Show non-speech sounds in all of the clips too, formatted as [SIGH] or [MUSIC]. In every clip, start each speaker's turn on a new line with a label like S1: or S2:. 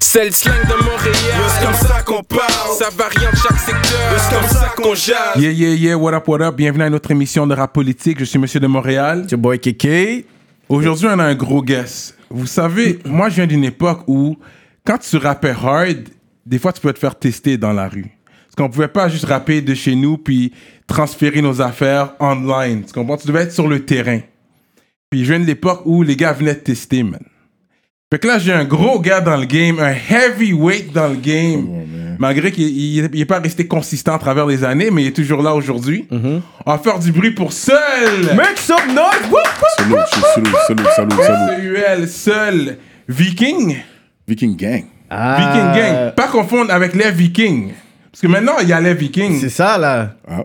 S1: C'est le slang de Montréal.
S2: C'est comme ça qu'on parle.
S1: Ça varie en chaque secteur.
S2: C'est comme ça qu'on jase.
S3: Yeah, yeah, yeah, what up, what up. Bienvenue à notre émission de rap politique. Je suis Monsieur de Montréal.
S4: Your boy Kéké.
S3: Aujourd'hui, on a un gros guest. Vous savez, moi, je viens d'une époque où, quand tu rappais hard, des fois, tu peux te faire tester dans la rue. Parce qu'on pouvait pas juste rapper de chez nous puis transférer nos affaires online. Tu comprends? Tu devais être sur le terrain. Puis je viens de l'époque où les gars venaient te tester, man. Fait que là, j'ai un gros gars dans le game, un heavyweight dans le game. Malgré qu'il il- il est pas resté consistant à travers les années, mais il est toujours là aujourd'hui. On va faire du bruit pour seul.
S4: Make some noise! Woo, woo.
S5: Salut, salut, salut, salut, salut.
S3: SEUL, E seul. Viking.
S5: Viking Gang.
S4: Ah,
S3: Viking
S4: Euh.
S3: Gang. Pas confondre avec les Vikings. Parce que maintenant, il y a les Vikings.
S4: C'est ça, là.
S5: Ah.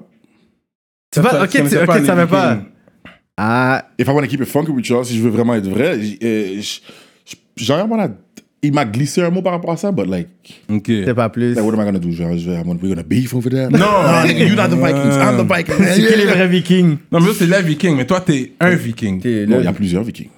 S4: Tu vois, ok,
S3: Je
S4: tu
S3: connaissais
S4: ok,
S3: pas
S4: tu
S3: les
S4: savais pas.
S3: Vikings.
S4: Ah,
S5: If I want to keep it funky with y'all, si je veux vraiment être vrai, j- euh, j- j- genre, voilà, il m'a glissé un mot par rapport à ça, but like,
S4: c'est pas plus.
S5: like, what am I gonna do? Genre, je vais, I'm gonna, we're gonna beef over that?
S3: Non.
S5: [LAUGHS] Ah, nigga, you're not the Vikings, I'm the
S4: C'est qui les
S5: Vikings.
S4: vrais vikings?
S3: Non, mais eux, c'est les Vikings. Mais toi, t'es un Viking.
S5: Non, il y a plusieurs Vikings.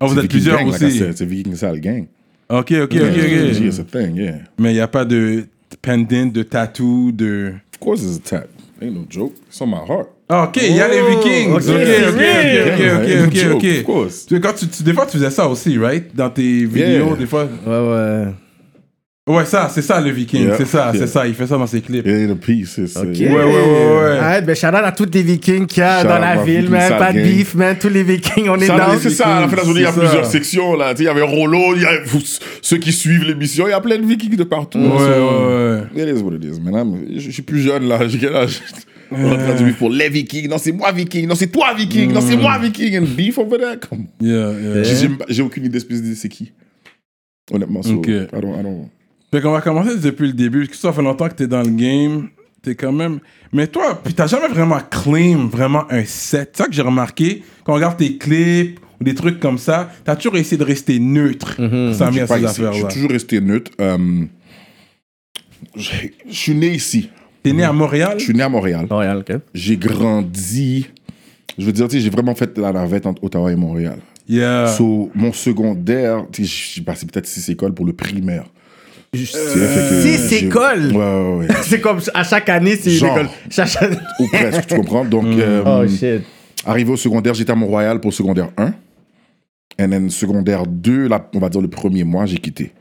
S3: Ah, vous
S5: C'est
S3: êtes
S5: Viking
S3: plusieurs
S5: gang, like I
S3: aussi.
S5: said, C'est Viking Sale Gang.
S3: Ok, ok,
S5: Yeah,
S3: ok,
S5: It's
S3: ok.
S5: a thing, yeah.
S3: Mais il n'y a pas de pendant, de tatou, de.
S5: Of course it's a tap. Ain't no joke. It's on my heart.
S3: Ah, ok, il y a les
S5: Oh,
S3: Vikings. Ok,
S4: ok,
S3: ok, ok, ok,
S5: Yeah,
S3: ok,
S5: yeah, of
S3: ok, ok.
S5: course.
S3: Tu sais, Quand tu, tu- des fois, tu faisais ça aussi, right? Dans tes vidéos,
S5: Yeah.
S3: des fois.
S4: Ouais, ouais.
S3: Ouais, ça, c'est ça le Viking.
S5: Yeah.
S3: C'est ça,
S5: Yeah.
S3: c'est ça. Il fait ça dans ses clips.
S5: It ain't a piece. It's a,
S3: Ouais, ouais, ouais, ouais.
S4: Arrête, ben, shout out à tous les vikings qu'il y a
S5: Shout
S4: dans
S5: out
S4: la
S5: à
S4: ville,
S5: Vikings,
S4: man.
S5: sale
S4: Pas de
S5: gang.
S4: beef, man. Tous les vikings, on est
S5: Ça,
S4: dans.
S5: mais C'est ça, à la fin de la journée, il y a
S3: c'est
S5: plusieurs
S3: ça.
S5: sections. Là. Tu sais, Il y avait Rollo, il y a vous- ceux qui suivent l'émission, il y a plein de vikings de partout.
S3: Ouais,
S5: So,
S3: ouais, ouais.
S5: It is what it is, madame. Je, je suis plus jeune, là. [LAUGHS] J'ai quel âge On est en train de vivre pour les vikings. Non, c'est moi viking. Non, c'est toi viking. Non, c'est
S3: Hmm.
S5: moi viking. And beef over there. Come on.
S3: Yeah, yeah.
S5: J'ai- j'ai- J'ai aucune idée spécifique de c'est qui. Honnêtement, so,
S3: Ok.
S5: I don't, I don't...
S3: Fait qu'on va commencer depuis le début, parce que ça fait longtemps que t'es dans le game, t'es quand même... Mais toi, puis t'as jamais vraiment claim vraiment un set. C'est ça que j'ai remarqué, quand on regarde tes clips ou des trucs comme ça, t'as toujours essayé de rester neutre. Ça vient à
S5: Pas
S3: ces
S5: ici. Je
S3: affaires-là.
S5: suis toujours resté neutre. Euh, je je suis né ici.
S3: T'es né à Montréal?
S5: Je suis né à Montréal.
S4: Montréal, ok.
S5: J'ai grandi. Je veux dire, tu sais, j'ai vraiment fait la navette entre Ottawa et Montréal.
S3: Yeah.
S5: So, mon secondaire, tu sais, j'ai passé peut-être six écoles pour le primaire.
S4: Six
S5: Six
S4: écoles?
S5: Ouais, ouais, ouais.
S4: [LAUGHS] C'est comme à chaque année, c'est une
S5: Genre. Mm.
S4: école. Chaque année.
S5: Ou presque, tu comprends? Donc, euh,
S4: Oh shit.
S5: arrivé au secondaire, j'étais à Mont-Royal pour le secondaire 1. Et then secondaire 2, là, on va dire le premier mois, j'ai quitté.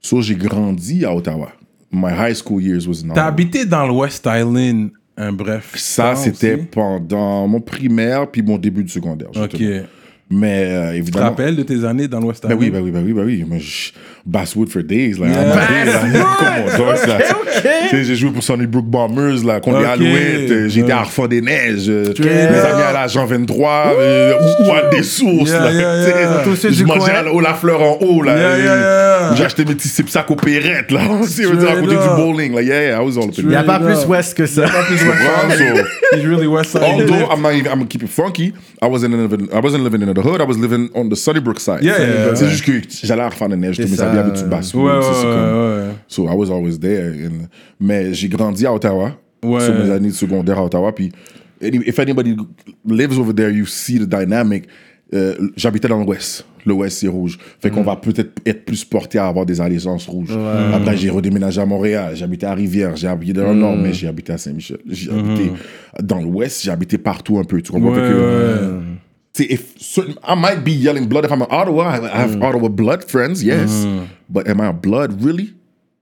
S5: So, j'ai grandi à Ottawa. My high school years was in
S3: T'as
S5: Ottawa.
S3: habité dans l'Ouest Island, un bref.
S5: Ah. Ça,
S3: temps
S5: c'était
S3: aussi.
S5: pendant mon primaire puis mon début de secondaire.
S3: Ok.
S5: justement. Mais euh,
S3: Tu te
S5: évidemment.
S3: rappelles de tes années dans l'Ouest
S5: Ben
S3: Island?
S5: oui, ben oui, ben oui, ben oui. Mais je- Basswood for days, là.
S3: Yeah.
S5: Comme J'ai joué pour Sonny Brook Bombers, là, contre
S3: Ok.
S5: les Alouettes. euh, J'étais
S3: Ouais.
S5: à Arfand des Neiges. euh,
S3: Straight
S5: Mes
S3: up.
S5: amis à la Jean 23, euh, ou- ou à des sources,
S3: Yeah,
S5: là.
S3: yeah,
S5: T'sais,
S3: yeah.
S4: Tous ceux
S5: Je
S4: du
S5: mangeais
S4: coin.
S5: à la- au La Fleur en haut, là.
S3: Yeah,
S5: euh,
S3: yeah, yeah.
S5: J'ai acheté mes petits sips sacs aux Perrettes, là. [LAUGHS] C'est
S3: Straight
S5: raconter
S3: up.
S5: du bowling, là. Yeah, yeah, I was all up in
S4: Il n'y
S5: there.
S4: a pas
S3: Yeah.
S4: plus ouest que ça.
S5: Tu comprends? So-
S3: He's really West Island.
S5: Although I'm not even, I'm gonna keep it funky. I wasn't living, I wasn't living in the hood. I was living on the Sunnybrook side.
S3: Yeah, yeah, yeah.
S5: C'est juste que j'allais à refaire de neige. Je
S4: C'est
S5: mes
S4: ça.
S5: amis habitués de basse.
S3: Ouais, ouais, ouais, ouais.
S5: So I was always there. and- mais j'ai grandi à Ottawa.
S3: Ouais.
S5: Sur mes années de secondaire à Ottawa. Puis, any- if anybody lives over there, you see the dynamic. Euh, J'habitais dans l'Ouest. L'Ouest, c'est rouge. Fait
S3: Mm.
S5: qu'on va peut-être être plus porté à avoir des allégeances rouges. Après, j'ai redéménagé à Montréal. J'habitais à Rivière. J'ai habité
S3: Mm.
S5: dans le Nord, mais j'ai habité à Saint-Michel. J'ai habité dans l'Ouest. J'ai habité partout un peu. Tu comprends?
S3: Mm-hmm. Ouais,
S5: Fait que,
S3: ouais.
S5: See, if certain, I might be yelling blood if I'm in Ottawa. I I
S3: Mm.
S5: have Ottawa blood friends, yes. But am I a blood really?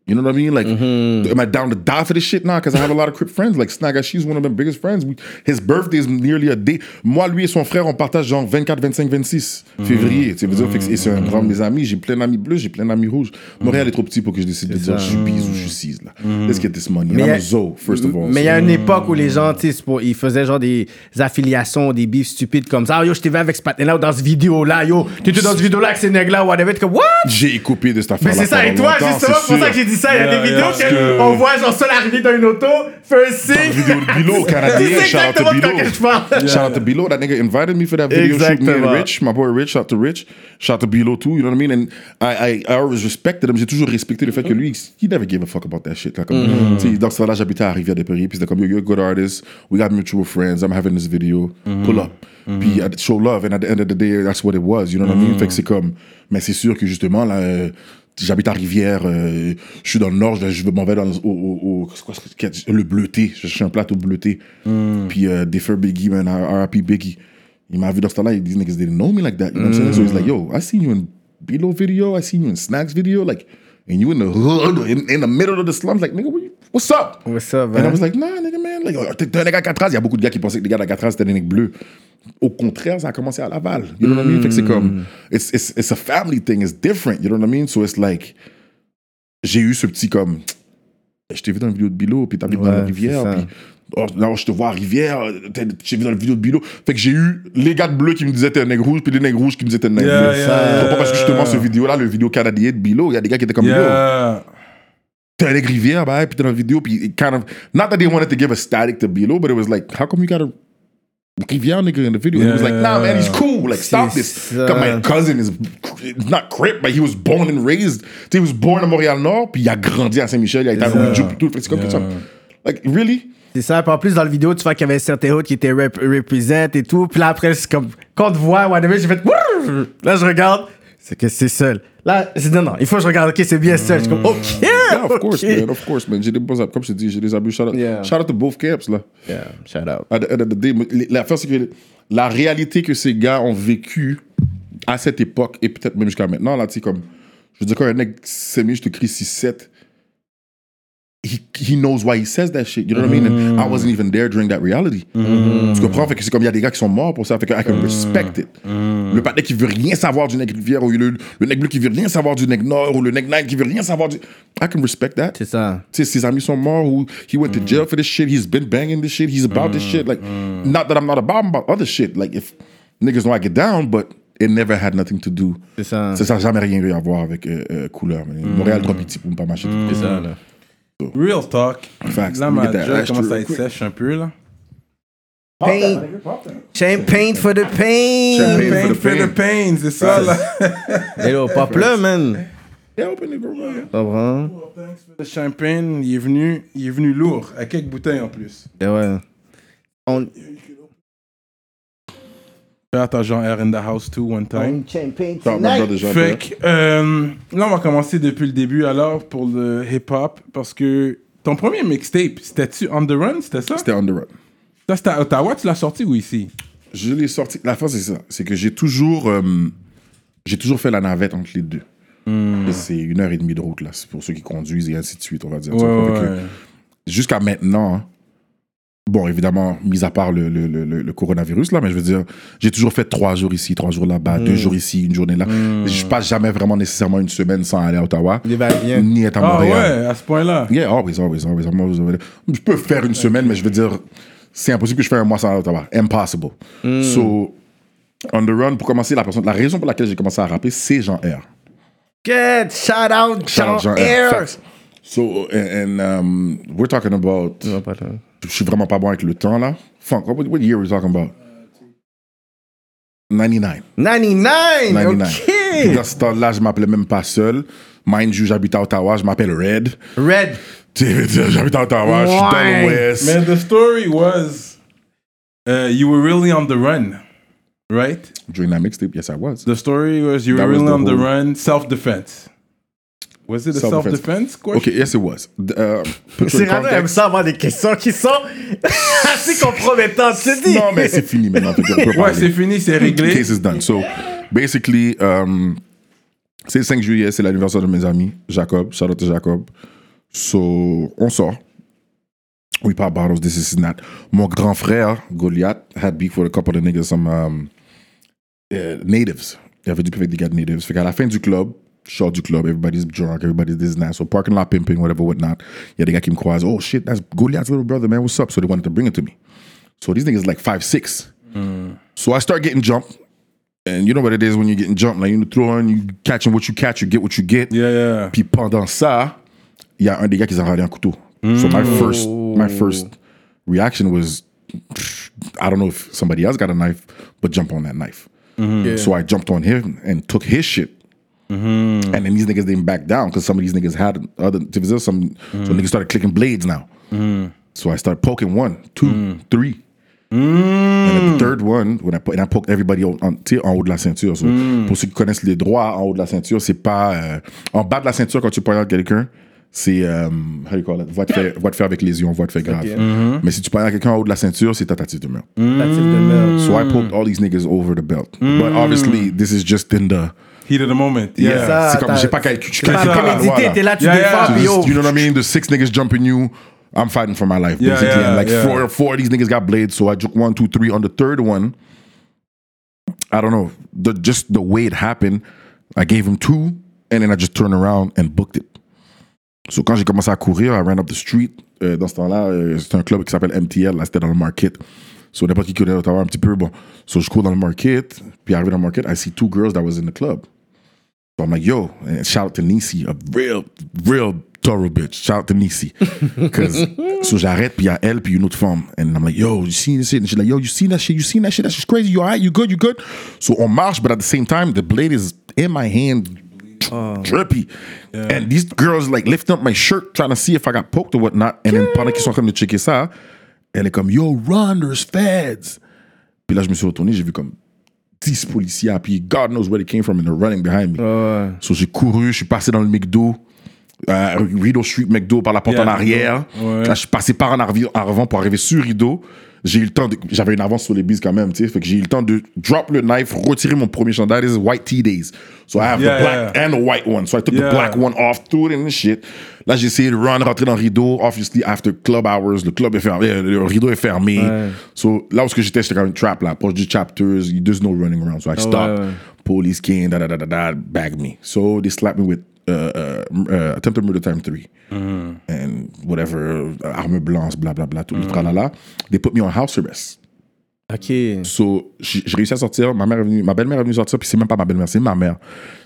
S5: You know what I mean? Like,
S4: Mm-hmm.
S5: am I down to die for this shit now? Because I have a lot of Crip friends. Like Snaga, she's one of my biggest friends. We, his birthday is nearly a day. Moi, lui et son frère, on partage genre 24, 25, 26
S4: Mm-hmm.
S5: février. Tu veux dire, Fait que c'est- et c'est un grand de mes amis. J'ai plein d'amis bleus, j'ai plein d'amis rouges.
S4: Mm-hmm.
S5: Montréal est trop petit pour que je décide de dire je suis bise ou je suis cise. Là. Let's get this money. And
S4: Mais
S5: I'm
S4: y a-
S5: a zo, first of all.
S4: Mais il y
S5: So-
S4: a une époque où les
S3: euh,
S4: gens, tu sais, c'est pour- ils faisaient genre des affiliations, des beefs stupides comme ça. Ah, yo, je t'ai vu avec ce patin-là ou dans ce vidéo-là, yo, t'étais dans ce vidéo-là avec ces nègres-là, whatever. T'es comme, what?
S3: Bah,
S5: J'ai copié de cette affaire.
S4: Mais c'est ça, et toi, justement, c'est pour ça que j'ai dit ça. Il y a
S3: Yeah,
S4: des
S3: yeah,
S4: vidéos
S3: parce que-
S4: qu'on voit, genre, seul arrivé dans une auto, fait un signe.
S5: vidéo de Bilo,
S4: [LAUGHS] Tu
S5: canadien,
S4: sais
S5: shout
S4: exactement
S5: out to
S4: de
S5: Bilo.
S4: quoi que je parle.
S5: Shout out to Bilo. That nigga invited me for that video shoot. Me
S4: Exactement.
S5: and Rich, my boy Rich, shout out to Rich. Shout out to Bilo too, you know what I mean? And I, I, I always respected him. J'ai toujours respecté le fait que lui, he never gave a fuck about that shit. Like, mm. sais, Dans ce temps-là, j'habitais à Rivière-des-Perriers. Puis c'était comme, yo, you're a good artist. We got mutual friends. I'm having this video. Pull up. Puis I'd show love. And at the end of the day, that's what it was, you know what I mean? Fait que c'est comme, mais c'est sûr que justement, là, euh, J'habite à Rivière, euh, je suis dans le nord, je, je m'en vais dans le, au- au- au- c'est quoi ce que- le bleuté. Je suis un plateau bleuté. Puis euh, Defer Biggie, man, RIP Biggie. Il m'a vu dans ce temps-là, these niggas didn't know me like that. You know what I'm saying? So he's like, yo, I seen you in Below video, I seen you in Snacks video, like, and you in the hood, in, in the middle of the slums, like, nigga, what you- what's up?
S4: What's up,
S5: And I
S4: man?
S5: was like, nah, nigga, man. Like, oh, t'es t'es un nigga à 4 Il y a beaucoup de gars qui pensaient que les gars à 4 c'était des niggas bleus. Au contraire, ça a commencé à Laval. You know what I mean? Fait que c'est
S3: Hmm.
S5: comme, it's, it's, it's a family thing. It's different. You know what I mean? So it's like, j'ai eu ce petit comme, je t'ai vu dans une vidéo de Bilo, puis t'habites dans la
S4: Ouais,
S5: rivière,
S4: c'est ça.
S5: puis oh, là, je te vois à rivière, euh, t'es- j'ai vu dans la vidéo de Bilo. Fait que j'ai eu les gars de bleu qui me disaient t'es un nègre rouge, puis les nègres rouges qui me disaient t'es un nègre
S3: Yeah,
S5: bleu.
S3: yeah, yeah,
S5: Pas parce que justement,
S3: yeah.
S5: ce vidéo-là, le vidéo canadien de Bilo, il y a des gars qui étaient comme Bilo
S3: Yeah.
S5: t'es un nègre rivière, bah, puis t'es dans la vidéo, puis it kind of, not that they wanted to give a static to Bilo, but it was like, how come you got a rivière nigga in the video? And he was like, nah, man, he's cool, like, stop this.
S4: C'est ça.
S5: Comme
S3: uh,
S5: my cousin is not crip, but he was born and raised, t'sais, he was born à Montréal-Nord, puis il a grandi à Saint-Michel, il a été à
S3: C'est ça.
S5: Rouijou, puis tout, fait que c'est comme
S3: Yeah.
S5: ça. Like, really?
S4: C'est ça. Puis en plus, dans la vidéo, tu vois qu'il y avait certains autres qui étaient rep- represent et tout. Puis là, après, c'est comme, quand on te voit, whatever, j'ai fait, Wouh! là, je regarde, c'est que c'est seul. Là, c'est non, non, il faut que je regarde, ok, c'est bien seul. Je suis comme, ok!
S5: Yeah,
S3: [LAUGHS]
S5: of course,
S4: ok.
S5: man, of course, man. J'ai des bons abus, comme je te dis, j'ai des abus, shout out,
S4: Yeah.
S5: shout out to both camps, là.
S4: Yeah, shout out.
S5: À the end of the day, mais L'affaire, c'est que la réalité que ces gars ont vécue à cette époque et peut-être même jusqu'à maintenant, là, tu sais, comme, je veux dire, quand un mec s'est mis, je te crie 6-7, he, he knows why he says that shit. You know what I mean? And I wasn't even there during that reality.
S4: Mm-hmm.
S5: Tu comprends? Fait que c'est comme, il y a des gars qui sont morts pour ça, fait que I can respect it.
S4: Mm-hmm.
S5: Le patin qui veut rien savoir du nec rivière, ou le, le nec bleu qui veut rien savoir du nec nord, ou le nec nine qui veut rien savoir du. I can respect that
S4: C'est ça.
S5: tu sais, ses amis sont morts ou he went to
S4: Mm.
S5: jail for this shit, he's been banging this shit, he's about this shit. Like, not that I'm not about, I'm about other shit. Like, if niggas know I get down, but it never had nothing to do.
S4: C'est ça. Mm.
S5: Ça n'a jamais rien eu à voir avec euh, euh, couleur. man. Montréal, trop petit pour pas m'acheter.
S4: C'est ça, là.
S3: Real talk.
S5: Facts.
S3: Là,
S5: Let me
S3: ma
S5: get that
S3: joie
S5: extra
S3: commence à
S5: real
S3: être
S5: quick.
S3: sèche un peu, là.
S4: Paint. Champagne for the pain.
S5: Champagne.
S3: Pain
S5: for the
S3: for
S5: pain.
S3: the pain, c'est ça, là.
S4: Hello, pop là, man.
S5: Yeah, open the door, man.
S4: Pas vrai?
S3: Le champagne, il est venu, il est venu lourd, à quelques bouteilles en plus.
S4: Eh ouais. On,
S3: Fais attention, Air in the House too, one time.
S5: Shout out my brother Jean-Pierre.
S3: Fait que, euh, là, on va commencer depuis le début, alors, pour le hip-hop, parce que ton premier mixtape, c'était-tu On The Run, c'était ça?
S5: C'était on the run.
S3: Ça, c'était à Ottawa, tu l'as sorti ou ici?
S5: Je l'ai sorti. La fin, c'est ça. C'est que j'ai toujours, euh, j'ai toujours fait la navette entre les deux.
S4: Mm.
S5: Et C'est une heure et demie de route, là. C'est pour ceux qui conduisent et ainsi de suite, on va dire. Tu vois, fait que- jusqu'à maintenant, hein, bon, évidemment, mis à part le, le- le- le- le coronavirus, là, mais je veux dire, j'ai toujours fait trois jours ici, trois jours là-bas,
S4: Hmm.
S5: deux jours ici, une journée là. Je passe jamais vraiment nécessairement une semaine sans aller à Ottawa,
S4: les va-et-vient.
S5: ni être à
S3: Ah ouais,
S5: Montréal.
S3: à ce point-là.
S5: Yeah, always, always, always, I'm always over there. Je peux faire une semaine, mais je veux dire, c'est impossible que je fasse un mois sans aller à Ottawa. Impossible.
S4: Hmm.
S5: So, on the run, pour commencer, la, personne, la raison pour laquelle j'ai commencé à rapper, c'est Jean R.
S4: Good. Shout out, Jean
S5: Shout out
S4: Air.
S5: Facts. So, and, and, um, we're talking about... je suis vraiment pas bon avec le temps là. Funk, what, what year are we talking about? 99.
S4: 99.
S5: 99. Puis
S4: Ok.
S5: Dans ce temps-là, je m'appelais même pas seul. Mind you, j'habite à Ottawa, je m'appelle Red. [LAUGHS]
S4: Red.
S5: Tu sais, je veux dire, J'habite à Ottawa, je suis dans
S4: Ouais.
S5: l'Ouest.
S3: Man, the story was, uh, you were really on the run, right?
S5: During that mixtape, yes I was.
S3: The story was you were
S5: That was
S3: really
S5: the
S3: on the
S5: whole-
S3: run, self-defense. Was it a
S5: Self-defense.
S3: self-defense question?
S5: Okay, yes it was. The, uh, put you in
S4: Cyrano aime
S5: context.
S4: ça avoir des questions qui sont [LAUGHS] assez compromettantes, tu dis.
S5: Non mais c'est fini maintenant. fait qu'on peut
S3: Ouais,
S5: parler.
S3: c'est fini, c'est
S5: [LAUGHS] The
S3: réglé.
S5: case is done. So, basically, um, c'est le 5 juillet, c'est l'anniversaire de mes amis, Jacob, shout out to Jacob. So, on sort. We pop bottles, this is not. Mon grand frère, Goliath, had beef with a couple of niggas, some um, euh, natives. Il avait du beef avec des gars de natives. Fait qu'à la fin du club, je sors du club, everybody's drunk, everybody's this and that. So, parking lot pimping, whatever, whatnot. Il y a des gars qui me croisent, oh shit, that's Goliath's little brother, man, what's up? So, they wanted to bring it to me. So, these niggas like 5'6. So I start getting jumped. And you know what it is when you're getting jumped. Like, you know, throwing, you catching what you catch, you get what you get.
S3: Yeah, yeah.
S5: Puis pendant ça, il y a un des gars qui s'est enrôlé un couteau. So my first, my first reaction was, I don't know if somebody else got a knife, but jump on that knife. So I jumped on him and took his shit. And then these niggas didn't back down because some of these niggas had other. there was Some so niggas started clicking blades now. So I started poking one, two, three.
S4: Hmm.
S5: And the third one, when I put, and I poked everybody on, on, tu sais, en haut de la ceinture. So,
S4: Hmm.
S5: Pour ceux qui connaissent les droits en haut de la ceinture, c'est pas. euh, en bas de la ceinture, quand tu poignardes quelqu'un, c'est. euh, how you call it? Voie de fait, voie de fait avec lésion, voie de fait grave.
S4: Mm-hmm.
S5: Mais si tu poignardes quelqu'un en haut de la ceinture, c'est tentative de meurtre.
S4: That's it, the merde.
S5: So I poked all these niggas over the belt.
S4: Mm.
S5: But obviously, this is just in the.
S3: Heat of the moment.
S5: Yeah,
S3: Yeah.
S4: ça,
S5: c'est comme
S4: t'as-
S5: j'ai pas calculé.
S4: T'as
S5: calcule
S4: pas
S5: pas la loi,
S4: prémédité,
S5: là.
S4: t'es là, tu
S3: Yeah,
S4: défends,
S3: yeah.
S4: puis
S5: Just,
S4: yo.
S5: you know what I mean? The six niggas jumping you. I'm fighting for my life,
S3: Yeah,
S5: basically.
S3: yeah,
S5: and like
S3: yeah.
S5: four, four of these niggas got blades. So I took one, two, three. On the third one, I don't know. The just the way it happened, I gave him two, and then I just turned around and booked it. So quand j'ai commencé à courir, I ran up the street. Euh, dans ce temps-là, euh, c'était un club qui s'appelle MTL. Là, c'était dans le market. So n'importe qui connaît Ottawa un petit peu. Bon, so je cours dans le market. Puis arrivé dans le market, I see two girls that was in the club. So I'm like, yo, and shout out to Nisi, a real, real thorough bitch. Shout out
S3: [LAUGHS]
S5: to Nisi. Cause so j'arrête, puis il y a elle, puis une autre femme. And I'm like, yo, you seen this shit? And she's like, yo, you seen that shit? You seen that shit? That shit's crazy. You alright? You good? You good? So on march, but at the same time, the blade is in my hand, drippy. And these girls like lifting up my shirt, trying to see if I got poked or whatnot. And then pendant qu'ils sont en train de checker ça, elle est comme, yo, run, there's feds. Puis là, je me suis retourné, j'ai vu comme 10 policiers à pied. God knows where they came from and they're running behind me. So j'ai couru, je suis passé dans le McDo, euh, Rideau Street McDo par la porte
S3: Yeah,
S5: en arrière.
S3: ouais.
S5: Là, je suis passé par en arri- en avant pour arriver sur Rideau. J'ai eu le temps de- J'avais une avance sur les bises quand même, tu sais. Fait que j'ai eu le temps de drop le knife, retirer mon premier chandail. This is white tea days. So I have
S3: Yeah,
S5: the black
S3: yeah.
S5: and the white one. So I took
S3: Yeah.
S5: the black one off, threw it in the shit. Là, j'ai essayé de run, rentrer dans Rideau. Obviously, after club hours, le club est fermé, euh, le Rideau est fermé. So là où ce que j'étais, j'étais quand même trap là, proche du chapters. There's no running around. So I stopped.
S4: Ah ouais.
S5: Police came, da da da da da, bagged me. So they slapped me with uh, uh, m- uh, attempted murder time three
S4: Mm-hmm.
S5: and whatever uh, arme blanche, bla bla bla, tout le tralala. They put me on house arrest.
S4: Ok.
S5: Mm. So, j'ai j'ai réussi à sortir. Ma mère est venue, ma belle-mère est venue sortir, puis c'est même pas ma belle-mère, c'est ma mère.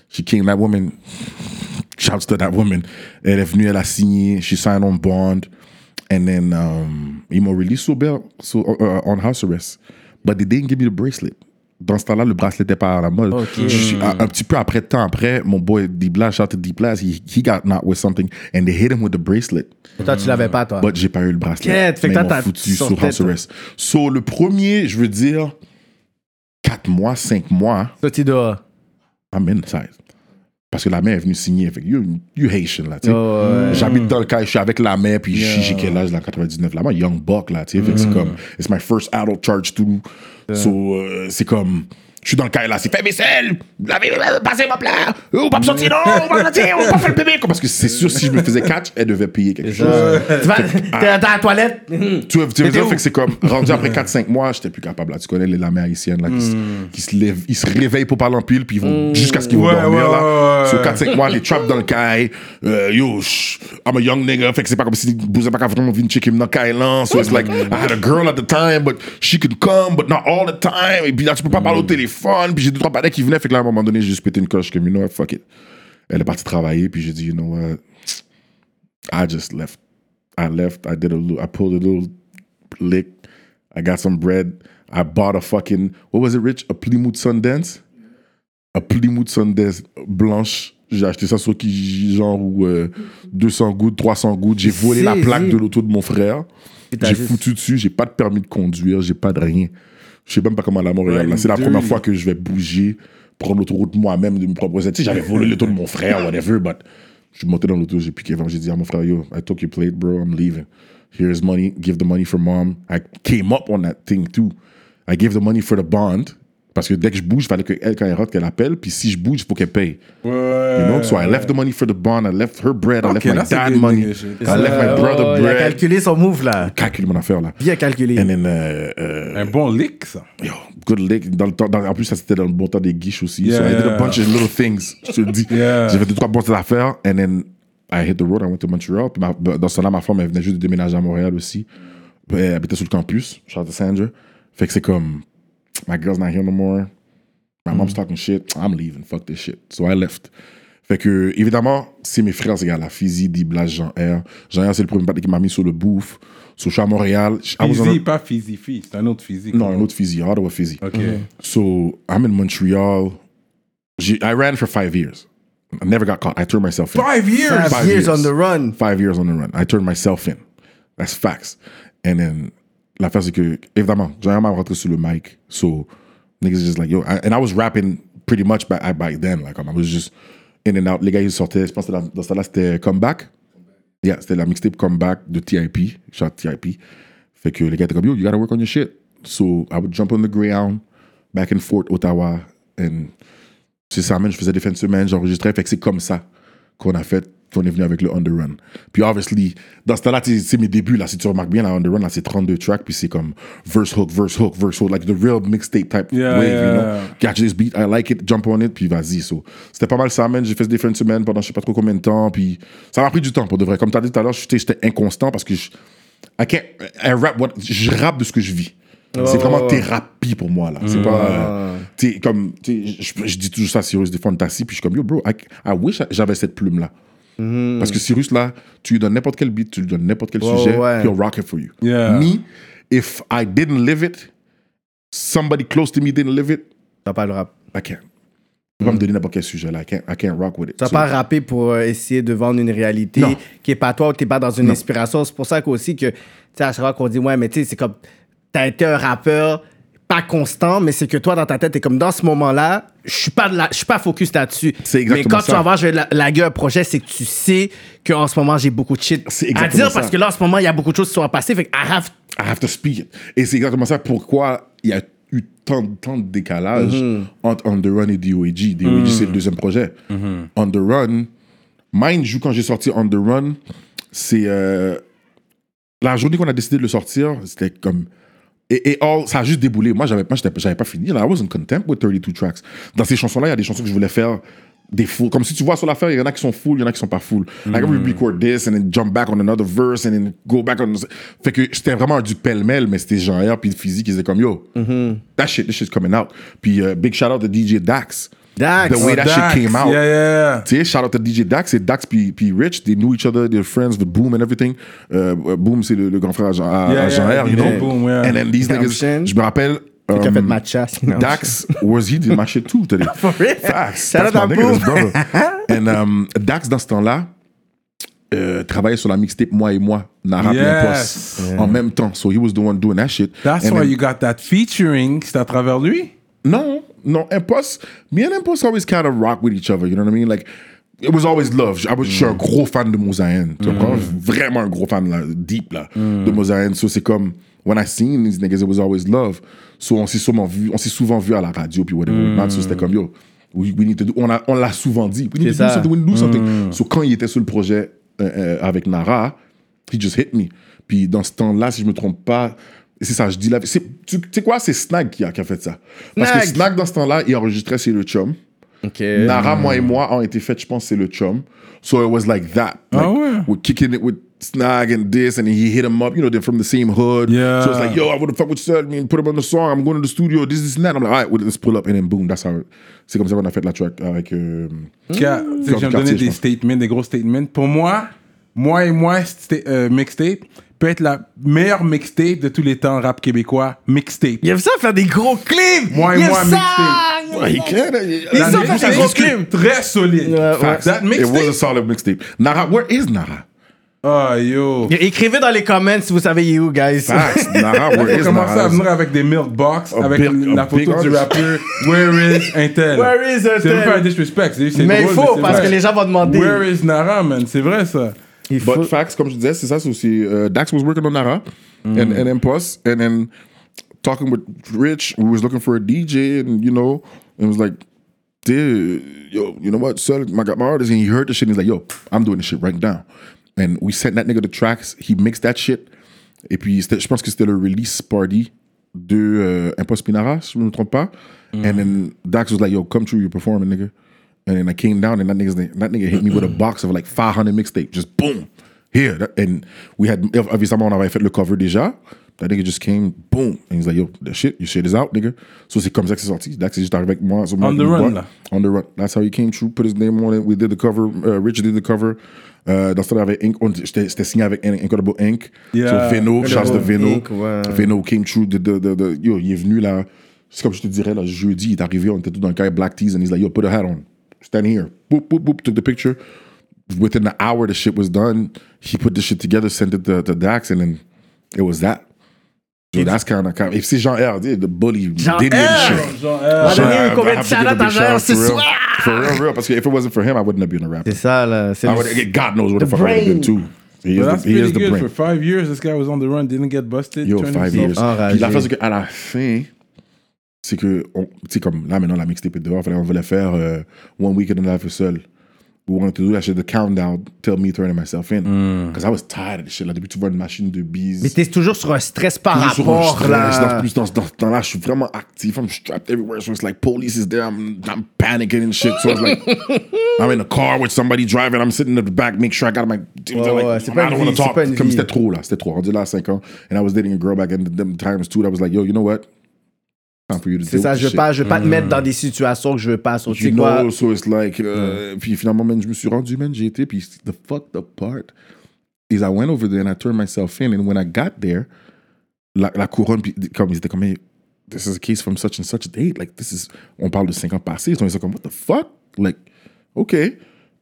S5: She came, that woman, shouts to that woman. Elle est venue, elle a signé, she signed on bond, and then um, ils m'ont release sous bail, so, uh, on house arrest. But they didn't give me the bracelet. Dans ce temps-là, le bracelet n'était pas à la mode. Je suis- un, un petit peu après, temps après, mon boy D-Blast, shout out to D-Blast, he, he got knocked with something, and they hit him with the bracelet.
S4: Toi, tu l'avais pas, toi.
S5: But j'ai pas eu le bracelet.
S4: Bah, Quête, fait que
S5: Mais ils
S4: toi,
S5: m'ont
S4: t'as-
S5: foutu
S4: tu
S5: sur
S4: sortais,
S5: house
S4: toi.
S5: arrest. So, le premier, je veux dire, 4 mois, 5 mois,
S4: Toi, tu dois.
S5: I'm inside. Parce que la mère est venue signer. Fait que you, you Haitian, là, tu sais.
S4: Oh,
S5: J'habite dans le cas, je suis avec la mère, puis je j'ai quel âge, là, 99, la mère, young buck, là, tu sais. Fait
S4: Mm.
S5: que c'est comme, it's my first adult charge too. So, euh, c'est comme, je suis dans le cas, là, c'est fait vaisselle, lavez, euh, passez ma plat, ou pas me sortir, non, on va me sortir, on va pas faire le bébé. Comme- Parce que c'est sûr, si je me faisais catch, elle devait payer quelque chose.
S3: [LAUGHS]
S4: Tu vas, t'es dans la toilette. Mhm.
S5: Tu vois, tu
S4: T'étais
S5: vois, fait
S4: où?
S5: que c'est comme,
S3: [LAUGHS]
S5: rendu après 4-5 mois, j'étais plus capable. Là. Tu connais les lamées haïtiennes là, qui, se, qui se lèvent, ils se réveillent pour parler en pile, puis ils vont jusqu'à ce qu'ils vont
S3: Mm. Ouais,
S5: dormir.
S3: ouais,
S5: là.
S3: ouais,
S5: Sur
S3: ouais.
S5: 4-5 mois, les trappes dans le caille. Euh, yo, shh, I'm a young nigga. Fait que c'est pas comme si Bouzé pas vraiment venu checker dans le caille là. So it's like, I had a girl at the time, but she could come, but not all the time. Et puis là, tu peux pas parler au
S3: Mm.
S5: téléphone. Puis j'ai deux, trois palais qui venaient. Fait que là, à un moment donné, j'ai juste pété une coche comme, you know what, fuck it. Elle est partie travailler, puis j'ai dit, you know what, I just left. I left. I did a little. I pulled a little lick. I got some bread. I bought a fucking what was it, Rich? A Plymouth Sundance. A Plymouth Sundance blanche. J'ai acheté ça sur Kijiji, genre ou euh, 200 gouttes, 300 gouttes. J'ai volé la
S4: Saisi.
S5: plaque de l'auto de mon frère.
S4: t'as
S5: J'ai
S4: juste-
S5: foutu dessus. J'ai pas de permis de conduire. J'ai pas de rien. Je sais même pas comment la mort est là. C'est la première fois que je vais bouger, prendre l'autoroute moi-même de mes propres ailes. Tu sais, j'avais volé l'auto de
S3: [LAUGHS]
S5: mon frère, whatever, but je suis monté dans l'auto, j'ai piqué vraiment. J'ai dit à mon frère, yo, I took your plate, bro, I'm leaving. Here's money, give the money for mom. I came up on that thing too. I gave the money for the bond. Parce que dès que je bouge, il fallait qu'elle, quand elle rentre, qu'elle appelle. Puis si je bouge, il faut qu'elle paye. You know? So I left the money for the bond. I left her bread. I
S3: Ok,
S5: left my
S3: là, c'est
S5: dad
S3: good
S5: money.
S3: nigga
S5: I
S3: shit.
S5: left my
S4: Oh,
S5: brother
S4: il a
S5: bread.
S4: calculé son move, là.
S5: Calcule mon affaire, là.
S4: Bien calculé.
S5: And then, euh, euh,
S3: Un bon lick, ça.
S5: Yo, good lick. Dans le temps, dans- en plus, ça c'était dans le bon temps des guiches aussi. so I
S3: Yeah.
S5: did a bunch of little things. Je te le dis.
S3: [LAUGHS] Yeah.
S5: J'ai fait deux, trois bonnes affaires. And then I hit the road. I went to Montreal. Puis ma- dans ce temps-là, ma femme, elle venait juste de déménager à Montréal aussi. Puis Elle habitait sur le campus. Shout out to Sandra. Fait que c'est comme, my girl's not here no more. My
S3: Mm.
S5: mom's talking shit. I'm leaving. Fuck this shit. So I left. Fait que, évidemment, c'est mes frères, ces gars-là. Fizi, Diblas, Jean-R. Jean-R, c'est le premier parti qui m'a mis sur le bouffe. So, je suis à Montréal. I was on a-
S3: Fizzy, pas Fizzy Fizz, c'est un autre physique.
S5: Non, un autre Fizi. Ottawa Fizi.
S3: Ok.
S5: So I'm in Montreal. J'ai- I ran for five years. I never got caught. I turned myself in.
S3: Five years!
S5: Five
S4: Five years
S5: years.
S4: on the run.
S5: Five years on the run. I turned myself in. That's facts. And then l'affaire, c'est que, évidemment, j'avais jamais rentré sur le mic. So, niggas just like, yo. I- and I was rapping pretty much back, back then. Like, I was just in and out. Les gars, ils sortaient. Je pense que dans dans ce temps-là, c'était Comeback. Yeah, c'était la mixtape Comeback de TIP. Shot TIP. Fait que les gars étaient comme, yo, you gotta work on your shit. So, I would jump on the Greyhound back and forth, Ottawa. And c'est ça, man. Je faisais des fins de semaine, j'enregistrais. Fait que c'est comme ça qu'on a fait, qu'on est venu avec le On The Run. Puis, obviously, dans ce temps-là, tu sais, c'est mes débuts. Là, si tu remarques bien, la On The Run, là, c'est 32 tracks. Puis c'est comme verse hook, verse hook, verse hook. Like the real mixtape type
S3: Yeah,
S5: wave,
S3: yeah,
S5: you know.
S3: yeah.
S5: Catch this beat, I like it, jump on it, puis vas-y. So, c'était pas mal ça, man. J'ai fait des fins de semaine pendant je sais pas trop combien de temps. Puis ça m'a pris du temps, pour de vrai. Comme t'as dit tout à l'heure, j'étais j'étais inconstant parce que je. I can't- I rap what- je rappe de ce que je vis. c'est vraiment thérapie pour moi, là.
S4: Mm.
S5: C'est pas. euh, tu sais, comme. tu sais, je, je dis toujours ça à Cyrus, des fantasies, puis je suis comme, yo, bro, I, I wish j'avais cette plume-là. Parce que Cyrus, là, tu lui donnes n'importe quel beat, tu lui donnes n'importe quel
S4: Mm. Ouais,
S5: sujet,
S4: ouais.
S5: he'll rock it for you.
S3: Yeah.
S5: Me, if I didn't live it, somebody close to me didn't live it,
S4: T'as pas le rap.
S5: I can't.
S4: Mm.
S5: Je peux pas me donner n'importe quel sujet là. I can't, I can't rock with it.
S4: Tu vas
S5: So,
S4: pas rapper pour euh, essayer de vendre une réalité
S5: Non.
S4: qui est pas toi ou t'es pas dans une inspiration. C'est pour ça qu'aussi que, tu sais, à chaque fois qu'on dit, ouais, mais tu sais, c'est comme, t'as été un rappeur pas constant, mais c'est que toi, dans ta tête, t'es comme, dans ce moment-là, je suis pas, de la- je suis pas focus là-dessus.
S5: C'est
S4: Mais
S5: exactement
S4: quand tu
S5: ça.
S4: vas voir, je vais la- laguer un projet, c'est que tu sais qu'en ce moment, j'ai beaucoup de shit
S5: C'est
S4: à
S5: exactement
S4: dire
S5: ça.
S4: parce que là, en ce moment, il y a beaucoup de choses qui sont passées. Fait que, I have-
S5: I have to speak it. Et c'est exactement ça pourquoi il y a eu tant, tant de décalage entre On The Run et DOEG. DOEG, c'est le deuxième projet. On The Run, mind you, quand j'ai sorti On The Run, c'est. euh, la journée qu'on a décidé de le sortir, c'était comme. Et, et all- ça a juste déboulé. Moi, j'avais pas, j'étais- j'avais pas fini. Là, I wasn't content with 32 tracks. Dans ces chansons-là, il y a des chansons que je voulais faire des full. Comme si tu vois sur l'affaire, il y en a qui sont full, il y en a qui sont pas full. Like, I would
S3: Mm.
S5: record this and then jump back on another verse and then go back on. Fait que c'était vraiment du pêle-mêle, mais c'était genre puis physique, ils étaient comme yo,
S3: Mm-hmm.
S5: that shit, this shit's coming out. Puis euh, big shout out to DJ Dax.
S4: Dax.
S5: The way that
S3: Dax,
S5: shit came out.
S3: Yeah, yeah,
S5: Tu sais, shout out to DJ Dax et Dax puis, puis Rich, they knew each other, they were friends with Boom and everything. Euh, Boom, c'est le, le grand frère à Jean, à-
S3: Yeah,
S5: à Jean
S3: yeah,
S5: R,
S3: we
S5: you know.
S3: know Boom, yeah.
S5: And then these
S4: Caption.
S5: niggas, je me rappelle.
S4: Fait qu'il a
S5: um,
S4: fait de ma chasse. Non,
S5: Dax was he did my shit too
S4: [LAUGHS]
S5: today. For
S4: real?
S5: Facts.
S4: Shout
S5: That's
S4: out
S5: my
S4: à Boom. [LAUGHS]
S5: niggas, brother. And um, Dax dans ce temps-là euh, travaillait sur la mixtape Moi et Moi, Narab et un
S3: Yes.
S5: poste en même temps. So he was the one doing that shit.
S3: That's
S5: And
S3: why
S5: then-
S3: you got that featuring. C'est à travers lui.
S5: No, no. Impulse, me and Impulse always kind of rock with each other. You know what I mean? Like, it was always love. I was, Je suis un gros fan de Mosaïen. Tu comprends?
S4: Mm.
S5: Vraiment un gros fan, là, deep, là, de Mosaïen. So, c'est comme, when I seen these niggas, it was always love. So, on s'est souvent vu, on s'est souvent vu à la radio, puis whatever.
S4: Mm.
S5: Man, so, c'était comme, yo, we, we need to do, on a- on l'a souvent dit, we need
S4: C'est
S5: to do
S4: ça.
S5: something, we need to do something.
S3: Hmm.
S5: So, quand il était sur le projet euh, euh, avec Nara, he just hit me. Puis dans ce temps-là, si je me trompe pas, c'est ça, je dis là. c'est- Tu tu sais quoi, c'est Snag qui a, qui a fait ça. Parce que
S4: Snag.
S5: Snag, dans ce temps-là, il enregistrait C'est le Chum.
S4: Ok.
S5: Nara, moi et moi, ont été faites, je pense, C'est le Chum. So it was like that. Like,
S3: Ah ouais.
S5: We're kicking it with Snag and this, and he hit him up. You know, they're from the same hood.
S3: Yeah.
S5: So it's like, yo, I would have fuck with Sir, I mean, put him on the song. I'm going to the studio, this, this, and that. I'm like, all right, well, let's pull up. And then boom, that's how. C'est comme ça qu'on a fait la track avec. euh,
S3: Qui a- tu sais, Je vais me donner
S5: Quartier, je
S3: des
S5: pense.
S3: statements, des gros statements. Pour moi, moi et moi, sta- euh, mixtape peut être la meilleure mixtape de tous les temps rap québécois. Mixtape.
S4: Il aime ça faire des gros clips!
S3: Moi et
S4: Il aime
S3: moi,
S4: ça!
S5: Ouais, he can, uh,
S4: Ils
S3: La
S4: sont
S3: mixtape
S4: fait des gros clips.
S3: très solide.
S5: Facts.
S3: That
S5: It was a
S3: mixtape.
S5: solid mixtape. Nara, where is Nara?
S3: Oh yo.
S4: Écrivez dans les comments si vous savez il est où, guys.
S5: Facts. Nara, where
S3: Il
S5: is
S3: commencé à
S5: Nara?
S3: venir avec des milk box,
S5: A
S3: avec
S5: big- a
S3: la
S5: big
S3: photo du
S5: orange.
S3: rappeur Where is Intel?
S4: Where is un
S3: C'est
S4: tel?
S3: même pas un disrespect, c'est c'est
S4: Mais il
S3: drôle,
S4: faut,
S3: c'est
S4: parce
S3: vrai.
S4: que les gens vont demander.
S3: Where is Nara, man? C'est vrai ça.
S4: Il faut-
S5: But facts, comme je disais, c'est ça, c'est aussi. euh, Dax was working on Nara and, and Impulse, and then talking with Rich, we was looking for a DJ, and you know, it was like, dude, yo, you know what, son, I got my artist, and he heard the shit, and he's like, yo, I'm doing this shit right now. And we sent that nigga the tracks, he mixed that shit, et puis c'était- je pense que c'était le release party de euh, Impulse Pinara, si je me trompe pas. And then Dax was like, yo, come through, you're performing, nigga. And then I came down, and that, nigga's, that nigga hit me with a box of like 500 mixtape, just boom. here. That- and we had, obviously, on avait fait le cover déjà. That nigga just came, boom. And he's like, yo, that shit, your shit is out, nigga. So c'est comme ça que c'est sorti. Dax est juste arrivé avec moi. sur mon
S3: On the
S5: board.
S3: run, là.
S5: On the run. That's how he came through, put his name on it. We did the cover. Uh, Rich did the cover. Euh, dans ce temps-là, avec Inc, on- j'étais j'étais signé avec In- Incredible Inc.
S3: Yeah.
S5: So Veno, Charles de Veno.
S4: Inc, ouais.
S5: Veno came through. The, the, the, the- yo, il est venu là. C'est comme je te dirais, là, jeudi, il est arrivé, on était tous dans le cas, Black Tees, and he's like, yo, put a hat on. Stand here. Boop, boop, boop, took the picture within the hour the shit was done, he put the shit together, sent it to, to Dax, and then it was that. Dude, that's kind of If c'est Jean R, the bully,
S4: Jean
S5: did me
S4: R.
S5: shit.
S3: Genre, euh,
S4: Ah,
S5: Jean
S4: mais
S5: R,
S4: oui, combien
S5: I
S4: de
S5: have to give a
S4: shout-outs
S5: big
S4: à Jean
S5: shout-out,
S4: R ce
S5: for real.
S4: soir?
S5: For real, real. Parce que if it wasn't for him, I wouldn't have been a rapper.
S4: C'est ça, là. C'est
S5: I
S4: le-
S5: would, God knows what
S4: The
S5: the, fuck I would have been too.
S4: brain.
S5: He
S3: But
S5: is
S3: that's
S5: the, he
S3: pretty
S5: is the
S3: good. For
S5: brain.
S3: five years, this guy was on the run, didn't get busted.
S5: Yo,
S3: turned
S5: five
S3: himself-
S5: years.
S4: Enragé.
S5: Puis la fin, c'est qu'à la fin, c'est que, on- tu sais, comme là, maintenant, la mixtape est dehors, fallait, on voulait faire euh, One Week in the Life seul. We wanted to do that shit, the countdown, tell me turning myself in. Because I was tired of this shit. Là, depuis, tu vois une machine de bise.
S4: Mais t'es toujours sur un stress par
S5: Toujours sur un
S4: rapport,
S5: stress. Dans,
S4: là.
S5: plus, dans ce dans ce temps-là, je suis vraiment actif. I'm strapped everywhere. So it's like police is there. I'm, I'm panicking and shit. So
S4: [LAUGHS]
S5: it's like I'm in a car with somebody driving. I'm sitting in the back, make sure I got my.
S4: Ouais,
S5: like,
S4: Oh, ouais, c'est
S5: I
S4: pas une
S5: don't wanna
S4: vie, c'est
S5: talk.
S4: pas une
S5: Comme
S4: vie.
S5: c'était trop là, c'était trop. Rendu là à 5 ans, and I was dating a girl back in them times too. That was like, yo, you know what? Time for you to
S4: C'est
S5: deal
S4: ça,
S5: with
S4: je veux
S5: shit.
S4: pas, je veux pas te mettre dans des situations que je veux pas. So, Tu
S5: You
S4: sais quoi?
S5: know, so it's like. euh, Puis finalement, man, je me suis rendu, man, j'ai été. Puis the fucked up part is I went over there and I turned myself in. And when I got there, la, la couronne, puis comme ils étaient comme, hey, this is a case from such and such date. Like, this is. On parle de 5 ans passés. Ils sont comme, what the fuck? Like, OK.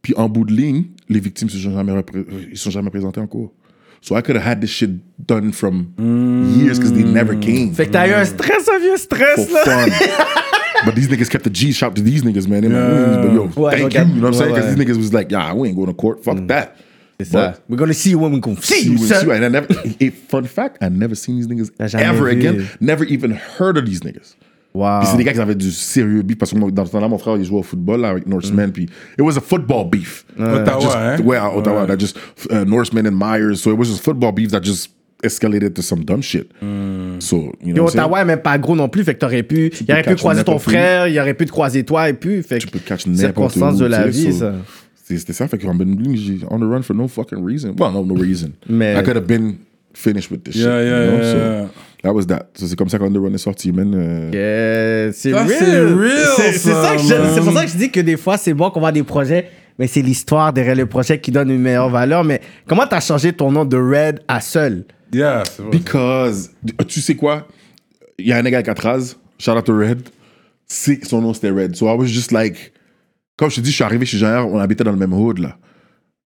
S5: Puis en bout de ligne, les victimes se sont jamais, repré- ils se sont jamais présentées en cours. So I could have had this shit done from years because they never came
S4: Hmm. Fait que t'as eu
S5: Hum.
S4: un stress, un vieux
S5: for
S4: stress, là.
S5: fun.
S3: [LAUGHS]
S5: but these niggas kept the G shop to these niggas, man. In my wounds, but yo,
S4: Ouais,
S5: thank
S4: no
S5: you.
S4: cap.
S5: You know what I'm saying?
S4: Ouais,
S5: Because
S4: ouais.
S5: these niggas was like, Mm. yeah, we ain't going to court. Fuck that.
S4: C'est ça. We're gonna see you when we come see
S5: See
S4: you,
S5: you, see you.
S4: sir.
S5: And I never, [LAUGHS] it, fun fact, I never seen these niggas
S4: T'as jamais
S5: ever
S4: vu.
S5: again. Never Oh. even heard of these niggas.
S4: Wow.
S5: Puis c'est des gars qui avaient du sérieux beef parce que moi, dans ce temps-là, mon frère, il jouait au football là, avec Norseman. Puis it was a football beef.
S3: Ottawa,
S5: just,
S3: hein?
S5: Ouais, à Ottawa. That just, uh, Norseman and Myers. So it was just football beef that just escalated to some dumb shit. So, you
S4: Puis
S5: know what I'm saying?
S4: Ottawa est même pas gros non plus, fait que t'aurais pu. Il aurait pu
S5: catch
S4: croiser ton
S5: n'importe où.
S4: frère, il aurait pu te croiser toi et puis. Fait
S5: tu
S4: que
S5: peux catch n'importe où.
S4: circonstances de la
S5: tu sais,
S4: vie,
S5: so-
S4: ça.
S5: C'est- C'était ça, fait qu'en bout de ligne, j'ai on the run for no fucking reason. Well, no, no reason.
S4: Mais-
S5: I could have been finished with this
S3: Yeah,
S5: shit.
S3: yeah,
S5: you know?
S3: yeah,
S5: so,
S3: yeah.
S5: That was that. So, c'est comme ça qu'On the run est sorti, man. euh,
S4: Euh, c'est
S3: Ça,
S4: real.
S3: c'est real,
S4: C'est- c'est
S3: ça,
S4: ça que je-
S3: man.
S4: c'est pour ça que je dis que des fois, c'est bon qu'on voit des projets, mais c'est l'histoire derrière le projet qui donne une meilleure valeur. Mais comment t'as changé ton nom de Red à Seul
S3: Yeah, c'est vrai.
S5: Because, euh, tu sais quoi? Il y a un nigga à Catraz, shout out to Red. C'est- Son nom c'était Red. So I was just like, comme je te dis, je suis arrivé chez Jean-Pierre, on habitait dans le même hood là.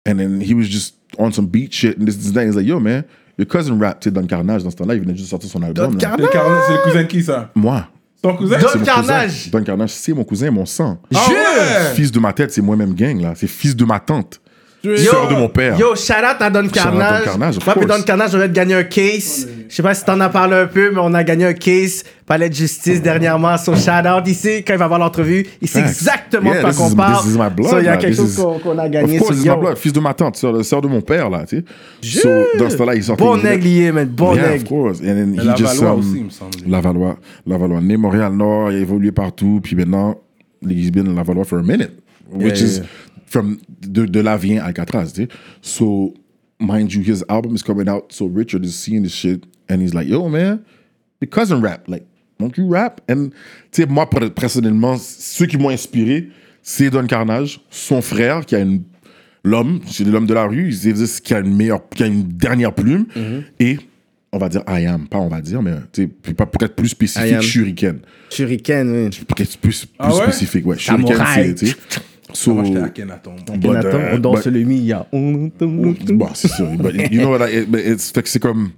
S5: And then he was just on some beat shit and this, this, that. He's like, yo man, your cousin rap, tu sais, Don Carnage dans ce temps-là, il venait juste de sortir son album. là.
S3: C'est le carnet- c'est le cousin de qui ça
S5: Moi.
S3: Ton cousin
S4: Don
S3: C'est mon-
S5: Mon cousin.
S4: Carnage.
S5: Don Carnage, c'est mon cousin, mon sang.
S3: Ah ouais!
S5: Fils de ma tête, c'est moi-même gang, là. C'est fils de ma tante.
S3: Yo!
S5: Sœur de mon père.
S4: Yo, shout out à Don Carnage.
S5: Carnage, of
S4: Moi, puis
S5: course.
S4: Don Carnage, on vient de gagner un case. Je sais pas si t'en as parlé un peu, mais on a gagné un case. Palais de justice dernièrement. Son shout out ici, quand il va voir l'entrevue, il sait
S5: Facts.
S4: exactement de
S5: Yeah,
S4: quoi
S5: this
S4: qu'on
S5: is-
S4: parle.
S5: this is my blood,
S4: So, il y a
S5: là.
S4: quelque
S5: This
S4: chose
S5: is-
S4: qu'on qu'on a
S5: Of
S4: gagné.
S5: course,
S4: so,
S5: it's
S4: yo.
S5: my blood. Fils de ma tante, sœur, sœur de mon père, là, tu sais. So, dans ce temps-là, il sortait.
S4: Bon
S5: il venait-
S4: aigle, il est, man. Bon
S5: Yeah,
S4: aigle.
S5: of course. And then he
S3: Lavallois
S5: just, um,
S3: aussi, il me semble.
S5: Lavallois. Lavallois. Né Montréal-Nord, il a évolué partout. Puis maintenant, he's been in Lavallois for a minute. Which
S4: yeah,
S5: is
S4: yeah.
S5: from, de, de là vient Alcatraz, tu sais. So, mind you, his album is coming out. So Richard is seeing this shit. And he's like, yo, man, your cousin rap. Like, don't you rap? And, tu sais, moi, per- personnellement, ceux qui m'ont inspiré, c'est Don Carnage, son frère, qui a une l'homme, c'est l'homme de la rue, il existe qui a une meilleure, qui a une dernière plume,
S4: Mm-hmm.
S5: et on va dire I am, pas on va dire, mais tu sais, puis pas peut-être plus
S4: I am.
S5: spécifique, Shuriken,
S4: Shuriken, oui.
S5: peut-être plus, plus
S3: Ah ouais?
S5: spécifique, ouais, Shuriken,
S4: Samouraï.
S5: c'est, tu sais, so,
S3: Moi, j'étais à Kenaton.
S5: but,
S4: Nathan,
S5: uh,
S4: on danse
S5: but-
S4: le mia.
S5: bon, c'est sûr, but you know what, I- it- but it's, fait que c'est comme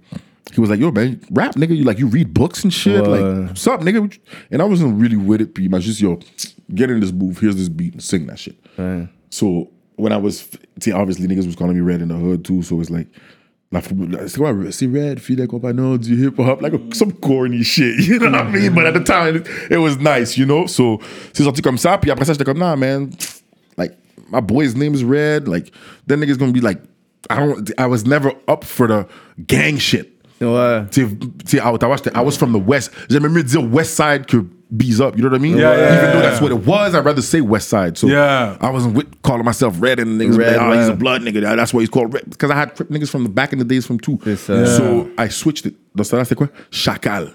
S5: He was like, yo, man, rap, nigga. You like, you read books and shit.
S4: Ouais.
S5: Like, what's up, nigga? What you- And I wasn't really with it. Puis il m'a juste, yo, get in this booth. Here's this beat and sing that shit. So when I was, see, obviously niggas was calling me red in the hood too. So it's like, la fou- la- c'est quoi, c'est red, fille des compagnons du hip hop, like a- some corny shit, [LAUGHS] you know what I mean? But at the time, it, it was nice, you know? So c'est sorti comme ça. Puis après ça, j'étais comme, nah, man, like, my boy's name is red. Like, that nigga's gonna be like, I don't, I was never up for the gang shit.
S4: Ouais.
S5: Tu sais, tu sais, à Ottawa, j'étais- I was from the West. J'aimais mieux dire West Side que Bees Up. You know what I mean?
S3: Yeah, yeah,
S5: Even
S3: yeah,
S5: though
S3: yeah.
S5: that's what it was, I'd rather say West Side. So
S3: Yeah.
S5: I wasn't with calling myself Red and niggas.
S4: Red,
S5: Red, like, oh, he's
S4: yeah.
S5: a blood nigga. That- That's why he's called Red. Because I had Crip niggas from the back in the days from two.
S4: C'est ça.
S5: So I switched it. Dans ce temps-là, c'était quoi? Chacal.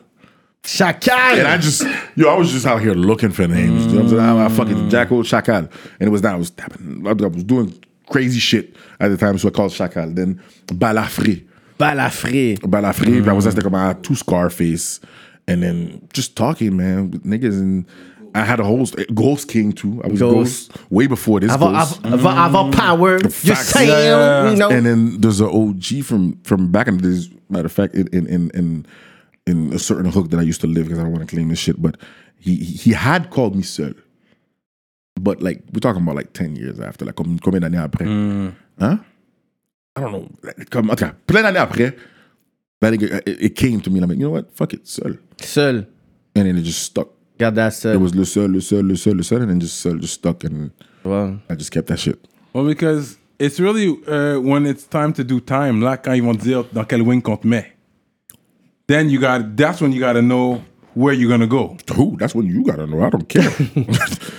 S4: Chacal!
S5: And I just, yo, I was just out here looking for names. You know what I'm saying? I, I
S3: Mm.
S5: fucking Jacko Chacal. And it was that, I was tapping, I was doing crazy shit at the time. So I called Chacal. Then Balafré.
S4: Balafré.
S5: Balafré, puis après ça, c'était comme à tout Scarface. And then just talking, man, with niggas. And I had a whole Ghost King too. I was
S4: Ghost.
S5: Ghost, way before this
S4: Avant,
S5: Ghost.
S4: avant, avant, avant Power. Just
S5: Mm. Facts.
S4: saying,
S3: Yeah.
S4: you know.
S5: And then there's an OG from from back in the days. Matter of fact, in in in, in in a certain hook that I used to live because I don't want to claim this shit. But he he he had called me sir. But like we're talking about like ten years after, like comme combien d'années après, hein? I don't know. like, Comme en tout cas, plein d'années après, that nigga, uh, it, it came to me. And I'm like, you know what? Fuck it, sir.
S4: Seul.
S5: And then it just stuck.
S4: Garde that
S5: It
S4: seul.
S5: was le seul, le seul, le seul, le seul, and then just seul just stuck, and
S4: Wow.
S5: I just kept that shit.
S3: Well, because it's really uh, when it's time to do time, là, quand ils vont dire dans quel wing qu'on te met. Then you got, that's when you gotta know where you're gonna go.
S5: Who? That's when you gotta know. I don't care.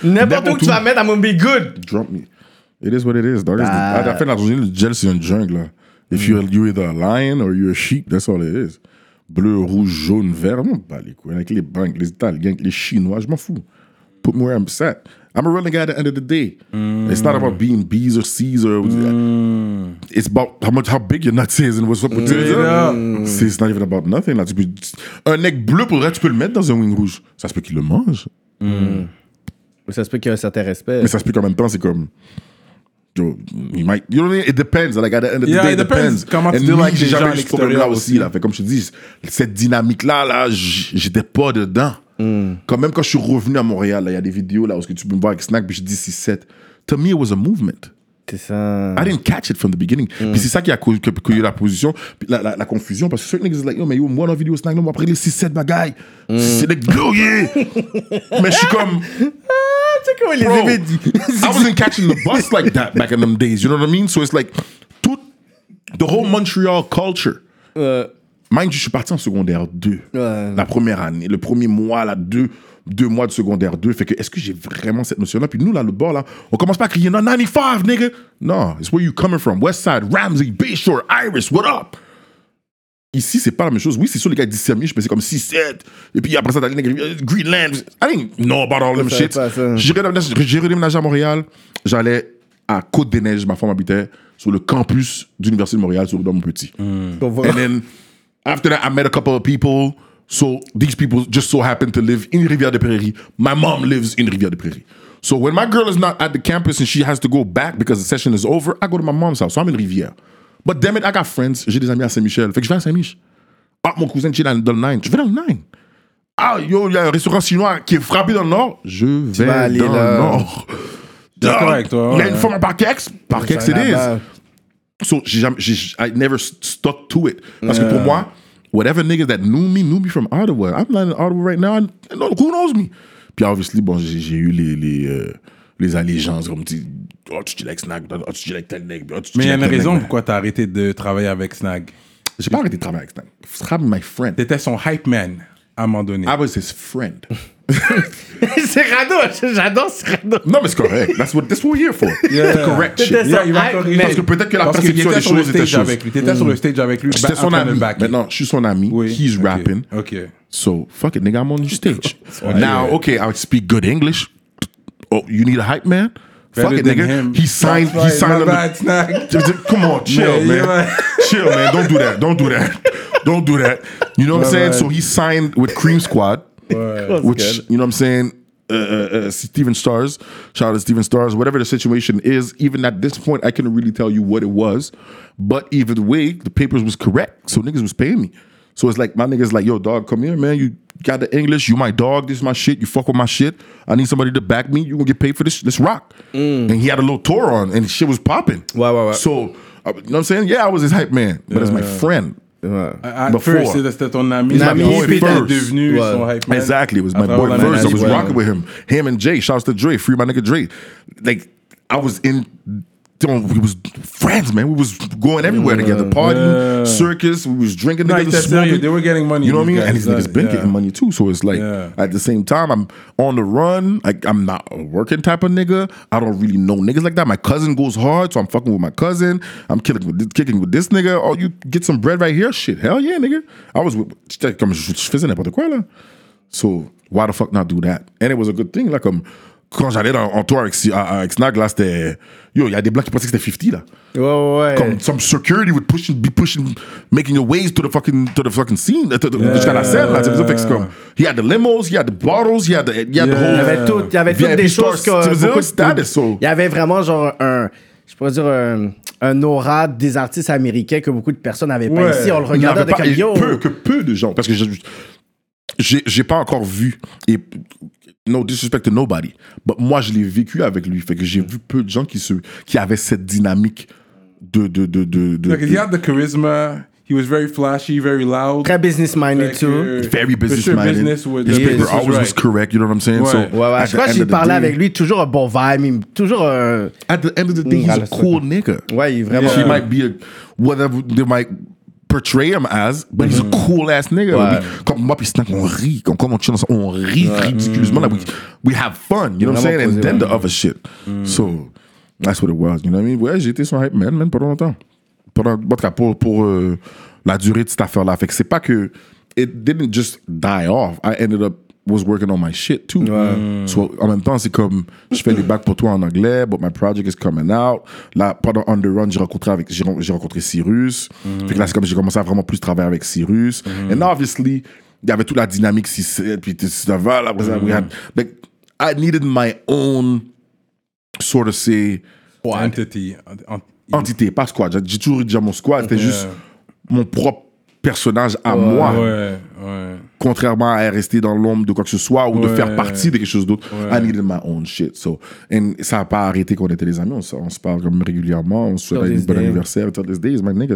S4: N'importe où que tu vas mettre, I'm gonna be good.
S5: Drop me. It is what it is, dog. It's the- I, I feel like in the jealousy and jungle. If you're you either a lion or you're a sheep, that's all it is. Bleu, rouge, jaune, vert, non, pas les couilles. Avec les banques, les Italiens, les Chinois, je m'en fous. Put me where I'm sat. I'm a running guy at the end of the day. It's not about being B's or C's or. It's about how much, how big your nuts is and what's up with it.
S3: up.
S5: C'est- It's not even about nothing. Là. Tu peux- un nec bleu, pour vrai, tu peux le mettre dans un wing rouge. Ça se peut qu'il le mange.
S4: Ça se peut qu'il y a un certain respect.
S5: Mais ça se peut qu'en même temps, c'est comme. Yo, he might. You know what I mean? It depends. Like, at the end of the
S3: Yeah,
S5: day,
S3: it depends. Comment tu
S5: And
S3: deals
S5: me,
S3: avec
S5: j'ai
S3: les gens
S5: jamais
S3: à
S5: eu ce problème-là
S3: l'extérieur
S5: aussi, là. Fait comme je te dis, cette dynamique-là, là, j- j'étais pas dedans. Quand même, quand je suis revenu à Montréal, là, il y a des vidéos, là, où tu peux me voir avec Snack, puis je dis 6-7. To me, it was a movement.
S4: C'est ça.
S5: I didn't catch it from the beginning. Puis c'est ça qui a causé que- qu'il y a eu la position, puis la, la, la confusion, parce que certains niggas is like, yo, mais yo, moi, dans la vidéo snack, là, moi, après les 6-7 bagailles, c'est des oh yeah! mais je suis comme,
S4: Tu sais comment il les
S5: Bro,
S4: avait [LAUGHS] dit.
S5: I wasn't catching the bus like that back in them days. You know what I mean? So it's like tout, the whole Montreal culture.
S4: Euh,
S5: Mind you, je suis parti en secondaire 2.
S4: Ouais.
S5: La première année, le premier mois, là, deux, deux mois de secondaire 2. Fait que, est-ce que j'ai vraiment cette notion-là? Puis nous, là, le bord, là, on commence pas à crier, non, 95, nigga! Non, it's where you coming from. West Side, Ramsey, Bayshore, Iris, what up? Ici, c'est pas la même chose. Oui, c'est sûr, les gars discernaient, je pensais comme 6-7. Et puis après ça, t'as les nègres, euh, Greenland. I didn't know about all them
S4: savais
S5: shit.
S4: pas ça.
S5: J'ai redéménagé j'ai redéménagé à Montréal. J'allais à Côte-des-Neiges, ma femme habitait sur le campus de l'Université de Montréal, sur le Dôme Petit.
S4: comprends?
S5: And then after that, I met a couple of people. So these people just so happen to live in Rivière des Prairies. My mom lives in Rivière des Prairies. So when my girl is not at the campus and she has to go back because the session is over, I go to my mom's house. So I'm in Rivière. But damn it, I got friends. J'ai des amis à Saint-Michel. Fait que je vais à Saint-Mich. Ah, mon cousin, tu es dans, dans le 9. Je vais dans le 9. Ah, yo, il y a un restaurant chinois qui est frappé dans le Nord. Je vais
S4: vas aller
S5: dans
S4: là.
S5: le Nord.
S3: D'accord
S5: Ah,
S3: avec toi,
S5: Il y a
S3: ouais.
S5: une forme à Parkex. Parkex,
S4: C'est
S5: it is.
S4: là-bas.
S5: So j'ai jamais, j'ai- I never stuck to it. Parce que pour moi, whatever niggas that knew me, knew me from Ottawa. I'm not in Ottawa right now. And no- who knows me? Puis obviously, bon, j'ai j'ai eu les, les, euh, les allégeances comme tu oh, tu dis like snack, oh, tu dis like tel nigga. oh, tu
S3: Mais il y a
S5: like
S3: une
S5: tel
S3: raison
S5: nigga.
S3: pourquoi t'as arrêté de travailler avec Snag.
S5: J'ai pas arrêté de travailler avec snack. Snag, my friend.
S3: T'étais son hype man à un moment donné.
S5: I was his friend.
S4: [LAUGHS] c'est Rado. J'adore ce Rado.
S5: non, mais c'est correct. That's what, that's what we're here for. The correct shit.
S4: C'était ça.
S3: [LAUGHS] Yeah, il va
S4: Hey,
S3: corriger.
S4: man.
S5: Parce que peut-être que la
S3: Parce
S5: perception
S3: qu'il
S5: des
S3: était sur le
S5: choses était
S3: stage
S5: chose. Mm.
S3: avec lui. T'étais sur le stage avec lui.
S5: J'étais
S3: ba- en
S5: son
S3: train de
S5: ami.
S3: backer.
S5: Maintenant, je suis son ami.
S3: Oui,
S5: He's
S3: ok,
S5: rapping.
S3: Ok.
S5: So fuck it, nigga. I'm
S3: [LAUGHS]
S5: on your stage.
S3: right.
S5: now,
S3: Yeah.
S5: okay, I speak good English. Oh, you need a hype man?
S3: Better
S5: fuck it,
S3: than
S5: nigga.
S3: him.
S5: He signed.
S3: That's right,
S5: He signed.
S3: my
S5: on
S3: bad, Snag.
S5: [LAUGHS] the, come on, chill,
S3: Yeah,
S5: man.
S3: you're right.
S5: [LAUGHS] chill, man. Don't do that. Don't do that. Don't do that. You know what I'm saying?
S3: bad.
S5: So he signed with Cream Squad, which you know what I'm saying. Uh, uh, uh, Steven Stars, shout out to Steven Stars. Whatever the situation is, even at this point, I couldn't really tell you what it was. But either way, the papers was correct, so niggas was paying me. So it's like my niggas like, yo, dog, come here, man. You got the English. You my dog. This is my shit. You fuck with my shit. I need somebody to back me. You gonna get paid for this? Let's rock. And he had a little tour on, and shit was popping.
S4: Wow, wow, wow.
S5: So uh, you know what I'm saying? Yeah, I was his hype man, but as my friend. uh,
S3: At
S5: Before.
S3: Uh, first, c'était- c'était ton ami.
S5: my
S3: Puis t'es
S5: boy first.
S3: devenu
S4: Ouais.
S3: son hype man.
S5: Exactly, it was
S3: À
S5: my
S3: travers
S5: boy
S3: la
S5: first. I
S3: maladie,
S5: was
S3: ouais.
S5: rocking with him. Him and Jay. Shouts to Dre. Free my nigga Dre. Like I was in. We was friends, man. We was going everywhere together, partying, circus. We was drinking
S3: No,
S5: together,
S3: it's serious.
S5: smoking.
S3: They were getting money,
S5: You know what I
S3: these
S5: mean? And
S3: guys,
S5: these niggas
S3: uh,
S5: been
S3: yeah.
S5: getting money too. So it's like
S3: Yeah.
S5: at the same time, I'm on the run. Like I'm not a working type of nigga. I don't really know niggas like that. My cousin goes hard, so I'm fucking with my cousin. I'm killing with this, kicking with this nigga. Oh, you get some bread right here? Shit, hell yeah, nigga. I was with j'étais comme je je faisais n'importe quoi là. So why the fuck not do that? And it was a good thing là comme quand j'allais dans- en tour avec, si- à- à- avec Snag là c'était yo il y a des blancs qui pensaient que c'était 50 là.
S4: Ouais, ouais, ouais.
S5: Comme some security would push be pushing, making your ways to the fucking to the fucking scene. To the, jusqu'à la scène, là, tu sais, fait que c'est comme- He had the limos, he had the bottles, he had the, he had
S4: Euh,
S3: Yeah.
S5: the whole.
S4: Il y avait, tout, il y avait toutes
S5: VIP
S4: des choses
S5: stars, tu
S4: que.
S5: veux dire,
S4: beaucoup de-
S5: status, so.
S4: Il y avait vraiment genre un. je pourrais dire, un, un aura des artistes américains que beaucoup de personnes n'avaient
S3: Ouais.
S4: pas ici. On le
S5: Il n'y en
S4: regardait
S5: avait
S4: de
S5: pas-
S4: comme,
S5: et
S4: yo.
S5: peu, que peu de gens. Parce que je- j'ai j'ai pas encore vu. Et no disrespect to nobody. But moi, je l'ai vécu avec lui. Fait que j'ai vu peu de gens qui, se, qui avaient cette dynamique de. de, de, de, de-
S3: Like,
S5: de-
S3: he had the charisma. He was very flashy, very loud.
S4: Très business minded,
S3: Fait
S4: too.
S3: que-
S5: Very
S3: for sure,
S5: business minded.
S3: business was- the
S5: His paper
S3: business was
S5: always was
S3: right.
S5: correct, you know what I'm saying?
S3: Ouais.
S5: So,
S3: Ouais,
S4: Ouais, ouais.
S5: at
S4: Je
S5: the
S4: crois que
S5: end
S4: j'ai
S5: of the
S4: parlé
S5: day-
S4: avec lui, toujours un bon vibe, il- toujours un.
S5: At the end of the day,
S4: Mm,
S5: he's
S4: I
S5: a
S4: understand.
S5: cool nigga.
S4: Ouais, il est vraiment.
S5: She might be a whatever they might portray him as, but he's a cool ass nigga.
S4: Ouais.
S5: Puis, Comme moi puis Snack, on rit, comme, comme on chill ensemble, on rit ridiculeusement. Like we, we have fun, you know what I'm saying?
S4: Vraiment
S5: And then
S4: posé,
S5: the other shit. So that's what it was, you know what I mean? Ouais, j'ai été son hype man, man, pendant longtemps. Pendant, en tout cas, pour, pour euh, la durée de cette affaire-là. Fait que c'est pas que. It didn't just die off. I ended up was working on my shit too. Mm. So, en même temps, c'est comme je fais les bacs pour toi en anglais, but my project is coming out. Là, pendant Under Run, j'ai rencontré avec j'ai ren- j'ai rencontré Cyrus. Fait que là, c'est comme j'ai commencé à vraiment plus travailler avec Cyrus. And obviously, il y avait toute la dynamique 6-7, puis 19 là, après ça, we had like I needed my own sort of say
S3: Entity. En- en-
S5: entité, pas squad. J'ai- J'ai toujours eu déjà mon squad, c'était juste mon propre personnage à moi
S3: Ouais, ouais.
S5: Mm. contrairement à rester dans l'ombre de quoi que ce soit ou de
S3: Ouais.
S5: faire partie de quelque chose d'autre.
S3: Ouais.
S5: I needed my own shit. So, and ça n'a pas arrêté qu'on était les amis. On, se- on se parle comme régulièrement. On se souhaite
S4: these
S5: un bon
S4: days.
S5: anniversaire. Till this day, he's my nigga.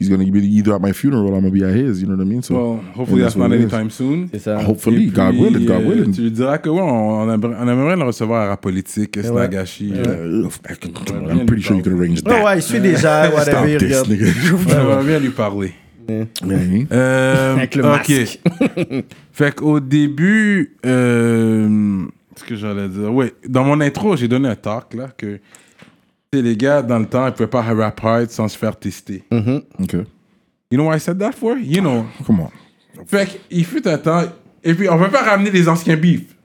S5: He's gonna be either at my funeral or I'm gonna be at his. You know what I mean? So,
S3: Well, hopefully
S5: and
S3: that's
S5: what
S3: not
S5: it is.
S3: anytime soon.
S4: C'est ça.
S5: Hopefully,
S3: Et
S5: God
S3: puis,
S5: willing, God
S3: euh,
S5: willing.
S3: Tu lui diras que ouais, on, on aimerait- on aimerait le recevoir à la politique, c'est la gâchis. là.
S5: Uh, I can- I'm pretty sure you can arrange
S4: Ouais,
S5: that.
S4: ouais, il suit [LAUGHS] déjà,
S5: Stop
S4: whatever, il
S5: this,
S4: regarde.
S5: nigga. [LAUGHS]
S3: Ouais, on va bien lui parler.
S5: You know what I mean?
S3: Euh,
S4: Avec le
S3: ok.
S4: masque.
S3: [LAUGHS] fait qu'au début, euh, ce que j'allais dire, oui, dans mon intro, j'ai donné un talk là que tu sais, les gars dans le temps, ils pouvaient pas rap hard sans se faire tester.
S4: Mm.
S5: Okay.
S3: You know why I said that for? You know.
S5: Come on.
S3: Fait qu'il fut un temps, et puis on veut pas ramener les anciens beefs.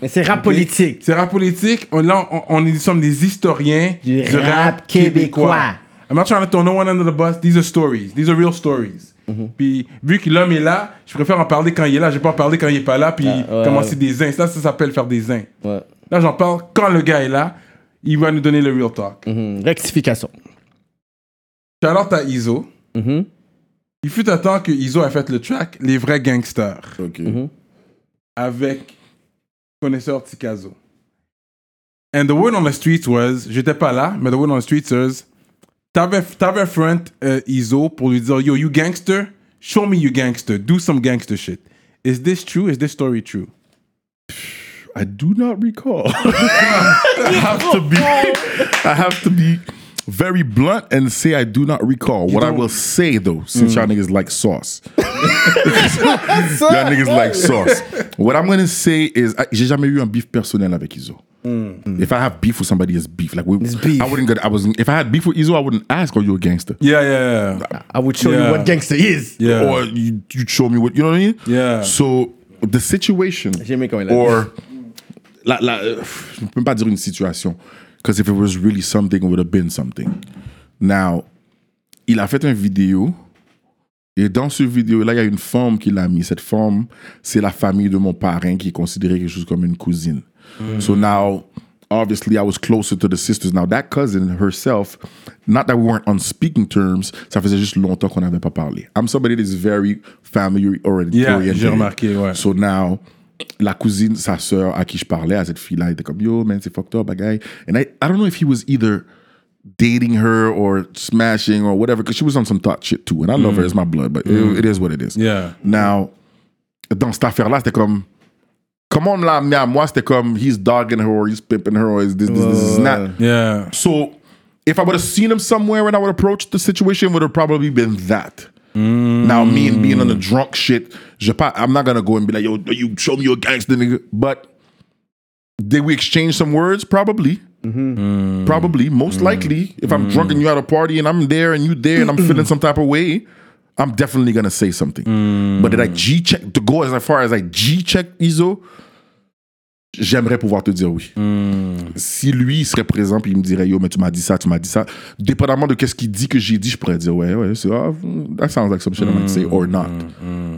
S4: Mais c'est rap politique.
S3: C'est rap politique. On, là, on, on est- nous sommes des historiens
S4: Du rap québécois.
S3: I'm not trying to throw no one under the bus. These are stories. These are real stories.
S4: Mm-hmm.
S3: Puis, vu que l'homme est là, je préfère en parler quand il est là. Je vais pas en parler quand il est pas là. Puis,
S4: Ah, ouais,
S3: commencer
S4: ouais.
S3: des uns. Ça, ça s'appelle faire des uns.
S4: Ouais.
S3: Là, j'en parle quand le gars est là. Il va nous donner le real talk.
S4: Mhm. Rectification.
S3: Shout out à Iso.
S4: Mhm.
S3: Il fut un temps que Iso a fait le track Les vrais gangsters
S5: Okay.
S3: avec connaisseur Tikazo. And the word on the streets was, j'étais pas là, mais the word on the streets was, t'avais, t'avais front euh, Iso pour lui dire, yo, you gangster, show me you gangster, do some gangster shit. Is this true? Is this story true?
S5: I do not recall. [LAUGHS] I have to be. I have to be very blunt and say I do not recall. what I
S3: don't-
S5: will say though, since y'all niggas like sauce, y'all niggas like sauce. What I'm gonna say is, I- j'ai jamais eu un beef personnel avec Izzo. If I have beef with somebody, it's beef. Like we,
S4: beef.
S5: I wouldn't. Get, I was. If I had beef with Izzo, I wouldn't ask, "Are you a gangster?"
S3: Yeah, yeah, yeah.
S4: I would show
S3: Yeah.
S4: you what gangster is.
S3: Yeah.
S5: Or you you show me what you know what I mean.
S3: Yeah.
S5: So the situation.
S4: J'ai aimé quand il a dit.
S5: Or la, la, euh, je peux même pas dire une situation. Because if it was really something, it would have been something. Now, il a fait une vidéo. Et dans ce vidéo-là, il y a une forme qu'il a mis. Cette forme, c'est la famille de mon parrain qui est considérée quelque chose comme une cousine.
S3: Mm.
S5: So now, obviously, I was closer to the sisters. Now, that cousin herself, not that we weren't on speaking terms, ça faisait juste longtemps qu'on n'avait pas parlé. I'm somebody that's very family oriented.
S3: Yeah, j'ai remarqué, ouais.
S5: So now, la cousine, sa sœur à qui je parlais, à cette fille-là, elle était comme, yo, man, c'est fucked up, bagay. And I, I don't know if he was either dating her or smashing or whatever, because she was on some thought shit too. And I love her, it's my blood, but it, it is what it is.
S3: Yeah.
S5: Now, dans cette affaire-là, c'était comme, comment on me l'a amené à moi? C'était comme, he's dogging her or he's pimping her or is this, this, this, is not.
S3: Yeah.
S5: So, if I would have seen him somewhere and I would approached the situation, it would have probably been that. Now, me and being on the drunk shit, je pas, I'm not gonna go and be like, yo, you show me you're a gangster, nigga. But did we exchange some words? Probably. Probably. Most likely, if I'm drunk and you at a party and I'm there and you there and I'm feeling some type of way, I'm definitely gonna say something. But did I G check to go as far as I G check Iso? J'aimerais pouvoir te dire oui
S3: Hmm.
S5: si lui il serait présent puis il me dirait yo mais tu m'as dit ça tu m'as dit ça dépendamment de qu'est-ce qu'il dit que j'ai dit je pourrais dire ouais ouais c'est ah, that sounds like some shit I might say or
S3: Hmm.
S5: not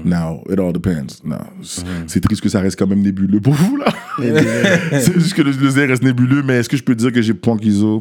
S5: now it all depends now c- c'est triste que ça reste quand même nébuleux pour vous là [LAUGHS] c'est juste que le, le zé reste nébuleux mais est-ce que je peux dire que j'ai point qu'ils ont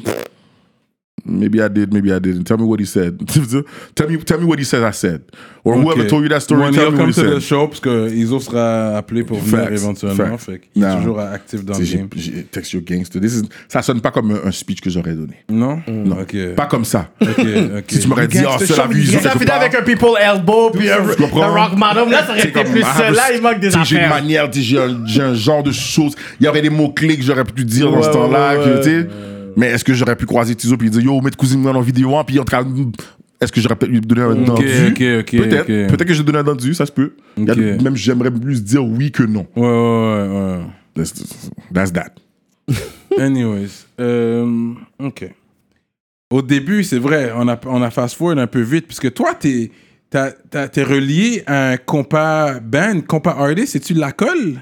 S5: Maybe I did, maybe I didn't. Tell me what he said. [LAUGHS] tell me tell me what he said I said. Or whoever
S3: Ok.
S5: told you that story,
S3: When
S5: tell
S3: he'll
S5: me what
S3: come
S5: he
S3: to the
S5: said.
S3: show, parce que Iso sera appelé pour venir
S5: Facts,
S3: éventuellement.
S5: facts.
S3: Fait qu'il est
S5: Non.
S3: toujours actif dans
S5: Tu
S3: le
S5: sais,
S3: game.
S5: j'ai- j'ai- Texture gangster. This is- ça sonne pas comme un, un speech que j'aurais donné.
S3: Non?
S5: Non.
S3: Ok.
S5: Pas comme ça.
S3: Ok, ok.
S5: [LAUGHS] Si tu m'aurais dit, ah, c'est la vie, ils ont
S4: Il a
S5: quelque
S4: fini
S5: part.
S4: avec un people elbow puis un,
S5: Tu comprends? Ah,
S4: un rock bottom. Là, ça aurait
S5: C'est
S4: été
S5: comme,
S4: plus
S5: I have a-
S4: seul. Là, il manque des
S5: t'sais, J'ai une
S4: affaires.
S5: manière, t'sais, j'ai un, j'ai un genre de choses. Il y aurait des mots-clés que j'aurais pu dire dans ce
S4: Ouais,
S5: temps-là.
S4: ouais,
S5: que,
S4: ouais.
S5: t'sais, Mais est-ce que j'aurais pu croiser Tizo puis dire Yo, mets de cousine dans la vidéo, hein, puis en train de- Est-ce que j'aurais peut-être lui donné un
S3: Ok,
S5: entendu
S3: ok, ok,
S5: Peut-être.
S3: ok.
S5: Peut-être que j'ai donné un entendu, ça se peut. Il y a-
S3: Ok.
S5: Même j'aimerais plus dire oui que non.
S3: Ouais, ouais, ouais, ouais.
S5: That's, that's that.
S3: Anyways, euh, ok. Au début, c'est vrai, on a, on a fast-forward un peu vite, puisque toi, t'es t'as- t'as- t'es relié à un compas band, compas artist, c'est-tu la colle?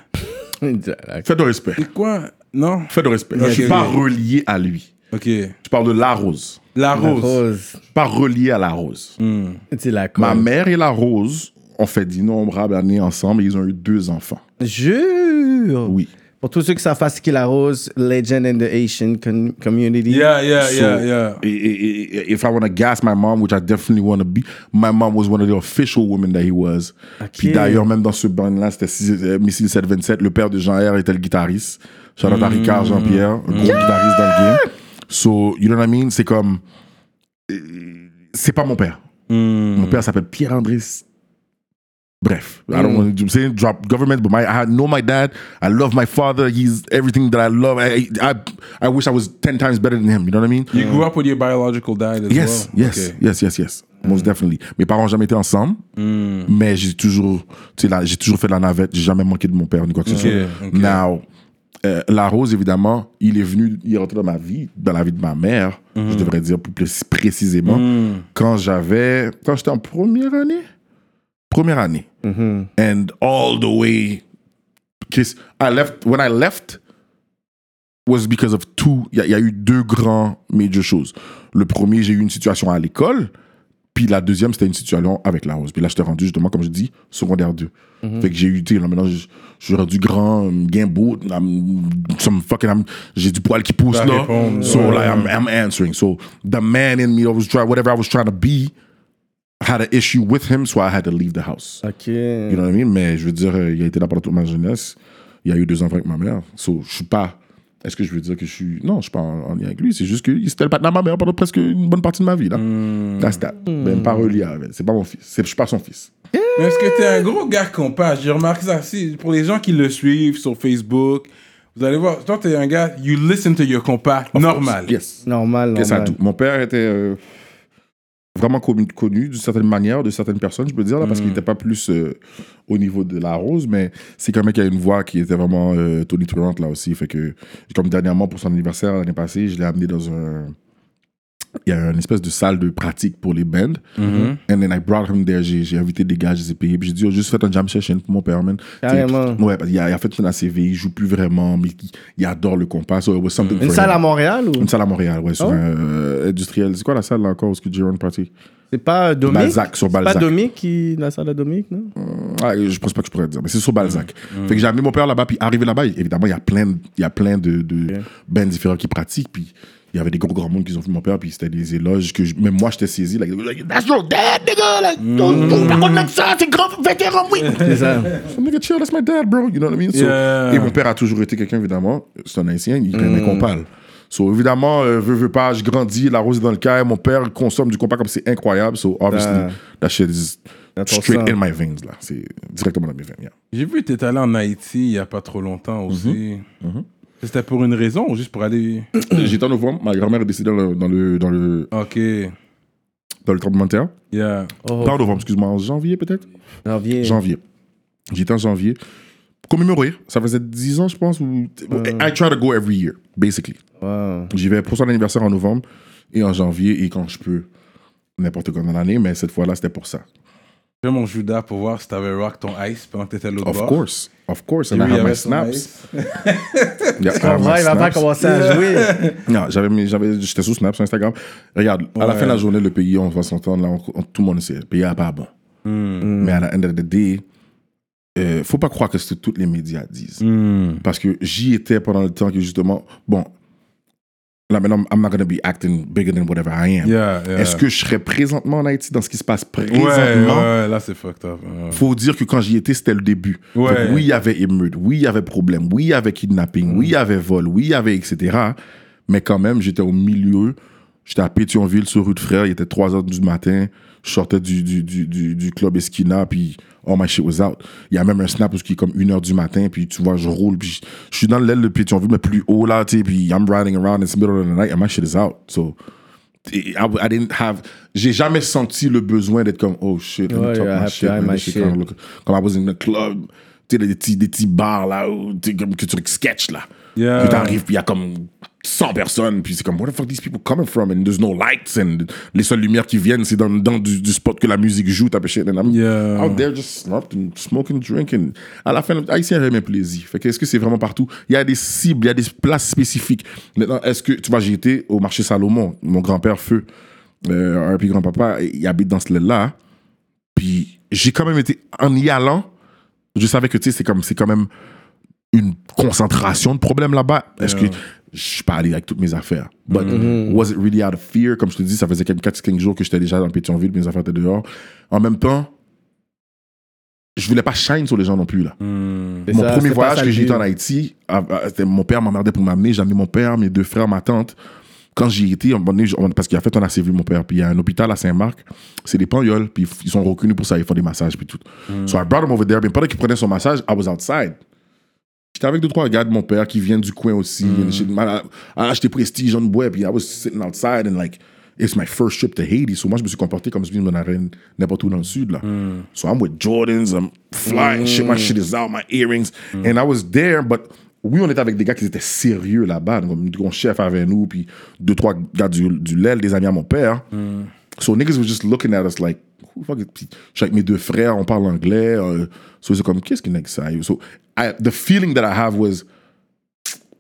S5: Fais de respect.
S3: C'est quoi? Non?
S5: Fais de respect.
S3: Ok,
S5: Je suis
S3: ok.
S5: pas relié à lui.
S3: Ok.
S5: Je parle de la rose.
S3: La rose.
S5: Je suis pas relié à la rose.
S3: Mm.
S4: C'est la
S5: Ma
S4: colle.
S5: mère et la rose ont fait d'innombrables années ensemble et ils ont eu deux enfants.
S4: Jure.
S5: Oui.
S4: Pour tous ceux qui savent pas ce qu'est la rose, Legend in the Asian con- Community.
S3: Yeah, yeah,
S5: So,
S3: yeah, yeah.
S5: i- i- i- If I want to gas my mom, which I definitely want to be, my mom was one of the official women that he was. Puis d'ailleurs, même dans ce band-là, c'était six- euh, Missile 727. Le père de Jean-Pierre était le guitariste. Shout out à
S3: Mm.
S5: Ricard Jean-Pierre, un gros guitariste dans le game. So, you know what I mean? C'est comme. euh, C'est pas mon père.
S3: Mm.
S5: Mon père s'appelle Pierre-André. S- Bref, I don't want to say drop government, but my I know my dad. I love my father. He's everything that I love. I I, I wish I was ten times better than him. You know what I mean?
S3: You grew up with your biological dad as
S5: Yes,
S3: well?
S5: yes,
S3: Ok.
S5: yes, yes, yes. Most definitely. Mes parents n'ont jamais été ensemble,
S3: Mm.
S5: mais j'ai toujours, tu sais, là, j'ai toujours fait de la navette. J'ai jamais manqué de mon père ni quoi que ce soit.
S3: ok.
S5: Now, euh, la rose, évidemment, il est venu, il est rentré dans ma vie, dans la vie de ma mère,
S3: Mm.
S5: je devrais dire plus pré- précisément, quand j'avais, quand j'étais en première année, première année, and all the way, Chris, I left when I left was because of two. Il y, a- il y a eu deux grands major choses. Le premier, j'ai eu une situation à l'école. Puis la deuxième, c'était une situation avec la rose. Puis là, j'étais rendu, justement, comme je dis, secondaire 2. Fait que j'ai eu, tu sais, là, maintenant, je je suis rendu grand, euh, gain beau, I'm- some fucking, I'm- j'ai du poil qui pousse,
S3: Ça
S5: là.
S3: répond,
S5: So,
S3: ouais.
S5: like, I'm, I'm answering. So, the man in me, I was try, whatever I was trying to be, had an issue with him, so I had to leave the house.
S4: Ok.
S5: You know what I mean? Mais je veux dire, euh, il a été là pendant toute ma jeunesse. Il y a eu deux enfants avec ma mère. So, je suis pas. Est-ce que je veux dire que je suis. Non, je suis pas en, en lien avec lui. C'est juste qu'il c'était le patin de ma mère pendant presque une bonne partie de ma vie. Là. That's that. Même pas relié à elle. C'est pas mon fils. C'est- Je suis pas son fils.
S3: Mais est-ce que t'es un gros gars compas? J'ai remarqué ça aussi. Pour les gens qui le suivent sur Facebook, vous allez voir, toi, t'es un gars, you listen to your compas, normal.
S5: Yes.
S4: Normal,
S5: Yes, I
S4: normal.
S5: do. Mon père était euh, vraiment connu, connu d'une certaine manière, de certaines personnes, je peux dire, là, parce qu'il
S4: Hmm.
S5: n'était pas plus euh, au niveau de la rose, mais c'est quand même qu'il y a une voix qui était vraiment euh, tonitruante là aussi. Fait que, comme dernièrement, pour son anniversaire l'année passée, je l'ai amené dans un. Il y a une espèce de salle de pratique pour les bands.
S4: Mm-hmm.
S5: And then I brought him there. J'ai j'ai invité des gars, je les ai payés. Puis j'ai dit, oh, juste faites un jam session pour mon père, man.
S4: Carrément.
S5: T'sais, Ouais, parce qu'il a, il a fait une ACV, il joue plus vraiment, mais il, il adore le compas. So it was something
S4: Mm-hmm. Une
S5: for
S4: salle
S5: him.
S4: à Montréal ou
S5: Une salle à Montréal, ouais, sur
S4: Ah ouais?
S5: un euh, industriel. C'est quoi la salle là encore où est-ce que Jérôme est parti
S4: c'est pas Domic
S5: Balzac, sur
S4: C'est pas
S5: Balzac.
S4: Domic qui la salle à Domic,
S5: [LAUGHS]
S4: non
S5: Ah, Je pense pas que je pourrais te dire, mais c'est sur Balzac.
S4: Mm.
S5: Fait que j'ai amené mon père là-bas, puis arrivé là-bas, évidemment, il y a plein, de- il y a plein de, de bands différents qui pratiquent, puis il y avait des gros grands mondes qui ont vu mon père, puis c'était des éloges que je- même moi j'étais saisi. Like, like, That's your dad, nigga! Like,
S4: Mm.
S5: don't- don't- par contre, là, ça, c'est grand vétéran, oui!
S4: C'est ça.
S5: So, nigga, chill, that's my dad, bro. You know what I mean? So-
S3: Yeah.
S5: Et mon père a toujours été quelqu'un, évidemment, c'est un haïtien, il
S4: Mm.
S5: aimait qu'on parle. So, évidemment, euh, veux, veux pas, je grandis, la rose est dans le cas, mon père consomme du compas comme c'est incroyable. So, obviously,
S4: Ah.
S5: that shit is
S4: Dans ton
S5: straight
S4: sang.
S5: in my veins, là. C'est directement dans mes veines, yeah.
S3: J'ai vu que t'es allé en Haïti il y a pas trop
S5: Mhm.
S3: longtemps aussi. C'était pour une raison ou juste pour aller. [CLEARS THROAT]
S5: J'étais en novembre, ma grand-mère est décédée dans le, dans le, dans le,
S3: Ok.
S5: dans le tremblement de terre.
S3: Yeah.
S4: Oh,
S5: Pas en novembre, excuse-moi, en janvier peut-être?
S4: janvier.
S5: Janvier. J'étais en janvier. Commémorer, ça faisait 10 ans, je pense. Ou...
S4: Euh.
S5: I try to go every year, basically.
S4: Wow.
S5: J'y vais pour son anniversaire en novembre et en janvier et quand je peux, n'importe quand dans l'année, mais cette fois-là, c'était pour ça.
S3: J'ai fait mon Judas pour voir si t'avais rock ton ice pendant que t'étais à l'autre
S5: Of
S3: bord.
S5: course, of course.
S3: J'ai
S5: And I
S3: vu, il y
S5: have
S3: avait
S5: my
S3: son
S5: snaps.
S3: ice.
S5: Yeah,
S4: [LAUGHS]
S5: I have my
S4: Comment il va pas
S5: snaps.
S4: commencer à jouer
S5: Non, j'avais, mes- j'avais, j'étais sous snaps sur Instagram. Regarde, à la
S3: Ouais.
S5: fin de la journée, le pays, on va s'entendre, là, on- on- tout le monde sait, le pays n'est pas bon.
S4: Hmm.
S5: Mais à la end of the day, euh, faut pas croire que c'est toutes les médias disent.
S3: Hmm.
S5: Parce que j'y étais pendant le temps que justement, bon, Là, maintenant, I'm not gonna be acting bigger than whatever I am.
S3: Yeah, yeah.
S5: Est-ce que je serais présentement en Haïti dans ce qui se passe
S3: Euh. Ouais,
S5: présentement?
S3: ouais, ouais, là c'est fucked up. ouais.
S5: faut dire que quand j'y étais, c'était le début.
S3: Ouais.
S5: Fait que oui, il y avait émeute, oui, il y avait problème, oui, il y avait kidnapping, oui, il y avait vol, oui, il y avait etc. Mais quand même, j'étais au milieu. J'étais à Pétionville, sur rue de Frère, il était 3 h du matin. Je sortais du, du, du, du, du club Esquina, puis all my shit was out. Il y a même un snap où c'est comme 1 h du matin, puis tu vois, je roule, puis je, je suis dans l'aile de Pétionville, mais plus haut là, tu sais, puis I'm riding around, it's middle of the night, and my shit is out. So, I, I didn't have. J'ai jamais senti le besoin d'être comme, oh shit, let me
S4: Ouais,
S5: talk
S4: yeah, I
S5: my
S4: have
S5: shit,
S4: to hide
S5: let me
S4: my
S5: shit
S4: shit.
S5: out. Look, comme I was in the club, tu sais, des petits, des petits bars là, où, tu sais, comme que tu sketch là.
S3: Yeah.
S5: Puis t'arrives, puis il y a comme 100 personnes, puis c'est comme, where the fuck these people coming from? And there's no lights, and les seules lumières qui viennent, c'est dans, dans du, du spot que la musique joue, type of shit. And I'm
S3: Yeah.
S5: out there just smoking, smoking, drinking. À la fin, le Haïtien avait même plaisir. Fait que est-ce que c'est vraiment partout? Il y a des cibles, il y a des places spécifiques. Maintenant, est-ce que, tu vois, j'ai été au marché Salomon, mon grand-père Feu, euh, un puis grand-papa, il habite dans ce là puis j'ai quand même été, en y allant, je savais que, tu sais, c'est comme, c'est quand même une concentration de problèmes là-bas. Est-ce que je suis pas allé avec toutes mes affaires? But was it really out of fear? Comme je te dis, ça faisait 4-5 jours que j'étais déjà dans Pétionville, mes affaires étaient dehors. En même temps, je voulais pas shine sur les gens non plus, là.
S3: Hmm.
S4: C'est
S5: Mon
S4: ça,
S5: premier
S4: c'est pas
S5: voyage
S4: ça,
S5: que
S4: le
S5: j'ai été
S4: but.
S5: en Haïti, ah, ah, c'était mon père m'emmerdait pour m'amener. J'avais mon père, mes deux frères, ma tante. Quand j'y étais, un moment donné, je- on- parce qu'il a fait un ACV, mon père, puis il y a un hôpital à Saint-Marc, c'est des pangioles, puis ils sont reconnus pour ça, ils font des massages, puis tout.
S4: Hmm.
S5: So I brought him over there, puis pendant qu'il prenait son massage, I was outside. J'étais avec deux, trois gars de mon père qui viennent du coin aussi. and shit. Man, I- I acheté Prestige, on bois, puis I was sitting outside, and like, it's my first trip to Haiti. So moi, je me suis comporté comme si je m'en allais n'importe où dans le sud, là. So I'm with Jordans, I'm flying, shit, my shit is out, my earrings. And I was there, but oui, on était avec des gars qui étaient sérieux là-bas. Donc, mon chef avec nous, puis deux, trois gars du, du LEL, des amis à mon père. So niggas was just looking at us like, who the fuck is... Puis, je suis avec mes deux frères, on parle anglais. euh, so c'est comme, qu'est-ce que niggas ça? So I, the feeling that I have was,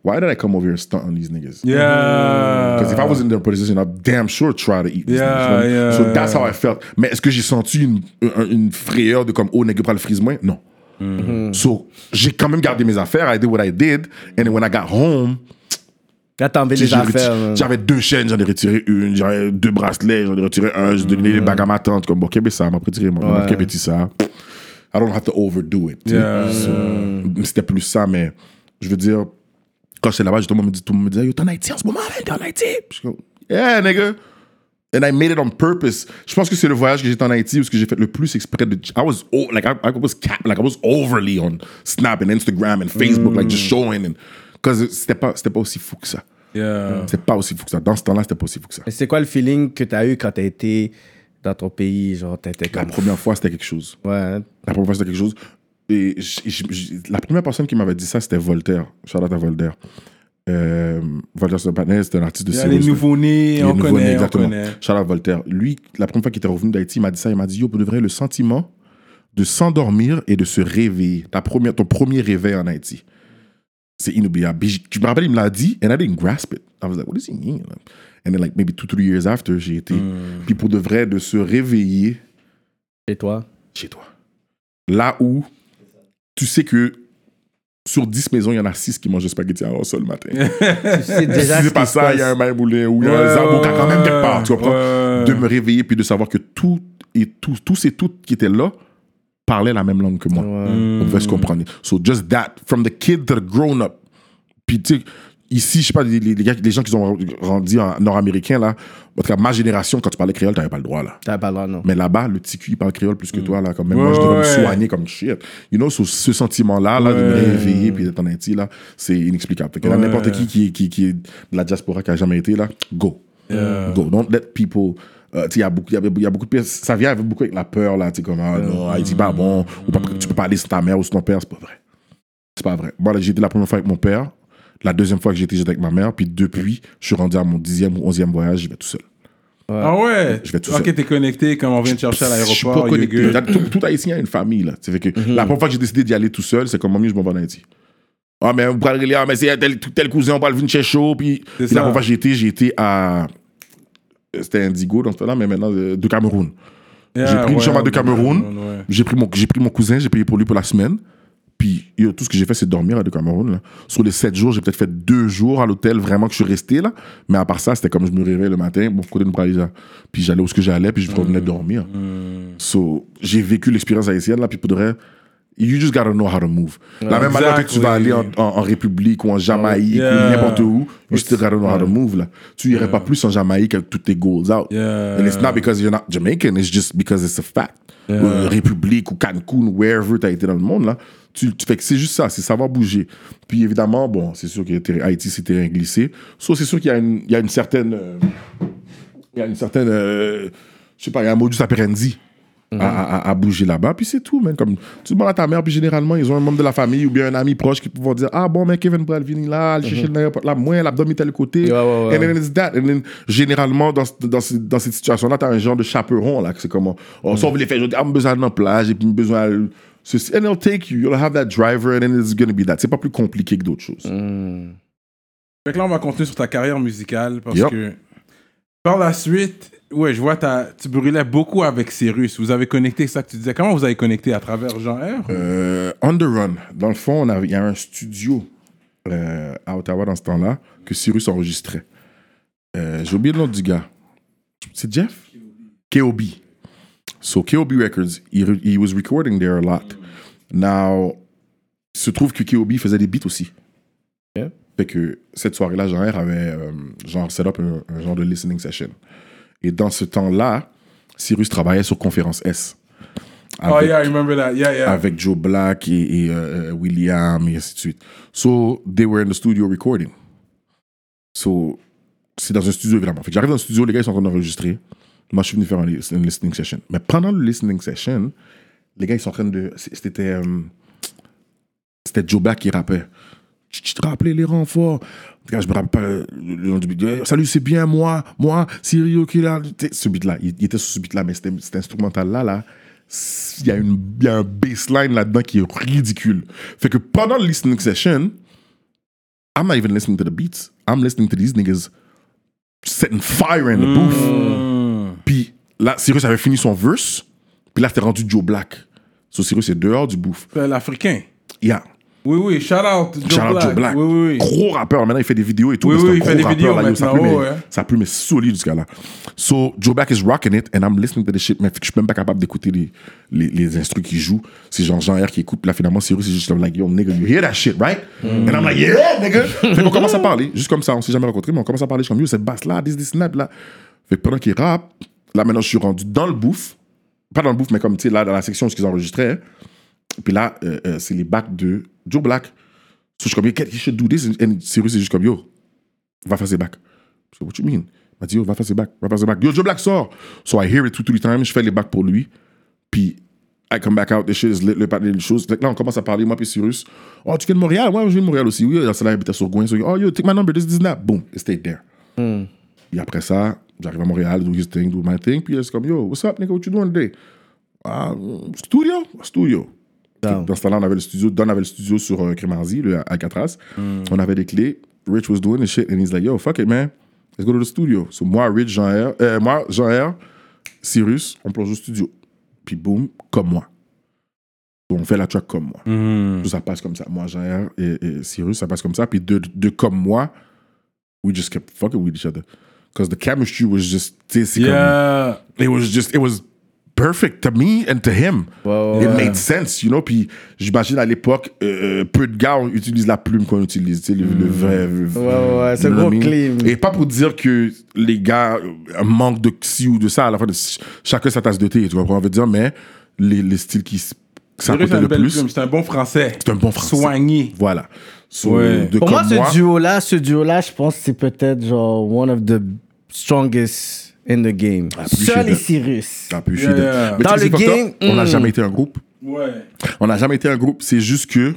S5: why did I come over here and stunt on these niggas?
S3: Yeah.
S5: Because if I was in their position, I'd damn sure try to eat these
S3: Yeah,
S5: things. you know?
S3: yeah,
S5: so that's
S3: yeah.
S5: how I felt. Mais est-ce que j'ai senti une, un- une frayeur de comme, oh, nigga, pas le frise moins? Non.
S3: Mm-hmm.
S5: So, j'ai quand même gardé mes affaires. I did what I did. And then when I got home,
S4: Là, t'as enlevé
S5: j'ai
S4: les
S5: reti-
S4: affaires. euh. man.
S5: j'avais deux chaînes, j'en ai retiré une. J'avais deux bracelets, j'en ai retiré un. J'ai donné les bagues à ma tante. Comme, bon, qu'est-ce que ça? m'a retiré mon mon- qu'est-ce que ça? I don't have to overdo it. tu sais.
S3: Yeah.
S5: So, C'était plus ça, mais je veux dire, quand j'étais là-bas, justement, on me dit- tout le monde me disait, yo, t'es en Haïti en ce moment, man, t'es en Haïti. Puis je suis comme, yeah, nigga. And I made it on purpose. Je pense que c'est le voyage que j'étais en Haïti où ce que j'ai fait le plus exprès de. I was o- like I, I was cap, like I was overly on Snap and Instagram and Facebook, like just showing and because c'était pas c'était pas aussi fou que ça.
S3: Yeah.
S5: C'était pas aussi fou que ça. Dans ce temps-là, c'était pas aussi fou que ça.
S4: Mais c'est quoi le feeling que t'as eu quand t'as été dans ton pays? Genre, t'étais
S5: La
S4: comme.
S5: première fois, c'était quelque chose.
S4: Ouais. hein?
S5: La première fois, c'était quelque chose. Et j- j- j- la première personne qui m'avait dit ça, c'était Voltaire. Charlotte à Voltaire. Euh, Voltaire Sopanel, c'était un artiste de
S3: Il y a les
S5: Sirius.
S3: nouveaux-nés,
S5: Il est
S3: on
S5: nouveau-né,
S3: connaît, on
S5: exactement.
S3: connaît.
S5: Charles Voltaire. Lui, la première fois qu'il était revenu d'Haïti, il m'a dit ça. Il m'a dit Yo, pour de vrai, le sentiment de s'endormir et de se réveiller. Ta première, ton premier réveil en Haïti. C'est inoubliable. Puis j- Je me rappelle, il me l'a dit, and I didn't grasp it. I was like, what does he mean? And then, like, maybe two, three years after, j'ai été.
S3: Hmm.
S5: Puis pour de vrai, de se réveiller
S4: Et toi?
S5: chez toi. Là où tu sais que sur 10 maisons, il y en a 6 qui mangent des spaghettis à ça le matin.
S4: Tu
S5: [LAUGHS]
S4: sais
S5: si
S4: déjà. ce
S5: c'est
S4: qui
S5: pas
S4: se
S5: ça,
S4: passe.
S5: il y a un maïboulin ou il y a un zabouka quand même quelque part, tu comprends? De me réveiller puis de savoir que tout et tous, tous et toutes qui étaient là parlaient la même langue que moi. On pouvait se comprendre. So just that, from the kid to the grown up. Puis tu sais, ici, je sais pas, les, les- les gars- les gens qui ont grandi en nord-américain, là, en tout cas, ma génération, quand tu parlais créole, t'avais pas le droit, là.
S4: T'as pas le droit, non.
S5: Mais là-bas, le petit cul, il parle créole plus que toi, là, quand même. Moi,
S3: Ouais,
S5: je devrais
S3: Mm. ouais.
S5: me soigner comme shit. You know, so, ce sentiment-là, là, de me
S3: Ouais.
S5: réveiller puis d'être en Haïti, là, c'est inexplicable. Fait que là,
S3: Ouais.
S5: n'importe qui qui, est- qui, qui est de la diaspora qui a jamais été, là, go. Go. Don't let people. euh, tu sais, il y, a beaucoup- il y, avait- il y a beaucoup de pires. Ça vient avec beaucoup avec la peur, là. Tu sais, comme, ah, non, Haïti, pas bon. Ou pas, tu peux pas aller sur ta mère ou sur ton père, c'est pas vrai. C'est pas vrai. Bon, là, j'ai été la première fois avec mon père. La deuxième fois que j'étais, j'étais avec ma mère. Puis depuis, je suis rendu à mon dixième ou onzième voyage, je vais tout seul.
S3: Ah ouais?
S5: Je vais tout
S3: Ok,
S5: seul.
S3: t'es connecté quand on vient te chercher à
S5: Je suis pas
S3: l'aéroport. Mhm. you're
S5: connecté.
S3: good.
S5: Tout, tout Haïtien a une famille, là. Ça fait que La première fois que j'ai décidé d'y aller tout seul, c'est comme, mieux, je m'en vais en Haïti. Ah, mais on parle de ah, mais c'est tel, tel cousin, on parle de chez chaud. Puis,
S3: C'est
S5: puis
S3: ça.
S5: la première fois que j'ai été, j'ai été à. euh, C'était Indigo dans ce temps-là, mais maintenant, euh, de Cameroun.
S3: Yeah,
S5: j'ai pris une
S3: ouais,
S5: chambre de
S3: ouais,
S5: Cameroun.
S3: ouais.
S5: J'ai pris, mon- j'ai pris mon cousin, j'ai payé pour lui pour la semaine. Puis yo, tout ce que j'ai fait, c'est dormir là, de Cameroun. là. Sur les 7 jours, j'ai peut-être fait 2 jours à l'hôtel, vraiment que je suis resté là. Mais à part ça, c'était comme je me réveillais le matin, bon, côté de Parisa. Puis j'allais où ce que j'allais, puis je revenais dormir.
S3: Mm-hmm.
S5: So, j'ai vécu l'expérience haïtienne là, puis pour de vrai, you just gotta know how to move. La même manière que tu vas aller
S3: Exactly.
S5: en, en- en République ou en Jamaïque
S3: Yeah.
S5: ou n'importe où, you still gotta know how to move là. Tu irais pas plus en Jamaïque avec tous tes goals out.
S3: Yeah.
S5: And it's not because you're not Jamaican, it's just because it's a fact. Euh, République ou Cancun ou wherever t'as été dans le monde là, tu, tu fais que c'est juste ça, c'est savoir bouger. Puis évidemment, bon, c'est sûr que terrain- Haïti c'est terrain glissé. So, c'est sûr qu'il y a une, il y a une certaine, euh, il y a une certaine, euh, je sais pas, il y a un modus operandi.
S4: Mhm.
S5: À, à- à- à bouger là-bas, puis c'est tout, man. Comme, tu demandes à ta mère, puis généralement, ils ont un membre de la famille ou bien un ami proche qui vont dire Ah bon, mais Kevin pourrait venir là, aller chercher l'aéroport là, moi, l'abdomen tel côté.
S4: Mhm. Ouais, ouais, ouais.
S5: And then it's that. And then, généralement, dans, ce- dans, ce- dans cette situation-là, tu as un genre de chaperon, là, que c'est comment. On
S4: Mhm.
S5: sauve les faits, je dis, ah, j'ai besoin d'un plage, et puis j'ai besoin. de- ceci. And they'll take you, you'll have that driver, and then it's gonna be that. C'est pas plus compliqué que d'autres choses.
S4: Hmm.
S3: Fait que là, on va continuer sur ta carrière musicale parce
S5: Yup.
S3: que par la suite, ouais, je vois, t'as- tu brûlais beaucoup avec Cyrus. Vous avez connecté, c'est ça que tu disais. Comment vous avez connecté à travers Jean R
S5: Euh, on the Run, dans le fond, on a- il y a un studio euh, à Ottawa dans ce temps-là que Cyrus enregistrait. Euh, J'ai oublié le nom du gars. C'est Jeff? KOB. So KOB Records, he, re- he was recording there a lot. Now, il se trouve que KOB faisait des beats aussi.
S4: Yeah.
S5: Fait que cette soirée-là, jean R avait euh, genre set up un, un genre de listening session. Et dans ce temps-là, Cyrus travaillait sur Conférence S.
S3: Oh,
S5: Avec-
S3: yeah, I remember that. Yeah, yeah.
S5: avec Joe Black et, et, euh, euh, William et ainsi de suite. So, they were in the studio recording. So, c'est dans un studio évidemment. Fait que j'arrive dans le studio, les gars ils sont en train d'enregistrer. Moi, je suis venu faire un lis- une listening session. Mais pendant le listening session, les gars ils sont en train de. c- C'était. euh, c'était Joe Black qui rappait. Tu tu te rappelais les renforts Regarde, Je me rappelle pas le le nom du beat. Euh, Salut, c'est bien moi, moi, Sirio qui est là. Tu sais, Ce beat-là, il, il était sur ce beat-là, mais c'était- cet instrumental-là, là, s- il y, a une- il y a un bassline là-dedans qui est ridicule. Fait que pendant le listening session, I'm not even listening to the beats. I'm listening to these niggas setting fire in the
S3: Hmm.
S5: booth. Puis là, Cyrus avait fini son verse. Puis là, c'était rendu Joe Black. So, Cyrus est dehors du booth.
S3: C'est L'Africain.
S5: Yeah.
S3: Oui, oui, shout out Joe,
S5: Shout out
S3: Black.
S5: Joe Black.
S3: Oui, oui, oui.
S5: Gros rappeur. Maintenant, il fait des vidéos et tout.
S3: Oui,
S5: mais
S3: oui,
S5: c'est un
S3: il fait
S5: gros
S3: des
S5: rappeur,
S3: vidéos
S5: là, yo, ça
S3: maintenant,
S5: plume est-
S3: oh, ouais.
S5: Ça plume est solide, ce gars-là. So, Joe Black is rocking it and I'm listening to the shit. Mais fait que je suis même pas capable d'écouter les, les, les instrus qu'il joue. C'est genre Jean-R qui écoute. Puis là, finalement, Cyrus, c'est juste comme, like, yo, nigga, you hear that shit, right?
S3: Mm.
S5: And I'm like,
S3: [LAUGHS]
S5: yeah, nigga. fait qu'on commence à parler. Juste comme ça, on s'est jamais rencontrés, mais on commence à parler. Je suis comme, yo, cette basse-là, this, this, snap, là. Fait que pendant qu'il rappe, là, maintenant, je suis rendu dans le bouffe. Pas dans le bouffe, mais comme, tu sais, là, dans la section où ils enregistraient. Puis là, euh, euh, c'est les bacs de Joe Black. So, je suis comme, yo, he should do this. And Cyrus est juste comme, yo, va faire ses bacs. Je dis, what you mean? Il m'a dit, yo, va faire ses bacs, va faire ses bacs. Yo, Joe Black sort. So I hear it two, three times. Je fais les bacs pour lui. Puis, I come back out, the shit is lit, le parler des choses. Fait que là, on commence à parler, moi, puis Cyrus. Oh, tu viens de Montréal? Ouais, je viens de Montréal aussi. Oui, là, c'est là, il habitait sur Gouin. So, oh, yo, take my number, this, this, that. Boom, it stayed there. Et après ça, j'arrive à Montréal, do his thing, do my thing. Puis, c'est comme, yo, what's up, nigga, what you doing today? Ah, studio? Studio.
S4: Down.
S5: Dans ce temps-là, on avait le studio. Don avait le studio sur euh, Crémazie, le Alcatraz. On avait des clés. Rich was doing the shit and he's like, yo, fuck it, man. Let's go to the studio. So moi, Rich, Jean-R, euh, moi, Jean-R, Cyrus, on plonge au studio. Puis boum, comme moi. So, on fait la track comme
S3: Hmm.
S5: moi. So, ça passe comme ça. Moi, Jean-R et, et Cyrus, ça passe comme ça. Puis de, de comme moi, we just kept fucking with each other. Because the chemistry was just, tu sais, c'est comme-
S3: Yeah.
S5: it was just it was perfect to me and to him.
S4: Wow.
S5: It made sense, you know. Puis j'imagine à l'époque, euh, peu de gars utilisent la plume qu'on utilise, tu sais, le, le vrai.
S4: Ouais, ouais, ouais, c'est
S5: You
S4: gros
S5: know what I mean?
S4: clean.
S5: Et pas pour dire que les gars euh, manquent de ci ou de ça, à la fin de ch- chacun sa tasse de thé, tu vois quoi on veut dire, mais les, les styles qui s- que ça
S3: Cyrus,
S5: coûtait
S3: c'est
S5: le
S3: une belle
S5: plus,
S3: plume. C'est un bon français.
S5: c'est un bon français.
S3: Soigné.
S5: Voilà. So,
S3: Ouais.
S5: de
S4: Pour moi,
S5: comme
S4: ce duo-là, ce duo-là, je pense que c'est peut-être genre one of the strongest in the game.
S5: Ah, plus
S4: Seul
S5: chez
S4: et
S5: eux.
S4: Cyrus.
S5: Ah, puis je suis
S3: Yeah,
S5: de-
S3: yeah.
S5: Mais
S4: Dans
S5: tu sais,
S4: le
S5: c'est
S4: game,
S5: fucked up. on n'a
S4: hmm.
S5: jamais été un groupe.
S3: Ouais.
S5: On n'a jamais été un groupe. C'est juste que.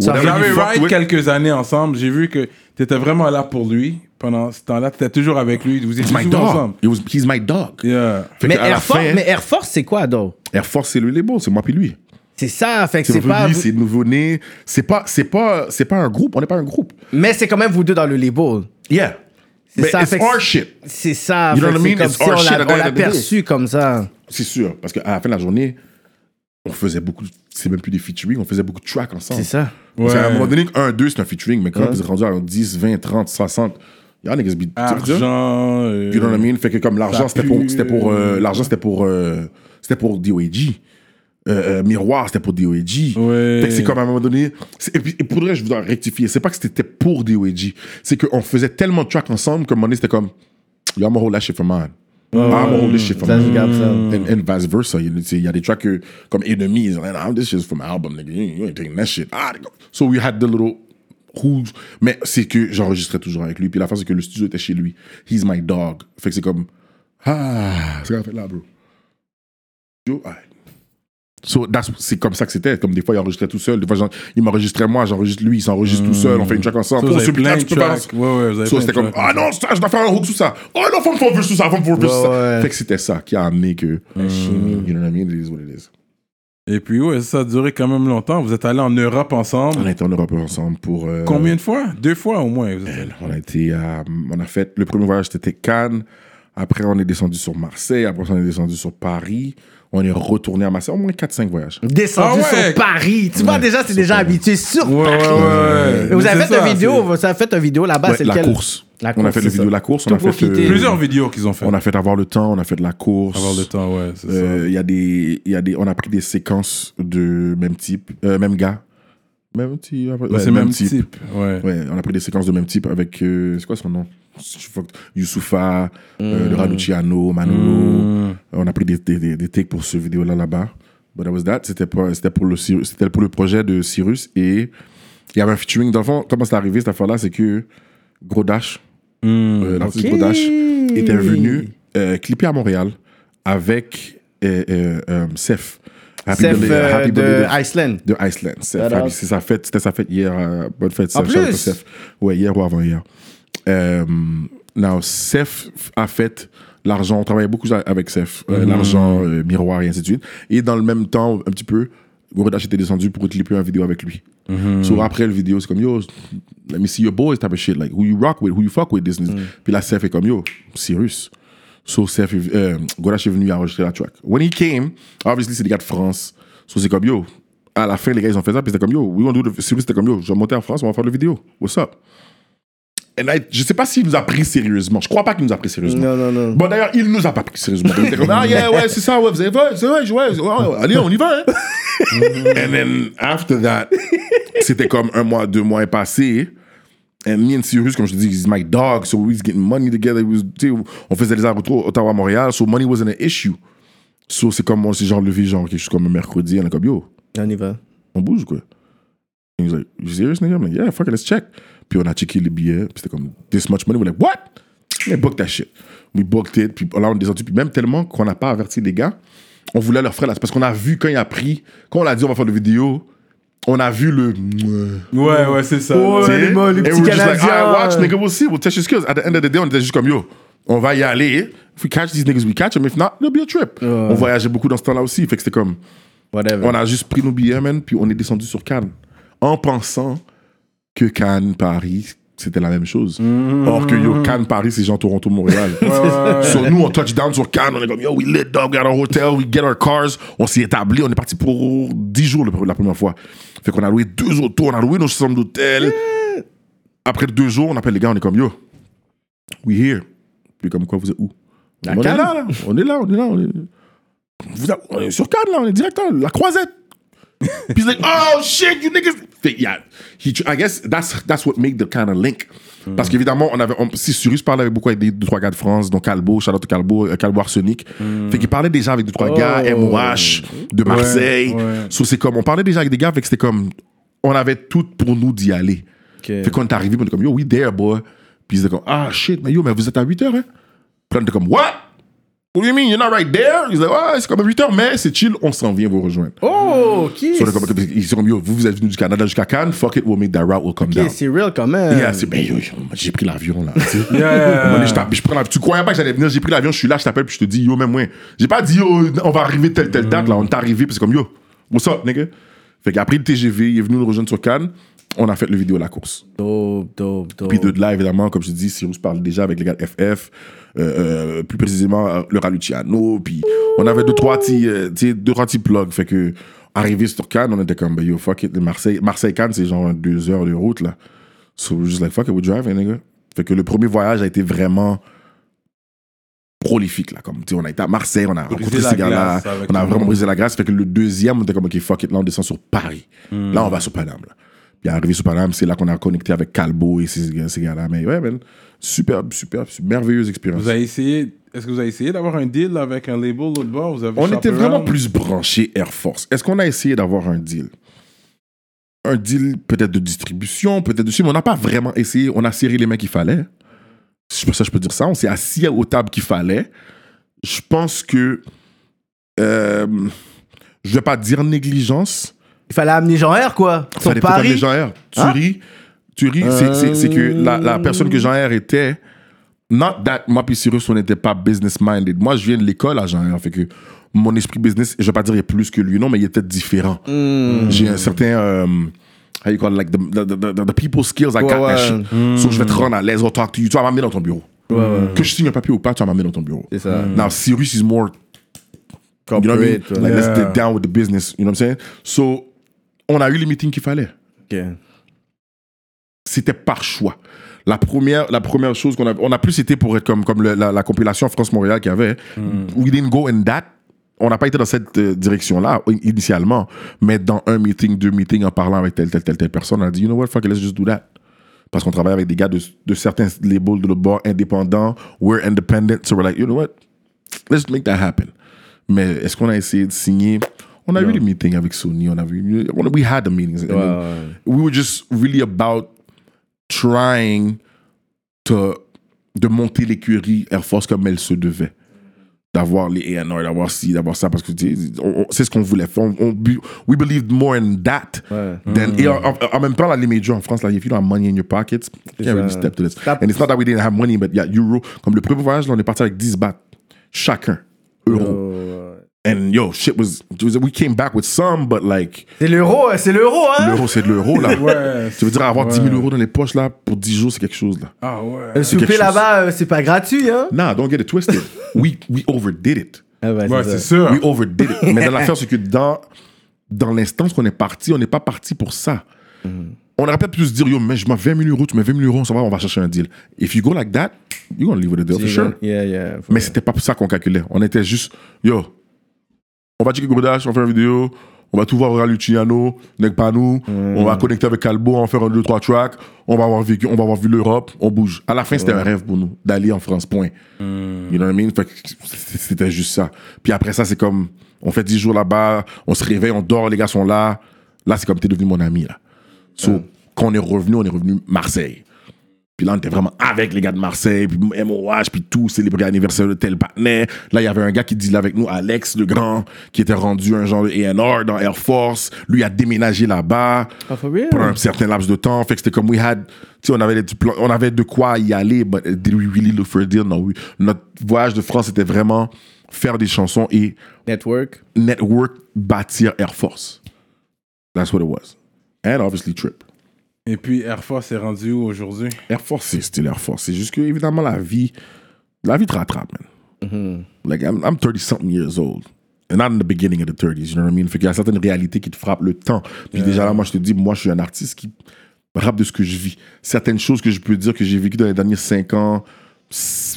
S4: Ça
S5: Whatever
S3: Vous avez
S5: you fucked
S3: ride
S5: with-
S3: quelques années ensemble. J'ai vu que t'étais vraiment là pour lui. Pendant ce temps-là, t'étais toujours avec lui. Vous
S5: He's
S3: étiez
S5: my
S3: toujours
S5: dog.
S3: ensemble.
S5: It was- he's my dog.
S3: Yeah.
S5: Fait
S4: Mais
S5: qu'à la
S4: Air, Force,
S5: fin,
S4: mais Air Force, c'est quoi, donc
S5: Air Force, c'est le label, c'est moi puis lui.
S4: C'est ça, fait que
S5: C'est
S4: c'est pas.
S5: lui, c'est nouveau-né. C'est pas, c'est pas, c'est pas un groupe, on n'est pas un groupe.
S4: Mais c'est quand même vous deux dans le label.
S5: Yeah.
S4: C'est
S5: Mais
S4: ça,
S5: it's
S4: fait que
S5: our
S4: c'est-
S5: shit.
S4: C'est ça, fait
S5: You
S4: que
S5: know what I
S4: c'est
S5: mean?
S4: comme
S5: It's
S4: si
S5: our shit at the
S4: on l'a-
S5: end
S4: on l'a
S5: of the day.
S4: perçu comme ça.
S5: C'est sûr, parce qu'à la fin de la journée, on faisait beaucoup, c'est même plus des featuring, on faisait beaucoup de tracks ensemble.
S4: C'est ça. Hein?
S5: Parce qu'à
S3: Ouais.
S5: un moment donné, un, deux, c'est un featuring, mais quand vous êtes rendu à 10, 20, 30, 60, y'all niggas be.
S3: Argent. Ah, euh,
S5: You know what I mean? Fait que comme l'argent,
S3: Ça
S5: c'était pour,
S3: pue.
S5: c'était pour, euh, l'argent, c'était pour, euh, c'était pour DOAG. Euh, euh, miroir, c'était pour DOAG.
S3: Ouais.
S5: Fait que c'est comme à un moment donné. c'est- Et puis, et pour de vrai, je voudrais rectifier. C'est pas que c'était pour DOAG. C'est qu'on faisait tellement de tracks ensemble que un moment donné, c'était comme, yo, I'm gonna hold that shit for mine. I'm gonna hold this shit for
S4: Ça, je
S5: mine.
S4: garde ça.
S5: And, and vice versa. You know, Il y a des tracks que, comme Enemy, ils sont like, nah, this shit's from my album, nigga. You, you ain't taking that shit. Ah, nigga. so we had the little rules. Mais c'est que j'enregistrais toujours avec lui. Puis la fin, c'est que le studio était chez lui. He's my dog. Fait que c'est comme, ah, c'est qu'on fait là, bro. Yo, ah. So, that's- c'est comme ça que c'était. Comme des fois, il enregistrait tout seul. Des fois, j'en- il m'enregistrait moi, j'enregistre lui, il s'enregistre tout seul. On fait une track ensemble.
S3: So, vous
S5: Oh,
S3: avez
S5: c'est
S3: plein
S5: putain,
S3: de
S5: tu peux pas-
S3: tracks. Ouais, ouais, vous avez
S5: So,
S3: plein
S5: c'était
S3: de
S5: comme,
S3: tracks.
S5: ah non, ça, je dois faire un hook sous ça. Oh non, femme for verse sous ça, femme for verse sous
S4: Ouais,
S5: ça.
S4: ouais.
S5: Fait que c'était ça qui a amené que. You know what I mean? It is what it is.
S3: Et puis, ouais, ça a duré quand même longtemps. Vous êtes allés en Europe ensemble.
S5: On a été en Europe ensemble pour. euh,
S3: Combien de fois Deux fois au moins. vous êtes allés.
S5: On a été à- on a fait, le premier voyage c'était Cannes, après on est descendu sur Marseille, après on est descendu sur Paris, on est retourné à Marseille, au moins 4-5 voyages.
S4: Descendu
S3: Ah ouais.
S4: sur Paris. Tu vois, déjà, c'est déjà habitué
S5: Euh,
S4: sur
S3: Ouais, ouais,
S4: Paris.
S3: ouais.
S4: Et Vous
S3: Mais
S4: avez
S3: c'est
S4: fait
S3: ça,
S4: une vidéo, vous avez fait une vidéo là-bas,
S5: Ouais,
S4: Bah, c'est
S5: la
S4: lequel?
S5: course.
S4: La
S5: On a
S4: course,
S5: fait
S4: c'est
S5: le vidéo
S4: ça.
S5: de la course,
S4: Tout
S5: on a fait,
S4: profiter.
S5: euh,
S3: Plusieurs vidéos qu'ils ont fait.
S5: on a fait avoir le temps, on a fait de la course.
S3: Avoir le temps, ouais, c'est
S5: Euh, il y a des, il y a des, on a pris des séquences de même type, euh, même gars, même type, après-
S3: ça.
S5: ouais,
S3: Ben, c'est même type. Ouais.
S5: Ouais, on a pris des séquences de même type avec, euh, c'est quoi son nom Je fuck- Youssoufa,
S4: Hmm.
S5: euh, le Raduciano, Manolo. On a pris des, des, des, des takes pour ce vidéo-là là-bas. But that was that. C'était pour, c'était pour, le, Cyrus- c'était pour le projet de Cyrus et il y avait un featuring. Dans le fond, comment c'est arrivé cette affaire-là C'est que Gros Dash,
S4: Hmm.
S5: euh, l'artiste
S4: Ok.
S5: Gros Dash, était venu euh, clipper à Montréal avec euh, euh, euh, Seth. Happy
S4: Seth
S5: Birthday-
S4: euh,
S5: Happy Birthday
S4: de
S5: to-
S4: Iceland.
S5: de Iceland. Seth.
S4: Shout
S5: Ah,
S4: out.
S5: c'est sa fête, c'était sa fête hier. euh, bonne fête, Seth.
S4: En
S5: Shout out
S4: plus.
S5: to Seth. Ouais, hier ou avant hier. Euh, now, Seth a fait l'argent. On travaillait beaucoup avec Seth. euh,
S4: Mhm.
S5: L'argent, euh, miroir et ainsi de suite. Et dans le même temps, un petit peu, Gorodash était descendu pour clipper une vidéo avec lui.
S4: Mhm.
S5: So après le vidéo, c'est comme yo, let me see your boys type of shit. Like who you rock with, who you fuck with. This.
S4: Mhm.
S5: and this. Puis là, Seth est comme yo, Cyrus. So, Seth, est- euh, Godash est venu enregistrer la track. When he came, obviously, c'est des gars de France. So, c'est comme, yo, à la fin, les gars, ils ont fait ça. Puis c'était comme, yo, we gonna do the... Cyrus, c'était comme, yo, je vais monter en France, on va faire le vidéo. What's up? And I- je sais pas s'il nous a pris sérieusement. Je crois pas qu'il nous a pris sérieusement.
S4: Non, non, non.
S5: Bon, d'ailleurs, il nous a pas pris sérieusement. Il était comme, ah, yeah, ouais, c'est ça, ouais, vous avez fait, c'est vrai, ouais, ouais, ouais, allez, on y va, hein.
S4: [LAUGHS]
S5: And then, after that, c'était comme un mois, deux mois est passé. And me and Cyrus, comme je te dis, he's my dog, so we was getting money together. We was, tu sais, on faisait les allers-retours Ottawa-Montréal, so money wasn't an issue. So, c'est comme, on s'est genre levé, genre, quelque chose comme un mercredi, on est comme, yo,
S4: On y va.
S5: on bouge ou quoi? And he's like, you serious, nigga? I'm like, yeah, fuck it, let's check. Puis on a checké les billets, puis c'était comme, this much money. We're like, what? Mais book that shit. We booked it, puis là, on est descendu, puis même tellement qu'on n'a pas averti les gars, on voulait leur frère là. Parce qu'on a vu quand il a pris, quand on a dit on va faire le vidéo, on a vu le.
S3: Ouais, ouais, c'est ça.
S4: Ouais.
S5: T'sais?
S4: les mots, les
S5: And
S4: petits
S5: we're just like,
S4: Canadiens.
S5: all right, watch, nigga, we'll see, we'll test your skills. At the end of the day, on était juste comme, yo, on va y aller. If we catch these niggas, we catch them. If not, it'll be a trip. On voyageait beaucoup dans ce temps-là aussi. Fait que c'était comme,
S4: Whatever.
S5: on a juste pris nos billets, man, puis on est descendu sur Cannes. En pensant que Cannes, Paris, c'était la même chose.
S4: Mm-hmm.
S5: Or que, yo, Cannes, Paris, c'est genre Toronto, Montréal. so, nous, on touchdown sur Cannes, on est comme, yo, we lit dog, we got our hotel, we get our cars. On s'est établi, on est parti pour 10 jours le- la première fois. Fait qu'on a loué deux autos, on a loué nos chambres d'hôtel. Après deux jours, on appelle les gars, on est comme, yo, we here. Puis comme quoi, vous êtes où? on
S4: Cannes.
S5: est là, là, on est là, on est là. On est... Vous êtes- on est sur Cannes, là, on est direct, là,
S3: [LAUGHS]
S5: la croisette. Puis he's like, oh shit, you niggas. Fait, yeah. He, tr- I guess that's, that's what make the kind of link.
S3: Hmm.
S5: Parce qu'évidemment, on avait, on- si Cyrus parlait avec beaucoup avec des deux, trois gars de France, dont Calbo, Charlotte Calbo, euh, Calbo Arsenic. Fait qu'il parlait déjà avec deux, trois gars, MOH, de Marseille.
S3: Hmm. Oh. ouais.
S5: So, c'est comme, on parlait déjà avec des gars, fait que c'était comme, on avait tout pour nous d'y aller. Fait qu'on est arrivé, puis on est comme, yo, we there, boy. Puis ils étaient comme, ah shit, mais yo, mais vous êtes à 8 heures, hein? Puis on était comme, what? What do you mean, you're not right there? Ils disaient, ouais, c'est comme à 8 heures, mais c'est chill, on s'en vient vous rejoindre.
S4: Oh, qui
S5: So, on est comme- ils sont comme, yo, vous, vous êtes venus du Canada jusqu'à Cannes, fuck it, we'll make that route, we'll come down.
S4: C'est real quand même.
S5: Yeah, c'est, ben yo, yo, j'ai pris l'avion là. tu sais.
S3: Yeah.
S5: À un moment donné, je t'appelle- je prends l'avion. Tu croyais pas que j'allais venir, j'ai pris l'avion, je suis là, je t'appelle, puis je te dis, yo, même moi. J'ai pas dit, yo, on va arriver telle, telle date, là, on est arrivé, puis c'est comme, yo, what's up, nigga? Fait qu'il a pris le TGV, il est venu nous rejoindre sur Cannes. on a fait le vidéo à la course.
S4: Dope, dope, dope.
S5: Puis de là, évidemment, comme je te dis, Cyrus parle déjà avec les gars de FF, euh, euh, plus précisément euh, le Raluciano. Puis on avait deux, trois petits, euh, tu sais, deux, trois petits plugs. Fait que, arrivé sur Cannes, on était comme, bah, yo, fuck it. Marseille, Marseille-Cannes, c'est genre deux heures de route, là. So we're just like, fuck it, we drive, nigga. Fait que le premier voyage a été vraiment prolifique, là. Comme, tu sais, on a été à Marseille, on a rencontré
S3: la
S5: ces gars-là,
S3: glace avec
S5: on a
S3: tout le
S5: vraiment
S3: monde.
S5: brisé la grâce. Fait que le deuxième, on était comme, ok, fuck it, là, on descend sur Paris.
S3: Hmm.
S5: Là, on va sur Paname, là. Puis arrivé sur Paname, c'est là qu'on a connecté avec Calbo et ces, ces gars-là. Mais ouais, man, superbe, superbe, superbe, merveilleuse expérience.
S3: Vous avez essayé, est-ce que vous avez essayé d'avoir un deal avec un label l'autre bord Vous avez
S5: On
S3: shop
S5: était vraiment
S3: around?
S5: plus branchés Air Force. Est-ce qu'on a essayé d'avoir un deal Un deal peut-être de distribution, peut-être de... Mais on n'a pas vraiment essayé. On a serré les mains qu'il fallait. Je- Ça, je peux dire ça. On s'est assis aux tables qu'il fallait. Je pense que... euh, je ne vais pas dire négligence.
S4: Il fallait amener Jean-R, quoi. Sur
S5: Fallait peut-être
S4: Paris. Hein?
S5: appeler Jean-R. Tu ris. Tu ris. C'est- c'est- C'est que la,
S4: Euh.
S5: la personne que Jean-R était, not that moi puis Cyrus, on n'était pas business-minded. Moi, je viens de l'école à Jean-R. Fait que mon esprit business, je vais pas dire il est plus que lui, non, mais il était différent.
S4: Hmm.
S5: J'ai un certain. euh, How you call it, like the, the, the, the- the people skills, I got
S4: ouais.
S5: that shit. So, je vais te rendre à l'aise, on talk to you. Tu vas m'amener dans ton bureau. Que je signe un papier ou pas, tu vas m'amener dans ton bureau.
S4: C'est ça.
S5: Uh, Now, Cyrus is more you know what I mean?
S4: Corporate,
S5: Like,
S3: ouais.
S5: let's get down with the business. You know what I'm saying? So, on a eu les meetings qu'il fallait.
S4: Ok.
S5: C'était par choix. La première, la première chose qu'on a, on a plus été pour être comme, comme le- la, la compilation France-Montréal qu'il y avait. We didn't go in that. On n'a pas été dans cette euh, direction-là i- initialement, mais dans un meeting, deux meetings, en parlant avec telle, telle, telle, telle personne, on a dit, you know what, fuck, it, let's just do that. Parce qu'on travaille avec des gars de, de certains labels de l'autre bord indépendants, we're independent, so we're like, you know what, let's make that happen. Mais est-ce qu'on a essayé de signer On a eu des meetings avec Sony, on a eu. on- We had the meetings. I mean, We were just really about trying to, de monter l'écurie Air Force comme elle se devait. D'avoir les A&R, d'avoir ci, d'avoir ça, parce que tu sais, on- on- c'est ce qu'on voulait faire. On, on bu- we believed more in that than. Et en, en- en même temps, là, les majors en France, là, if you don't have money in your pockets, you can't really
S4: ça.
S5: step to this.
S4: Tap-
S5: And it's not that we didn't have money, but yeah, euro. Comme le premier voyage, là, on est parti avec 10 bahts chacun. Euro. And yo, shit was, it was- We came back with some, but like,
S4: C'est l'euro, hein, c'est l'euro, hein.
S5: l'euro, c'est de l'euro, là.
S3: Ouais.
S5: Tu veux dire, avoir 10 000
S3: Ouais.
S5: euros dans les poches, là, pour 10 jours, c'est quelque chose, là.
S3: Ah ouais.
S4: Le
S5: quelque
S4: souper
S5: chose.
S4: là-bas, euh, c'est pas gratuit, hein.
S5: Nah, don't get it twisted. we, we overdid it.
S4: Ah
S3: Ouais, c'est sûr.
S5: We overdid it. Mais dans l'affaire, c'est que dans, dans l'instance qu'on est parti, on n'est pas parti pour ça. On aurait peut-être pu se dire, yo, mais je mets 20 000 euros, tu mets 20 000 euros, on s'en va, on va chercher un deal. If you go like that, you're gonna leave with a deal for sure.
S4: Yeah, yeah.
S5: Mais c'était pas pour ça qu'on calculait. On était juste, yo, on va checker Godash, on fait une vidéo, on va tout voir à Luciano, Negpanou, on va connecter avec Calbo, on va faire un, deux, trois tracks, on va avoir vécu, on va avoir vu l'Europe, on bouge. À la fin, c'était un rêve pour nous d'aller en France, point. You know what I mean? Fait que c- C'était juste ça. Puis après ça, c'est comme, on fait 10 jours là-bas, on se réveille, on dort, les gars sont là. Là, c'est comme, t'es devenu mon ami, là. So,
S4: Mm.
S5: quand on est revenu, on est revenu Marseille. Puis là, on était vraiment avec les gars de Marseille, puis MOH, puis tout, célébrer l'anniversaire de tel partenaire. Là, il y avait un gars qui dealait avec nous, Alex le Grand, qui était rendu un genre de A&R dans Air Force. Lui a déménagé là-bas
S4: Ah, for real?
S5: pendant un certain laps de temps. Fait que c'était comme, we had, tu sais, on avait, des plans- on avait de quoi y aller, but did we really look for a deal? Non, we- notre voyage de France, c'était vraiment faire des chansons et
S4: Network.
S5: network, bâtir Air Force. That's what it was. And obviously Trip.
S3: Et puis Air Force est rendu où aujourd'hui
S5: Air Force, c'est style Air Force. C'est juste que, évidemment, la vie, la vie te rattrape, man. Like, I'm, I'm 30 something years old. And not in the beginning of the 30s, you know what I mean? Fait qu'il y a certaines réalités qui te frappent le temps. Puis déjà là, moi, je te dis, moi, je suis un artiste qui rappe de ce que je vis. Certaines choses que je peux dire que j'ai vécues dans les derniers 5 ans,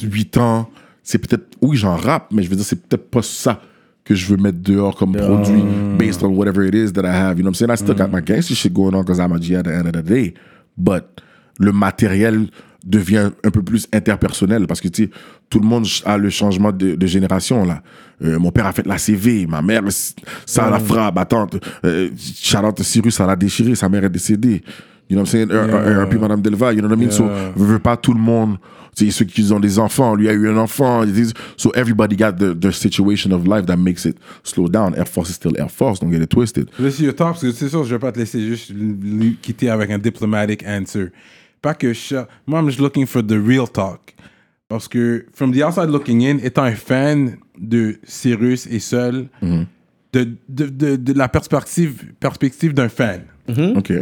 S5: 8 ans, c'est peut-être, oui, j'en rappe, mais je veux dire, c'est peut-être pas ça que je veux mettre dehors comme produit based on whatever it is that I have. You know what I'm saying? I still got my gangster shit going on because I'm a G at the end of the day. But le matériel devient un peu plus interpersonnel parce que tu sais, tout le monde ch- a le changement de, de génération là. Euh, mon père a fait la CV, ma mère c- ça la frappe, attends, euh, Charlotte Cyrus ça l'a déchiré, sa mère est décédée. You know what I'm saying? Euh, euh, euh, puis Madame Delva, you know what I mean? So, veut, veut pas tout le monde. Tu sais, ceux qui ont des enfants, lui a eu un enfant. it is- So, everybody got the, their situation of life that makes it slow down. Air Force is still Air Force, don't get it twisted.
S3: Je suis au top parce que c'est sûr, je vais pas te laisser juste lui quitter avec un diplomatic answer. Pas que je. Moi, I'm just looking for the real talk. Parce que, from the outside looking in, étant un fan de Cyrus et seul,
S5: Mm-hmm.
S4: Hmm?
S3: de, de, de, de la perspective, perspective d'un fan.
S5: OK.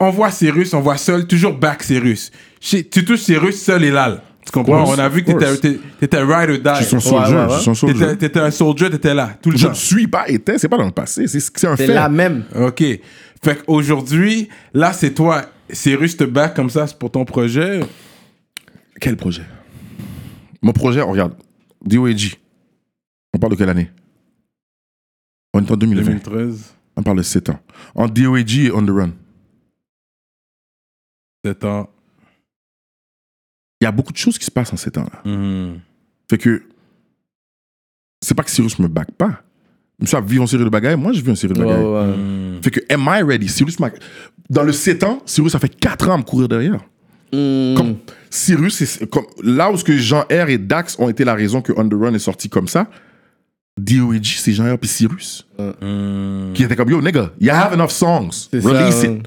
S3: on voit Cyrus, on voit Seul, toujours back Cyrus. Chez- Tu touches Cyrus, Seul et Lal. Tu comprends?
S5: Of course,
S3: on a vu que
S5: of
S3: t'étais
S5: course.
S3: t'étais- t'étais ride or die.
S5: Je suis un soldier,
S4: ouais, ouais.
S5: je suis un soldier.
S3: T'étais- T'étais un soldier, t'étais là, tout le
S5: Je
S3: temps.
S5: ne suis pas éteint, c'est pas dans le passé, c'est c'est un
S4: C'est
S5: fait.
S4: la même.
S3: OK. Fait qu'aujourd'hui, là, c'est toi. Cyrus te bat comme ça c'est pour ton projet.
S5: Quel projet Mon projet, on regarde, DOAG, on parle de quelle année On est en 2020,
S3: 2013,
S5: on parle de 7 ans. En DOAG et On The Run,
S3: 7 ans.
S5: il y a beaucoup de choses qui se passent en 7 ans-là.
S3: Mhm.
S5: Fait que, c'est pas que Cyrus me back pas. Monsieur a vu ah, une série de bagailles, moi j'ai vu une série de
S4: Ouais,
S5: bagailles.
S4: ouais, ouais.
S5: Fait que, am I ready? Cyrus m'a- Dans le 7 ans, Cyrus a fait 4 ans à me courir derrière.
S4: Mm.
S5: Comme Cyrus, c'est- comme, là où ce que Jean-R et Dax ont été la raison que On The Run est sorti comme ça, D.O.E.G., c'est Jean-R puis Cyrus. Qui était comme, yo, nigga, you have enough songs.
S4: ça,
S5: Release
S4: ouais.
S5: it.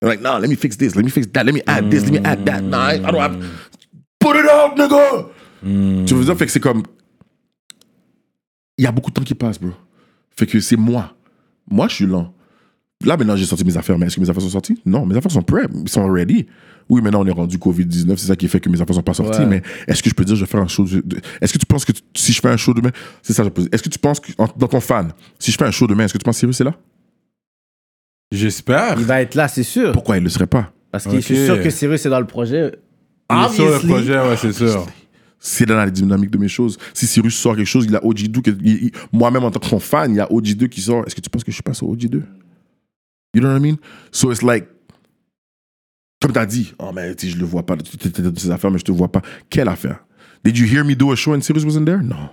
S5: They're like, no, let me fix this, let me fix that, let me add this, let me add that. No, I I don't have...
S4: Mm.
S5: Put it out, nigga! Tu veux dire, fait que c'est comme... Il y a beaucoup de temps qui passe, bro. Fait que c'est moi. Moi, je suis lent. Là, maintenant, j'ai sorti mes affaires, mais est-ce que mes affaires sont sorties? Non, mes affaires sont prêtes, ils sont ready. Oui, maintenant, on est rendu COVID-19, c'est ça qui fait que mes affaires sont pas sorties,
S4: Ouais.
S5: mais est-ce que je peux dire, je vais faire un show de- de- Est-ce que tu penses que tu- si je fais un show demain, c'est ça, je pose. Est-ce que tu penses que, en- dans ton fan, si je fais un show demain, est-ce que tu penses que Cyrus est là?
S3: J'espère.
S4: Il va être là, c'est sûr.
S5: Pourquoi il le serait pas?
S4: Parce que je suis
S3: Ok.
S4: sûr que Cyrus est dans le projet.
S3: Il est sur le
S4: Obviously.
S3: projet, ouais, c'est sûr.
S5: C'est dans la dynamique de mes choses. Si Cyrus sort quelque chose, il a OG2, que- il- il- moi-même en tant que son fan, il y a OG2 qui sort. Est-ce que tu penses que je suis pas sur OG2? You know what I mean? So it's like, comme t'as dit, oh mais tu sais, je le vois pas, tu tu- tu- tu- ces affaires, mais je te vois pas. Quelle affaire? Did you hear me do a show and Cyrus wasn't there? Non.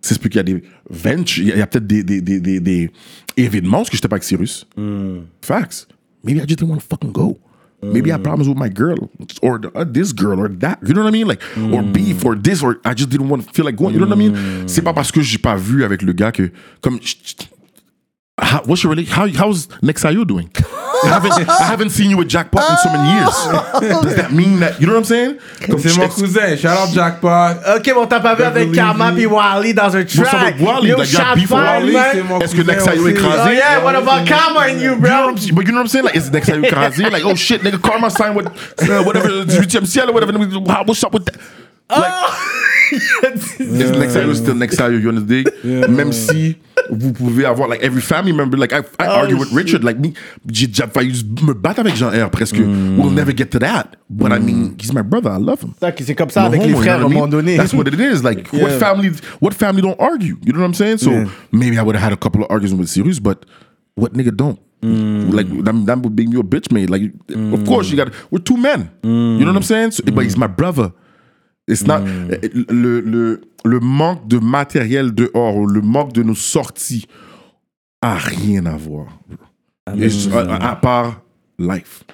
S5: C'est parce qu'il y a des ventures, il y a, il y a peut-être des, des, des, des, des événements parce que j'étais pas avec Cyrus.
S3: Hmm.
S5: Facts. Maybe I just didn't want to fucking go. Maybe I
S3: Hmm.
S5: had problems with my girl or the, uh, this girl or that. You know what I mean? Like, or
S3: Hmm.
S5: beef or this or I just didn't want to feel like going. You know what I mean? C'est pas parce que j'ai pas vu avec le gars que comme how, what's your relation? How, how's Nexayo doing? I haven't, I haven't seen you with Jackpot in so many
S3: [LAUGHS]
S5: years. Does that mean that you know what I'm saying? Comme
S3: C'est
S5: je-
S3: mon cousin, Charles Jackpot.
S4: Ok, mon tape avec avec Karma puis Wally dans un
S5: What's up
S4: track.
S5: with Wally?
S4: Yo,
S5: Like, you have
S4: shot
S5: beef with
S4: fired,
S5: Wally?
S4: man.
S3: Ah C'est mon
S5: Est-ce que
S3: cousin
S5: Nexayo
S3: aussi.
S5: est écrasé?
S4: Oh yeah, what about Karma and you, bro?
S5: I'm- but you know what I'm saying? Like, it's next time you can see, like, oh shit, nigga, Karma signed with uh, whatever, UTM Ciel or whatever. nigga, how- What's up with that? Like,
S4: Ah!
S5: it's next time you're still next time you understand? Même si vous pouvez avoir, like, every family member, like, I, I
S4: Oh,
S5: argue with
S4: shit.
S5: Richard, like, me, j'ai déjà failli me battre avec Jean-R presque. We'll never get to that. But I mean, he's my brother, I love him.
S4: Ça, C'est comme ça
S5: No
S4: avec les
S5: homo, you
S4: frères à
S5: know
S4: un
S5: what I
S4: moment
S5: mean?
S4: donné.
S5: That's what it is. Like what
S4: Yeah.
S5: family what family don't argue? You know what I'm saying? So maybe I would have had a couple of arguments with Sirius, but what nigga don't?
S4: Mm.
S5: Like that, that would make you a bitch mate. Like of course you got we're two men. You
S4: Mm.
S5: know what I'm saying? So, But he's my brother. It's not eh, le, le, le manque de matériel dehors, ou le manque de nos sorties a rien à voir.
S4: Ah,
S5: It's- à, à part life.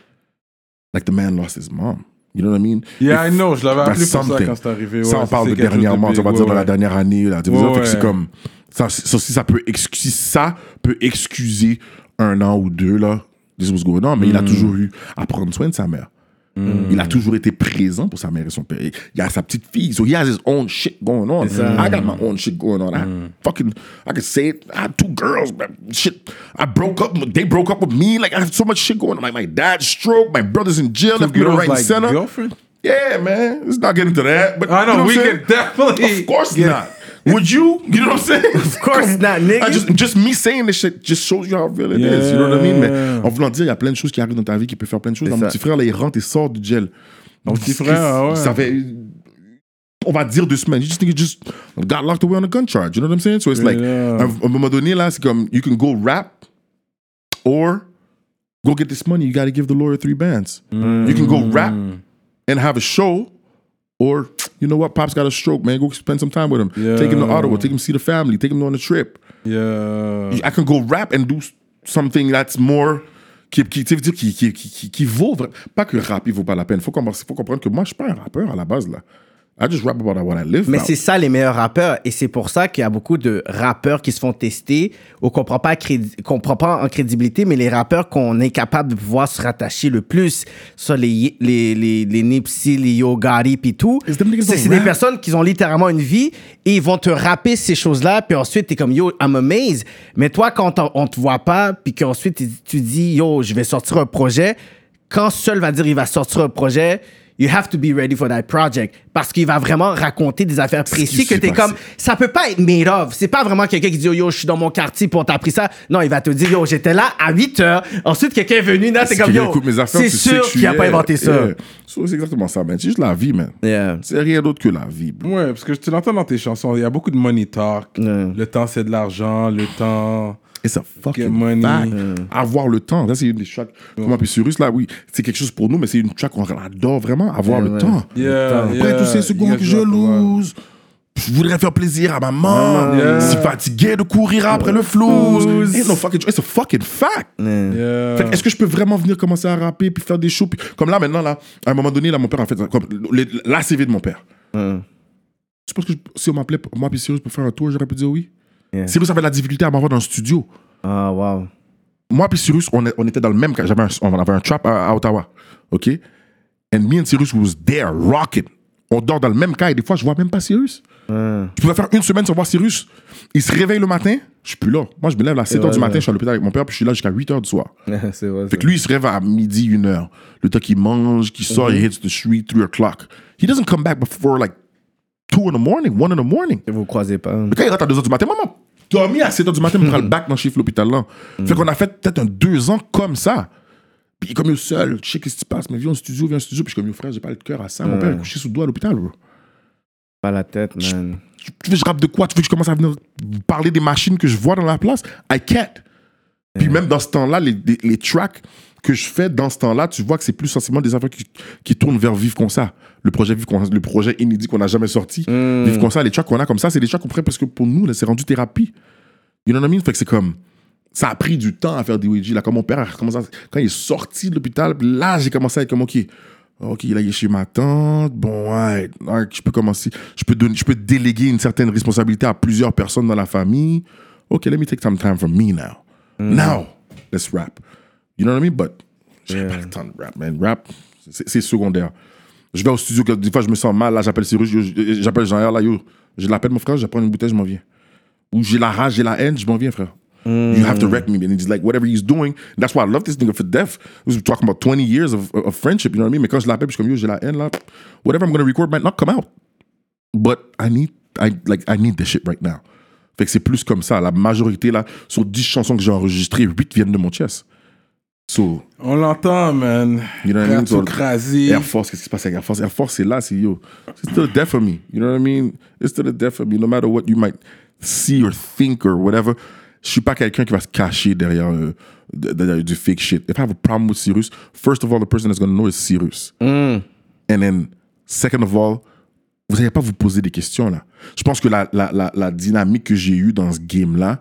S5: Like the man lost his mom. You know what I mean?
S3: Yeah, I
S5: If-
S3: know, je l'avais appelé
S5: That's
S3: pour ça
S5: Bah, something.
S3: quand c'est arrivé. ouais,
S5: ça, on
S3: c'est-
S5: parle
S3: c'est
S5: de
S3: quelque chose
S5: dernièrement,
S3: big,
S5: on va dire dans
S3: ouais,
S5: la dernière année. Là, tu vois,
S3: Ouais,
S5: fait que c'est
S3: ouais.
S5: comme. Ça, ça aussi, ça peut, excuser, ça peut excuser un an ou deux, là, this was going on, mais
S3: Hmm.
S5: il a toujours eu à prendre soin de sa mère. Il a toujours été présent pour sa mère et son père. Il a sa petite fille, so he has his own shit going on. I got my own shit going on. I
S3: Hmm.
S5: fucking, I can say it. I had two girls, but shit. I broke up, they broke up with me. Like, I have so much shit going on. Like, my dad stroke, my brother's in jail,
S3: Two
S5: left me to
S3: girls,
S5: right
S3: like,
S5: and center.
S3: girlfriend?
S5: Yeah, man. Let's not get into that. But
S3: I know,
S5: you what
S3: we
S5: I'm
S3: can
S5: saying?
S3: Ah, definitely-
S5: Of course not. Would you? You know what I'm saying? Of
S4: course not, nigga.
S3: Ah,
S5: I just, just me saying this shit just shows you how real it is. You know what I mean? Mais en voulant dire, il y a plein de choses qui arrivent dans ta vie qui peuvent faire plein de choses. Dans mon
S4: ça.
S5: petit frère, là, il rentre et sort du gel. Mon
S3: petit frère, ah ouais.
S5: Ça fait. On va dire deux semaines. You just think you just got locked away on a gun charge. You know what I'm saying? So it's like,
S3: Yeah.
S5: à un moment donné, là, c'est comme, you can go rap or go get this money. You gotta give the lawyer three bands.
S3: Mm.
S5: You can go rap and have a show, or you know what, pops got a stroke, man. Go spend some time with him. Take him to
S3: Yeah.
S5: Ottawa. Take him to see the family. Take him on a trip.
S3: Yeah.
S5: I can go rap and do s- something that's more. Qui, qui, tu sais, qui, qui, qui, qui, qui vaut. vra- Pas que rap, il vaut pas la peine. Faut comprendre, faut comprendre que moi, je suis pas un rappeur à la base, là. I just rap about what I live
S4: Mais
S5: about.
S4: c'est ça les meilleurs rappeurs et c'est pour ça qu'il y a beaucoup de rappeurs qui se font tester ou qu'on prend pas à crédi- qu'on prend pas en crédibilité mais les rappeurs qu'on est capable de pouvoir se rattacher le plus sur les les les, les Nipsey, les Yogari puis tout.
S5: It's them niggas
S4: C'est
S5: don't
S4: c'est des
S5: rap.
S4: personnes qui ont littéralement une vie et ils vont te rapper ces choses-là puis ensuite t'es comme yo I'm amazed mais toi quand on, on te voit pas puis qu'ensuite tu- tu dis yo je vais sortir un projet quand Seul va dire il va sortir un projet, you have to be ready for that project parce qu'il va vraiment raconter des affaires précises que
S5: s'est
S4: t'es
S5: passé?
S4: comme ça peut pas être made of. C'est pas vraiment quelqu'un qui dit yo je suis dans mon quartier pour t'as pris ça. Non, il va te dire yo j'étais là à 8 heures. Ensuite quelqu'un est venu là c'est
S5: Si
S4: comme
S5: quelqu'un
S4: yo
S5: écoute mes affaires,
S4: c'est
S5: tu sais
S4: sûr
S5: que je suis-
S4: qu'il a pas
S5: yeah,
S4: inventé ça.
S5: yeah. So, c'est exactement ça, man. C'est juste la vie, man.
S4: Yeah.
S5: C'est rien d'autre que la vie, bro.
S3: Ouais, parce que tu l'entends dans tes chansons, il y a beaucoup de money talk.
S4: Mm.
S3: Le temps, c'est de l'argent. Le temps.
S5: It's a
S3: Get
S5: fucking
S3: money.
S5: fact.
S4: Mm.
S5: Avoir le temps. Ça, c'est une des tracks. Comment puis Cyrus, là, oui, c'est quelque chose pour nous, mais c'est une track qu'on adore vraiment. Avoir
S4: Eh
S5: le temps.
S3: Yeah,
S5: Après
S3: yeah,
S5: tous ces
S3: you
S5: secondes
S3: guys
S5: que je
S3: rock the world.
S5: lose, je voudrais faire plaisir à maman.
S3: Yeah.
S5: Si fatigué de courir après le flouze. It's, no fucking, it's a fucking fact.
S3: Yeah.
S5: Fait que Est-ce que je peux vraiment venir commencer à rapper puis faire des shows puis- Comme là, maintenant, là, à un moment donné, là, mon père, en fait, comme les- la CV de mon père. Tu penses que je- si on m'appelait, moi puis Cyrus, pour faire un tour, j'aurais pu dire oui
S4: Yeah.
S5: Cyrus avait de la difficulté à m'avoir dans le studio.
S4: Ah
S5: [LAUGHS]
S4: wow.
S5: Moi puis Cyrus, on, est- on était dans le même. J'avais un, on avait un trap à, à Ottawa. OK And me and Cyrus was there, rocking. On dort dans le même cas et des fois, je vois même pas Cyrus. Je pouvais faire une semaine sans voir Cyrus. Il se réveille le matin, je suis plus là. Moi, je me lève à 7 h du matin, je suis à l'hôpital avec mon père, puis je suis là jusqu'à 8 h du soir.
S4: c'est vrai.
S5: Fait que lui, il se rêve à midi, une heure. Le temps qu'il mange, qu'il sort, il hits the street, 3 o'clock. He doesn't come back before like 2 in the morning, 1 in the morning.
S4: Vous croisez pas.
S5: Mais quand il rentre à 2 h du matin, maman, dormi à 7 h du matin pour aller le bac dans le chiffre l'hôpital là. Fait qu'on a fait peut-être un 2 ans comme ça. Puis il est comme yo seul, je sais qu'est-ce qui se passe, mais viens au studio, viens au studio. Puis je suis comme yo frère, j'ai pas le cœur à ça. Mon père est couché sous le doigt à l'hôpital, bro.
S4: Pas la tête man.
S5: Tu tu veux que je rappe de quoi Tu veux que je commence à venir parler des machines que je vois dans la place I can't. Puis même dans ce temps-là, les, les, les tracks que je fais dans ce temps-là, tu vois que c'est plus sensiblement des affaires qui, qui tournent vers Vive comme ça. Le projet Vive comme le projet inédit qu'on n'a jamais sorti. Vive comme ça, les tracks qu'on a comme ça, c'est des tracks qu'on prend parce que pour nous, là, c'est rendu thérapie. You know what I mean? Fait que c'est comme. Ça a pris du temps à faire des Ouija. Là, quand mon père a commencé, à- quand il est sorti de l'hôpital, là, j'ai commencé à être comme, OK, OK, là, il est chez ma tante. Bon, ouais, ouais, je peux commencer. Je peux, donner, je peux déléguer une certaine responsabilité à plusieurs personnes dans la famille. OK, let me take some time from me now. Now, let's rap. You know what I mean? But, j'ai pas le temps de rap, man. Rap, c'est c'est secondaire. Je vais au studio, que des fois, je me sens mal. Là, j'appelle Cyrus, yo, j'appelle Jean-Pierre, là, yo. Je l'appelle, mon frère, je prends une bouteille, je m'en viens ou j'ai la rage, j'ai la haine, je m'en viens, frère. You have to wreck me, man. And he's like, whatever he's doing, that's why I love this nigga for death. We were talking about 20 years of, of friendship, you know what I mean? Mais quand je l'appelle, puis je suis comme, yo, j'ai la haine, là. Whatever I'm gonna record might not come out. But I need, I, like, I need this shit right now. Fait que c'est plus comme ça. La majorité, là, sur 10 chansons que j'ai enregistrées, 8 viennent de mon chest. So,
S3: On l'entend, man.
S5: You know what I mean?
S3: Tout
S5: So-
S3: crasé.
S5: Air Force, qu'est-ce qui se passe avec Air Force? Air Force, c'est là, c'est yo. It's still death for me. You know what I mean? It's still a death for me. No matter what you might see or think or whatever, je suis pas quelqu'un qui va se cacher derrière, euh, de- derrière du fake shit. If I have a problem with Cyrus, first of all, the person that's gonna know is Cyrus. And then, second of all, vous n'allez pas vous poser des questions là. Je pense que la, la, la, la dynamique que j'ai eue dans ce game là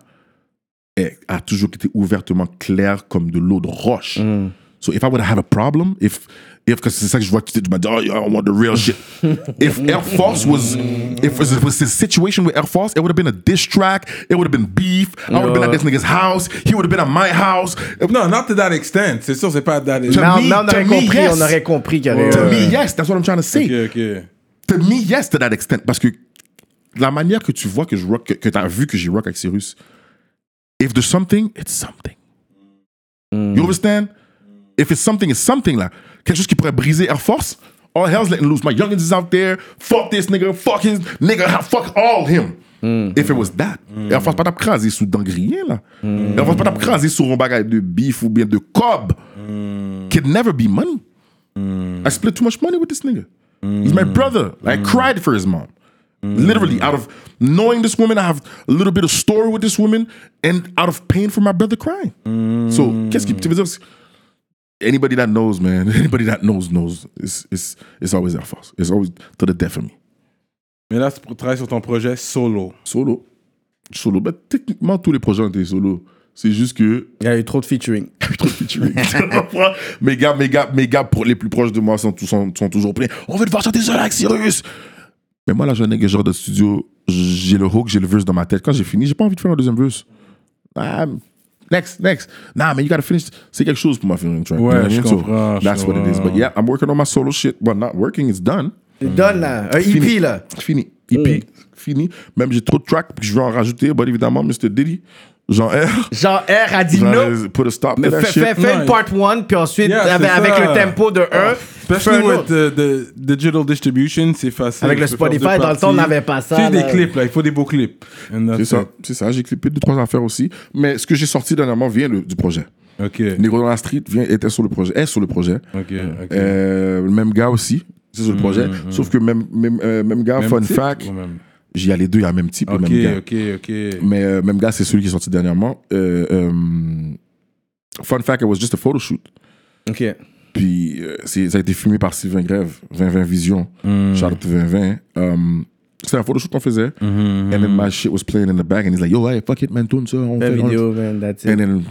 S5: est- a toujours été ouvertement claire comme de l'eau de roche. So if I would have had a problem, if if because c'est ça que je vois que tu tu m'as dit, oh yeah, I want the real shit. if Air Force was if it was a situation with Air Force, it would have been a diss track, it would have been beef. I would have been at this nigga's house, he would have been at my house.
S3: Non, not to that extent. C'est sûr, c'est pas à that
S4: Mais
S3: extent.
S5: To
S4: on,
S5: me,
S4: mais on
S5: to
S4: aurait
S5: me,
S4: compris,
S5: yes.
S4: on aurait compris qu'il y avait,
S5: To
S4: euh,
S5: me, yes, that's what I'm trying to say.
S3: Ok, ok.
S5: To me, yes, to that extent. Parce que la manière que tu vois que je rock, que, que t'as vu que j'ai rock avec Cyrus, if there's something, it's something. You understand? If it's something, it's something là. Quelque chose qui pourrait briser Air Force, all hell's letting loose. My youngins is out there, fuck this nigga, fuck his nigga, fuck all him. If it was that. Air Force pas t'apcraser sous d'engrien là. Air Force pas t'apcraser sous un bagage de beef ou bien de cob. Could never be money. I split too much money with this nigga. He's my brother. I cried for his mom. Literally, out of knowing this woman, I have a little bit of story with this woman, and out of pain for my brother crying. So, qu'est-ce qui- tu veux dire, c'est- Anybody that knows, man, [LAUGHS] anybody that knows knows. It's it's it's always their fault. It's always to the death of me.
S3: Mais là, tu travailles sur ton projet solo.
S5: Solo, solo. Bah, techniquement, tous les projets ont été solo. C'est juste que
S4: il y a eu trop de featuring.
S5: Trop
S3: [LAUGHS]
S5: de featuring. mes gars, mes gars, mes gars pro- les plus proches de moi sont, tous- sont, sont toujours pleins. On veut te voir chanter seul avec Cyrus. Mais moi, là, je que genre de studio, j'ai le hook, j'ai le verse dans ma tête. Quand j'ai fini, j'ai pas envie de faire un deuxième verse. Ah, next, next. Nah, man, you gotta finish. C'est quelque chose pour ma feeling track.
S3: Ouais,
S5: You know what I
S3: je
S5: mean? So,
S3: comprends, je
S5: that's what it is.
S3: comprends.
S5: But yeah, I'm working on my solo shit. But not working, it's done.
S4: Donne euh, là, un EP là.
S5: Fini.
S3: Mm.
S5: EP, fini. Même j'ai trop de tracks, puis je vais en rajouter. But évidemment, Mr. Diddy, Jean R.
S4: Jean R a dit
S5: Jean
S4: non.
S5: R, Put a stop to
S4: Fais,
S5: that
S4: fais,
S5: shit.
S4: fais
S3: Non,
S4: le part 1, puis ensuite,
S3: Yeah, c'est
S4: avec, avec
S3: ça.
S4: le tempo de 1, fais
S3: Especially
S4: un
S3: with
S4: autre.
S3: the, the digital distribution, c'est facile.
S4: Avec le
S3: Tu peux faire deux
S4: Spotify, dans le temps, on
S3: parties.
S4: n'avait pas ça,
S3: Tu sais, des
S4: là.
S3: clips, là. Il faut des beaux clips. And that's
S5: C'est ça,
S3: it.
S5: c'est ça. J'ai clippé deux, trois affaires aussi. Mais ce que j'ai sorti dernièrement vient le- du projet.
S3: OK.
S5: Négro dans la street vient, était sur le projet, est sur le projet.
S3: OK, OK. Mm,
S5: Euh, le même gars aussi, c'est sur le projet. Sauf que même, même, euh, même gars,
S3: Même
S5: fun
S3: type
S5: fact,
S3: ou même-
S5: j'y ai les deux, il y a le même type,
S3: OK,
S5: le même gars.
S3: OK, OK.
S5: Mais euh, même gars, c'est celui qui est sorti dernièrement. Euh, euh, fun fact, it was just a photo shoot.
S4: Ok.
S5: Puis euh, c'est- ça a été filmé par Sylvain Grève, 2020 Vision,
S3: Mm.
S5: Charlotte 2020. Um, c'était un photoshoot qu'on faisait.
S3: Mhm, Mm.
S5: And then my shit was playing in the back. And he's like, yo, hey, fuck it, man, tourne ça. On
S4: La
S5: fait- on-
S4: vidéo, man, that's
S5: And
S4: it.
S5: then,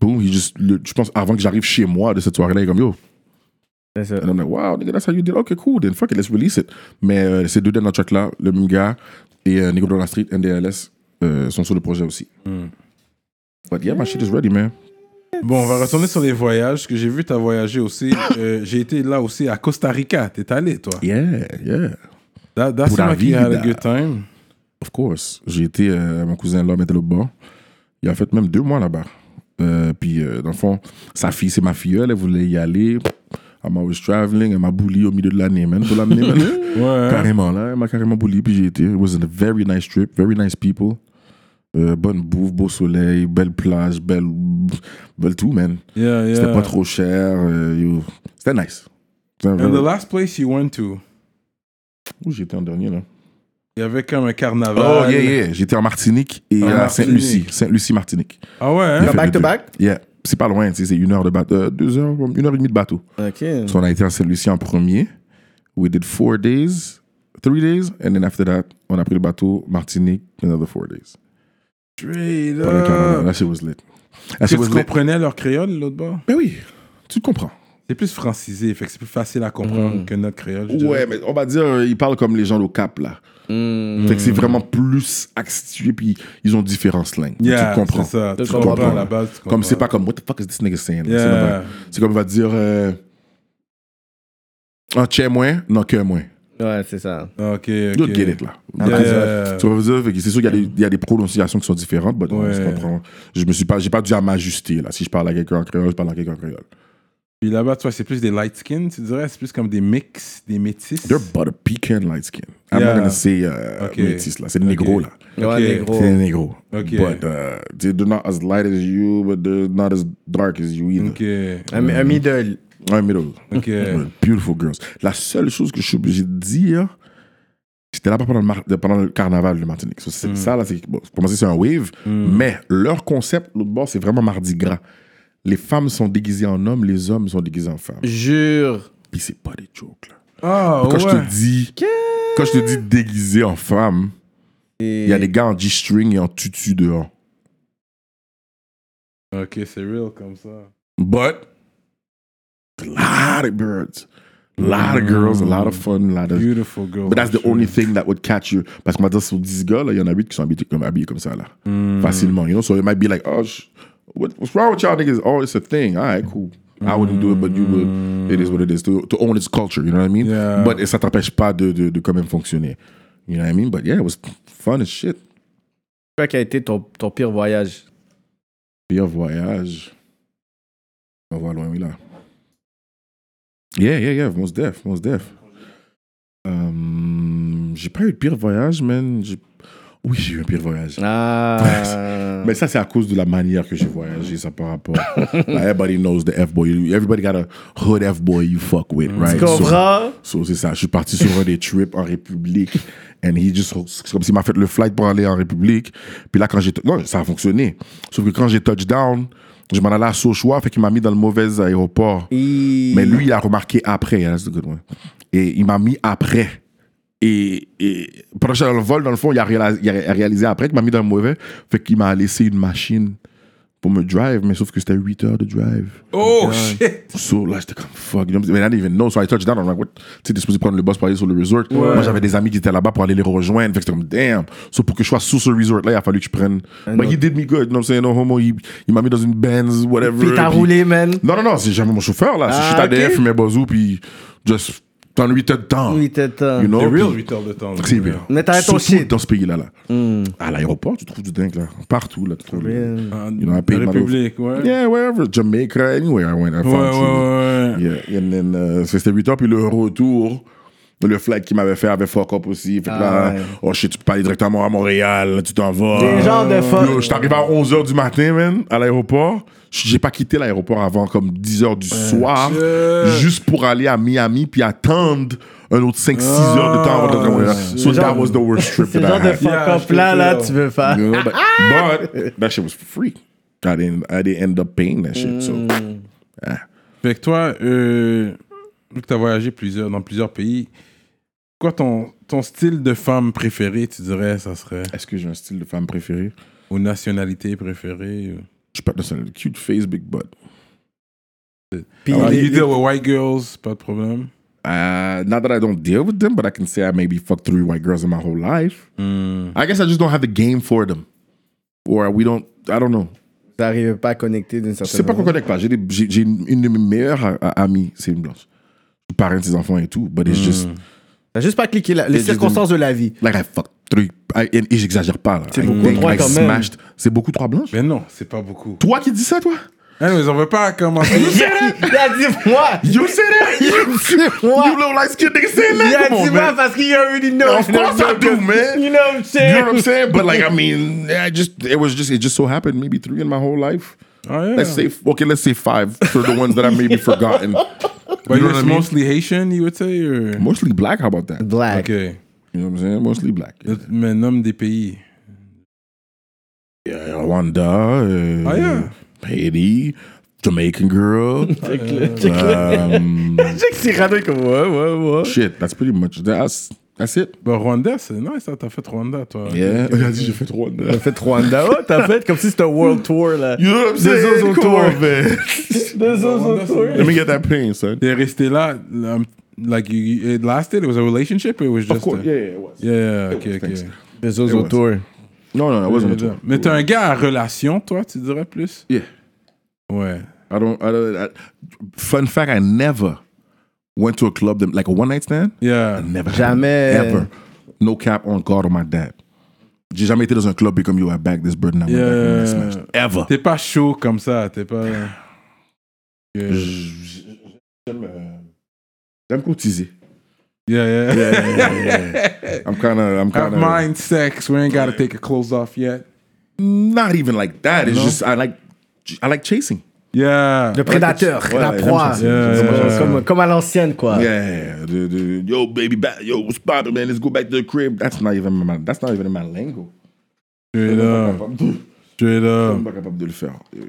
S5: boom, he just, le- je pense, avant que j'arrive chez moi de cette soirée-là, il est comme, yo.
S4: C'est ça.
S5: And I'm like, wow, nigga, that's how you did. Okay, cool, then fuck it, let's release it. Mais euh, ces deux derniers tracks-là, le même gars et euh, Nico dans la street, NDLS, euh, sont sur le projet aussi. But yeah, my shit is ready, man.
S3: mhm. Bon, on va retourner sur les voyages, parce que j'ai vu t'as voyagé aussi. Euh, j'ai été là aussi à Costa Rica. T'es allé, toi.
S5: Yeah, yeah.
S3: That, that's
S5: Pura
S3: why you had a
S5: vida.
S3: good time.
S5: Of course. J'ai été, euh, mon cousin l'homme était là-bas. Il a fait même deux mois là-bas. Euh, puis, euh, dans le fond, sa fille, c'est ma filleule, elle voulait y aller. I'm always traveling, elle m'a bouli au milieu de l'année, man, pour l'amener, man.
S3: Ouais.
S5: Carrément, là, elle m'a carrément bouli, puis j'ai été. It was a very nice trip, very nice people. Euh, bonne bouffe, beau soleil, belle plage, belle, belle tout, man.
S3: Yeah, yeah.
S5: C'était pas trop cher. euh, yo. C'était nice. C'était
S3: And the
S5: vraiment-
S3: last place you went to,
S5: Où j'étais en dernier, là?
S3: il y avait comme un carnaval.
S5: Oh, yeah, yeah. J'étais en Martinique et
S3: En
S5: à
S3: Martinique.
S5: Sainte-Lucie. Sainte-Lucie, Martinique.
S3: Ah ouais?
S5: Il a
S3: hein?
S5: fait
S4: back
S5: les
S4: to
S5: deux.
S4: back?
S5: Yeah. C'est pas loin, tu sais, c'est une heure de bateau. euh, deux heures, une heure et demie de bateau.
S4: Ok.
S3: Mm.
S5: So on a été à Saint-Lucie en premier. We did four days, three days, and then after that, on a pris le bateau Martinique, another four days.
S3: Straight
S5: Pendant que la- la-
S3: up.
S5: That shit was lit. That
S3: Tu
S5: shit was lit.
S3: comprenais leur créole, l'autre bord?
S5: Ben oui, tu comprends.
S3: C'est plus francisé, fait que c'est plus facile à comprendre que notre créole. je dirais.
S5: Ouais, mais on va dire, euh, ils parlent comme les gens au Cap, là.
S4: Mm,
S5: Fait que
S3: Mm.
S5: c'est vraiment plus accentué, puis ils ont différents slangs.
S3: Yeah,
S5: tu comprends.
S3: c'est ça. Tu
S5: Tu
S3: comprends
S5: comprends.
S3: à la base, tu
S5: Comme
S3: comprends.
S5: c'est pas comme, what the fuck is this nigga saying?
S3: Yeah.
S5: C'est pas vrai. C'est comme, on va dire, euh, un tchè moins, non, que moins.
S4: Ouais, c'est ça.
S3: Ok, ok.
S5: You'll get it, là.
S3: Yeah. Mm.
S5: Tu vois, je veux dire, fait que c'est sûr qu'il y a des- il y, a des prononciations qui sont différentes, mais on se
S3: Ouais.
S5: comprend. Je me suis pas, j'ai pas dû à m'ajuster, là. Si je parle à quelqu'un en créole, je parle à quelqu'un en créole.
S3: Puis là-bas, tu vois, c'est plus des light skin, tu dirais, c'est plus comme des mix, des métis.
S5: They're butter pecan light skin. I'm
S3: Yeah.
S5: not gonna say euh,
S3: Ok.
S5: métis, là. C'est des négro, là.
S4: Ouais, les gros.
S5: C'est des négro.
S3: Ok.
S5: But uh, they're not as light as you, but they're not as dark as you either.
S3: Ok,
S4: Un,
S5: Mm.
S4: un middle.
S5: Un middle.
S3: ok.
S5: [LAUGHS] Ouais, Beautiful girls. La seule chose que je suis obligé de dire, j'étais là-bas pendant le, mar- de- pendant le carnaval de Martinique. So,
S3: Mm.
S5: c'est- Ça, là, c'est, bon, pour moi, c'est un wave,
S3: Hmm.
S5: mais leur concept, l'autre bord, c'est vraiment Mardi Gras. Les femmes sont déguisées en hommes, les hommes sont déguisés en femmes.
S4: Jure.
S5: Puis c'est pas des jokes, là.
S3: Ah,
S5: Quand
S3: ouais.
S5: je te dis, quand je te dis déguisé en femme, il y a des gars en G-string et en tutu dehors.
S3: Ok, c'est real comme ça.
S5: But, a lot of birds, a lot of girls, a lot of fun, a lot of
S3: Beautiful girl.
S5: But that's the only thing that would catch you. Parce qu'on va dire sur 10 gars, là, il y en a 8 qui sont habillés comme, habillés comme ça, là.
S3: Mm. Hmm.
S5: Facilement, you know? So it might be like, oh, sh- what, what's wrong with y'all niggas? Oh, it's a thing. All right, cool. I wouldn't do it, but you would. It is what it is. To, to own its culture, you know what I mean?
S3: Hmm. Yeah.
S5: But ça t'empêche pas de, de, de quand même fonctionner. You know what I mean? But yeah, it was fun as shit.
S4: Quoi qui a été ton, ton pire voyage?
S5: Puis un voyage. On va loin, oui, là. Yeah, yeah, yeah, most def, most def. Euh, j'ai pas eu de pire voyage, man. J'ai- Oui, j'ai eu un pire voyage.
S4: Ah.
S5: [LAUGHS] Mais ça, c'est à cause de la manière que j'ai voyagé, ça par rapport. Like, everybody knows the F-boy. Everybody got a hood F-boy you fuck with, right?
S4: Mm. tu comprends?
S5: So, so, c'est ça. Je suis parti sur un des trips en République. And he just, c'est comme s'il m'a fait le flight pour aller en République. Puis là, quand j'ai, non, ça a fonctionné. Sauf que quand j'ai touchdown, je m'en allais à Sochois, fait qu'il m'a mis dans le mauvais aéroport.
S4: Et-
S5: Mais lui, il a remarqué après. hein, c'est good, ouais. Et il m'a mis après. Et, et pendant que j'étais dans le vol, dans le fond, il a réalisé, il a réalisé après qu'il m'a mis dans le mauvais. Fait qu'il m'a laissé une machine pour me drive, mais sauf que c'était 8 heures de drive.
S3: Oh shit!
S5: So, là, j'étais comme fuck. You know, what I'm saying? And I didn't even know. So I touched down. I'm like, what? Tu sais, t'es supposé prendre le bus pour aller sur le resort. Moi, j'avais des amis qui étaient là-bas pour aller les rejoindre. Fait que j'étais comme, damn. So, pour que je sois sous ce resort-là, il a fallu que je prenne. But he did me good. You know what I'm saying? No homo. Il, il m'a mis dans une Benz, whatever.
S4: Puis t'as roulé, man.
S5: Non, non, non. C'est jamais mon chauffeur, là.
S4: Ah,
S5: c'est shit ADF,
S4: ok.
S5: mais bazou, puis just. T'en 8 heures de temps.
S4: Huit heures de temps.
S5: You know?
S3: The real
S5: puis-
S3: 8 heures de temps.
S5: c'est bien.
S4: Mais t'arrêtes ton
S5: Surtout
S4: shit. Hmm.
S5: dans ce pays-là. là. À l'aéroport, tu trouves du dingue. Là. Partout, là, tu trouves. le- You know, I paid my
S3: République, ouais.
S5: Yeah, wherever. Jamaica, anywhere I went,
S3: Ouais, ouais,
S5: I found you.
S3: ouais. ouais.
S5: Yeah. And then, euh, c'était 8 heures, puis le retour, le flight qu'il m'avait fait avait fuck up aussi. Fait que
S4: Ah,
S5: là,
S4: ouais.
S5: oh shit, tu peux pas aller directement à Montréal, là, tu t'en vas.
S4: Des genres de fuck.
S5: Yo, je suis arrivé à 11h du matin, man, à l'aéroport. J'ai pas quitté l'aéroport avant comme 10h du soir,
S3: shit.
S5: juste pour aller à Miami, puis attendre un autre 5-6 heures de temps avant d'entrer à Montréal. So that was the worst trip
S4: C'est le
S5: that I
S4: genre de Ah!
S5: had.
S4: fuck-up
S3: Yeah, je
S4: là,
S3: peux
S4: là,
S3: dire.
S4: tu veux faire.
S5: You
S4: [LAUGHS]
S5: know, but, but that shit was for free. I didn't I didn't end up paying that shit.
S4: Mm.
S5: So
S3: Fait que toi, euh, vu que t'as voyagé plusieurs, dans plusieurs pays, quoi ton, ton style de femme préféré, tu dirais, ça serait
S5: est-ce que j'ai un style de femme préféré?
S3: Ou nationalité préférée ou-
S5: Je suis pas dans un cute face big butt.
S4: Puis
S3: Ah,
S4: les-
S3: You deal with white girls, pas de problème.
S5: Uh, not that I don't deal with them, but I can say I maybe fucked three white girls in my whole life. I guess I just don't have the game for them, or we don't. I don't know.
S4: T'arrives pas à connecter d'une
S5: Je sais
S4: certaine
S5: pas qu'on connecte pas. J'ai des- j'ai- j'ai une une de mes meilleures a- a- amies, c'est une blanche. Je suis parrain de ses enfants et tout, but it's just
S4: Hmm. T'as juste pas cliqué là. Les
S5: Des- des-
S4: circonstances de la
S5: [LAUGHS]
S4: vie.
S5: like I fucked three. I- and- et j'exagère pas là.
S4: C'est
S5: I
S4: beaucoup
S5: think
S4: trois
S5: I
S4: quand même.
S5: smashed- C'est beaucoup trois blanches.
S3: Mais Ben non, c'est pas beaucoup.
S5: Toi qui dis ça, toi?
S3: Anyways, on veut pas
S5: [LAUGHS]
S3: commencer.
S4: Il a dit moi!
S5: You say that? [LAUGHS]
S4: [LAUGHS]
S5: You,
S4: What?
S5: you little light skinned nigga saying
S4: Il
S5: that?
S4: a
S5: Come
S4: dit
S5: on,
S4: moi
S5: man.
S4: parce qu'il already know.
S5: Of course I do,
S4: You know what I'm
S5: man. You know what
S4: saying?
S5: I'm saying? But like, I [LAUGHS] mean, I just it was just it just so happened maybe three in my whole life.
S3: Oh, yeah.
S5: Let's say okay, let's say five for the ones that I [LAUGHS] maybe forgotten.
S3: But
S5: You know what I
S3: you're
S5: mean?
S3: mostly Haitian, you would say or...
S5: Mostly black. How about that?
S4: Black.
S3: Ok.
S5: You know what I'm saying? Mostly black. Yeah,
S3: Mais nomme des pays.
S5: Rwanda. Uh,
S3: Oh, yeah.
S5: Haiti. Jamaican [LAUGHS] girl. um,
S4: sais que Cyrano est comme ouais, ouais, ouais.
S5: shit, that's pretty much that's that's it.
S3: Bah, Rwanda, c'est nice, hein, t'as fait Rwanda, toi.
S5: Yeah. Vas-y, j'ai fait Rwanda.
S4: T'as fait Rwanda. Oh, t'as fait comme si c'était un world tour là.
S5: [LAUGHS] You know what I'm
S4: Deux
S5: saying?
S4: autres
S5: Come
S4: tours.
S5: on, man. [LAUGHS]
S4: Deux autres tour.
S5: Let me get that pain, son.
S3: T'es resté là, um, like, you, you- it lasted, it was a relationship, or it was just...
S5: Of course,
S3: a-
S5: yeah, yeah, it was.
S3: Yeah, yeah, ok, ok.
S5: thanks.
S4: Deux autres tour.
S5: No, no, no, it wasn't a tour.
S3: Mais t'es un gars à relation, toi, tu dirais plus?
S5: Yeah.
S3: Ouais.
S5: I don't. I don't. I, fun fact: I never went to a club that, like a one night stand.
S3: Yeah.
S5: Never.
S4: Jamais.
S5: Ever. No cap on God or my dad. J'ai jamais été dans un club et comme yo, I bagged this burden.
S3: Yeah.
S5: Ever.
S3: T'es pas chaud comme ça, t'es pas... Yeah,
S5: J'aime euh, j'aime courtiser.
S3: yeah. yeah.
S5: [LAUGHS] I'm kind of. I'm
S3: Have
S5: kind of.
S3: mind sex, we ain't gotta take our clothes off yet.
S5: Not even like that. It's just I like. I like chasing.
S3: Yeah.
S4: Le prédateur,
S5: Ouais,
S4: la
S5: ouais,
S4: proie.
S5: j'aime ça,
S3: j'aime ça.
S4: Comme- Comme, comme à l'ancienne,
S3: Uh.
S4: quoi.
S5: Yeah, the- the- yo, baby, back, yo, what's poppin', man? Let's go back to the crib. That's not even my, that's not even in my lingo.
S3: Straight
S5: Je
S3: up, straight
S5: suis
S3: up,
S5: pas capable de le faire, euh,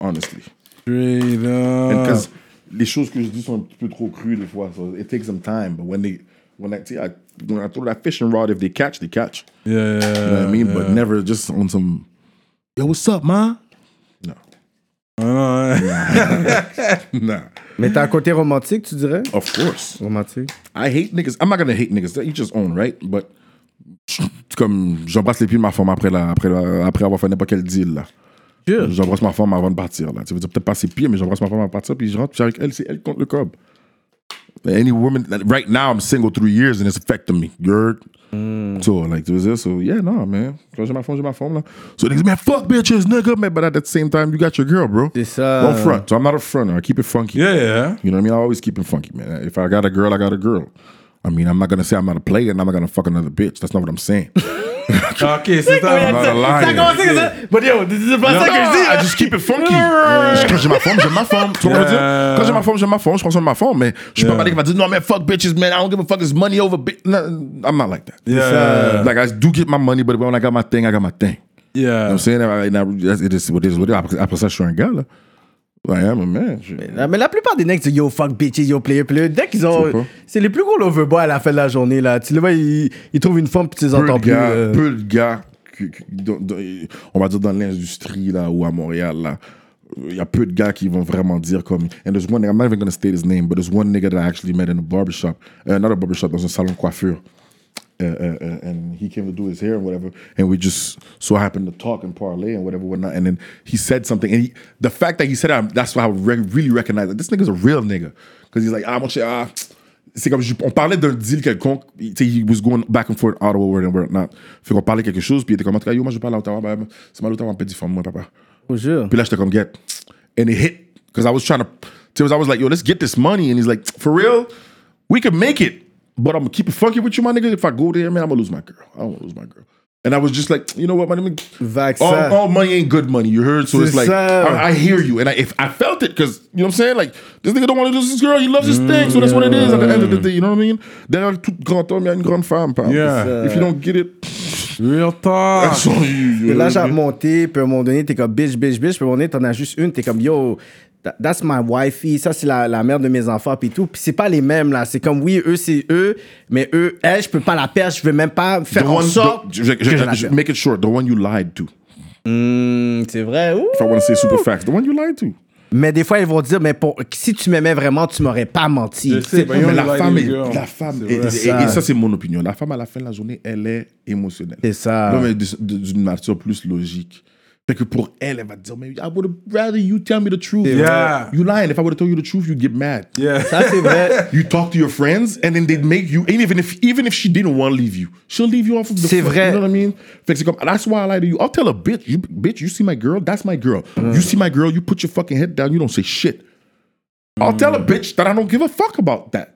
S5: honestly.
S3: straight
S5: And
S3: up.
S5: 'cause les choses que je dis sont un petit peu trop crues des fois. So it takes some time, but when they, when I, see, I, when I throw that fishing rod, if they catch, they catch.
S3: Yeah, yeah,
S5: You know what I mean? But
S3: yeah.
S5: never just on some, Uh, yo, what's up, ma? No, [LAUGHS]
S3: Ah, ouais.
S5: nah.
S4: Mais t'as un côté romantique, tu dirais?
S5: Of course,
S4: Romantique.
S5: I hate niggas. I'm not gonna hate niggas. Each his own, right? But [LAUGHS] comme j'embrasse les pieds de ma femme après la, après la, après avoir fait n'importe quel deal là.
S4: Sure.
S5: J'embrasse ma femme avant de partir là. Tu veux dire peut-être pas ses pieds, mais j'embrasse ma femme avant de partir puis je rentre puis avec elle, c'est elle contre le cob. Any woman like, right now I'm single three years and it's affecting me. You're
S4: Hmm.
S5: so like tu veux dire so yeah no man. Quand j'ai ma femme, j'ai ma femme là. So niggas man fuck bitches nigga man, but at the same time you got your girl bro.
S4: C'est ça.
S5: Don't front. So I'm not a fronter. I keep it funky.
S3: Yeah, yeah.
S5: You know what I mean? I always keep it funky, man. If I got a girl, I got a girl. I mean, I'm not gonna say I'm not a player and I'm not gonna fuck another bitch. That's not what
S3: [LAUGHS]
S5: I'm saying.
S3: Ok, c'est ça.
S5: I'm not a liar.
S4: But yo, c'est pas ça que je dis. hein.
S5: I just keep it funky. Quand j'ai ma forme, j'ai ma forme. Tu vois ce que je veux dire?
S3: Yeah.
S5: Quand j'ai ma forme, j'ai ma forme. Je prends soin de ma forme, mais je suis pas pas qui va dire non, man, fuck bitches, man. I don't give a fuck. It's money over bitch. I'm not like that.
S3: Yeah.
S5: Like I do get my money, but when I got my thing, I got my thing. You know what
S3: Yeah.
S5: I'm saying? I, I, it is what it is. What it is. Après ça, je suis un gars là. I am a man. Je-
S4: Ah, Mais la plupart des nègres disent yo fuck bitches, yo player, player. Dès qu'ils
S5: C'est
S4: ont.
S5: quoi?
S4: C'est les plus gros loverboys à la fin de la journée, là. Tu le vois, ils, ils trouvent une forme puis tu les
S5: Peu
S4: entends
S5: de
S4: plus.
S5: gars,
S4: euh.
S5: peu de gars que- que- dans- dans- on va dire dans l'industrie là ou à Montréal là, il y a peu de gars qui vont vraiment dire comme. And there's one nigga, I'm not even gonna state his name, but there's one nigga that I actually met in a barbershop, uh, not a barbershop, dans un salon de coiffure. Uh, uh, uh, and he came to do his hair and whatever, and we just so happened to talk and parlay and whatever, whatnot. And then he said something, and he, the fact that he said that, that's why I re- really recognize that this nigga's a real nigga, because he's like, ah, mon cher, ah, c'est comme je- on parlait d'un deal quelconque, il- tu sais, he was going back and forth Ottawa word and whatnot. Fait qu'on parlait quelque chose, puis il était comme en tout cas, yo, moi je parle à Ottawa, bah, c'est mal Ottawa un peu différent, moi papa.
S4: Bonjour.
S5: Puis là, j'étais comme, get. And it hit. Because I was trying to, Tibbs, I was like, yo, let's get this money. And he's like, for real, we could make it. But I'm going to keep it funky with you, my nigga. If I go there, man, I'm going to lose my girl. I don't want to lose my girl. And I was just like, you know what, my nigga?
S4: Vax
S5: All,
S4: up.
S5: all money ain't good money. You heard? So it's
S4: C'est
S5: like,
S4: ça.
S5: I, I hear you. And I, if I felt it, because, you know what I'm saying? Like, this nigga don't want to lose his girl. He loves his thing. So that's what it is at the end of the day. You know what I mean? Derrière tout grand homme, il y a une grande femme, pal.
S3: Yeah. Ah.
S5: If you don't get it,
S3: Real
S5: [LAUGHS]
S3: talk.
S5: that's on you. you
S4: Puis
S5: know
S4: là,
S5: what I
S4: j'ai
S5: mean?
S4: remonté, puis à un moment donné, t'es comme bitch, bitch, bitch. Puis à un moment donné, t'en as juste une, t'es comme yo, tha- that's my wifey, ça c'est la, la mère de mes enfants, puis tout. Puis c'est pas les mêmes, là. C'est comme oui, eux c'est eux, mais eux, elle, je peux pas la perdre, je vais même pas faire
S5: The
S4: en
S5: one,
S4: sorte
S5: the- je- je-
S4: que je la
S5: je-
S4: perde.
S5: make it short. The one you lied to.
S4: Hmm, c'est vrai, ouh.
S5: if I want to say super facts. The one you lied to.
S4: Mais des fois, ils vont dire, mais pour, si tu m'aimais vraiment, tu m'aurais pas menti.
S3: Je sais, ben,
S5: Mais
S3: yo,
S5: la
S3: like
S5: femme,
S3: the
S5: est-
S3: girl.
S5: la femme,
S3: C'est
S5: est-
S3: vrai.
S5: et, et- et ça c'est mon opinion. La femme à la fin de la journée, elle est émotionnelle.
S4: C'est ça.
S5: L'homme est de- de- d'une nature plus logique. Fait que pour elle, elle va dire, mais I would rather you tell me the truth.
S3: Yeah.
S5: You lying. If I would have told you the truth, you'd get mad.
S3: Yeah.
S4: Ça, c'est vrai.
S5: You talk to your friends, and then they'd make you. And even if even if she didn't want to leave you, she'll leave you off of the.
S4: C'est
S5: front,
S4: vrai.
S5: You know what I mean? Fait que c'est comme that's why I lie to you. I'll tell a bitch, you, bitch, you see my girl, that's my girl. You see my girl, you put your fucking head down, you don't say shit. I'll tell a bitch that I don't give a fuck about that.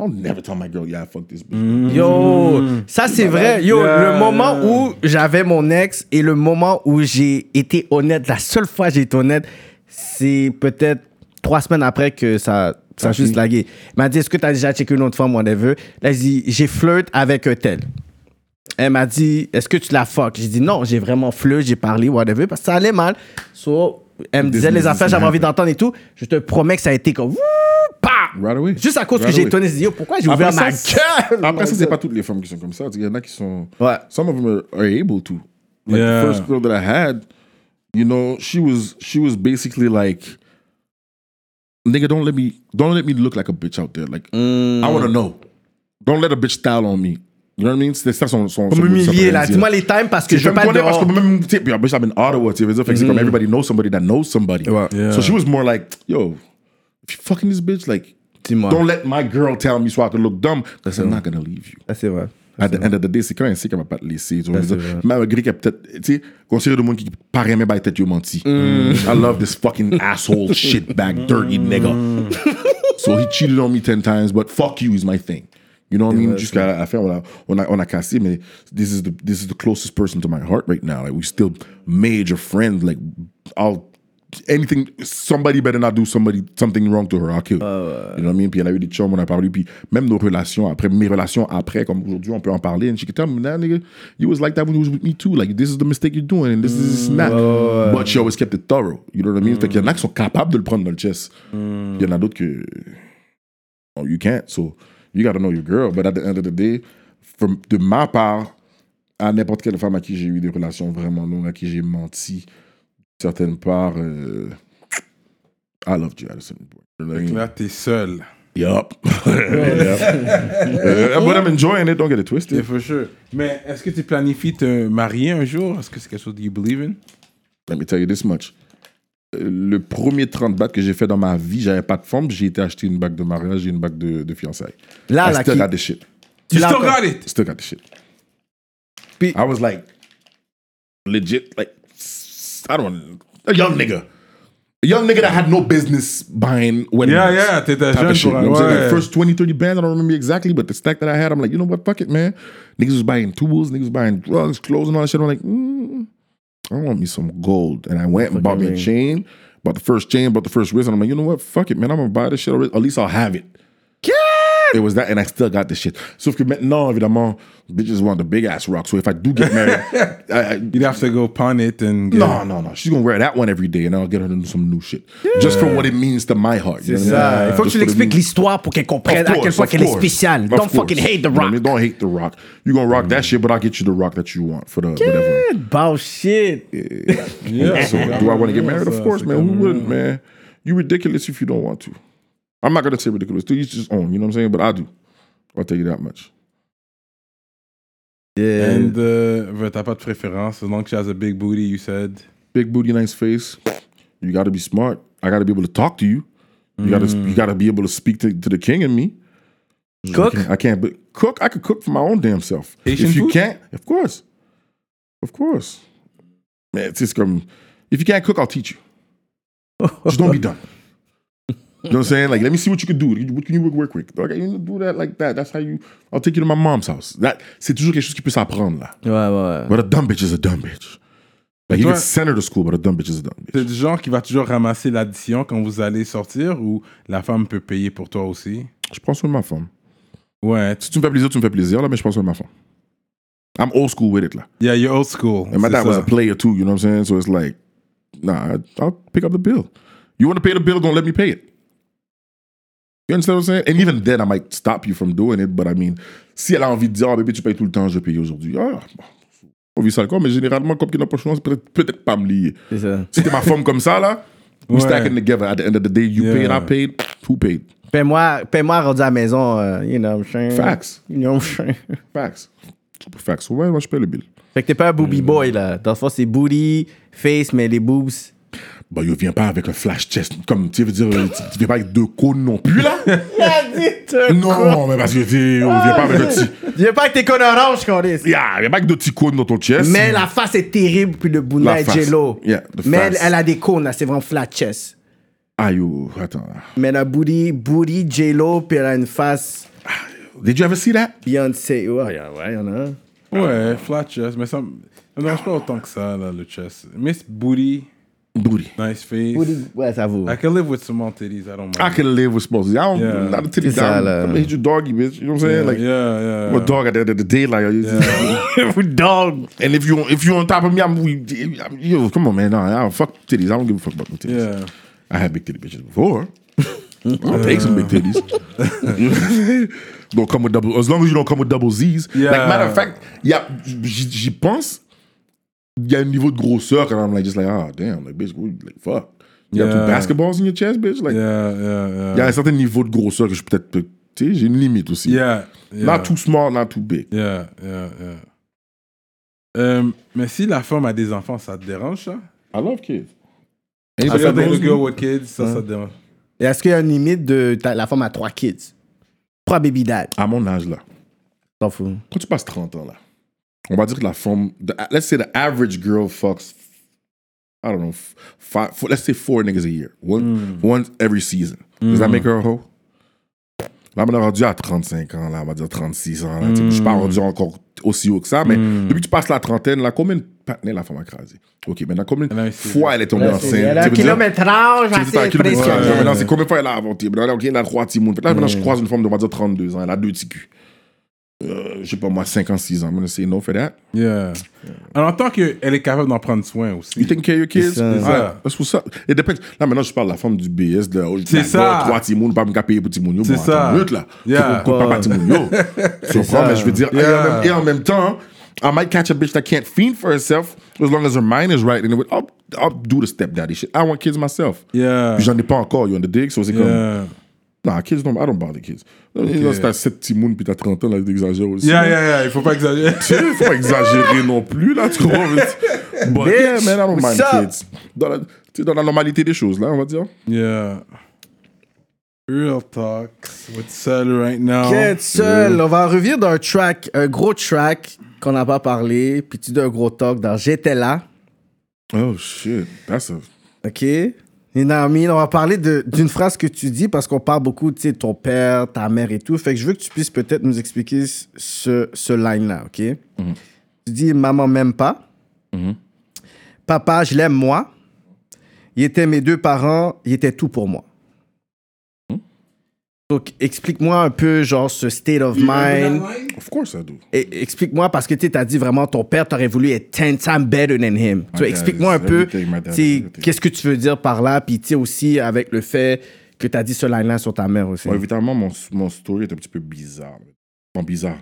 S5: I'll never tell my girl, yeah, I fuck this bitch.
S4: Mm. Yo,
S5: Mm.
S4: ça c'est vrai. Yo,
S3: Yeah,
S4: le moment
S3: yeah.
S4: où j'avais mon ex et le moment où j'ai été honnête, la seule fois que j'ai été honnête, c'est peut-être trois semaines après que ça, ça a juste lagué. Elle m'a dit, est-ce que t'as déjà checké une autre femme, whatever? Là, j'ai dit, j'ai flirt avec un tel. Elle m'a dit, est-ce que tu la fuck? J'ai dit, non, j'ai vraiment flirt, j'ai parlé, whatever, parce que ça allait mal. So, elle me disait les affaires, j'avais envie d'entendre et tout. Je te promets que ça a été comme, wouh, pa!
S5: Right away.
S4: Juste à cause
S5: Right
S4: que j'ai
S5: away.
S4: été honnête, j'ai dit, yo, pourquoi j'ai
S5: Après
S4: ouvert
S5: ça,
S4: ma gueule?
S5: Après ça, c'est pas toutes les femmes qui sont comme ça. Il y en a qui sont.
S4: Ouais.
S5: Some of them are, are able to. Like
S3: Yeah.
S5: the first girl that I had, you know, she was she was basically like, nigga, don't let me don't let me look like a bitch out there. Like I want to know. Don't let a bitch style on me. You know what I mean? C'était ça son son.
S4: Pour
S5: son
S4: m'humilier,
S5: sa
S4: là.
S5: prédire.
S4: Dis-moi les times parce que
S5: Tu
S4: je
S5: sais,
S4: veux
S5: je
S4: pas
S5: connais parce
S4: dehors.
S5: que même, tu sais, puis en plus, I'm in Ottawa, tu sais, fait que c'est comme everybody knows somebody that knows somebody.
S4: Ouais.
S5: So she was more like, yo, if you fucking this bitch, like,
S4: Dis-moi.
S5: don't let my girl tell me so I can look dumb, because I'm not gonna leave you.
S4: Ah, c'est vrai.
S5: At the end of the day, c'est quand même ainsi qu'elle va pas te laisser. Tu vois, je veux
S4: c'est
S5: dire,
S4: vrai.
S5: malgré qu'elle peut-être, tu sais, considéré de monde qui paraît même by tête, you menti. I love this fucking asshole shit back dirty nigga. so he cheated on me 10 times, but fuck you is my thing. You know what I mean? Jusqu'à la fin, on a, on a, on a cassé, mais this is, the, this is the closest person to my heart right now. Like, we still major friends. Like, I'll, anything, somebody better not do somebody, something wrong to her, I'll kill. You know what I mean? Puis elle a eu des chums, on a parlé, puis même nos relations après, mes relations après, comme aujourd'hui, on peut en parler. And she could tell me, nah, nigga, you was like that when you was with me too. Like, this is the mistake you're doing, and this is this and that. But she always kept it thorough. You know what I mean? Fait qu'il y en a qui sont capables de le prendre dans le chest. Il y en a d'autres que... Oh, you can't. So you got to know your girl. But at the end of the day, from, de ma part, à n'importe quelle femme à qui j'ai eu des relations vraiment longues, à qui j'ai menti, certaines parts, euh, I loved you at a certain point. You know what I mean?
S3: Là, t'es seul.
S5: Yup. [LAUGHS] Yup. Uh, but I'm enjoying it, don't get it
S3: T'es
S5: twisted.
S3: for sure. Mais est-ce que tu planifies te marier un jour? Est-ce que c'est quelque chose que you believe in?
S5: Let me tell you this much. Euh, Le premier 30 battes que j'ai fait dans ma vie, j'avais pas de forme, j'ai été acheter une bague de mariage et une bague de, de fiançailles.
S4: Là,
S5: I
S4: là,
S5: still
S4: qui-
S5: got this shit.
S3: You
S4: l'as
S3: still
S4: encore.
S3: got it.
S5: Still got the shit.
S4: Pe-
S5: I was like, legit, like, I don't, a young nigga. A young nigga that had no business buying wedding
S3: Yeah,
S5: rings
S3: yeah, t'étais
S5: type of
S3: jeune
S5: shit,
S3: pour
S5: you
S3: un...
S5: know what I'm saying? Like,
S3: Ouais.
S5: first 20, 30 bands, I don't remember exactly, but the stack that I had, I'm like, you know what, fuck it, man. Niggas was buying tools, niggas was buying drugs, clothes, and all that shit. I'm like, mm, I want me some gold. And I went and bought me a chain, bought the first chain, bought the first wrist, and I'm like, you know what, fuck it, man. I'm gonna buy this shit already. At least I'll have it. it was that, and I still got the shit. Sauf que maintenant, évidemment, bitches want the big ass rock. So if I do get married, I, I,
S3: You'd have to go pawn it and get
S5: no, no, no. She's gonna wear that one every day, and I'll get her to do some new shit just for what it means to my heart. you know
S4: C'est
S5: what I
S4: ça.
S5: mean?
S4: Il faut que tu
S5: Just for the
S4: l'expliques
S5: meaning.
S4: l'histoire pour qu'elle
S5: Of
S4: comprenne à quel
S5: course,
S4: point
S5: of
S4: qu'elle est
S5: course.
S4: spéciale.
S5: Of
S4: Don't
S5: course.
S4: fucking hate the
S5: You know what I
S4: rock. Mm.
S5: mean? Don't hate the rock. You gonna rock that shit, but I'll get you the rock that you want for the whatever.
S4: Bow shit.
S3: Yeah,
S5: So, do I want to get married? Of course, man. Who
S4: Mm.
S5: wouldn't, man? You ridiculous if you don't want to. I'm not gonna say ridiculous. Do each his own. You know what I'm saying? But I do. I'll tell you that much.
S3: And uh, t'as pas de préférence. As long as she has a big booty, you said.
S5: Big booty, nice face. You got to be smart. I got to be able to talk to you. You got to
S3: Mm.
S5: you got to be able to speak to, to the king in me.
S4: Cook?
S5: I can't. But cook, I could cook for my own damn self.
S3: Asian
S5: if you
S3: food?
S5: can't, of course, of course. Man, it's just um, if you can't cook, I'll teach you. Just don't
S3: [LAUGHS]
S5: be dumb. You know what I'm saying? Like, let me see what you can do. What can you work, work with? Okay, you do that like that. That's how you. I'll take you to my mom's house. That c'est toujours quelque chose qui peut s'apprendre là.
S4: Ouais, ouais.
S5: But a dumb bitch is a dumb bitch. Like you
S3: Toi-
S5: can send her to school, but a dumb bitch is a dumb bitch.
S3: T'es du genre qui va toujours ramasser l'addition quand vous allez sortir ou la femme peut payer pour toi aussi?
S5: Je prends soin de ma femme.
S3: Ouais,
S5: Si tu me fais plaisir, tu me fais plaisir là, mais je prends soin de ma femme. I'm old school with it là.
S3: Yeah, you're old school.
S5: And my
S3: c'est
S5: dad was
S3: ça.
S5: a player too, you know what I'm saying? So it's like, nah, I- I'll pick up the bill. You want to pay the bill, don't let me pay it. You understand what I'm saying? And even then, I might stop you from doing it, but I mean, si elle a envie de dire, ah, bébé, tu payes tout le temps, je vais payer aujourd'hui. Ah, bon, on vit ça encore, mais généralement, comme qu'il n'a pas de chance, peut-être peut-être pas me lier.
S4: C'est ça.
S5: Si t'es ma femme comme ça, là, we
S3: Ouais.
S5: stacking together. At the end of the day, you
S3: Yeah.
S5: paid, I paid, who paid?
S4: Paie-moi, paie-moi rendu à la maison, euh, you know, chien.
S5: Mm. Facts.
S4: You know, chien.
S5: Facts. Super facts. Ouais, moi, je paye le bill.
S4: [LAUGHS] Fait que t'es pas un
S5: Hmm.
S4: booby boy, là. Dans le fond, c'est booty, face, mais les
S5: [LAUGHS]
S4: boobs.
S5: Bah, Bon, yo, viens pas avec un flash chest. Comme, tu veux dire, tu tu viens pas avec deux cônes non plus, là? [LAUGHS] Non, mais parce que tu on vient pas avec le petit.
S4: Viens pas avec tes cônes oranges, qu'on est.
S5: Ah. Yeah, il y a pas que de petits cônes dans ton chest.
S4: Mais la face est terrible, puis le
S5: La
S4: bouna est
S5: face.
S4: jello.
S5: Yeah, the
S4: mais elle,
S5: face.
S4: elle a des cônes, là, c'est vraiment flat chest.
S5: Aïe, oh, attends.
S4: Mais elle a booty, booty, jello, puis elle a une face
S5: Did you ever see that?
S4: Beyoncé. Ouais, Oh, yeah, ouais, y en a un.
S3: Ouais, flat chest, mais ça me ça me dérange pas autant que ça, là, le chest. Miss Booty,
S5: Booty.
S3: nice face.
S4: Booty, ouais, ça vaut.
S3: I can live with small titties, I don't mind.
S5: I can live with small. I don't,
S3: Yeah.
S5: not a titty
S4: C'est ça,
S5: down.
S4: là.
S5: I'm gonna hit you doggy, bitch. You know what I'm saying? like,
S3: yeah, yeah.
S5: I'm a dog at the end of the day.
S3: [LAUGHS]
S5: Like, dog. And if you if you on top of me, I'm, we, I'm yo, come on, man. Nah, I don't fuck titties. I don't give a fuck about no titties.
S3: Yeah.
S5: I had big titty
S3: [LAUGHS]
S5: bitches before. I'll take some big titties. don't come with double. As long as you don't come with double Z's. Like
S3: Yeah.
S5: matter of fact, yeah, j- j'y pense. Il y a un niveau de grosseur, and I'm like just like, ah, damn, like bitch, what- like fuck. You got
S3: Yeah.
S5: two basketballs in your chest, bitch. Like,
S3: Yeah, yeah,
S5: il y a
S3: yeah.
S5: un certain niveau de grosseur que je peut-être, peux- tu sais, j'ai une limite aussi.
S3: Yeah, yeah.
S5: Not too small, not too big.
S3: Yeah, yeah, yeah. Euh, mais si la femme a des enfants, ça te dérange, ça?
S5: I love kids.
S3: I
S5: Anybody
S3: said
S5: that
S3: the
S5: knows me-
S3: girl with kids, ça, ça te dérange.
S4: Et Est-ce qu'il y a une limite de ta- la femme a trois kids? Trois baby dad.
S5: À mon âge là,
S4: T'en fous.
S5: quand tu passes 30 ans là, on va dire que la femme, the- let's say the average girl fucks, I don't know, f- five, four, let's say four niggas a year, one, once every season. Does that make her a hoe? Là, on est rendu à 35 ans, là, on va dire 36 ans. Là, tu sais, Je suis pas rendu encore aussi haut que ça, mais depuis que tu passes la trentaine, là, combien de partenaires la femme a crasé? Ok, maintenant, combien
S3: Elle a
S5: de
S3: un
S5: fois elle est tombée enceinte?
S4: Elle a
S5: Tu
S4: un
S5: veux dire-
S4: kilométrage
S5: C'est
S4: assez
S5: un kilo de
S4: impressionnant.
S5: boucage. Maintenant, euh, c'est combien de fois elle a inventé Maintenant, elle a- ok, elle a trois petits mounes. Fait que Là, maintenant,
S4: Mm.
S5: je croise une femme de, on va dire, 32 ans. Elle a deux petits culs. Euh, je sais pas, moi, 56 ans. I'm gonna say no for that.
S3: Yeah. Alors, en tant qu'elle est capable d'en prendre soin
S5: You
S3: aussi.
S5: taking care of your kids?
S4: C'est ça.
S5: Ouais, that's what's up. It depends. Là, maintenant, je parle de la femme du BS. De, oh,
S3: C'est
S5: la-
S3: ça.
S5: oh, Trois petits mounes, pas me payer pour petits mounes. Yo,
S3: C'est
S5: bon,
S3: ça.
S5: attends une minute, là.
S3: Yeah.
S5: Faut qu'on coupe pas petits
S3: [LAUGHS]
S5: mounes, yo. Tu comprends?
S4: ça.
S5: Mais je veux dire, et en
S3: Yeah.
S5: même- et en même temps, I might catch a bitch that can't feed for herself as long as her mind is right. And it would, I'll, I'll do the stepdaddy shit. I want kids myself.
S3: Yeah.
S5: Puis j'en ai pas encore, you on the dig? So c'est comme.
S3: Yeah.
S5: Non, kids, non, I don't bother kids. Là, si t'as 7 petits mounes puis t'as 30 ans, là, t'exagères aussi.
S3: Yeah, yeah, yeah, il faut pas exagérer. [LAUGHS]
S5: Tu sais, faut pas exagérer non plus, là, tu comprends? Mais- But yeah, man, I don't
S4: what's
S5: mind
S4: up?
S5: kids. Dans la, tu sais, dans la normalité des choses, là, on va dire.
S3: Yeah. Real talks with Sel right now.
S4: Quête seul. On va revenir d'un track, un gros track qu'on n'a pas parlé, puis tu dis un gros talk dans J'étais là.
S5: Oh, shit. That's a...
S4: OK? Et Naomi, on va parler de- d'une phrase que tu dis parce qu'on parle beaucoup tu sais, de ton père, ta mère et tout. Fait que je veux que tu puisses peut-être nous expliquer ce, ce line-là, OK? Tu dis Maman m'aime pas. Papa, je l'aime moi. Ils étaient mes deux parents, ils étaient tout pour moi. Donc, explique-moi un peu, genre, ce state of mind.
S5: Of course I do.
S4: Et Explique-moi, parce que tu as dit vraiment, ton père, t'aurais voulu être 10 times better than him. Tu vois,
S5: dad
S4: explique-moi
S5: is
S4: un peu,
S5: everything, my dad is
S4: tu sais,
S5: everything.
S4: qu'est-ce que tu veux dire par là, puis tu sais, aussi avec le fait que tu as dit ce line-là sur ta mère aussi.
S5: Bon, évidemment, mon, mon story est un petit peu bizarre. Bon, bizarre.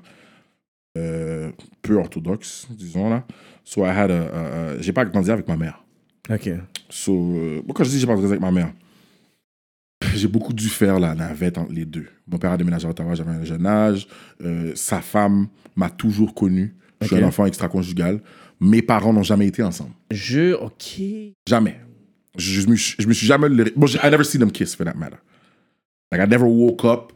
S5: Euh, peu orthodoxe, disons là. So I had a- a- a- j'ai pas grandi avec ma mère.
S4: OK.
S5: So, euh, bon, quand je dis j'ai pas grandi avec ma mère, j'ai beaucoup dû faire la navette entre les deux. Mon père a déménagé à Ottawa, j'avais un jeune âge. Euh, sa femme m'a toujours connu. Je suis
S4: Ok.
S5: un enfant extra-conjugal. Mes parents n'ont jamais été ensemble.
S4: Je, OK.
S5: Jamais. Je, je me, suis- je me suis jamais. le- Bon, j'ai- I never seen them kiss for that matter. Like I never woke up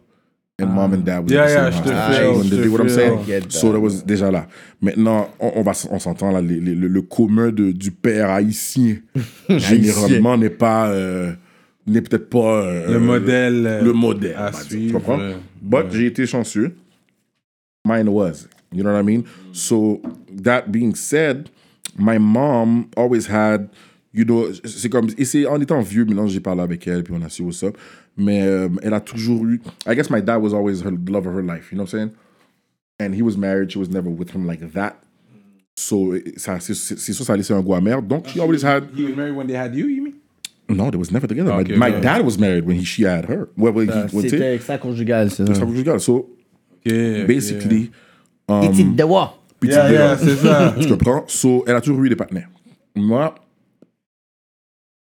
S5: and mom and dad was in
S3: Ah. Yeah,
S5: the same
S3: yeah, je te
S5: house.
S3: fais,
S5: When
S3: je
S5: they
S3: te
S5: did what I'm
S3: fais,
S5: saying.
S4: I get that.
S5: So
S3: euh,
S5: that was déjà là. Maintenant, on, on va s- on s'entend là, les- les- le, le commun de- du père
S3: [LAUGHS]
S5: haïtien généralement n'est pas euh, n'est peut-être pas euh,
S3: Le modèle, euh,
S5: le modèle
S3: à
S5: on va dire.
S3: suivre,
S5: Tu comprends?
S3: euh,
S5: But j'ai été chanceux. Mine was. You know what I mean? So, that being said, my mom always had, you know, c'est comme, et c'est en étant vieux, maintenant j'ai parlé avec elle, puis on a su what's up. Mais euh, elle a toujours eu, I guess my dad was always her, the love of her life, you know what I'm saying? And he was married, she was never with him like that. So, et ça, c'est c'est- c'est sûr, ça a laissé un goût amer. Donc, she always had,
S3: He was married when they had you, you mean?
S5: no, they was never together. My-
S3: Okay,
S5: my
S3: okay.
S5: dad was married when he, she had her. Well, when he, when he,
S4: C'était extra-conjugal, c'est ça.
S5: so,
S3: Mm. Yeah,
S5: basically,
S4: Petit devoir.
S5: Puis
S3: Yeah,
S5: tu dis,
S3: yeah,
S5: oh,
S3: c'est ça.
S5: tu comprends? So, elle a toujours eu des partenaires. Moi,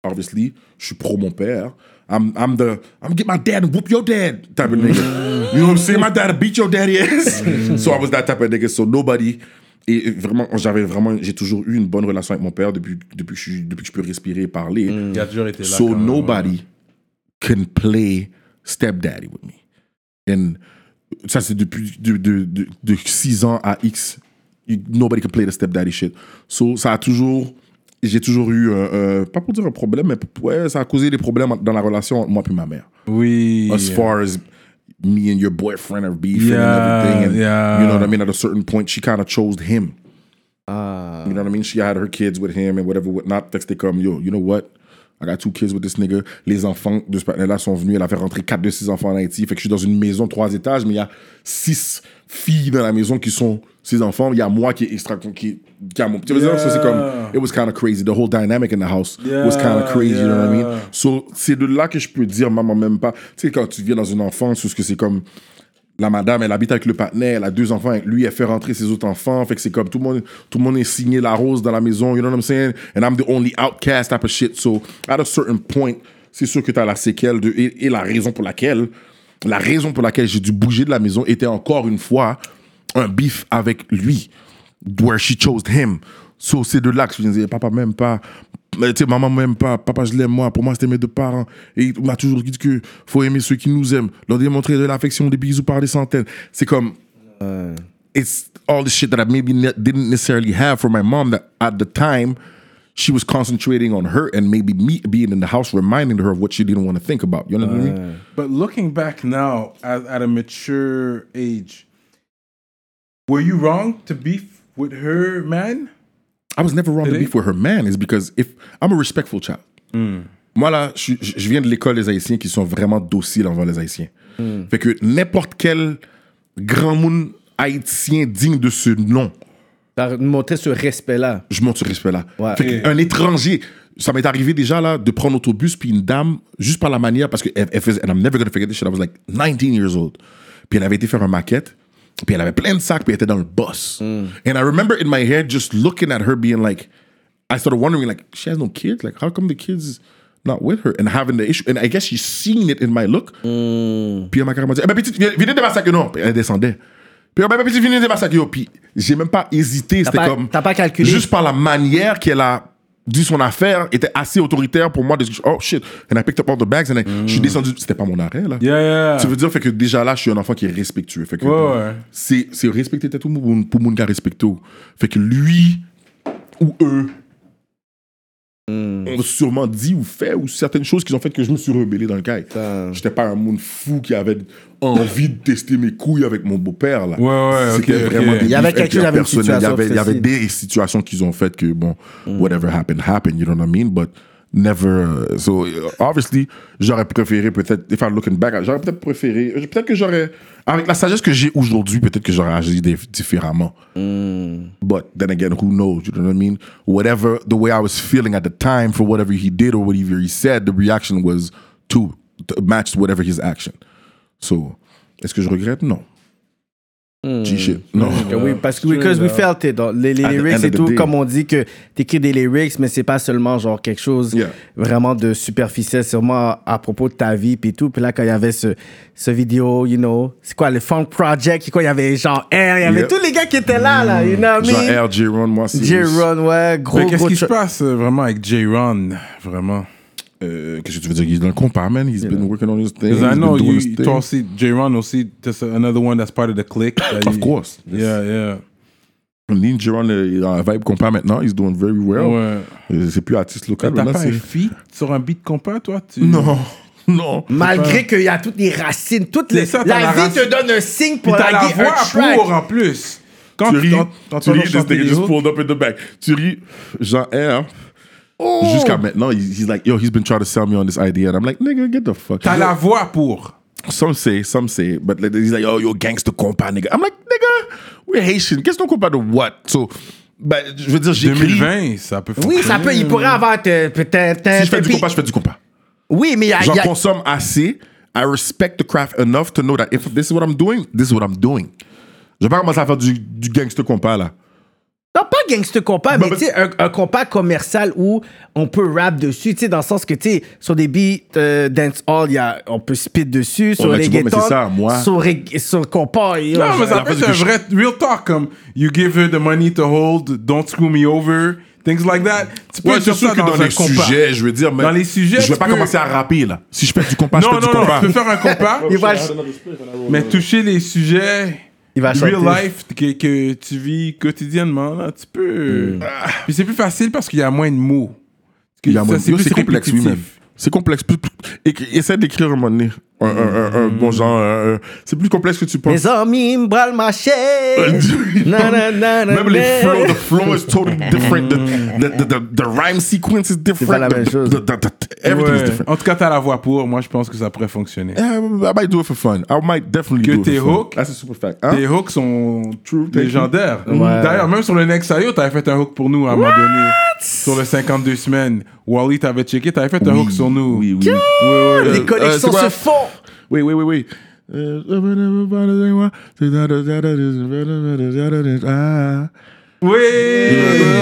S5: obviously, je suis pro mon père. I'm, I'm the, I'm get my dad and whoop your dad type of
S3: Mm.
S5: nigga. you know what I'm saying? My dad beat your daddy ass. so I was that type of nigga. So nobody. Et vraiment, j'avais vraiment, j'ai toujours eu une bonne relation avec mon père depuis, depuis, que je, suis- depuis que je peux respirer et parler.
S3: Il a toujours été là.
S5: So
S3: quand même, ouais.
S5: nobody can play stepdaddy with me. And ça, c'est depuis de, de, de, 6 ans à X. you- Nobody can play the stepdaddy shit. So ça a toujours. J'ai toujours eu, euh, euh, pas pour dire un problème, mais p- ouais, ça a causé des problèmes dans la relation entre moi et ma mère.
S3: Oui.
S5: As far as me and your boyfriend are beefing
S3: Yeah,
S5: and everything. And,
S3: yeah.
S5: You know what I mean? At a certain point, she kind of chose him.
S4: Ah.
S5: You know what I mean? She had her kids with him and whatever, whatnot. Fait que c'était comme, yo, you know what? I got two kids with this nigga. Les enfants de ce partenaire-là sont venus. Elle a fait rentrer quatre de ses enfants en Haïti. Fait que je suis dans une maison de trois étages, mais il y a six filles dans la maison qui sont ses enfants. Il y a moi qui est extra, qui, qui a mon petit.
S3: Yeah.
S5: So c'est comme, it was kind of crazy. The whole dynamic in the house was
S3: Yeah,
S5: kind of crazy. You know what I mean?
S3: yeah.
S5: So c'est de là que je peux dire, maman, même pas. Tu sais, quand tu viens dans une enfance, où ce que c'est comme, la madame, elle habite avec le partenaire, elle a deux enfants avec lui, elle fait rentrer ses autres enfants. Fait que c'est comme tout le monde, tout le monde est signé la rose dans la maison, you know what I'm saying? And I'm the only outcast type of shit. So, at a certain point, c'est sûr que t'as la séquelle de, et, et la raison pour laquelle, la raison pour laquelle j'ai dû bouger de la maison était encore une fois un beef avec lui, where she chose him. So, c'est de là que je me disais, papa, même pas. Mais Tu sais, maman m'aime pas, papa je l'aime moi, pour moi c'était mes deux parents. Et il m'a toujours dit que faut aimer ceux qui nous aiment, leur démontrer de l'affection, des bisous par des centaines. C'est comme, it's all the shit that I maybe ne- didn't necessarily have for my mom that at the time she was concentrating on her and maybe me being in the house reminding her of what she didn't want to think about. You know what I mean?
S3: But looking back now, at, at a mature age, were you wrong to beef with her, man?
S5: I was never wrong to
S3: Really?
S5: beef with her man is because if I'm a respectful child. Moi là, je, je- je viens de l'école des Haïtiens qui sont vraiment dociles envers les Haïtiens. Fait que n'importe quel grand monde haïtien digne de ce nom,
S4: T'as montré ce respect-là.
S5: je monte ce respect-là.
S4: Ouais.
S5: Fait qu'un étranger, ça m'est arrivé déjà là de prendre l'autobus puis une dame juste par la manière parce que elle, elle faisait, and I'm never gonna forget this shit, I was like 19 years old. Puis elle avait été faire un maquette, puis elle avait plein de sacs puis elle était dans le bus.
S4: Mm.
S5: And I remember in my head just looking at her being like, I started wondering like she has no kids, like how come the kids not with her and having the issue and I guess she's seen it in my look.
S4: Mm.
S5: Puis elle m'a carrément dit, eh ben petite, viens, viens de ma sac, non. Puis elle descendait. Puis, eh ben petite, viens de ma sac, yo. Puis j'ai même pas hésité. C'était
S4: pas-
S5: comme.
S4: t'as pas calculé.
S5: Juste par la manière qu'elle a dit son affaire, était assez autoritaire pour moi. De, oh shit. And I picked up all the bags and I- je suis descendu. C'était pas mon arrêt, là.
S3: Yeah, yeah.
S5: Ça veut dire fait que déjà là, je suis un enfant qui est respectueux. Fait que
S3: Ouais, ouais.
S5: c'est, c'est respecter tout le monde pour mon gars respecté. Fait que lui ou eux
S4: Mm.
S5: ont sûrement dit ou fait ou certaines choses qu'ils ont fait que je me suis rebellé dans le cas.
S4: Putain.
S5: J'étais pas un monde fou qui avait envie de tester mes couilles avec mon beau-père. Là.
S3: Ouais, ouais,
S5: C'était
S3: ok, ok.
S5: vraiment des
S4: Il y avait
S5: beefs
S4: quelqu'un qui avait une
S5: interpersonnels. Il
S4: situation
S5: y
S4: Mm.
S5: avait, il y avait
S4: difficile.
S5: des situations qu'ils ont faites que, bon, whatever happened, happened, you know what I mean? But never. euh, so, euh, obviously, j'aurais préféré peut-être, if I'm looking back, j'aurais peut-être préféré, euh, peut-être que j'aurais, avec la sagesse que j'ai aujourd'hui, peut-être que j'aurais agi dif- différemment. But then again, who knows? You know what I mean? Whatever, the way I was feeling at the time for whatever he did or whatever he said, the reaction was to, to match whatever his action. So, est-ce que je regrette? Non.
S3: Hmm.
S5: G-shit. Non.
S4: Oui, parce que because we felt it. Donc, Les, les
S5: At the end
S4: lyrics
S5: of
S4: et
S5: the
S4: tout,
S5: day.
S4: comme on dit que t'écris des lyrics, mais c'est pas seulement genre quelque chose
S5: Yeah.
S4: vraiment de superficiel, sûrement à propos de ta vie puis tout. Puis là, quand il y avait ce, ce vidéo, you know, c'est quoi, le Funk Project, quoi, il y avait genre R, il y avait
S5: Yep.
S4: tous les gars qui étaient là, là, you know
S5: [LAUGHS]
S4: what I mean?
S5: Jean-R, J-Ron, moi, c'est...
S4: J-Ron, ouais, gros,
S3: Mais qu'est-ce
S4: gros
S3: qui se
S4: tr-
S3: passe euh, vraiment avec J-Ron Vraiment.
S5: Euh, Qu'est-ce que tu veux dire? Il est dans le compas, man. He's been working on his thing.
S3: Because I
S5: He's
S3: know
S5: been doing
S3: you,
S5: his
S3: you
S5: thing.
S3: talk see J-Ron aussi, just another one that's part of the clique. that
S5: Of
S3: you-
S5: course.
S3: Yeah, yeah.
S5: Lynn J-Ron euh, il est dans la vibe compas maintenant. He's doing very well.
S3: Ouais.
S5: Euh, C'est plus artiste local.
S3: T'as
S5: maintenant,
S3: pas un
S5: c'est...
S3: feat sur un beat compas, toi tu...
S5: [LAUGHS] Non. Non.
S4: Malgré qu'il y a toutes les racines, toutes les.
S3: C'est ça, t'as
S4: la
S3: la
S4: vie
S3: racine.
S4: te donne un signe
S3: Puis
S4: pour
S3: t'as la
S4: la
S3: voix pour en plus. Quand
S5: tu ris,
S3: quand- quand
S5: tu
S3: on
S5: ris,
S3: chante
S5: this nigga
S3: les
S5: just
S3: hooks,
S5: pulled up in the back. Tu ris, Jean R. Jusqu'à maintenant, he's, he's like, yo, he's been trying to sell me on this idea. And I'm like, nigga, get the fuck.
S3: T'as la voix pour.
S5: Some say, some say, but like, he's like, oh, you're gangster compa, nigga. I'm like, nigga, we're Haitian. Qu'est-ce qu'on compa de what? So, ben, je veux dire, j'écris.
S3: 2020, ça peut
S4: Oui, ça peut, il pourrait
S3: Hmm.
S4: avoir euh, peut-être.
S5: Si je fais du
S4: puis-
S5: compas, je fais du compas.
S4: Oui, mais il y a. il
S5: J'en
S4: y a-
S5: consomme assez. I respect the craft enough to know that if this is what I'm doing, this is what I'm doing. Je vais pas commencer à faire du, du gangster compas, là.
S4: Non, pas gangster compas, mais
S5: bah-
S4: tu sais, un, un compas commercial où on peut rap dessus, tu sais, dans le sens que, tu sais, sur des beats euh, dance hall, il y a, on peut spit dessus, sur
S5: ben,
S4: les
S5: tu vois, mais c'est ça, moi.
S4: sur, reg- sur compas. et-
S3: Non, mais ça
S5: la
S3: peut
S5: fois
S3: être un
S5: que je-
S3: vrai real talk comme You give her the money to hold, don't screw me over, things like that. Tu peux
S5: Ouais,
S3: être
S5: c'est
S3: sur
S5: sûr
S3: ça
S5: que dans,
S3: dans un
S5: les
S3: compas.
S5: sujets, je veux dire, mais
S3: Dans les sujets,
S5: je vais
S3: tu
S5: pas
S3: peux-
S5: commencer à rapper là. Si je fais du compas, je
S3: Non,
S5: fais
S3: non,
S5: du
S3: non,
S5: compas. Oh.
S3: tu peux faire un
S5: [LAUGHS]
S3: compas,
S4: Il va,
S3: mais toucher les sujets
S4: Il va
S3: real
S4: chanter.
S3: life que, que tu vis quotidiennement, là, tu peux. Puis c'est plus facile parce qu'il y a moins de mots.
S5: Hmm. Il y a un moment-
S3: Ça,
S5: Yo, C'est complexe, oui, même.
S3: répétitif.
S5: C'est complexe. Plus- plus- écri- Essaie d'écrire un moment donné. Un, un, un, un
S3: Mm.
S5: bon genre. un- un- C'est plus complexe que tu penses.
S4: Mes amis me bralent ma chaise.
S5: [LAUGHS]
S3: [LAUGHS]
S4: Na, na, na, na,
S5: Même les
S4: na.
S5: flows, the flow is totally
S3: Mm.
S5: different. The, the, the, the, the rhyme sequence is different.
S4: pas la
S5: The-
S4: même
S5: the-
S4: chose.
S5: the- the- the- everything is
S3: Ouais.
S5: different. Eh,
S3: En tout cas, t'as la voix pour. Moi, je pense que ça pourrait fonctionner.
S5: Yeah, I might do it for fun. I might definitely
S3: Que
S5: do it
S3: tes
S5: for fun.
S3: hooks-
S5: That's a super fact. Hein?
S3: Tes hooks sont
S5: True, thank you.
S3: légendaires. D'ailleurs, même sur le Next IO, t'avais fait un hook pour nous à un moment donné. Sur le 52 semaines. Wally, t'avais checké, t'avais fait un hook sur nous.
S5: Oui, oui.
S3: Euh,
S4: Les connexions
S5: Euh, c'est quoi?
S4: se font.
S5: Wait, wait, wait, wait. Ah.
S3: Oui!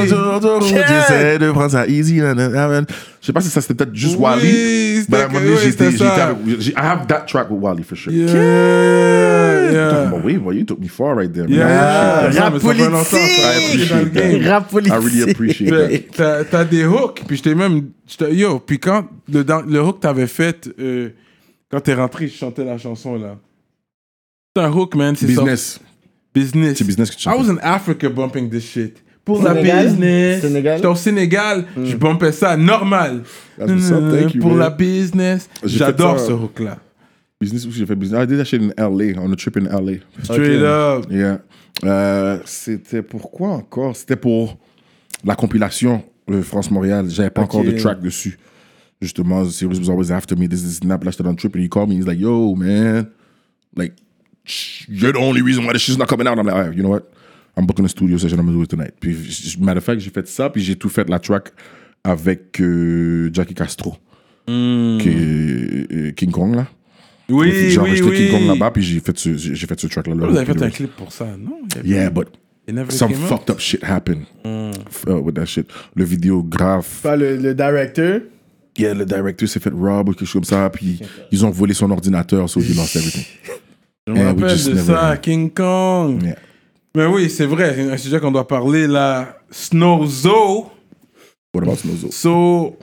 S5: J'essaie de prendre ça easy. nan, nan, nan, nan. Je sais pas si ça c'était peut-être juste
S3: Oui,
S5: Wally.
S3: c'était
S5: Mais à un moment donné,
S3: que- oui,
S5: j'étais
S3: c'était
S5: j'étais
S3: ça.
S5: avec. j'ai- I have that track with Wally for sure.
S3: Yeah!
S5: Talking
S3: Yeah!
S5: about, wait, boy, you took me far right there. man.
S3: Yeah.
S5: I appreciate
S3: Ça,
S4: Ah, Rap
S3: mais ça fait longtemps que ça a
S5: été dans le
S4: politique.
S5: game.
S4: Rap
S5: that.
S4: politique.
S5: I really appreciate
S3: T'as-
S5: that.
S3: T'as t'as des hooks, puis j'étais même. j'étais- Yo, puis quand le, dan- le hook t'avais fait, euh, quand t'es rentré, je chantais la chanson là. C'est un hook, man. c'est ça.
S5: Business.
S3: Business.
S5: C'est business que tu
S3: I
S5: chantais.
S3: was in Africa bumping this shit. Pour la
S4: Sénégal?
S3: business.
S4: Sénégal?
S3: J'étais au Sénégal, je bumpais ça normal.
S5: Hmm. That's what's up, thank you,
S3: Pour
S5: man.
S3: la business.
S5: J'ai
S3: J'adore
S5: fait ça.
S3: ce hook là.
S5: Business aussi, j'ai fait business. I did that shit in LA, on a trip in LA.
S3: Straight up.
S5: Yeah. Euh, c'était pourquoi encore C'était pour la compilation euh, France Montréal. J'avais pas encore de track dessus. Justement, the series was always after me. This is not Là, j'étais dans le trip and he called me. He's like, yo, man, like, sh- you're the only reason why this shit's not coming out. I'm like, all right, you know what? I'm booking a studio session. I'm gonna do it tonight. Puis, j- j- matter of fact, j'ai fait ça. Puis j'ai tout fait la track avec euh, Jackie Castro, qui est euh, King Kong là.
S3: Hmm. Oui, oui,
S5: J'ai enregistré King Kong
S3: oui.
S5: là-bas. Puis j'ai fait ce, j'ai fait ce track là.
S3: Vous avez fait un clip pour ça, non? Il y avait-
S5: Yeah, but
S3: it never
S5: some
S3: came Mm. out.
S5: fucked up shit happened F- uh, with that shit. Le vidéographe,
S4: Le, le directeur.
S5: yeah, le directeur s'est fait rob ou quelque chose comme ça, puis ils ont volé son ordinateur, so he lost everything.
S3: Je me
S5: Yeah, we
S3: rappelle de
S5: just never-
S3: ça, King Kong.
S5: Yeah.
S3: Mais oui, c'est vrai, c'est un sujet qu'on doit parler là. Snowzo.
S5: What about Snozo?
S3: So,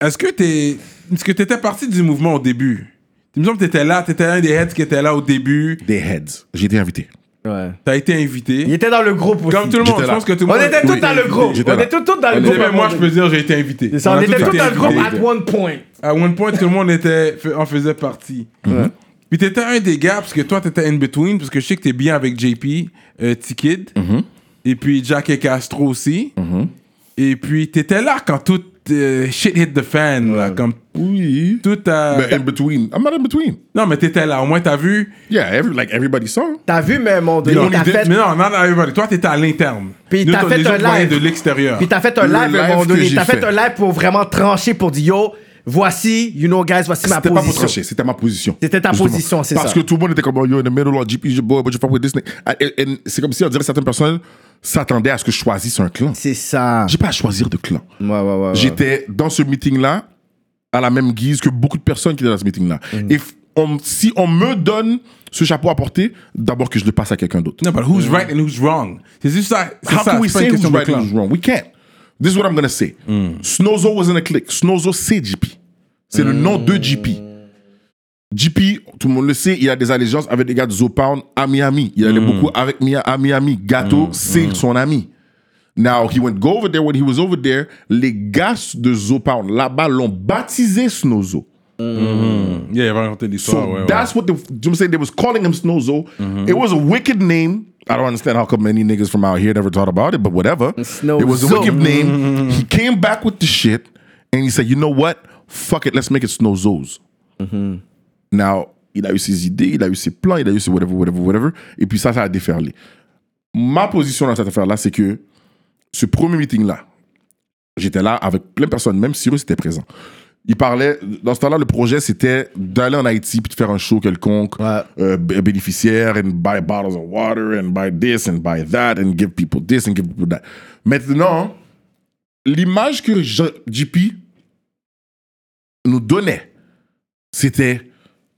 S3: est-ce que t'es, est-ce que t'étais parti du mouvement au début? Tu me semble que t'étais là, t'étais un des heads qui était là au début.
S5: Des heads. J'ai été invité.
S4: Ouais.
S3: T'as été
S4: Il
S3: invité.
S4: était dans le groupe aussi.
S3: Comme tout le monde,
S5: J'étais
S3: je
S5: là.
S3: pense que tout le
S4: On
S3: monde.
S4: était tous
S5: Oui.
S4: dans le groupe.
S5: J'étais
S4: On
S5: là.
S4: était tous dans le
S5: On
S4: groupe.
S5: était-
S3: Même Eh ben, moi, je peux dire, j'ai été invité.
S4: C'est ça, on
S3: a
S4: était
S3: tous
S4: tous
S3: été
S4: dans le groupe
S3: invités.
S4: at one point.
S3: À one point, tout le monde était, fait- en faisait partie. Puis t'étais un des gars, parce que toi, t'étais in between, parce que je sais que t'es bien avec JP, euh, Mm-hmm. T-Kid, et puis Jack et Castro aussi. Et puis t'étais là quand tout euh, shit hit the fan, là, comme
S5: Oui.
S3: tout a...
S5: But in between. I'm not in between.
S3: non, mais t'étais là, au moins t'as vu.
S5: Yeah, every, like everybody saw.
S4: T'as vu, mais mon
S3: Non,
S4: donné, t'as
S3: l'idée-
S4: fait.
S3: mais non, non, non, everybody. Toi, t'étais à l'interne.
S4: Puis
S3: Nous,
S4: t'as
S3: t'as-
S4: fait
S3: les
S4: un
S3: gens te voyaient
S4: live.
S3: de l'extérieur.
S4: Puis t'as fait un
S5: Le
S4: live, à un
S5: live
S4: moment
S5: que
S4: donné.
S5: j'ai
S4: T'as fait
S5: fait.
S4: un live pour vraiment trancher, pour dire yo, voici, you know guys, voici ma
S5: C'était pas pour trancher,
S4: position.
S5: c'était ma position.
S4: C'était ta
S5: Justement.
S4: position, c'est
S5: Parce
S4: ça.
S5: que tout le monde était comme, oh, yo, in the middle, oh, GP, je boy, but you fuck with this thing. Et- et- et C'est comme si, on dirait, certaines personnes s'attendaient à ce que je choisisse un clan.
S4: C'est ça.
S5: J'ai pas à choisir de clan.
S4: Ouais, ouais, ouais, ouais.
S5: J'étais dans ce meeting-là à la même guise que beaucoup de personnes qui étaient dans ce meeting-là. Et f- on- si on me donne ce chapeau à porter, d'abord que je le passe à quelqu'un d'autre.
S3: Non, but who's right and who's wrong? C'est juste ça. c'est
S5: How
S3: ça,
S5: can we
S3: c'est pas une
S5: say who's
S3: question de
S5: right
S3: clan. Hmm.
S5: and who's wrong? We can't. This is what I'm gonna say. Snozo was in a clique. Snozo, c'est GP. C'est le nom de GP. GP, tout le monde le sait, il a des allégeances avec les gars de Zopound à Miami. Il
S3: Hmm.
S5: allait beaucoup avec Mia à Miami. Gato, c'est son ami. Now, he went go over there when he was over there. Les gars de Zopound, là-bas, l'ont baptisé Snozo.
S3: Yeah, il va raconter l'histoire.
S5: So
S3: ouais, ouais.
S5: that's what the you know what I'm saying. They was calling him Snowzo. It was a wicked name. I don't understand how come many niggas from out here never thought about it, but whatever.
S4: Snowzo.
S5: It was a wicked name. He came back with the shit and he said, you know what? Fuck it, let's make it Snowzo's. Now, il a eu ses idées, il a eu ses plans, il a eu ses whatever, whatever, whatever. Et puis ça, ça a déferlé. Ma position dans cette affaire-là, c'est que ce premier meeting-là, j'étais là avec plein de personnes, même Cyrus était présent. Il parlait, dans ce temps-là, le projet, c'était d'aller en Haïti puis de faire un show quelconque,
S4: Ouais.
S5: euh, b- bénéficiaire, and buy bottles of water, and buy this, and buy that, and give people this, and give people that. Maintenant, l'image que J- JP nous donnait, c'était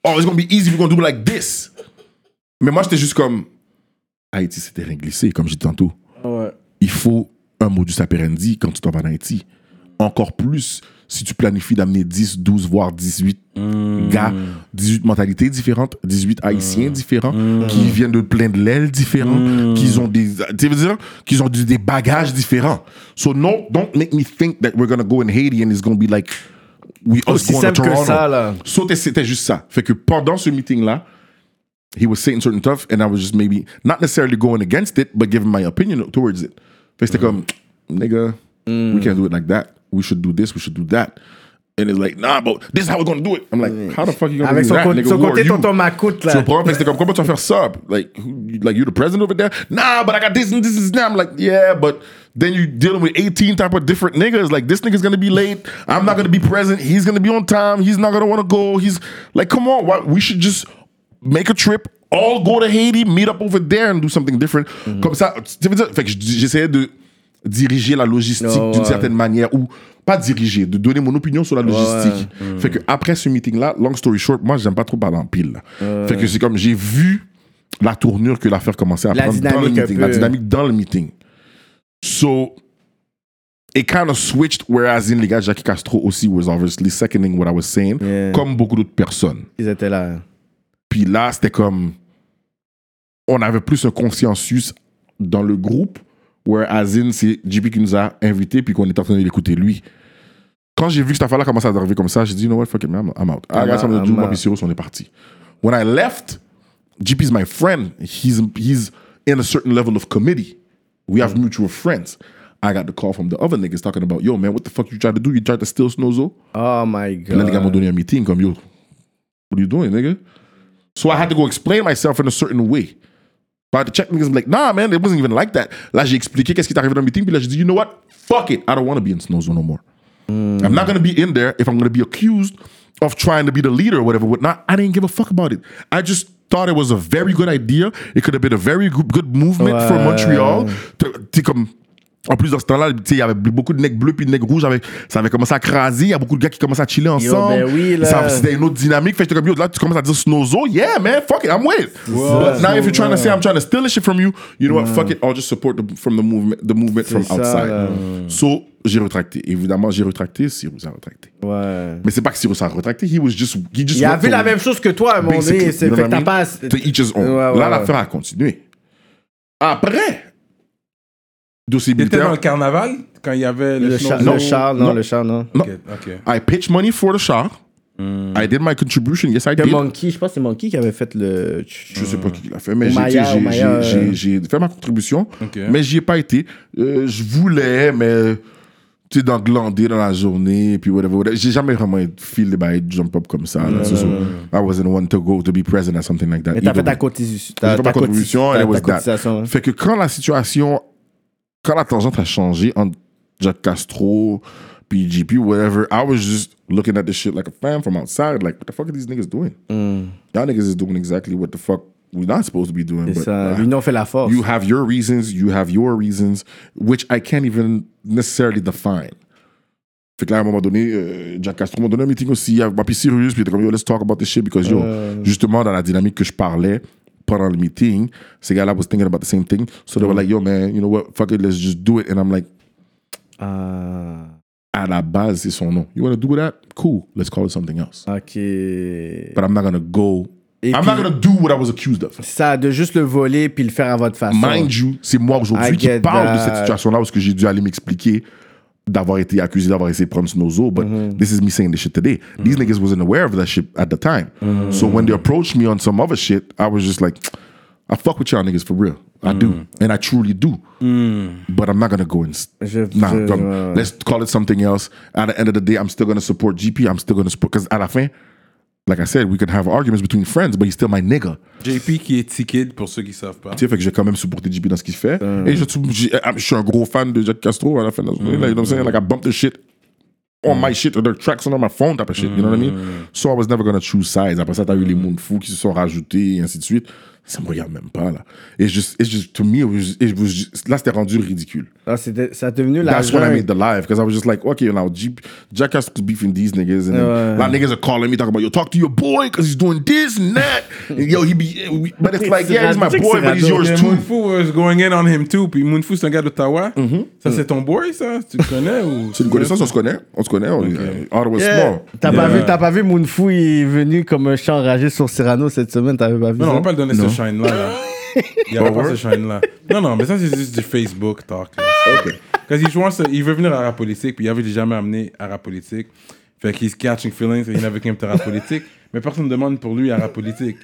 S5: Oh, it's gonna be easy, we're gonna do like this. Mais moi, j'étais juste comme Haïti, c'est terrain glissé, comme j'ai dit tantôt.
S4: Ah
S5: Il faut un modus operandi quand tu t'en vas en Haïti. Encore plus si tu planifies d'amener 10, 12, voire 18
S4: Hmm.
S5: gars, 18 mentalités différentes, 18 haïtiens différents,
S4: Hmm.
S5: qui viennent de plein de l'ailes différentes, qui ont des, tu veux dire, qu'ils ont du- des bagages différents. So no, don't make me think that we're gonna go in Haiti and it's gonna be like we us
S4: Aussi
S5: going to
S4: simple que
S5: Toronto.
S4: ça, là.
S5: So t'es- c'était juste ça. Fait que pendant ce meeting-là, he was saying certain stuff, and I was just maybe not necessarily going against it, but giving my opinion towards it. Fait que c'était comme, nigga, we can't do it like that. We should do this, we should do that. And it's like, nah, but this is how we're gonna do it. I'm like, how the fuck you gonna
S4: Mm. Avec
S5: do
S4: son
S5: that,
S4: co-
S5: nigga?
S4: son
S5: Who are
S4: côté
S5: you?
S4: tonton Macoute, là.
S5: Tu comprends? Fait que c'était comme, comment tu vas faire ça? Like, who- like, you're the president over there? Nah, but I got this and this is that. I'm like, yeah, but then you dealing with 18 type of different niggas. Like, this nigga's gonna be late. I'm not gonna be present. He's gonna be on time. He's not gonna wanna go. He's like, come on. Why, we should just make a trip. All go to Haiti, meet up over there and do something different. Comme ça, tu veux dire, fait que j'essayais de diriger la logistique
S4: Oh,
S5: d'une
S4: ouais.
S5: certaine manière ou pas diriger, de donner mon opinion sur la logistique. Fait que après ce meeting-là, long story short, moi, j'aime pas trop parler en pile. là. Fait que c'est comme j'ai vu la tournure que l'affaire commençait à
S4: La
S5: prendre dans le
S4: dynamique un
S5: meeting, la
S4: peu.
S5: dynamique dans le meeting. So, it kind of switched, whereas in les gars, Jackie Castro aussi was obviously seconding what I was saying,
S4: Yeah.
S5: comme beaucoup d'autres personnes.
S4: Ils étaient là.
S5: Puis là, c'était comme. On avait plus un consensus dans le groupe, where Azin, c'est JP qui nous a invités, puis qu'on était en train de l'écouter lui. Quand j'ai vu que cette affaire-là commençait à arriver comme ça, j'ai dit, you know what, fuck it, man, I'm, I'm out. Ah, I
S4: I'm
S5: got something
S4: out,
S5: to do,
S4: I'm
S5: moi,
S4: out.
S5: puis Cyrus, on est parti. When I left, JP is my friend. He's, he's in a certain level of committee. We
S4: Mm.
S5: have mutual friends. I got the call from the other niggas talking about, yo, man, what the fuck you try to do? You try to steal Snowzo?
S4: Oh my
S5: Puis là, les gars m'ont
S4: god.
S5: donné un meeting comme, yo, what are you doing, nigga? So I had to go explain myself in a certain way. But the check niggas be like, nah, man, it wasn't even like that. Là, j'ai expliqué qu'est-ce qui est arrivé dans le meeting, puis là, j'ai dit, you know what? Fuck it, I don't want to be in Snow Zone no more.
S4: Hmm.
S5: I'm not going to be in there if I'm going to be accused of trying to be the leader or whatever, whatnot. I didn't give a fuck about it. I just thought it was a very good idea. It could have been a very good, good movement for Montreal. Tu- Tu comme. En plus, dans ce temps-là, tu sais, il y avait beaucoup de nègres bleus puis de nègres rouges. avec- ça avait commencé à craser. Il y a beaucoup de gars qui commençaient à chiller ensemble.
S4: ben oui, là.
S5: Ça- C'était une autre dynamique. Fait que j'étais comme, yo, là, tu commences à dire Snowzo. Yeah, man, fuck it, I'm with. But now, if you're trying to say I'm trying to steal this shit from you, you know what, fuck it, I'll just support the, from the movement, the movement from
S4: ça,
S5: outside.
S4: là.
S5: So, j'ai retracté. Évidemment, j'ai retracté, Cyrus a retracté.
S4: Ouais.
S5: Mais c'est pas que Cyrus a retracté, he was just. He just
S4: Il a
S5: went
S4: vu
S5: for-
S4: la même chose que toi, à un moment donné.
S5: basically,
S4: C'est
S5: you know
S4: fait
S5: what
S4: que
S5: I
S4: t'as pas.
S5: mean? To each his own.
S4: Ouais, ouais,
S5: Là,
S4: ouais.
S5: l'affaire a continué. Après, dossier
S3: T'étais dans
S5: militaire,
S3: le carnaval quand il y avait le,
S4: Le
S3: snow-
S4: char,
S3: snow-
S4: le char, non,
S5: non.
S4: le char, non.
S3: Ok, ok.
S5: I pitched money for the char.
S4: Hmm.
S5: I did my contribution, yes, I
S4: Que
S5: did.
S4: Monkey, je pense que c'est Monkey qui avait fait le.
S5: Je sais pas qui l'a fait, mais j'ai-
S4: Euh, Omaya,
S5: j'ai-
S4: Omaya,
S5: j'ai- j'ai j'ai fait ma contribution, Euh, mais j'y ai pas été. Euh, je voulais, mais tu sais, d'englander dans la journée, puis whatever, whatever. J'ai jamais vraiment feel les bails de jump up comme ça. là. So- so I wasn't one to go to be present at something like that.
S4: Mais t'as
S5: either
S4: fait ta hein.
S5: way.
S4: cotisation.
S5: J'ai
S4: ta-
S5: fait
S4: ta
S5: ma
S4: coti-
S5: contribution,
S4: ta-
S5: and it
S4: ta
S5: was that.
S4: cotisation.
S5: Fait que quand la situation, quand la tangente a changé entre Jack Castro, puis GP, whatever, I was just looking at this shit like a fan from outside, like, what the fuck are these niggas doing?
S4: Mm.
S5: Y'all niggas is doing exactly what the fuck we're not supposed to be doing.
S4: C'est
S5: but,
S4: ça.
S5: ah,
S4: L'union fait la force.
S5: you have your reasons, you have your reasons, which I can't even necessarily define. Fait que là, à un moment donné, euh, Jack Castro m'a donné un meeting aussi, il m'a pris Sirius, puis il était comme, yo, let's talk about this shit, because yo, justement, dans la dynamique que je parlais pendant le meeting, ces gars-là was thinking about the same thing, so they were like, yo, man, you know what, fuck it, let's just do it, and I'm like,
S4: Ah,
S5: à la base, c'est son nom. You wanna do that? Cool, let's call it something else.
S4: ok. Et
S5: But I'm not gonna go,
S4: puis,
S5: I'm not gonna do what I was accused of.
S4: ça, de juste le voler puis le faire à votre façon.
S5: Mind you, c'est moi
S4: I
S5: aujourd'hui qui
S4: get
S5: parle de
S4: that.
S5: cette situation-là parce que j'ai dû aller m'expliquer d'avoir été accusé d'avoir essayé de prendre Snowzo, but
S4: Mm-hmm.
S5: this is me saying this shit today. These niggas wasn't aware of that shit at the time.
S4: Mm-hmm.
S5: So when they approached me on some other shit, I was just like, I fuck with y'all niggas for real. I
S4: Mm.
S5: do. And I truly do. But I'm not gonna go and... s-
S4: Je-
S5: nah,
S4: je-
S5: comme,
S4: ouais, ouais.
S5: let's call it something else. At the end of the day, I'm still gonna support GP. I'm still gonna support... Because à la fin, like I said, we could have arguments between friends, but he's still my nigga.
S3: JP qui est T-Kid, pour ceux qui savent pas.
S5: Tu sais, fait que j'ai quand même supporté JP dans ce qu'il fait. Et je, j'ai- ah, je suis un gros fan de Jack Castro à la fin de la journée. là, you know what I'm saying? Like, I bumped the shit on my shit, or the tracks on my phone type of shit. You know what I mean? So I was never gonna choose sides. Après ça, t'as eu les mondes fous qui se sont rajoutés et ainsi de suite. Ça me regarde même pas, là. Et just, it's just, to me, it was, it was just- là, c'était rendu ridicule.
S4: Ah, c'était- ça a devenu la
S5: That's when I
S4: jungle.
S5: made the live because I was just like, okay, now G- Jack has to beefing these niggas, and then a lot of niggas are calling me talking about yo, talk to your boy because he's doing this and that. and yo, he be, we- but it's like, yeah, he's my boy, but he's yours too.
S3: Moonfu was going in on him too. Puis Moonfu, c'est un gars d'Ottawa. Ça, c'est ton boy, ça? Tu le connais ou...
S5: C'est une connaissance, on se connaît, on se connaît, on est Ottawa
S4: Yeah.
S5: small.
S4: T'as
S3: Yeah.
S4: pas vu, t'as pas vu Moonfou il est venu comme un chat enragé sur Cyrano cette semaine, t'avais pas vu
S3: Non,
S4: ça?
S3: on va pas le donner ce shine-là. Là. Il n'y a pas ce shine-là. Non, non, mais ça, c'est juste du Facebook talk. là. Parce qu'il jouait ce- il veut venir à rap politique, puis il avait jamais amené à rap politique. Fait qu'il catching feelings, il n'avait qu'un petit rap politique. Mais personne ne demande pour lui à rap politique.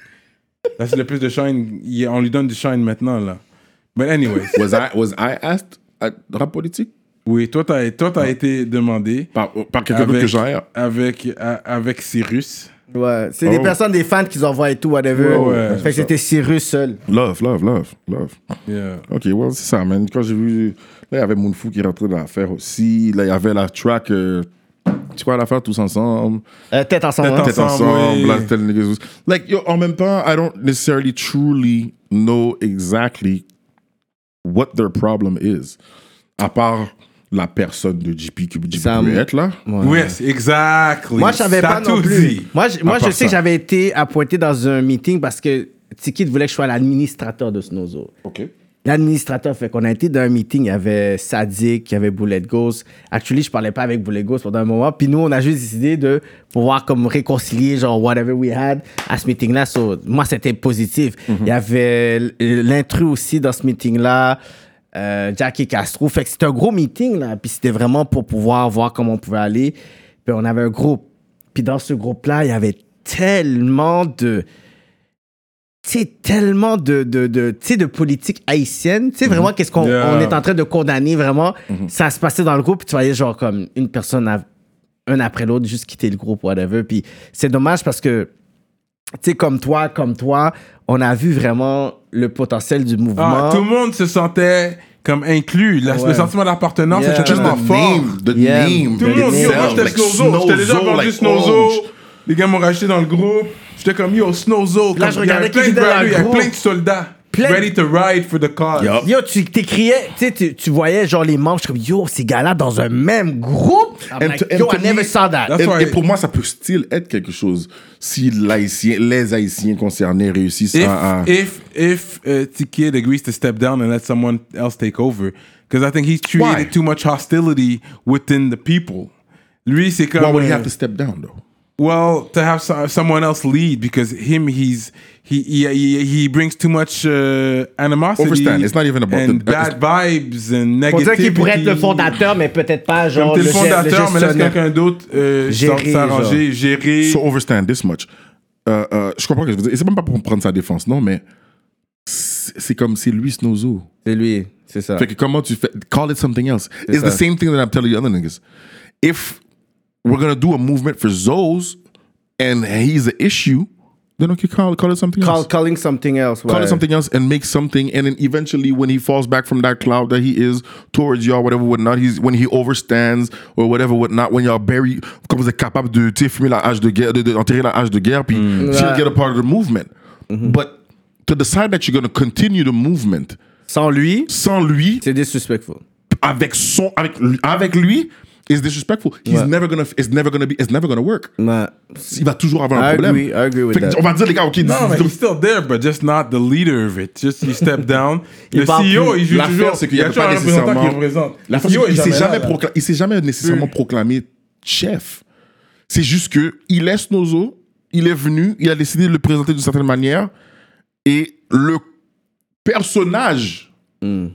S3: Là, c'est le plus de shine. il- on lui donne du shine maintenant, là. But anyways.
S5: Was I was I asked at rap politique
S3: Oui, toi, t'as, toi, t'as été demandé
S5: par, par quelqu'un d'autre
S3: avec,
S5: que j'aère?
S3: avec, à- avec Cyrus.
S4: Ouais, c'est des
S5: Oh.
S4: personnes, des fans qui envoient et tout, whatever.
S3: Ouais, ouais.
S4: fait que c'était Cyrus seul.
S5: Love, love, love, love.
S3: Yeah.
S5: Ok, well, c'est ça, man. Quand j'ai vu. Là, il y avait Moonfou qui rentrait dans l'affaire aussi. Là, il y avait la track. euh, tu crois l'affaire tous ensemble?
S4: Euh, tête ensemble.
S3: Tête
S4: hein.
S5: tête
S3: ensemble,
S5: ensemble,
S3: oui.
S5: là, tel niggas was- Like, yo, en même temps, I don't necessarily truly know exactly what their problem is. À part la personne de JP que JP
S4: Ça,
S5: peut
S4: moi-
S5: être, là.
S4: Ouais.
S3: Yes, exactly.
S4: Moi, je savais
S3: T'as
S4: pas non
S3: tout
S4: plus.
S3: dit.
S4: Moi, je, moi,
S5: À
S4: je
S5: part
S4: sais que
S5: ça.
S4: j'avais été appointé dans un meeting parce que Tiki voulait que je sois l'administrateur de Snowzo.
S5: OK.
S4: L'administrateur, fait qu'on a été dans un meeting, il y avait Sadik, il y avait Bullet Ghost. Actually, je parlais pas avec Bullet Ghost pendant un moment. Puis nous, on a juste décidé de pouvoir comme réconcilier, genre, whatever we had à ce meeting-là. So, moi, c'était positif. Il y avait l- l'intrus aussi dans ce meeting-là, euh, Jackie Castro. Fait que c'était un gros meeting, là. Puis c'était vraiment pour pouvoir voir comment on pouvait aller. Puis on avait un groupe. Puis dans ce groupe-là, il y avait tellement de tu sais, tellement de, de, de, tu sais, de politique haïtienne. Tu sais, vraiment, qu'est-ce qu'on
S3: Mhm. Yeah. Mhm.
S4: on est en train de condamner, vraiment. Ça se passait dans le groupe, puis tu voyais, genre, comme une personne, av- un après l'autre, juste quitter le groupe, whatever. Puis c'est dommage parce que, tu sais, comme toi, comme toi, on a vu vraiment le potentiel du mouvement.
S3: Ah, tout le monde se sentait comme inclus. La-
S4: Ouais.
S3: Le sentiment d'appartenance
S4: Yeah.
S3: était
S5: Just
S3: tellement
S5: the
S3: fort.
S5: name, the
S4: Yeah.
S5: name.
S3: Euh, Tout le
S5: the
S3: monde, yo,
S5: itself,
S3: moi, j'étais
S5: like
S3: Snowzo. J'étais déjà
S5: Snowzo,
S3: vendu
S5: like
S3: Snowzo.
S5: Orange.
S3: Les gars m'ont racheté dans le groupe. J'étais comme, yo, Snowzo.
S4: Là,
S3: comme,
S4: je
S3: il y avait
S4: regardais
S3: plein
S4: qui
S3: de
S4: était dans
S3: value,
S4: le
S3: il y avait
S4: groupe.
S3: plein de soldats.
S4: Plein de-
S3: Ready to ride for the cause.
S5: Yup.
S4: Yo, tu t'écriais, tu sais, tu, tu voyais genre les manches comme yo, ces gars-là dans un même groupe.
S3: Ah,
S4: I'm
S5: And
S4: like,
S5: to- and
S4: yo,
S5: to
S4: I never
S5: me-
S4: saw that.
S3: That's
S5: et,
S3: why-
S5: et pour moi, ça peut still être quelque chose si l'Haïtien- les Haïtiens concernés réussissent
S3: if
S5: à, à-
S3: if if uh, Tikid agrees to step down and let someone else take over, because I think he's created
S5: Why?
S3: too much hostility within the people. Lui, c'est comme
S5: Why would he
S3: euh,
S5: have to step down, though?
S3: well to have so- someone else lead because him he's he he he, he brings too much uh, animosity.
S5: Overstand. It's not even about
S3: and
S5: the-
S3: bad
S5: uh,
S3: vibes and
S4: On
S3: negativity.
S4: dirait qu'il pourrait être le fondateur, mais peut-être pas
S3: Comme
S4: genre
S3: t'es le
S4: chef-
S3: fondateur, mais laisse
S4: gestionnaire.
S3: quelqu'un d'autre euh, s'en-
S4: Gérer,
S3: s'arranger, gérer.
S5: So overstand this much. Euh, euh, je comprends ce que je veux dire. Et c'est même pas pour prendre sa défense, non, mais c'est c'est comme c'est lui Snowzo.
S4: C'est lui. C'est ça.
S5: Fait que comment tu fais- Call it something else. It's
S4: ça.
S5: the same thing that I'm telling you other niggas. If we're gonna do a movement for Zoes and he's an issue, then okay, call, call it something
S4: Call-
S5: else.
S4: calling something else.
S5: Call
S4: ouais.
S5: it something else and make something, and then eventually, when he falls back from that cloud that he is towards y'all, whatever, whatnot, he's when he overstands or whatever, whatnot, when y'all bury, comme vous êtes capable de tu sais, fumer la hache de guerre, de, de, enterrer la hache de guerre, puis she'll
S4: Ouais.
S5: get a part of the movement. But to decide that you're gonna continue the movement
S4: Sans lui,
S5: sans lui,
S4: c'est disrespectful.
S5: avec son avec lui- avec lui is disrespectful. He's
S4: Ouais.
S5: never gonna it's never gonna be it's never gonna work.
S4: Ouais.
S5: Il va toujours avoir un
S4: I
S5: problème.
S4: agree, I agree with
S5: Fait que
S4: that.
S5: On va dire les gars, ok,
S3: Non,
S5: dis-
S3: mais
S5: dis-
S3: he's still there, but just not the leader of it. Just he
S4: [LAUGHS]
S3: step down.
S4: Il
S3: le
S4: parle
S3: CEO,
S4: plus.
S3: il joue
S5: L'affaire,
S3: toujours.
S5: c'est qu'il y a
S3: toujours
S5: pas
S3: un représentant qui
S5: nécessairement-
S3: représente.
S5: la
S3: Le
S5: force,
S3: CEO
S5: il
S3: est
S5: s'est jamais,
S3: là, là.
S5: procla- il s'est jamais nécessairement proclamé chef. C'est juste que il laisse nos os, il est venu, il a décidé de le présenter d'une certaine manière et le personnage
S4: Hmm.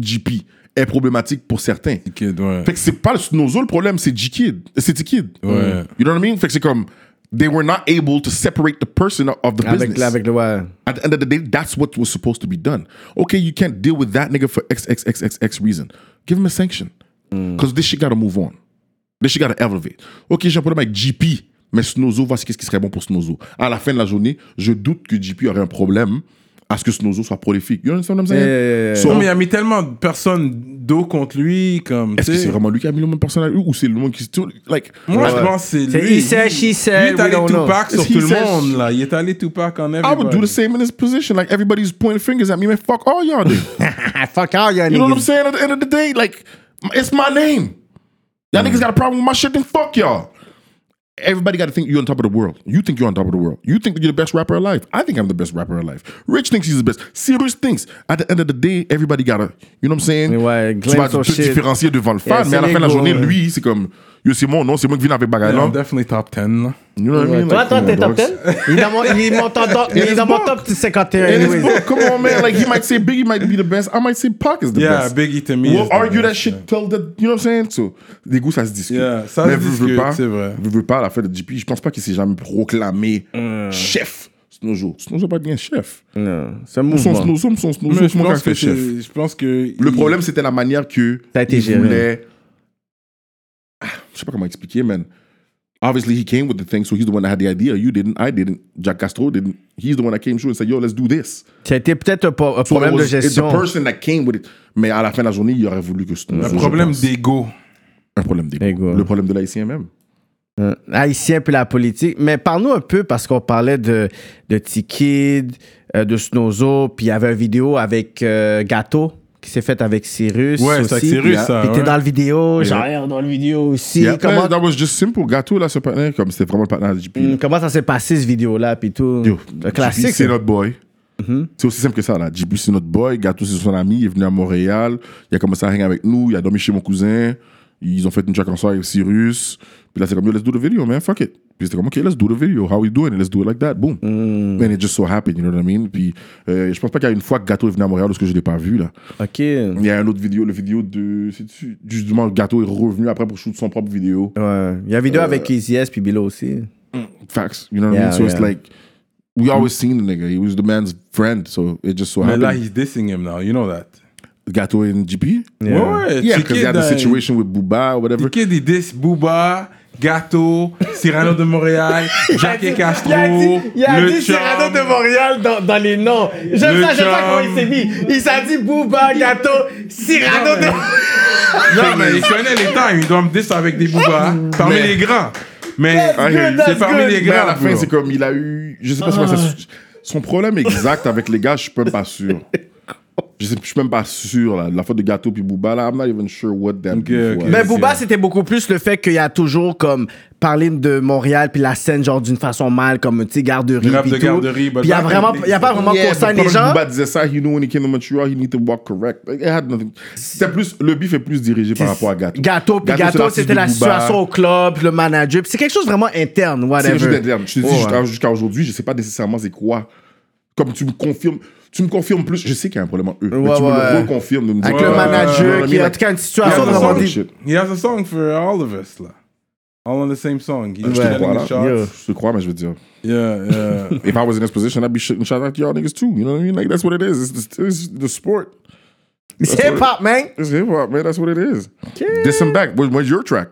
S5: JP est problématique pour certains.
S3: Kid, ouais.
S5: Fait que c'est pas le Snowzo le problème, c'est G-Kid. C'est T-Kid. Mm.
S3: Ouais.
S5: You know what I mean? Fait que c'est comme, they were not able to separate the person of the
S4: Avec,
S5: business.
S4: avec le. Ouais.
S5: At the end of the day, that's what was supposed to be done. Okay, you can't deal with that nigga for X, X, X, X, X reason. Give him a sanction.
S4: Mm.
S5: Because this shit gotta move on. This shit gotta elevate. Ok, j'ai un problème avec GP, mais Snozo, voici qu'est-ce qui serait bon pour Snozo. À la fin de la journée, je doute que GP aurait un problème à ce que Snozo soit prolifique. You understand what I'm saying?
S4: Yeah, yeah, yeah, yeah.
S5: So-
S3: Non, mais il a mis tellement de personnes d'eau contre lui, comme.
S5: Est-ce que
S3: tu sais.
S5: c'est vraiment lui qui a mis le monde personnel ou c'est le monde qui se tourne Like,
S3: Moi,
S5: like,
S3: je pense que c'est
S4: C'est
S3: lui.
S4: he said, she said,
S3: il est
S4: we
S3: allé
S4: don't know.
S3: Tupac sur
S5: He
S3: tout le
S5: said-
S3: monde, là. Il est allé Tupac en everybody.
S5: I would do the same in his position. Like everybody's pointing fingers at me, man. Fuck all
S4: [LAUGHS]
S5: y'all do.
S4: Ah, fuck all, y'all
S5: You know what I'm
S4: niggas.
S5: saying? At the end of the day, like it's my name. Y'all
S4: Mm.
S5: niggas got a problem with my shit, then fuck y'all. Everybody got to think you're on top of the world. You think you're on top of the world. You think that you're the best rapper alive. I think I'm the best rapper alive. Rich thinks he's the best. Serious thinks. At the end of the day, everybody got to, you know what I'm saying?
S4: Ouais,
S5: tu vas
S4: claim son
S5: te
S4: shit.
S5: différencier devant le fan,
S4: Yeah,
S5: mais à la
S4: c'est
S5: fin de la
S4: l'ego,
S5: journée,
S4: ouais.
S5: lui, c'est comme, yo, c'est mon nom, c'est moi qui viens avec Bagaille.
S3: Yeah, I'm
S5: là.
S3: definitely top 10, là.
S5: You know what I mean?
S4: Toi,
S5: Like,
S4: toi,
S5: come
S4: t'es
S5: on,
S4: top 10?
S5: dogs.
S4: Il est dans mon, il est mon top, il est
S5: his
S4: dans mon
S5: book.
S4: top 51.
S5: In his
S4: anyways.
S5: book, come on, man. Like he might say Biggie might be the best. I might say Pac is the
S3: Yeah,
S5: best.
S3: Biggie to me. is
S5: We'll
S3: the
S5: argue that
S3: best,
S5: shit
S3: yeah.
S5: till the, you know what I'm saying? So, des goûts, ça se discute.
S3: Yeah, ça se
S5: veux, veux
S3: discute,
S5: pas,
S3: c'est vrai.
S5: Veux, veux pas, la fête de JP, je pense pas qu'il s'est jamais proclamé
S3: Mm.
S5: chef. Snowjo. Snowjo pas bien chef.
S4: Non, c'est un
S5: Son
S4: mouvement.
S5: Snowjo, son Snowjo,
S3: Mais
S5: c'est
S3: je
S5: mon
S3: pense que
S5: café chef.
S3: c'est- je pense que.
S5: Le problème, c'était la manière que
S4: Ça a été
S5: il
S4: géré.
S5: voulait- Ah, Je sais pas comment expliquer, man. Obviously, he came with the thing, so he's the one that had the idea. You didn't, I didn't. Jack Castro didn't. He's the one that came through and said, yo, let's do this.
S4: Ça a été peut-être un, po- un
S5: So
S4: problème
S5: it
S4: de
S5: was- it's
S4: gestion.
S5: the person that came with it. Mais à la fin de la journée, il aurait voulu que ce
S3: Le problème d'ego.
S5: Un problème
S4: Ego.
S5: d'ego. Le problème de l'haïtien même.
S4: Hein, haïtien puis la politique. Mais parle-nous un peu, parce qu'on parlait de, de T-Kid, euh, de Snozo, puis il y avait une vidéo avec euh, Gâteau qui s'est faite avec Cyrus.
S3: Ouais,
S4: aussi.
S3: c'est avec Cyrus, ça,
S4: Puis t'es
S3: ouais.
S4: dans le vidéo, genre dans le vidéo aussi.
S5: Yeah.
S4: Comment,
S5: Là, that was just simple. Gâteau, là, ce partenaire, comme c'était vraiment le partenaire de JP. là.
S4: hum, comment ça s'est passé, ce vidéo-là, puis tout?
S5: Yo,
S4: Un
S5: JP,
S4: classique. hein. Mm-hmm.
S5: C'est
S4: ça.
S5: notre boy. C'est aussi simple que ça, là. JP, c'est notre boy. Gâteau, c'est son ami. Il est venu à Montréal. Il a commencé à hang avec nous. Il a dormi chez mon cousin. Ils ont fait une track ensemble avec Cyrus. Puis là, c'est comme, yo, let's do the video, man. Fuck it. Puis c'était comme, OK, let's do the video. How we doing? it? Let's do it like that. Boom.
S4: Mm.
S5: And it just so happened, you know what I mean? Puis euh, je pense pas qu'il y a une fois que Gâteau est venu à Montréal parce que je l'ai pas vu, là.
S4: OK. Ouais.
S5: Il y a une autre vidéo, le vidéo de. C'est-tu Justement, Gâteau est revenu après pour shoot son propre vidéo.
S4: Il y a une
S3: Euh,
S4: vidéo avec Easy S puis Bilo aussi.
S5: Facts. You know what I
S4: Yeah,
S5: mean? So it's
S4: yeah.
S5: like. We always seen the nigga. He was the man's friend. So it just so
S3: Mais là,
S5: happened.
S3: he's dissing him now. You know that.
S5: Gato and GP?
S4: Yeah.
S3: Ouais, T-Kid,
S5: Yeah, because they had the
S3: euh,
S5: situation with Booba or whatever.
S3: T-Kid, il diss Booba, Gâteau, Cyrano de Montréal, Jacques et
S4: [LAUGHS]
S3: Castro,
S4: Il a dit, il a
S3: le
S4: dit
S3: Chum.
S4: Cyrano de Montréal dans, dans les noms. J'aime
S3: Le
S4: ça, j'aime ça
S3: Chum.
S4: comment il s'est mis. Il s'est dit Booba, Gâteau, Cyrano de Montréal.
S3: Non, mais il connaît les times. Il doit me diss avec des Booba parmi les grands. Mais
S5: I hear you.
S3: c'est parmi
S4: good.
S3: les
S5: Mais à
S3: grands.
S5: la fin,
S3: bro. Ah.
S5: c'est comme il a eu. Je sais pas c'est quoi ça- Son problème exact avec les gars, je suis même
S4: [LAUGHS]
S5: pas sûr. Je, sais, je suis même pas sûr, là. La faute de Gato puis Booba, là, I'm not even sure what that
S3: Ok,
S5: beef
S3: ok.
S5: was.
S4: Mais
S3: Yes,
S4: Booba,
S3: yeah.
S4: c'était beaucoup plus le fait qu'il y a toujours comme parlé de Montréal puis la scène genre d'une façon mal comme tu sais garderie
S3: Rap
S4: puis
S3: de
S4: tout.
S3: garderie, bah, but
S4: Puis il y a
S3: back
S4: vraiment
S3: in the
S4: il y a pas vraiment
S5: Yeah,
S4: constant
S5: but
S4: les gens.
S5: Booba disait ça, he knew when he came to Montreal, he need to walk correct. It had nothing. C'était plus, le beef est plus dirigé par rapport à Gato.
S4: Gâteau puis gâteau, c'était la situation au club, puis le manager, puis c'est quelque chose vraiment interne,
S5: C'est quelque chose
S4: whatever. Oh,
S5: d'interne. Je te dis,
S4: Ouais.
S5: jusqu'à- jusqu'à aujourd'hui, je sais pas nécessairement c'est quoi. Comme tu me confirmes, tu me confirmes plus. Je sais qu'il y a un problème en eux. mais
S4: Ouais,
S5: tu me
S4: ouais.
S5: le reconfirmes de me dire. euh,
S4: Avec
S5: que-
S4: le
S3: Ouais.
S4: manager qui a en tout cas une
S3: He
S4: situation
S3: has, a
S5: Yeah,
S4: vraiment
S3: song,
S5: yeah. Shit.
S3: he has a song for all of us, là. All on the same song. He's
S5: Je te crois,
S3: telling
S5: là.
S3: his shots.
S4: Yeah.
S5: Je te crois, mais je veux dire.
S3: Yeah, yeah.
S5: If I was in this position, I'd be shooting shout out to y'all niggas too. You know what I mean? Like, that's what it is. It's, it's, it's the sport.
S4: It's hip hop, man.
S5: It's hip hop, man. That's what it is. Diss him back. What- What's your track?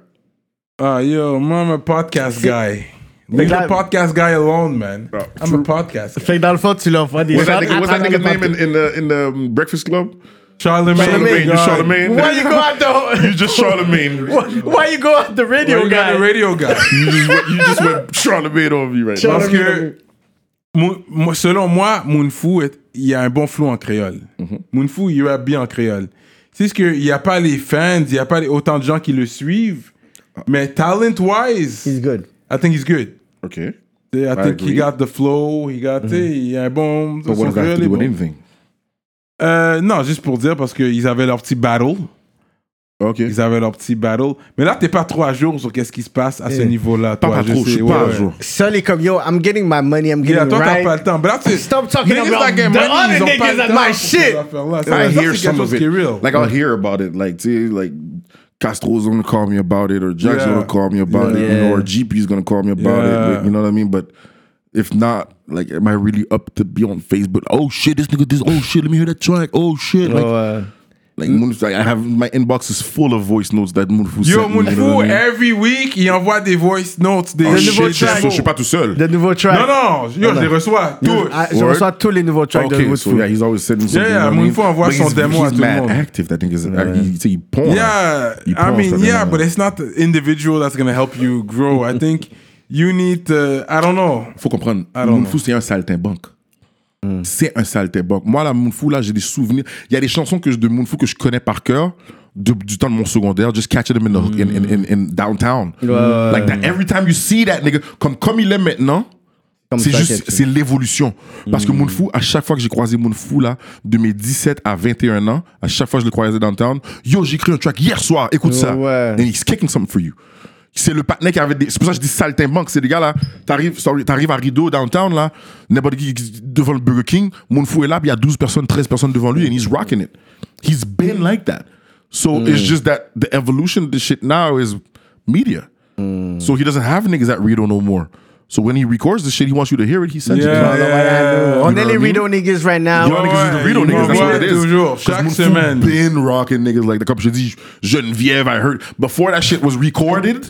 S3: Ah, yo, I'm a podcast guy.
S4: Fait
S3: Leave
S4: que
S3: the
S4: là-
S3: podcast guy alone, man. I'm a podcast guy.
S4: Fait que dans le fond, tu l'envoies des
S5: What's
S4: gens.
S5: that, nigga, what's that nigga's name in, in the in the um, Breakfast Club?
S3: Charlemagne.
S5: Charlemagne, you
S3: God.
S5: Charlemagne.
S4: Why you go out the
S5: You just Charlemagne. [LAUGHS]
S4: Why you go out the
S3: Why
S4: radio
S3: you got
S4: guy?
S3: a radio guy.
S5: You just went, you just went Charlemagne over you right now.
S3: Parce que, Mou- Mou- selon moi, Mounfou, est- il y a un bon flou en créole.
S5: Mhm.
S3: Mounfou, il rappe bien en créole. C'est ce qu'il n'y a pas les fans, il n'y a pas les- autant de gens qui le suivent,
S5: Ah.
S3: mais talent-wise,
S4: He's good.
S3: I think he's good.
S5: Okay.
S3: I, think he
S5: agree. Mhm.
S3: got the flow, he got, tu sais, il a un bon...
S5: But
S3: son
S5: what does that
S3: créole
S5: have to
S3: est
S5: do with
S3: bon.
S5: anything?
S3: Euh, non, juste pour dire, parce qu'ils avaient leur petit battle.
S5: Okay.
S3: Ils avaient leur petit battle. Mais là, t'es pas trop à jour sur qu'est-ce qui se passe à ce niveau-là.
S5: Pas
S3: toi,
S5: pas trop,
S3: sais,
S5: je suis
S3: ouais,
S5: pas à
S3: ouais.
S5: jour.
S4: Seul est comme yo, I'm getting my money, I'm
S3: Yeah,
S4: getting
S3: toi, t'as
S4: right.
S3: pas le temps. Mais là, tu-
S4: Stop talking
S3: Niggas
S4: about
S3: that get
S4: the
S3: money,
S4: other
S3: ils ont pas
S4: niggas
S3: le
S4: at
S3: temps
S4: my
S3: pour ces
S4: shit.
S3: affaires-là. Ça,
S5: I
S3: ça,
S5: hear
S3: c'est quelque
S5: some
S3: chose
S5: of
S3: qui est
S5: it.
S3: real.
S5: Like I'll hear about it. Like, see, like Castro's gonna call me about it, or Jack's
S3: Yeah.
S5: gonna call me about it, you know,
S4: Yeah.
S5: or GP's gonna call me about it.
S3: Yeah.
S5: Like, you know what I mean? But if not, like, am I really up to be on Facebook? Oh shit, this nigga, this. Oh shit, let me hear that track. Oh shit, like,
S4: Oh, uh,
S5: like, Moonf- I have my inbox is full of voice notes that
S3: Yo,
S5: Moonfu sent me, you know
S3: Moonfou,
S5: what I mean?
S3: every week, il envoie des voice notes, des
S5: Oh,
S3: des nouveaux
S5: shit, je
S3: tracks.
S5: suis- je suis pas tout seul.
S4: de nouveaux tracks.
S3: Non, non, yo, je les reçois, tous.
S4: Ah, je
S5: Word.
S4: reçois tous les nouveaux tracks de
S5: Okay, so
S4: Woodfoo.
S5: yeah, he's always sending something.
S3: Yeah,
S5: you know what I mean?
S3: Moonfou envoie
S5: But
S3: son
S5: he's-
S3: démon à
S5: he's
S3: tout le
S5: mad
S3: monde.
S5: active, that nigga. He, he, he porn.
S3: Yeah,
S5: You
S3: I
S5: porn
S3: mean,
S5: for them,
S3: yeah,
S5: man.
S3: but it's not the individual that's gonna help you grow. I think you need to, I don't know. Hmm.
S5: faut comprendre.
S3: don't
S5: Moonfou, c'est un saltimbanque. C'est un saltimbanque. Moi, là, Moonfou, là, j'ai des souvenirs. Il y a des chansons que je, de Moonfou que je connais par cœur de- du temps de mon secondaire. Just catch them in, the- in, in, in, in downtown.
S4: ouais,
S5: Like that. Every time you see that, nigga. Comme, comme il est maintenant.
S4: Comme
S5: C'est
S4: ça, Hmm.
S5: juste,
S4: quelque chose.
S5: c'est l'évolution. Parce que Moonfou, à chaque fois que j'ai croisé Moonfou, là, de mes 17 à 21 ans, à chaque fois que je le croisais downtown, yo, j'ai écrit un track hier soir, écoute ça.
S4: Ouais.
S5: And he's kicking something for you. C'est le patinet qui avait des. C'est pour ça que je dis saltimbanque. C'est des gars là, t'arrives sorry, t'arrives à Rideau, downtown là, n'importe qui qui- devant le Burger King, Moonfou est là, puis il y a 12 personnes, 13 personnes devant lui, and he's rocking it. He's been like that. So
S4: Hmm.
S5: it's just that the evolution of this shit now is media. So he doesn't have niggas at Rideau no more. So when he records this shit, he wants you to hear it, he sends
S3: Yeah,
S5: it.
S3: yeah, yeah.
S4: On
S5: You know
S4: est
S5: what
S4: les
S5: I mean?
S4: Rideau niggas right now.
S5: Yo, niggas is the Rideau
S3: Ouais,
S5: niggas. That's
S3: ouais,
S5: what it is.
S3: toujours,
S5: 'Cause
S3: chaque
S5: Moonfou
S3: semaine.
S5: Been rocking niggas like that. Comme je dis, Geneviève, I heard before that shit was recorded.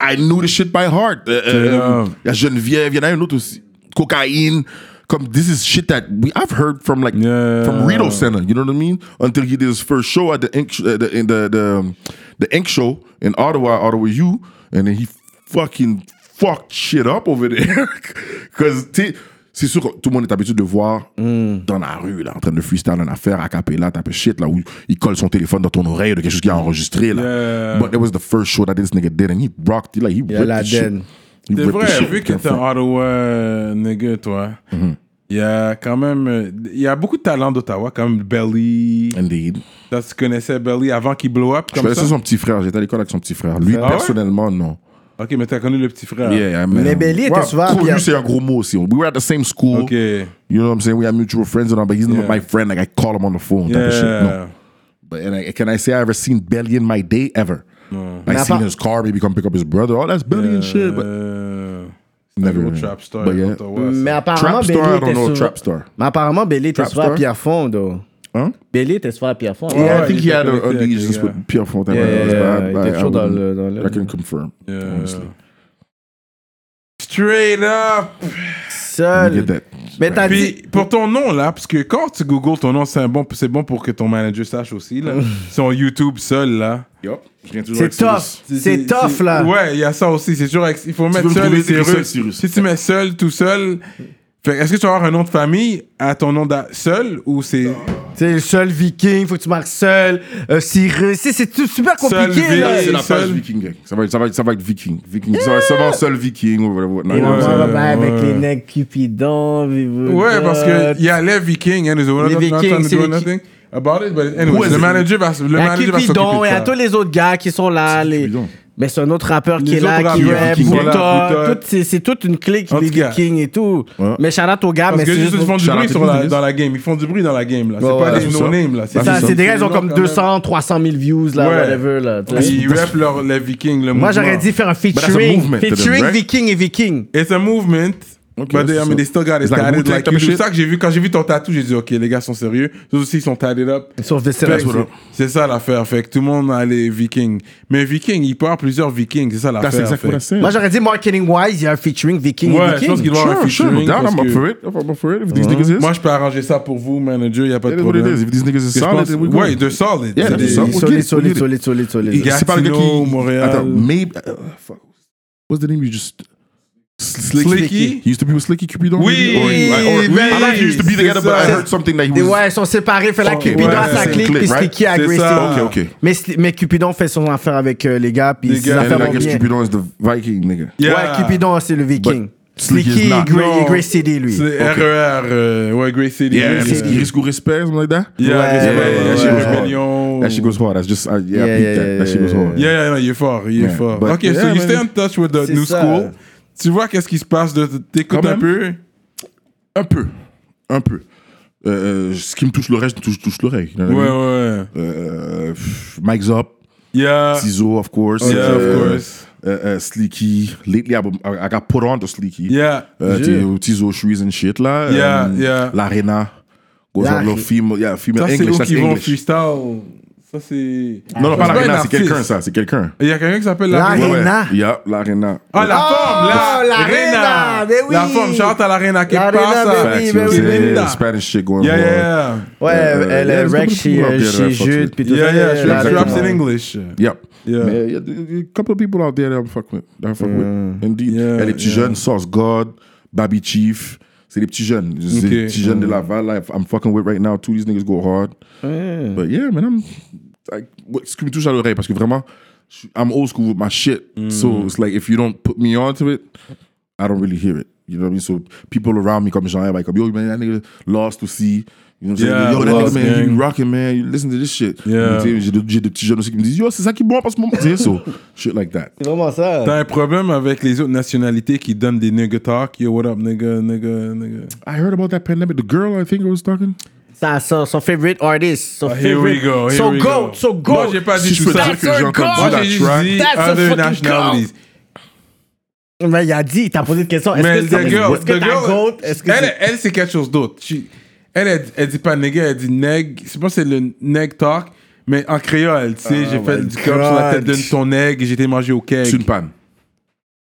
S5: I knew the shit by heart. Euh, euh, y a Geneviève, il y en a un autre aussi. Cocaïne. Comme this is shit that we I've heard from like
S3: Yeah.
S5: from Rito Center. You know what I mean? Until he did his first show at the Ink uh, the, in the the um, the Ink show in Ottawa, Ottawa U, and then he fucking fucked shit up over there. [LAUGHS] Cause tu sais, c'est sûr que tout le monde est habitué de voir
S3: Mm.
S5: dans la rue là en train de freestyle une affaire à capella, taper shit là où il colle son téléphone dans ton oreille de quelque chose qui a enregistré là.
S3: Yeah.
S5: But it was the first show that this nigga did, and he rocked it. Like he ripped
S4: la
S5: the shit.
S4: den.
S3: C'est
S5: He ripped the
S3: vrai,
S5: shit Mm-hmm.
S3: vu que
S5: from
S3: t'es
S5: front.
S3: en Ottawa, euh, nigga, toi, il y a quand même, euh, il y a beaucoup de talents d'Ottawa, comme Belly.
S5: Indeed.
S3: Toi, tu connaissais Belly avant qu'il blow up
S5: Je
S3: comme
S5: connaissais
S3: ça?
S5: son petit frère. J'étais à l'école avec son petit frère. Lui
S3: Ah ouais?
S5: personnellement, non.
S3: Ok, mais t'as connu le petit frère.
S5: Yeah, I met
S4: Mais
S5: him.
S4: Belly était
S5: Ouais,
S4: souvent à Pierre-
S5: Connu, c'est un gros mot aussi. We were at the same school.
S3: Ok.
S5: You know what I'm saying? We had mutual friends and all, but he's
S3: Yeah.
S5: not my friend. Like I call him on the phone. Type of shit. No.
S3: Yeah.
S5: But and I, can I say I ever seen Belly in my day ever? I
S4: Nah,
S5: seen
S4: but-
S5: his car maybe come pick up his brother. Oh, that's Belly and shit. But
S3: Euh,
S5: never.
S3: gros
S5: really.
S3: trap star
S5: But yeah.
S3: d'Ottawa, ça.
S4: Mais apparemment,
S5: Trap
S4: Belly
S5: star, I
S4: était
S5: don't know.
S4: souvent-
S5: Trap star.
S4: Mais apparemment, Belly était
S5: Trap
S4: souvent à
S5: star?
S4: Pierrefonds, though.
S5: Hein?
S4: Belly était souvent à Pierrefonds.
S5: Yeah,
S3: Ouais,
S5: I think
S3: il
S5: he
S3: était
S5: had a, a
S3: connecté
S5: allegiance
S3: avec les
S5: with Pierre Fontaine.
S4: Yeah, yeah,
S5: but
S4: yeah,
S5: I-
S4: il
S5: I-
S4: était
S5: I
S4: toujours dans
S5: wouldn't-
S4: le- dans le-
S5: I can confirm.
S3: Yeah.
S5: Honestly.
S3: Straight up!
S5: You
S4: Seul.
S5: get that.
S4: Mais t'as dit.
S3: Puis pour ton nom là, parce que quand tu googles ton nom, c'est un bon, c'est bon pour que ton manager sache aussi
S5: [LAUGHS]
S3: là. Son YouTube seul là.
S5: Yup. Je viens toujours
S4: C'est
S5: avec Cyrus.
S4: tough. C'est tough, là.
S3: Ouais, il y a ça aussi. C'est toujours, avec- il faut mettre
S5: me
S3: seul
S5: trouver
S3: et
S5: c'est que
S3: Cyrus.
S5: seul, Cyrus.
S3: Si tu mets seul, tout seul. Fait, est-ce que tu vas avoir un nom de famille à ton nom d'a- seul ou c'est
S4: C'est le seul viking, faut que tu marques seul. Euh, Cyrus, c'est- c'est tout super compliqué,
S3: Seul
S4: là.
S5: C'est
S3: viking.
S5: la page
S3: Seul.
S5: viking, gang. Ça va, être- ça va, être- ça va être viking. Viking. Ça va être seulement seul viking ou whatever. Non,
S4: Et
S5: non,
S4: on
S3: Ouais,
S4: va
S5: ça-
S4: là-bas avec
S3: ouais.
S4: les nègres Cupidon.
S3: Ouais, parce que il y a les Vikings. And
S4: uh, Les Vikings, c'est les qui-
S3: About it, but anyway,
S5: Ouais,
S3: le
S5: c'est-
S3: manager va, le
S4: Il y a
S3: manager va
S4: Cupidon, il y a
S3: s'occuper
S4: tous
S3: de ça.
S4: les autres gars qui sont là. Les...
S5: Cupidon.
S4: Mais c'est un autre rappeur qui
S3: Les
S4: est là,
S3: autres
S4: qui
S3: rappeurs
S4: rap,
S3: qui sont là, Bouta.
S4: Bouta, tout- c'est- C'est toute une clique,
S3: En
S4: les
S3: tout cas.
S4: vikings et tout.
S5: Ouais.
S4: Mais shout-out aux gars,
S3: Parce
S4: mais
S3: que
S4: c'est
S3: juste
S4: juste...
S3: ils font du
S5: Shout out
S3: bruit
S5: to
S3: sur la-
S5: Cupidon.
S3: dans la game. Ils font du bruit dans la game là. C'est
S4: Ouais,
S3: pas
S4: ouais,
S3: des
S5: c'est ça.
S3: no-names là.
S4: Ça, C'est des gars, ils ont
S3: noms,
S4: comme
S3: quand même. [LAUGHS]
S4: 200, 300 000 views, là,
S3: Ah, Ouais. Ah,
S4: whatever, là. tu sais.
S3: Ils rappent leur, les Vikings, le
S4: Moi,
S3: mouvement.
S4: j'aurais dit faire un
S5: that's a
S4: featuring.
S5: movement to them,
S4: Featuring
S5: right?
S4: viking et viking.
S3: It's a movement,
S5: Okay,
S3: But they, I
S5: that's
S3: mean, they
S5: what's up.
S3: still got it
S5: It's like
S3: tatted.
S5: Wu-Tang
S3: Like,
S5: type of
S3: c'est
S5: shit.
S3: ça que j'ai vu. Quand j'ai vu ton tattoo, j'ai dit, OK, les gars sont sérieux. Eux aussi, ils sont tatted up.
S4: Sauf des
S3: Fait que
S4: That's what up.
S3: C'est c'est ça l'affaire. Fait que tout le monde a les Vikings. Mais Vikings, il peut y avoir plusieurs Vikings. C'est ça l'affaire.
S5: That's exactly
S3: Fait
S5: what I said.
S4: Moi, j'aurait dit marketing-wise, il y a un featuring Viking
S3: Ouais,
S4: et
S3: je
S4: Viking.
S3: pense qu'il doit y avoir un
S5: Sure, sure, no
S3: featuring
S5: doubt.
S3: parce
S5: I'm up
S3: que-
S5: for it. I'm up for it. If these niggas is.
S3: Moi, je peux arranger ça pour vous, manager. Il n'y a pas
S5: It
S3: de
S5: is what it
S3: problème.
S5: is. If these niggas is
S3: Parce que je
S5: solid,
S3: pense-
S5: then we good.
S3: Ouais, they're solid.
S5: Yeah,
S3: C'est
S5: they're
S3: des-
S5: solid.
S4: Solide, solide, solide, solide, solide.
S3: Gatineau,
S5: C'est pas le gars qui-
S3: Montréal.
S5: Attends, maybe. uh, fuck. What's the name you just. Slicky.
S3: Slicky?
S5: He used to be with Slicky Cupidon?
S3: Oui,
S5: Or, or,
S3: ben
S5: I like he used to be
S3: oui,
S5: together,
S3: c'est
S5: but I
S3: ça.
S5: heard something that he
S4: Et
S5: was.
S4: ouais, ils sont séparés, fait la
S5: Ok,
S4: Cupidon
S3: ouais,
S4: à sa
S3: c'est
S4: clique,
S5: clip,
S4: puis
S5: right?
S4: Sticky a
S3: C'est
S4: agressé.
S3: ça.
S5: Ok, ok.
S4: Mais, Sli- mais Cupidon fait son affaire avec euh, les gars, puis
S3: Les
S4: ses
S3: gars,
S4: affaires
S5: And I
S4: vont
S5: guess
S4: bien.
S5: Cupidon is the Viking nigga.
S3: Yeah.
S4: Ouais, Cupidon, c'est le viking.
S5: But Slicky is
S4: Slicky,
S5: not.
S4: Grey,
S3: Non.
S4: Grey City, lui.
S3: C'est RER. euh, Ouais, Grey City.
S5: Yeah,
S3: Grey
S5: yeah.
S3: City.
S5: Risque ou respect, something like that?
S3: Yeah,
S4: Ouais,
S3: Respect,
S4: ouais,
S5: yeah,
S3: ouais,
S5: that shit was hard.
S3: Rébellion.
S5: That shit goes hard. That's just, I, yeah,
S4: Yeah,
S5: I peeped
S4: yeah,
S5: that.
S4: yeah,
S5: that shit goes
S4: yeah,
S5: hard.
S3: Yeah, yeah, yeah, il est fort, il est
S5: Yeah,
S3: fort.
S5: but-
S3: ok, so
S5: yeah,
S3: you
S5: man.
S3: stay in touch with the
S4: C'est
S3: new
S4: ça.
S3: school. Tu vois qu'est-ce qui se passe, de- t'écoutes
S5: Quand
S3: un
S5: même.
S3: peu.
S5: Un peu. Un peu. Euh, ce qui me touche l'oreille, je touche, touche l'oreille. you know
S3: Ouais,
S5: what I mean?
S3: ouais.
S5: Euh, pff, Mike's up.
S3: Yeah.
S5: Tizo, of course.
S3: Yeah, Ah. of
S5: Euh,
S3: course.
S5: euh, euh, Sleeky. Lately, I've- I, I got put on to Sleeky.
S3: Yeah.
S5: Euh,
S4: Dieu.
S5: Tizo, Tizo Shoes and shit, là.
S3: Yeah,
S5: Euh,
S3: yeah.
S5: L'Arena. Goes
S4: L'Are-
S5: on leur female, yeah, female
S3: Ça, c'est
S5: English.
S3: eux
S5: that's
S3: qui vont
S5: English.
S3: freestyle. Ça, c'est.
S5: Non, non,
S3: Ça,
S5: pas
S3: un
S5: l'Arena, c'est
S3: artiste.
S5: quelqu'un, ça. C'est quelqu'un.
S3: Il y a quelqu'un qui s'appelle
S4: L'Arena.
S3: l'Arena.
S4: Arena.
S5: Yeah, l'Arena.
S3: Ah, la
S4: Oh,
S3: forme, là!
S4: l'Arena, mais oui.
S3: La forme, chante à l'Arena, qui
S4: L'Arena, mais
S3: passe
S4: oui,
S5: Facts,
S4: mais
S5: yo,
S4: oui,
S5: c'est
S4: mais oui.
S5: the Spanish shit going
S3: Yeah,
S5: on.
S3: yeah,
S4: Ouais,
S5: Euh,
S4: elle
S5: yeah,
S4: est
S5: there's
S4: wreck
S5: beaucoup de
S4: chez
S5: people out
S4: euh,
S5: there that
S4: chez
S5: fucks with
S4: Jude,
S5: it.
S4: puis tout
S3: yeah. Yeah,
S4: ça.
S3: yeah, she raps- she
S4: Exactement.
S3: raps in English.
S5: Yeah.
S3: Yeah.
S5: Mais il y a des- a couple of people out there that I'm fuck with. That I fuck with. Indeed.
S3: Yeah,
S5: Il y a les petits
S3: yeah.
S5: jeunes, Source God, Baby Chief. C'est les petits jeunes. C'est
S3: Ok.
S5: les petits jeunes de
S3: Mm.
S5: Laval. Like, I'm fucking with right now. Two these niggas go hard.
S3: Oh,
S5: But yeah, man, I'm. Like, what- ce qui me touche à l'oreille, parce que vraiment, je suis- I'm old school with my shit.
S3: Mm.
S5: So it's like, if you don't put me onto it, I don't really hear it. You know what I mean? So people around me come genre, like, yo, man, that nigga lost to see. You know what I'm saying?
S3: Yeah,
S5: yo, that
S3: Lost,
S5: nigga, man,
S3: gang.
S5: you rocking, man. You listen to this shit.
S3: Yeah.
S5: Tu sais, J'ai des j'ai des petits jeunes aussi qui me disent, yo, c'est ça qui est bon parce
S3: [LAUGHS]
S5: que mon. Tu sais, so, shit like that.
S4: C'est vraiment ça.
S3: T'as un problème avec les autres nationalités qui donnent des nigga talk. Yo, what up, nigga, nigga, nigga.
S5: I heard about that pandemic. The girl, I think I was talking.
S4: Ça, son, son favorite artist. Son
S3: Ah, Here we
S4: favorite-
S3: go, here
S4: son
S3: we go.
S4: goat, son goat.
S3: Moi, j'ai pas dit
S5: Si je
S3: tout
S5: peux
S3: ça.
S5: dire que
S4: That's
S5: j'ai
S4: our
S5: entendu
S4: goal.
S3: Moi,
S5: la
S3: j'ai juste
S5: track.
S3: dit
S4: That's a
S3: other
S4: fucking
S3: nationalities.
S4: Mais il a dit, il t'a posé une question. Est-ce
S3: Mais
S4: que,
S3: the
S4: c'est-
S3: girl,
S4: est-ce que
S3: the
S4: ta
S3: girl-
S4: goat, est-ce que
S3: elle,
S4: c'est-
S3: elle, c'est quelque chose d'autre. She- Elle, elle, elle dit pas nigga, elle dit neg. Je sais pas si c'est le neg talk, mais en créole, tu sais, j'ai fait
S4: my
S3: du cop sur la tête
S4: God.
S3: de ton egg et j'ai été mangé au keg.
S5: C'est une panne.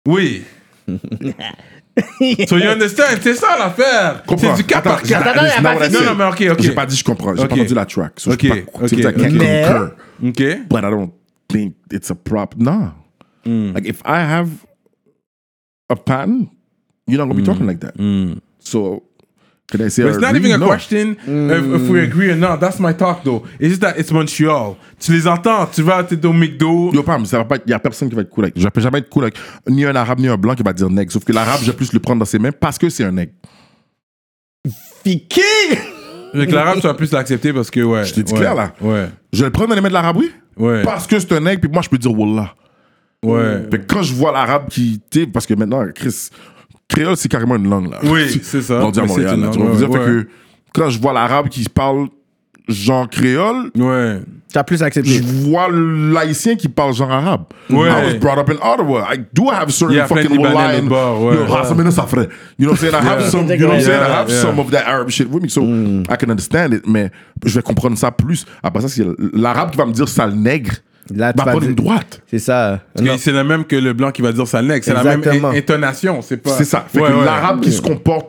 S3: Oui. so you understand, c'est ça l'affaire. C'est
S5: Comprends.
S3: du cas
S5: Attends,
S3: par cas.
S5: attends,
S4: Attends, elle a pas
S5: c'est-
S4: dit-
S3: Non, non, mais ok, ok.
S5: J'ai pas dit je comprends. J'ai
S3: Ok.
S5: pas entendu la track. So
S3: Ok,
S5: je peux pas-
S3: ok,
S5: c'est ça qui
S3: ok.
S4: Mais-
S5: concur.
S3: Ok.
S5: But I don't think it's a prop. Nah.
S3: Hmm.
S5: Like if I have a pattern, you're not gonna be talking like that. So can I say
S3: Hmm. But it's
S5: I
S3: not
S5: agree?
S3: even a
S5: No.
S3: question if, if we agree or not. That's my talk though. It's just that it's Montreal. Tu les entends, tu vas t'es au McDo.
S5: Yo, Pam, ça va pas être- y a personne qui va être cool avec. Je peux jamais être cool avec ni un arabe ni un blanc qui va dire nègre. Sauf que l'arabe, je vais plus le prendre dans ses mains parce que c'est un nègre.
S4: Fiqué!
S3: Avec l'arabe, tu vas plus l'accepter parce que ouais. Je
S5: t'ai dit clair, là.
S3: Ouais.
S5: Je vais le prendre dans les mains de l'arabe, oui,
S3: Ouais.
S5: parce que c'est un nègre. Puis moi, je peux dire wallah.
S3: Ouais.
S5: Fait que quand je vois l'arabe qui, tu sais, parce que maintenant, Chris, créole, c'est carrément une langue, là. [LAUGHS]
S3: Oui, c'est ça.
S5: On dit à
S3: Mais c'est
S5: Montréal,
S3: une
S5: là. Tu
S3: langue,
S5: vois, je veux dire,
S3: ouais,
S5: fait que quand je vois l'arabe qui parle genre créole,
S3: Ouais.
S4: T'as plus accepté.
S5: je vois l'haïtien qui parle genre arabe.
S3: Ouais.
S5: I was brought up in Ottawa. I do have certain
S3: Yeah, plein de
S5: fucking
S3: Libanais
S5: line.
S3: de bord, ouais.
S5: Yo, Rasamena Safre. You know what I'm saying? I have
S3: Yeah.
S5: some, you know what I'm saying? I
S3: Yeah,
S5: have
S3: yeah. Mm.
S5: some of that Arab shit with me, so I can understand it, mais je vais comprendre ça plus. Après ça, c'est l'arabe qui va me dire sale nègre.
S4: Là, tu
S5: va
S4: vas
S5: prendre
S4: dire-
S5: une droite.
S4: C'est ça.
S3: Parce que C'est le même que le blanc qui va dire sa neck. C'est la même
S4: Exactement.
S3: in- intonation. C'est pas.
S5: C'est ça. Fait
S3: Ouais,
S5: que
S3: ouais.
S5: l'arabe qui se comporte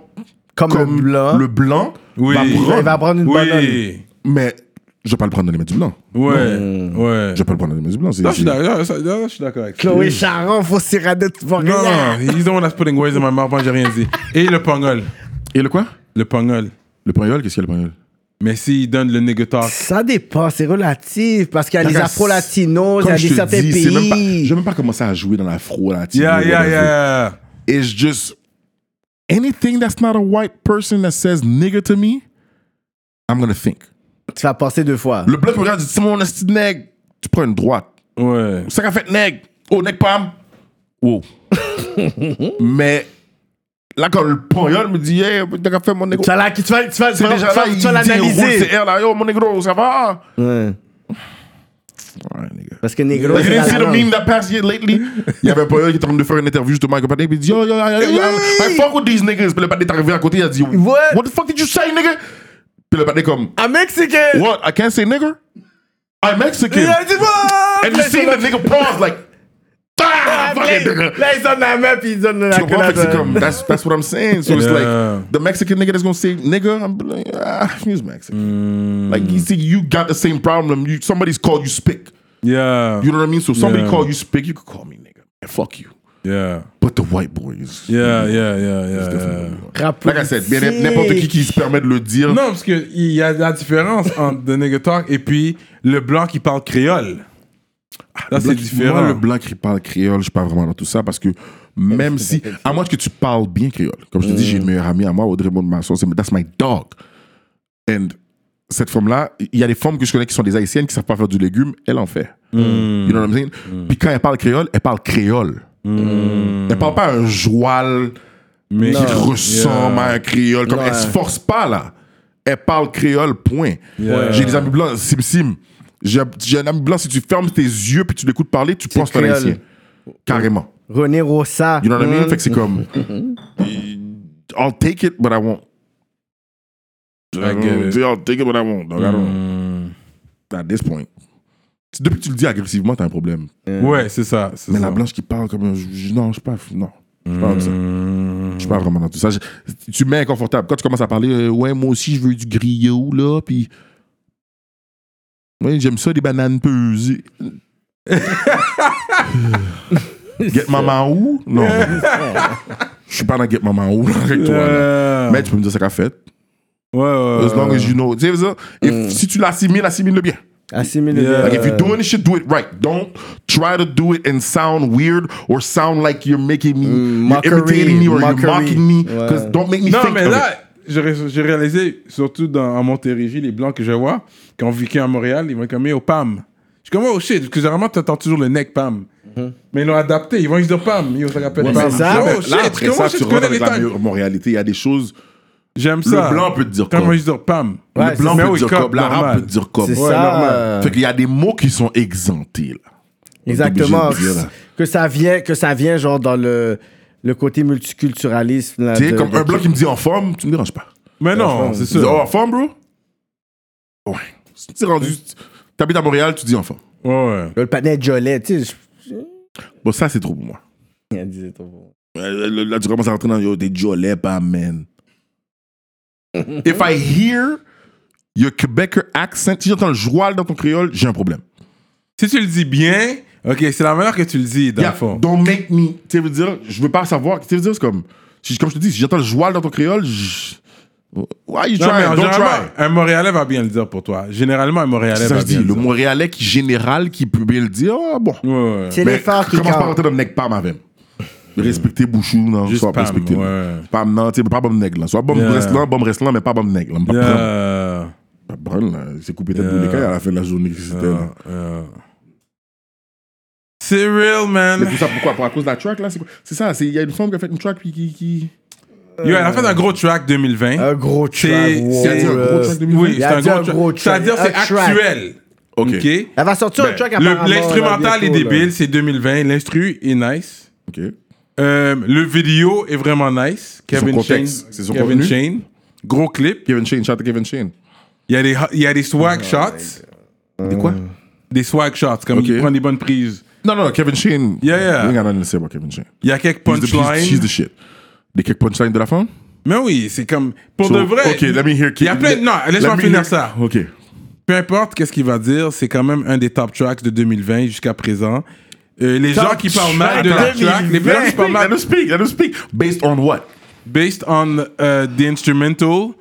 S4: Comme,
S5: comme
S4: le blanc.
S5: le blanc
S3: Oui.
S5: va prendre.
S4: Il va prendre une banane.
S3: Oui.
S5: Mais je vais pas le prendre dans les mains du blanc.
S3: Ouais. Ouais.
S5: Hmm. Je vais pas le prendre dans les mains du blanc. c'est-
S3: Non, je suis
S5: c'est-
S3: d'accord- ça- non, je suis d'accord avec ça.
S4: Chloé Charon, faut s'y rader tout pour
S3: Non, non,
S4: rien.
S3: he's the one that's putting words in my mouth. Moi, j'ai rien dit. Et le pangol.
S5: Et le quoi
S3: Le pangol.
S5: Le pagnol, qu'est-ce qu'il y a le pagnol
S3: Mais s'il donne le nigga talk.
S4: Ça dépend, c'est relatif. Parce qu'il y a les
S5: Comme
S4: afro-latinos, il y
S5: Comme
S4: a
S5: je
S4: des
S5: te
S4: certains
S5: dis, c'est même pas-
S4: pays.
S5: J'ai même pas commencé à jouer dans l'afro latino.
S3: Yeah, yeah,
S5: whatever.
S3: yeah.
S5: It's just anything that's not a white person that says nigger to me, I'm gonna think.
S4: Tu vas penser deux fois.
S5: Le blanc me regarde, il dit c'est mon esti de nègre. Tu prends une droite.
S3: Ouais.
S5: Ça qu'a fait nègre. Oh, nègre pam. Wow. [LAUGHS] Mais là, quand le pagnol me dit, hey, t'as qu'à faire mon nègre.
S4: Tu vas la- tu vas- tu vas- tu
S5: C'est
S4: vas-
S5: déjà
S4: tu
S5: là,
S4: vas-
S5: il
S4: tu vas
S5: dit, roule
S4: l'analyser.
S5: ses airs, là, yo, mon négro, ça va?
S4: Ouais.
S3: All right, nigga.
S4: Parce que Negro,
S5: Like, you
S4: c'est
S5: didn't
S4: la
S5: see the
S4: langue.
S5: meme that passed here lately? Il y avait un période qui était en train de faire une interview justement avec un patin. Puis il dit Yo, yo, yo, yo, yo, I'm- I fuck with these niggas. Puis le patin est arrivé à côté. Il a dit
S4: What?
S5: What the fuck did you say, nigga? Puis le patin est comme
S4: Un Mexicain!
S5: What? I can't say nigger? I'm Mexican.
S4: Il a dit, What?
S5: And you see the nigga pause like Ah, fucking nigga.
S4: Là, il donne la main puis il donne la
S5: Tu comprends? Fait que c'est comme,
S4: collation.
S5: that's, that's what I'm saying. So it's
S3: Yeah.
S5: like, the Mexican nigga that's gonna say nigga, I'm like, ah, he's Mexican. Like, you see, you got the same problem. You, somebody's called you spick.
S3: Yeah.
S5: You know what I mean? So somebody
S3: Yeah.
S5: call you spick, you could call me nigga. And fuck you.
S3: Yeah.
S5: But the white boy is.
S3: Yeah, yeah, yeah, yeah. yeah.
S5: definitely white.
S4: Rap
S5: Like I said, bien,
S4: politique.
S5: n'importe qui qui se permet de le dire.
S3: Non, parce qu'il y a la différence entre The Nigga Talk et puis le blanc qui parle créole. Là, c'est
S5: Ah, Blanc-
S3: différent.
S5: Moi, le blanc qui parle créole, je suis pas vraiment dans tout ça parce que même si, à moins que tu parles bien créole, comme je te dis, j'ai une meilleure amie à moi, Audrey Monde-Masson, c'est that's my dog. And cette femme-là, il y a des femmes que je connais qui sont des haïtiennes qui savent pas faire du légume, elle en fait. You know what I'm saying? Puis quand elle parle créole, elle parle créole. Elle parle pas un joual
S3: Mais
S5: qui ressemble à un créole. Comme
S4: Non.
S5: elle se force pas là. Elle parle créole, point.
S3: Yeah.
S5: J'ai des amis blancs, Sim Sim. J'ai j'ai un ami blanc, si tu fermes tes yeux puis tu l'écoutes parler, tu penses qu'on est
S4: créole.
S5: haïtien. Carrément.
S4: René hmm, Rossa.
S5: You know what I mean? Fait que c'est comme. I'll take it, but I won't.
S3: I get it.
S5: I'll take it, but I won't. Donc, I
S3: Mm.
S5: don't- At this point. Depuis que tu le dis agressivement, t'as un problème.
S3: Ouais, c'est ça. c'est
S5: Mais
S3: ça. Mm.
S5: la blanche qui parle comme un. je- je- Non, je suis pas. Non. Je suis pas comme ça.
S3: Hmm.
S5: Je suis pas vraiment dans tout ça. Je- tu mets inconfortable. Quand tu commences à parler, euh, ouais, moi aussi, je veux du griot, là, puis. Ouais, j'aime ça, des bananes pesées. Get Maman où? Non. Je suis pas dans Get Maman où, là, avec toi. là.
S3: Yeah.
S5: hein. Mais tu peux me dire ce qu'elle a fait.
S3: Ouais, ouais.
S5: As long
S3: ouais.
S5: as you know. Tu sais, ça, if- si tu l'assimiles, assimile-le bien.
S4: Assimilé.
S3: Yeah.
S5: Like if you're doing this shit, do it right. Don't try to do it and sound weird or sound like you're making me, you're
S4: mockery,
S5: imitating me, or
S4: mockery.
S5: you're mocking me.
S4: Ouais.
S5: Because don't make me
S3: Non,
S5: think
S3: mais
S5: of
S3: là,
S5: it.
S3: j'ai ré- j'ai réalisé, surtout dans, à Montérégie, les blancs que je vois, qui ont vécu à Montréal, ils vont comme au PAM. Je suis comme, oh shit, parce que généralement, t'entends toujours le neck PAM. Mais ils l'ont adapté, ils vont juste dire PAM, ils ça rappelle
S5: Mm-hmm. Ouais,
S3: PAM.
S4: mais ça,
S3: Je dis,
S5: mais
S3: oh shit,
S5: là, après
S3: comment
S5: ça,
S3: shit,
S5: tu
S3: tu connais
S5: rentres avec
S3: les
S5: la
S3: tags?
S5: mé- moralité. Il y a des choses.
S3: J'aime ça.
S5: Le blanc peut te dire
S3: Quand
S5: comme.
S3: moi, je dis PAM.
S4: Ouais,
S5: le blanc
S3: mais
S5: peut te
S3: oui,
S5: dire
S3: comme
S5: comme. L'arabe
S3: normal.
S5: peut te dire comme.
S4: C'est
S3: Ouais, normal.
S4: ça. euh,
S5: Fait qu'il y a des mots qui sont exemptés. Là.
S4: Exactement.
S5: On est obligé de dire, là.
S4: Que ça vient, que ça vient genre dans le, le côté multiculturalisme. là,
S5: Tu sais,
S4: Ah, de-
S5: comme
S4: de-
S5: un blanc qui me dit en forme, tu me déranges pas.
S3: Mais non, Ah, c'est
S5: Tu dis,
S3: sûr.
S5: oh, en forme, bro? Ouais. Si tu es rendu. T'habites à Montréal, tu dis en forme.
S3: Ouais, ouais.
S4: Le panais de Jolet, tu sais.
S5: Bon, ça, c'est trop pour moi.
S4: je- Elle disait trop bon.
S5: Euh, Là, là, tu commences à rentrer dans yo, des jolets, pas man. [LAUGHS] If I hear your Quebecer accent, si j'entends le joual dans ton créole, j'ai un problème.
S3: Si tu le dis bien, ok, c'est la manière que tu le dis, dans
S5: Yeah,
S3: le fond.
S5: don't make me. Tu sais, veux dire, je veux pas savoir. Tu sais, veux dire, c'est comme. si- comme je te dis, si j'entends le joual dans ton créole, je. Why you
S3: Non, mais en
S5: trying? Don't
S3: général,
S5: try.
S3: un Montréalais va bien le dire pour toi. Généralement, un Montréalais
S5: C'est ça
S3: va
S5: que je dis.
S3: bien
S5: Le
S3: le dire.
S5: Montréalais qui général, qui peut bien le dire, ah bon.
S3: Ouais, ouais.
S4: C'est les
S5: Mais
S4: phares qui
S5: commence pas à
S4: campent.
S5: rentrer dans le nec pam [LAUGHS] avec. Respectez Bouchou, non,
S3: Juste
S5: sois
S3: pam,
S5: respecté.
S3: ouais.
S5: Pam, non, tu sais, pas bon nec là. Soit bon
S3: Yeah.
S5: reste là, bon reste là, mais pas bon nec là. On va prendre.
S3: Yeah.
S5: Bah, Brown, là, il s'est coupé tête pour les cailles à la fin de la journée. que C'était, là.
S3: Yeah. C'est real, man.
S5: Mais tout ça pourquoi Pour à cause de la track là C'est, quoi c'est ça, c'est- il y a une femme qui a fait une track puis qui. qui...
S3: Yo, elle a fait un gros track 2020.
S4: Un gros track.
S3: C'est-
S4: wow,
S3: c'est-
S5: Il y a dit un gros
S4: euh,
S5: track de musique.
S3: oui,
S4: il
S3: c'est
S4: a
S3: un
S4: dit un
S3: gros,
S4: gros
S3: track. C'est-à-dire
S4: track.
S3: c'est
S4: Un track.
S3: actuel.
S5: Ok.
S3: OK.
S4: Elle va sortir
S5: Ben,
S4: un track
S3: Le-
S4: apparemment. là,
S3: L'instrumental est
S4: bientôt, là.
S3: débile, c'est 2020. L'instru est nice.
S5: Ok.
S3: Euh, le vidéo est vraiment nice.
S5: son
S3: Kevin Shane.
S5: contexte, c'est son
S3: Kevin
S5: contenu.
S3: Shane. Gros clip.
S5: Kevin Shane, shout out to Kevin Shane.
S3: Il y a des, il y a des
S5: Ah,
S3: swag shots. Euh,
S5: Des quoi
S3: Des swag shots, comme
S5: Ok.
S3: il prend des bonnes prises.
S5: Non, non, Kevin Shane.
S3: Yeah, yeah.
S5: Il y en a laissé voir Kevin Shane.
S3: Il y a quelques
S5: She's the- She's, she's
S3: punchlines.
S5: the shit. Des quelques punchlines de la femme
S3: Mais oui, c'est comme. Pour
S5: So,
S3: de vrai.
S5: Ok, let me hear.
S3: Il y a plein. Non,
S5: Let
S3: laisse-moi
S5: me
S3: finir
S5: hear-
S3: ça.
S5: Ok.
S3: peu importe qu'est-ce qu'il va dire, c'est quand même un des top tracks de 2020 jusqu'à présent. Euh, les
S5: Top
S3: gens qui parlent mal
S5: track
S3: de la
S5: de
S3: track, les gens qui parlent
S5: Let
S3: mal,
S5: us speak, let us speak. Based on what
S3: based on uh, the instrumental,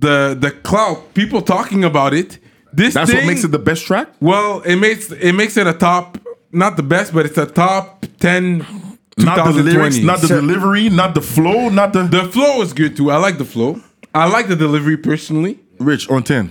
S3: the the clout, people talking about it. This
S5: That's
S3: thing,
S5: what makes it the best track
S3: well, it makes it makes it a top, not the best, but it's a top 10
S5: Not the
S3: 2020.
S5: lyrics, not the delivery, not the flow, not the.
S3: the flow is good too. I like the flow. I like the delivery personally.
S5: Rich on 10.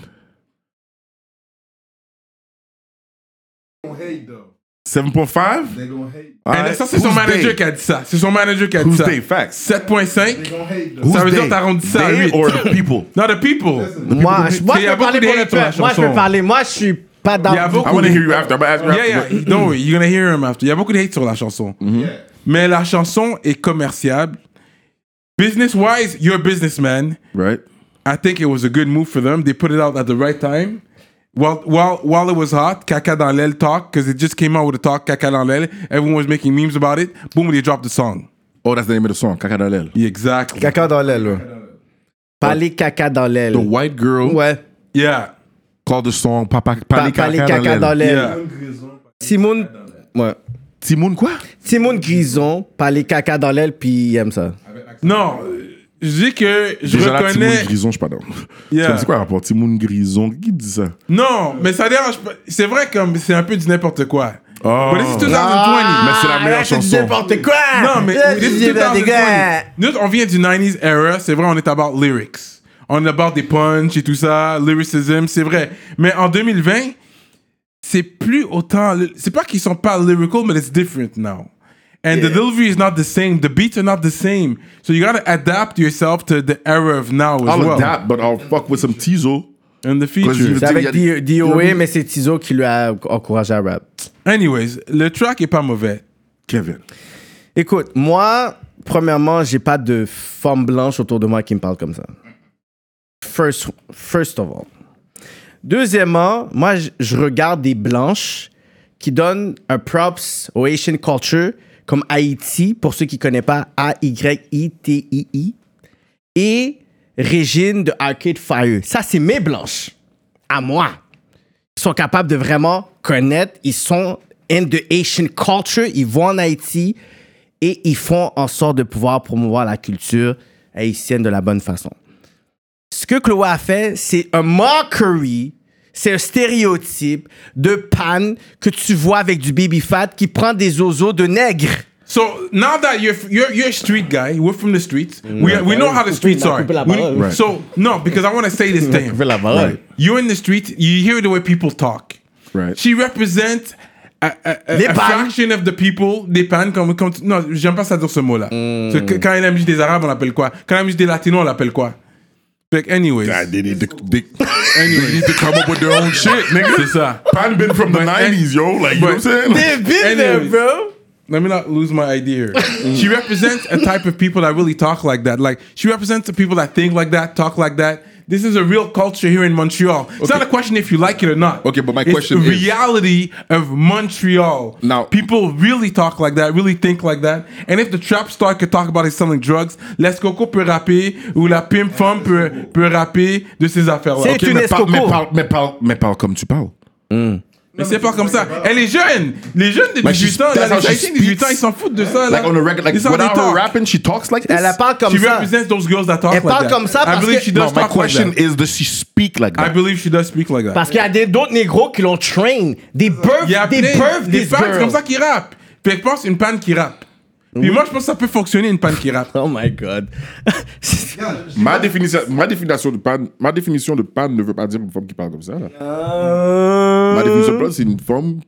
S5: Seven point five. They gonna hate.
S3: And ça, c'est son manager qui a dit ça. C'est son manager qui a dit
S5: Who's
S3: ça.
S5: they? Facts.
S3: 7.5.
S5: Who's
S3: Ça veut dire
S5: they?
S3: t'arrondis ça à
S5: They
S3: huit. [LAUGHS]
S5: or the people.
S3: Non, the people.
S4: Moi, je, moi,
S3: Il y
S4: je
S3: a
S4: peux parler
S3: beaucoup
S4: pour
S3: de
S4: le
S3: hate sur la
S4: peuple. Moi, je
S3: chanson.
S4: peux parler. Moi, je suis Pas dans
S3: Il y a
S5: I
S3: beaucoup
S5: want to
S3: de-
S5: hear you after. I'm gonna ask you after.
S3: Yeah, yeah. Don't worry, you're gonna hear him after. Il y a beaucoup de hate sur la chanson.
S5: Mm-hmm.
S3: Mais la chanson est commerciable. Business wise, you're a businessman.
S5: Right?
S3: I think it was a good move for them. They put it out at the right time. While while while it was hot, Kaka dans l'aile talk because it just came out with a talk Kaka dans l'aile. Everyone was making memes about it. Boom, they dropped the song.
S5: Oh, that's the name of the song, Kakadalel.
S3: Yeah, exactly.
S4: Caca dans l'aile, ouais. Parler caca dans l'aile.
S5: The white girl
S4: Ouais.
S3: Yeah.
S5: called the song Papa
S4: Pa-
S5: Pali
S4: Parler caca dans
S5: Kakadalel.
S3: Yeah.
S4: l'aile. Simone. Ouais.
S5: Timoun quoi?
S4: Simone Grison, parler caca dans l'aile, puis il aime ça.
S3: Non, je dis que je
S5: Déjà là, Timoun
S3: reconnais.
S5: Grison, je suis pas dans.
S3: Yeah.
S5: C'est quoi le rapport? Timoun Grison, qui dit ça?
S3: Non, mais ça dérange pas. C'est vrai comme c'est un peu du n'importe quoi.
S5: Oh.
S3: But this is 2020.
S4: Ah,
S5: Mais c'est la meilleure
S4: là, c'est du
S5: chanson.
S4: N'importe quoi!
S5: Ah,
S4: Eh,
S3: Non, mais
S4: Là,
S3: this
S4: c'est
S3: is
S4: du n'importe
S3: 2020.
S4: quoi.
S3: Nous, on vient du 90s era. C'est vrai, on est about lyrics. On est about des punchs et tout ça, lyricism, c'est vrai. Mais en 2020, c'est plus autant. C'est pas qu'ils sont pas lyrical, mais it's different now. And the delivery is not the same. The beats are not the same. So you gotta adapt yourself to the era of now as
S5: I'll
S3: well.
S5: adapt, but I'll fuck with some Tizo.
S3: And the
S5: you-
S3: features.
S4: C'est avec
S5: Il y a-
S4: D- DOA, mais c'est Tizo qui lui a encouragé à rap.
S3: Anyways, le track est pas mauvais.
S5: Kevin.
S4: Écoute, moi, premièrement, j'ai pas de femme blanche autour de moi qui me parle comme ça. First, first of all. Deuxièmement, moi, je- je regarde des blanches qui donnent un props au Asian culture, comme Haïti, pour ceux qui connaissent pas, A-Y-I-T-I-I, et Régine de Arcade Fire. Ça, c'est mes blanches. À moi sont capables de vraiment connaître. Ils sont in the Asian culture. Ils vont en Haïti et ils font en sorte de pouvoir promouvoir la culture haïtienne de la bonne façon. Ce que Chloé a fait, c'est un mockery, c'est un stéréotype de panne que tu vois avec du baby fat qui prend des oiseaux de nègre.
S3: So now that you're you're, you're a street guy, we're from the streets.
S5: Mm.
S3: We, we know how the streets are.
S4: Couper la
S3: We-
S4: parole. Right.
S3: So no, because I want to say
S5: [LAUGHS]
S3: this thing.
S4: parole.
S3: You're in the street. You hear the way people talk.
S5: Right.
S3: She represents a, a, a,
S4: Les
S3: a
S4: pannes.
S3: fraction of the people. Des pannes comme comme non, j'aime pas ça dire ce mot-là.
S5: Mm.
S3: Parce que Quand il y a la musique des Arabes, on l'appelle quoi Quand il y a la musique des Latinos, on l'appelle quoi Fait que anyways,
S5: They need to, they, [LAUGHS] they need to come up with their own shit,
S3: c'est
S5: nigga.
S3: ça.
S5: Pan been from the 90s, yo. Like, you know what I'm saying? Like,
S3: Anyways. let me not lose my idea
S5: [LAUGHS]
S3: here.
S5: Mm-hmm.
S3: she represents a type of people that really talk like that. Like she represents the people that think like that, talk like that. This is a real culture here in Montreal. It's not a question if you like it or not.
S5: Okay, but my
S3: It's
S5: question
S3: the
S5: is-
S3: reality of Montreal.
S5: Now-
S3: people really talk like that, really think like that. And if the trap star could talk about his selling drugs, Les Coco peut rapper ou la pimp femme peut, peut rapper de ces affaires-là.
S4: C'est
S3: ok?
S4: une
S5: mais, parle,
S4: escroco.
S5: mais, parle, mais, parle, mais parle comme tu parles.
S3: Mais c'est pas comme ça. Elle est jeune. Les jeunes de
S5: Like she-
S3: 18 ans,
S5: that's
S3: là,
S5: how
S3: les
S5: she
S3: Haïtiens de 18 ans,
S5: speaks.
S3: ils s'en foutent de ça.
S5: Like,
S3: là.
S5: on a record, like,
S3: This is how they
S5: without her
S3: talk.
S5: rapping, she talks like this?
S4: Elle parle comme
S3: she
S4: ça.
S3: represents those girls that talk
S4: Elle
S3: like
S4: parle
S3: that.
S4: comme ça
S3: I
S4: parce
S3: believe
S4: que-
S3: she
S5: No,
S3: does
S5: my
S3: talk like
S5: question
S3: that.
S5: is, does she speak like
S3: I
S5: that?
S3: believe she does speak like that.
S4: Parce qu'il y a des- d'autres négros qui l'ont train. Des birth,
S3: Il y a
S4: des
S3: plein-
S4: birth,
S3: des
S4: des
S3: fans
S4: girls.
S3: comme ça qui rappent. Fait que pense une panne qui rappe. Puis moi, je pense que ça peut fonctionner une panne qui rappe.
S4: Oh my God.
S5: Ma définition, ma définition de pan, ma définition de pan ne veut pas dire une femme qui parle comme ça. là.
S3: Euh.
S5: Ma définition de pan, c'est une femme.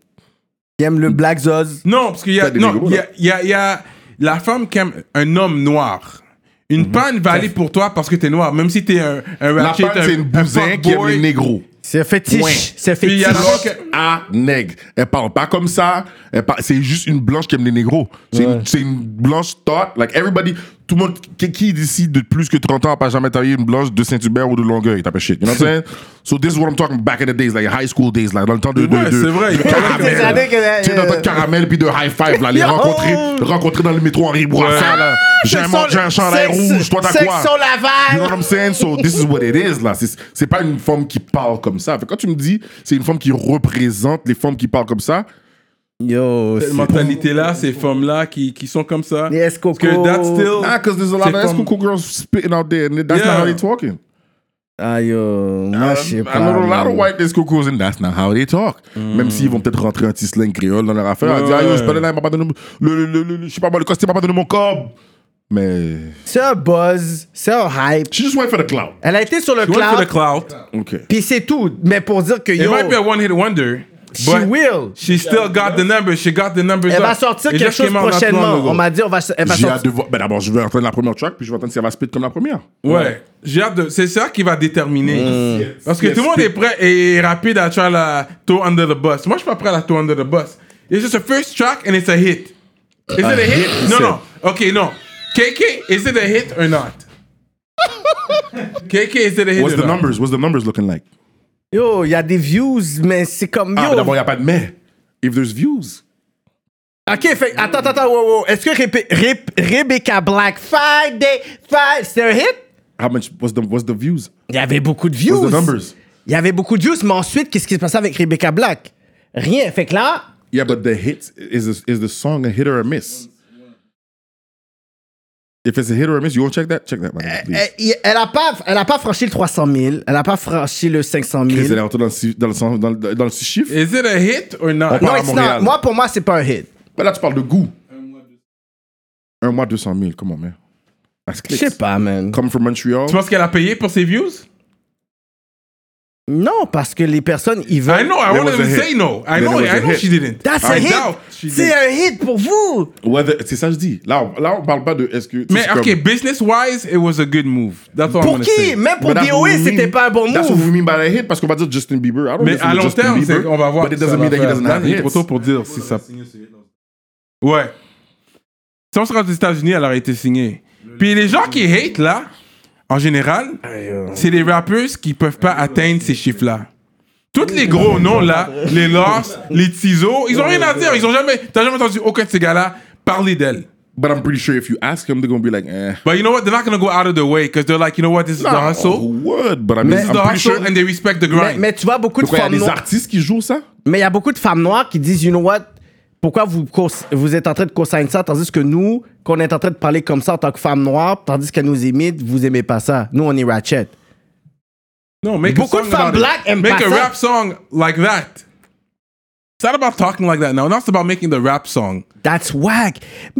S4: Il aime le Black Zoz.
S3: Non, parce qu'il y a,
S5: T'as des
S3: non,
S5: négros,
S3: il y
S5: là.
S3: a, il y a- il y a la femme qui aime un homme noir. Une panne va aller pour toi parce que t'es noir, même si t'es un, un
S5: Mhm. La
S3: ratchet,
S5: pan, c'est une
S3: un, un
S5: bousin qui aime
S3: fuckboy.
S5: les négros.
S4: C'est un fétiche.
S5: Ouais.
S4: C'est un
S3: Puis il y
S4: fétiche.
S3: a la femme qui-
S5: à nègre. Elle parle pas comme ça. Elle parle- c'est juste une blanche qui aime les négros. C'est une, c'est une blanche thought. Like everybody, tout le monde, qui, qui d'ici de plus que 30 ans n'a pas jamais taillé une blanche de Saint-Hubert ou de Longueuil? Type of shit. You know what I'm saying?
S3: [LAUGHS]
S5: so this is what I'm talking back in the days, like high school days, like dans le temps de. de-
S3: Ouais,
S5: de-
S3: c'est vrai,
S5: de
S3: il y a
S5: caramel.
S4: quelques années que- euh,
S5: Tu sais, dans le temps de caramel puis de high
S3: [LAUGHS]
S5: five, là, les
S4: Yo!
S5: rencontrer, rencontrer dans le métro Henri Bourassa,
S3: Ah!
S5: là. J'ai un, mon- j'ai un chandail rouge, toi t'as quoi?
S4: Section
S5: You know what
S4: Laval.
S5: I'm saying? So this is what it is là. C'est c'est pas une femme qui parle comme ça. Fait que quand tu me dis c'est une femme qui représente les femmes qui parlent comme ça,
S4: Yo,
S3: Cette mentalité-là, ces femmes-là qui, qui sont comme ça.
S4: Yes,
S3: Parce que
S4: Coco.
S3: that's still...
S5: nah, ah, cause there's a lot
S3: C'est
S5: of ass
S3: comme-
S5: cuckoo girls spitting out there, and that's
S3: Yeah.
S5: not how they talking.
S4: Ah yo, moi je sais pas.
S5: I know a lot of
S3: Um,
S4: man.
S5: white ass cuckoos, and that's not how they talk. Même s'ils vont peut-être rentrer un petit slang créole dans leur affaire,
S3: Hmm. Ouais.
S5: dire ah yo, je parlais là, il m'a pas donné le le le, le- le- je sais pas moi, le costume m'a pas donné mon corps. Mais
S4: C'est un buzz, c'est un hype.
S5: she just went for the cloud.
S4: Elle a été sur le
S3: She went for the
S4: cloud,
S3: cloud.
S5: Okay.
S4: puis c'est tout. Mais pour dire que
S3: It
S4: yo,
S3: might be a one-hit wonder.
S4: She
S3: But
S4: will.
S3: She still got the numbers. She got the numbers.
S4: Elle
S3: up.
S4: va sortir
S3: It
S4: quelque
S3: just
S4: chose
S3: came out not too long
S4: prochainement.
S3: ago.
S4: On m'a dit, on va, elle va
S5: J'ai
S4: sortir.
S5: hâte de voir. Ben d'abord, je vais entendre la première track, puis je vais entendre si elle va split comme la première.
S3: Ouais. J'ai hâte de- C'est ça qui va
S4: Mm.
S3: déterminer. Parce que
S5: Yes,
S3: tout le monde
S5: yes.
S3: est prêt et rapide à try la throw under the bus. Moi, je suis pas prêt à la throw under the bus. It's just a first track and it's a hit. Is it a hit?
S5: hit,
S3: Non,
S5: he
S3: non. OK, non. KK, is it a hit or not? KK, is it a hit
S5: What's
S3: or
S5: the
S3: not?
S5: numbers? What's the numbers looking like?
S4: Yo, il y a des views, mais c'est comme.
S5: Ah,
S4: Yo,
S5: ben d'abord, il n'y a pas de mais. If there's views.
S4: Ok, fait, attends, attends, attends, wow, wow. Est-ce que Rebe- Rebe- Rebecca Black, Friday, Friday, c'était un hit?
S5: How much? What's the what's the views?
S4: Il y avait beaucoup de views.
S5: What's the numbers?
S4: Il y avait beaucoup de views, mais ensuite, qu'est-ce qui se passait avec Rebecca Black? Rien. Fait que là,
S5: Yeah, but the hits is is the song a hit or a miss? If it's a hit or a miss, you want to check that? Check that, man. please.
S4: elle, il- elle a pas, elle a pas franchi le 300 000, elle a pas franchi le 500
S5: Chris,
S4: 000.
S5: elle est rentrée dans le six- dans le sens- dans le- dans le six chiffres.
S3: Is it a hit or not?
S5: On
S4: Non,
S5: parle à
S4: it's not.
S5: Montréal.
S4: Moi, pour moi, c'est pas un hit.
S5: Ben là, tu parles de goût. Un mois, 200 000. Comment, man? That's
S4: Je
S5: clicks.
S4: sais pas, man.
S5: Come from Montreal.
S3: Tu penses qu'elle a payé pour ses views?
S4: Non, parce que les personnes, ils
S3: I
S4: veulent.
S3: know. I
S5: There
S3: wanted
S5: was a
S3: to
S5: hit.
S3: say no. I
S5: Then
S3: know.
S5: there was
S3: I
S5: a
S3: know
S5: hit.
S3: she didn't.
S5: Ah,
S4: That's a
S3: I doubt she
S4: hit.
S3: did.
S4: C'est un hit pour vous.
S5: Whether- C'est ça que je dis. Là, on- là, on parle pas de... Est-ce que,
S3: Mais
S5: c'est comme-
S3: OK, business-wise, it was a good move. That's all I'm
S4: Pour
S3: gonna
S4: qui?
S3: say.
S4: Même pour
S5: But that's what
S4: DOE,
S5: we
S4: c'était
S5: mean.
S4: pas un bon
S5: That's what
S4: move.
S5: we mean by a hit, parce qu'on va dire Justin Bieber. I don't
S3: Mais
S5: listen to
S3: à long
S5: Justin
S3: terme,
S5: Bieber,
S3: c'est- on va voir.
S5: But it
S3: si ça
S5: doesn't
S3: va
S5: mean that he
S3: faire.
S5: doesn't have
S3: Là, Il est trop
S5: hits.
S3: tôt pour dire si ça. Ouais. Si on serait aux États-Unis, elle aurait été signée. Puis les gens qui hate là, en général, c'est les rappeurs qui peuvent pas atteindre ces chiffres-là. Tous les gros noms là, les Lost, les Tizo, ils ont rien à dire. Ils ont jamais, t'as jamais entendu aucun de ces gars-là parler d'elle.
S5: But I'm pretty sure if you ask him, they're going to be like, eh.
S3: But you know what? They're not gonna go out of their way because they're like, you know what? This is the
S5: Oh,
S3: hustle.
S5: What? But I mean,
S3: This is
S5: I'm
S3: the
S5: pretty
S3: hustle
S5: sure...
S3: and they respect
S4: Mais,
S3: the grind.
S4: mais tu vois, beaucoup de
S5: Pourquoi, il y a
S4: femmes
S5: des
S4: noires.
S5: artistes qui jouent ça?
S4: Mais il y a beaucoup de femmes noires qui disent, you know what, pourquoi vous, cons- vous êtes en train de consigner ça, tandis que nous, qu'on est en train de parler comme ça en tant que femmes noires, tandis qu'elles nous imitent, vous aimez pas ça. Nous, on est ratchet.
S3: No, make
S4: Beaucoup
S3: a
S4: de
S3: song
S4: femmes
S3: about it.
S4: black aiment
S3: Make
S4: pas
S3: a
S4: ça.
S3: rap song like that. It's not about talking like that now. Not about making the rap song.
S4: That's whack.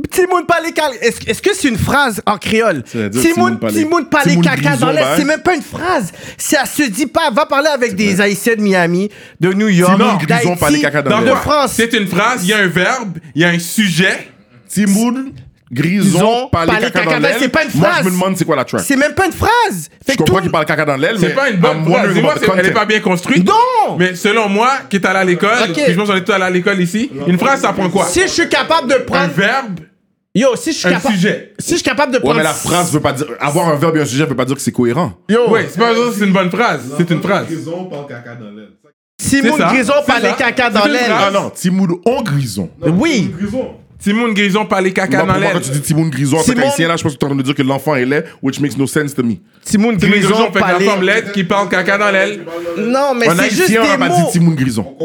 S4: Timoun Palikal, est-ce est-ce que c'est une phrase en créole?
S5: veut dire
S4: Timoun
S5: Timoun Palé-
S4: Timoun Palé
S5: Timoun
S4: caca dans
S5: Grison,
S4: l'air,
S5: ben.
S4: c'est même pas une phrase. Ça se dit pas. Va parler avec des Haïtiens de Miami, de New York,
S5: Timoun Grison, Palé
S4: d'Haïti,
S5: caca dans
S4: de
S5: l'air.
S4: France.
S3: C'est une phrase, il y a un verbe, il y a un sujet.
S5: Timoun,
S4: Grison,
S5: Grison, parler
S4: parler
S5: caca
S4: caca
S5: dans
S4: dans-
S5: l'aile.
S4: c'est pas une
S5: Moi,
S4: phrase.
S5: je me demande c'est quoi la track.
S4: C'est même pas une phrase. Fait
S5: Je
S4: que
S5: comprends
S4: tout-
S5: qu'il parle caca dans l'aile, mais
S3: C'est pas une bonne
S5: I'm
S3: phrase.
S5: wondering
S3: Dis-moi,
S5: about the
S3: c'est- elle est
S5: content.
S3: pas bien construite.
S4: Non!
S3: Mais selon moi, qui est allé à l'école,
S4: Ok.
S3: puis je pense qu'on est tous allés à l'école ici, une phrase, ça prend quoi?
S4: Si je suis capable de
S3: Un
S4: prendre.
S3: verbe,
S4: Yo, si je suis
S3: Un
S4: capable.
S3: sujet.
S4: Si je suis capable de
S5: Ouais,
S4: prendre.
S5: mais la phrase veut pas dire. Avoir un verbe et un sujet veut pas dire que c'est cohérent.
S4: Yo,
S3: oui, c'est pas c'est une bonne phrase. C'est une phrase.
S4: Simon
S3: c'est ça,
S4: Grison
S3: c'est
S4: par les
S3: ça.
S4: caca dans
S3: C'est une
S4: l'aile.
S5: Ah non, Timoun en grison.
S4: Oui.
S3: Simone Grison parle les caca
S5: Moi,
S3: dans
S5: pour moi,
S3: l'air.
S5: quand tu dis Timoun grison, en tant
S4: Simone-
S5: qu'haïtien, là, je pense que tu es en train de dire que l'enfant est laid, which makes no sense to me.
S4: Simon
S3: Simone Grison
S4: Grison
S3: fait que
S4: par
S3: la
S4: les.
S3: femme laide qui parle caca dans l'aile.
S4: Non, mais
S5: En
S4: c'est juste
S5: haïtien, on
S4: des
S5: n'a pas dit
S4: mots.
S5: Timoun grison.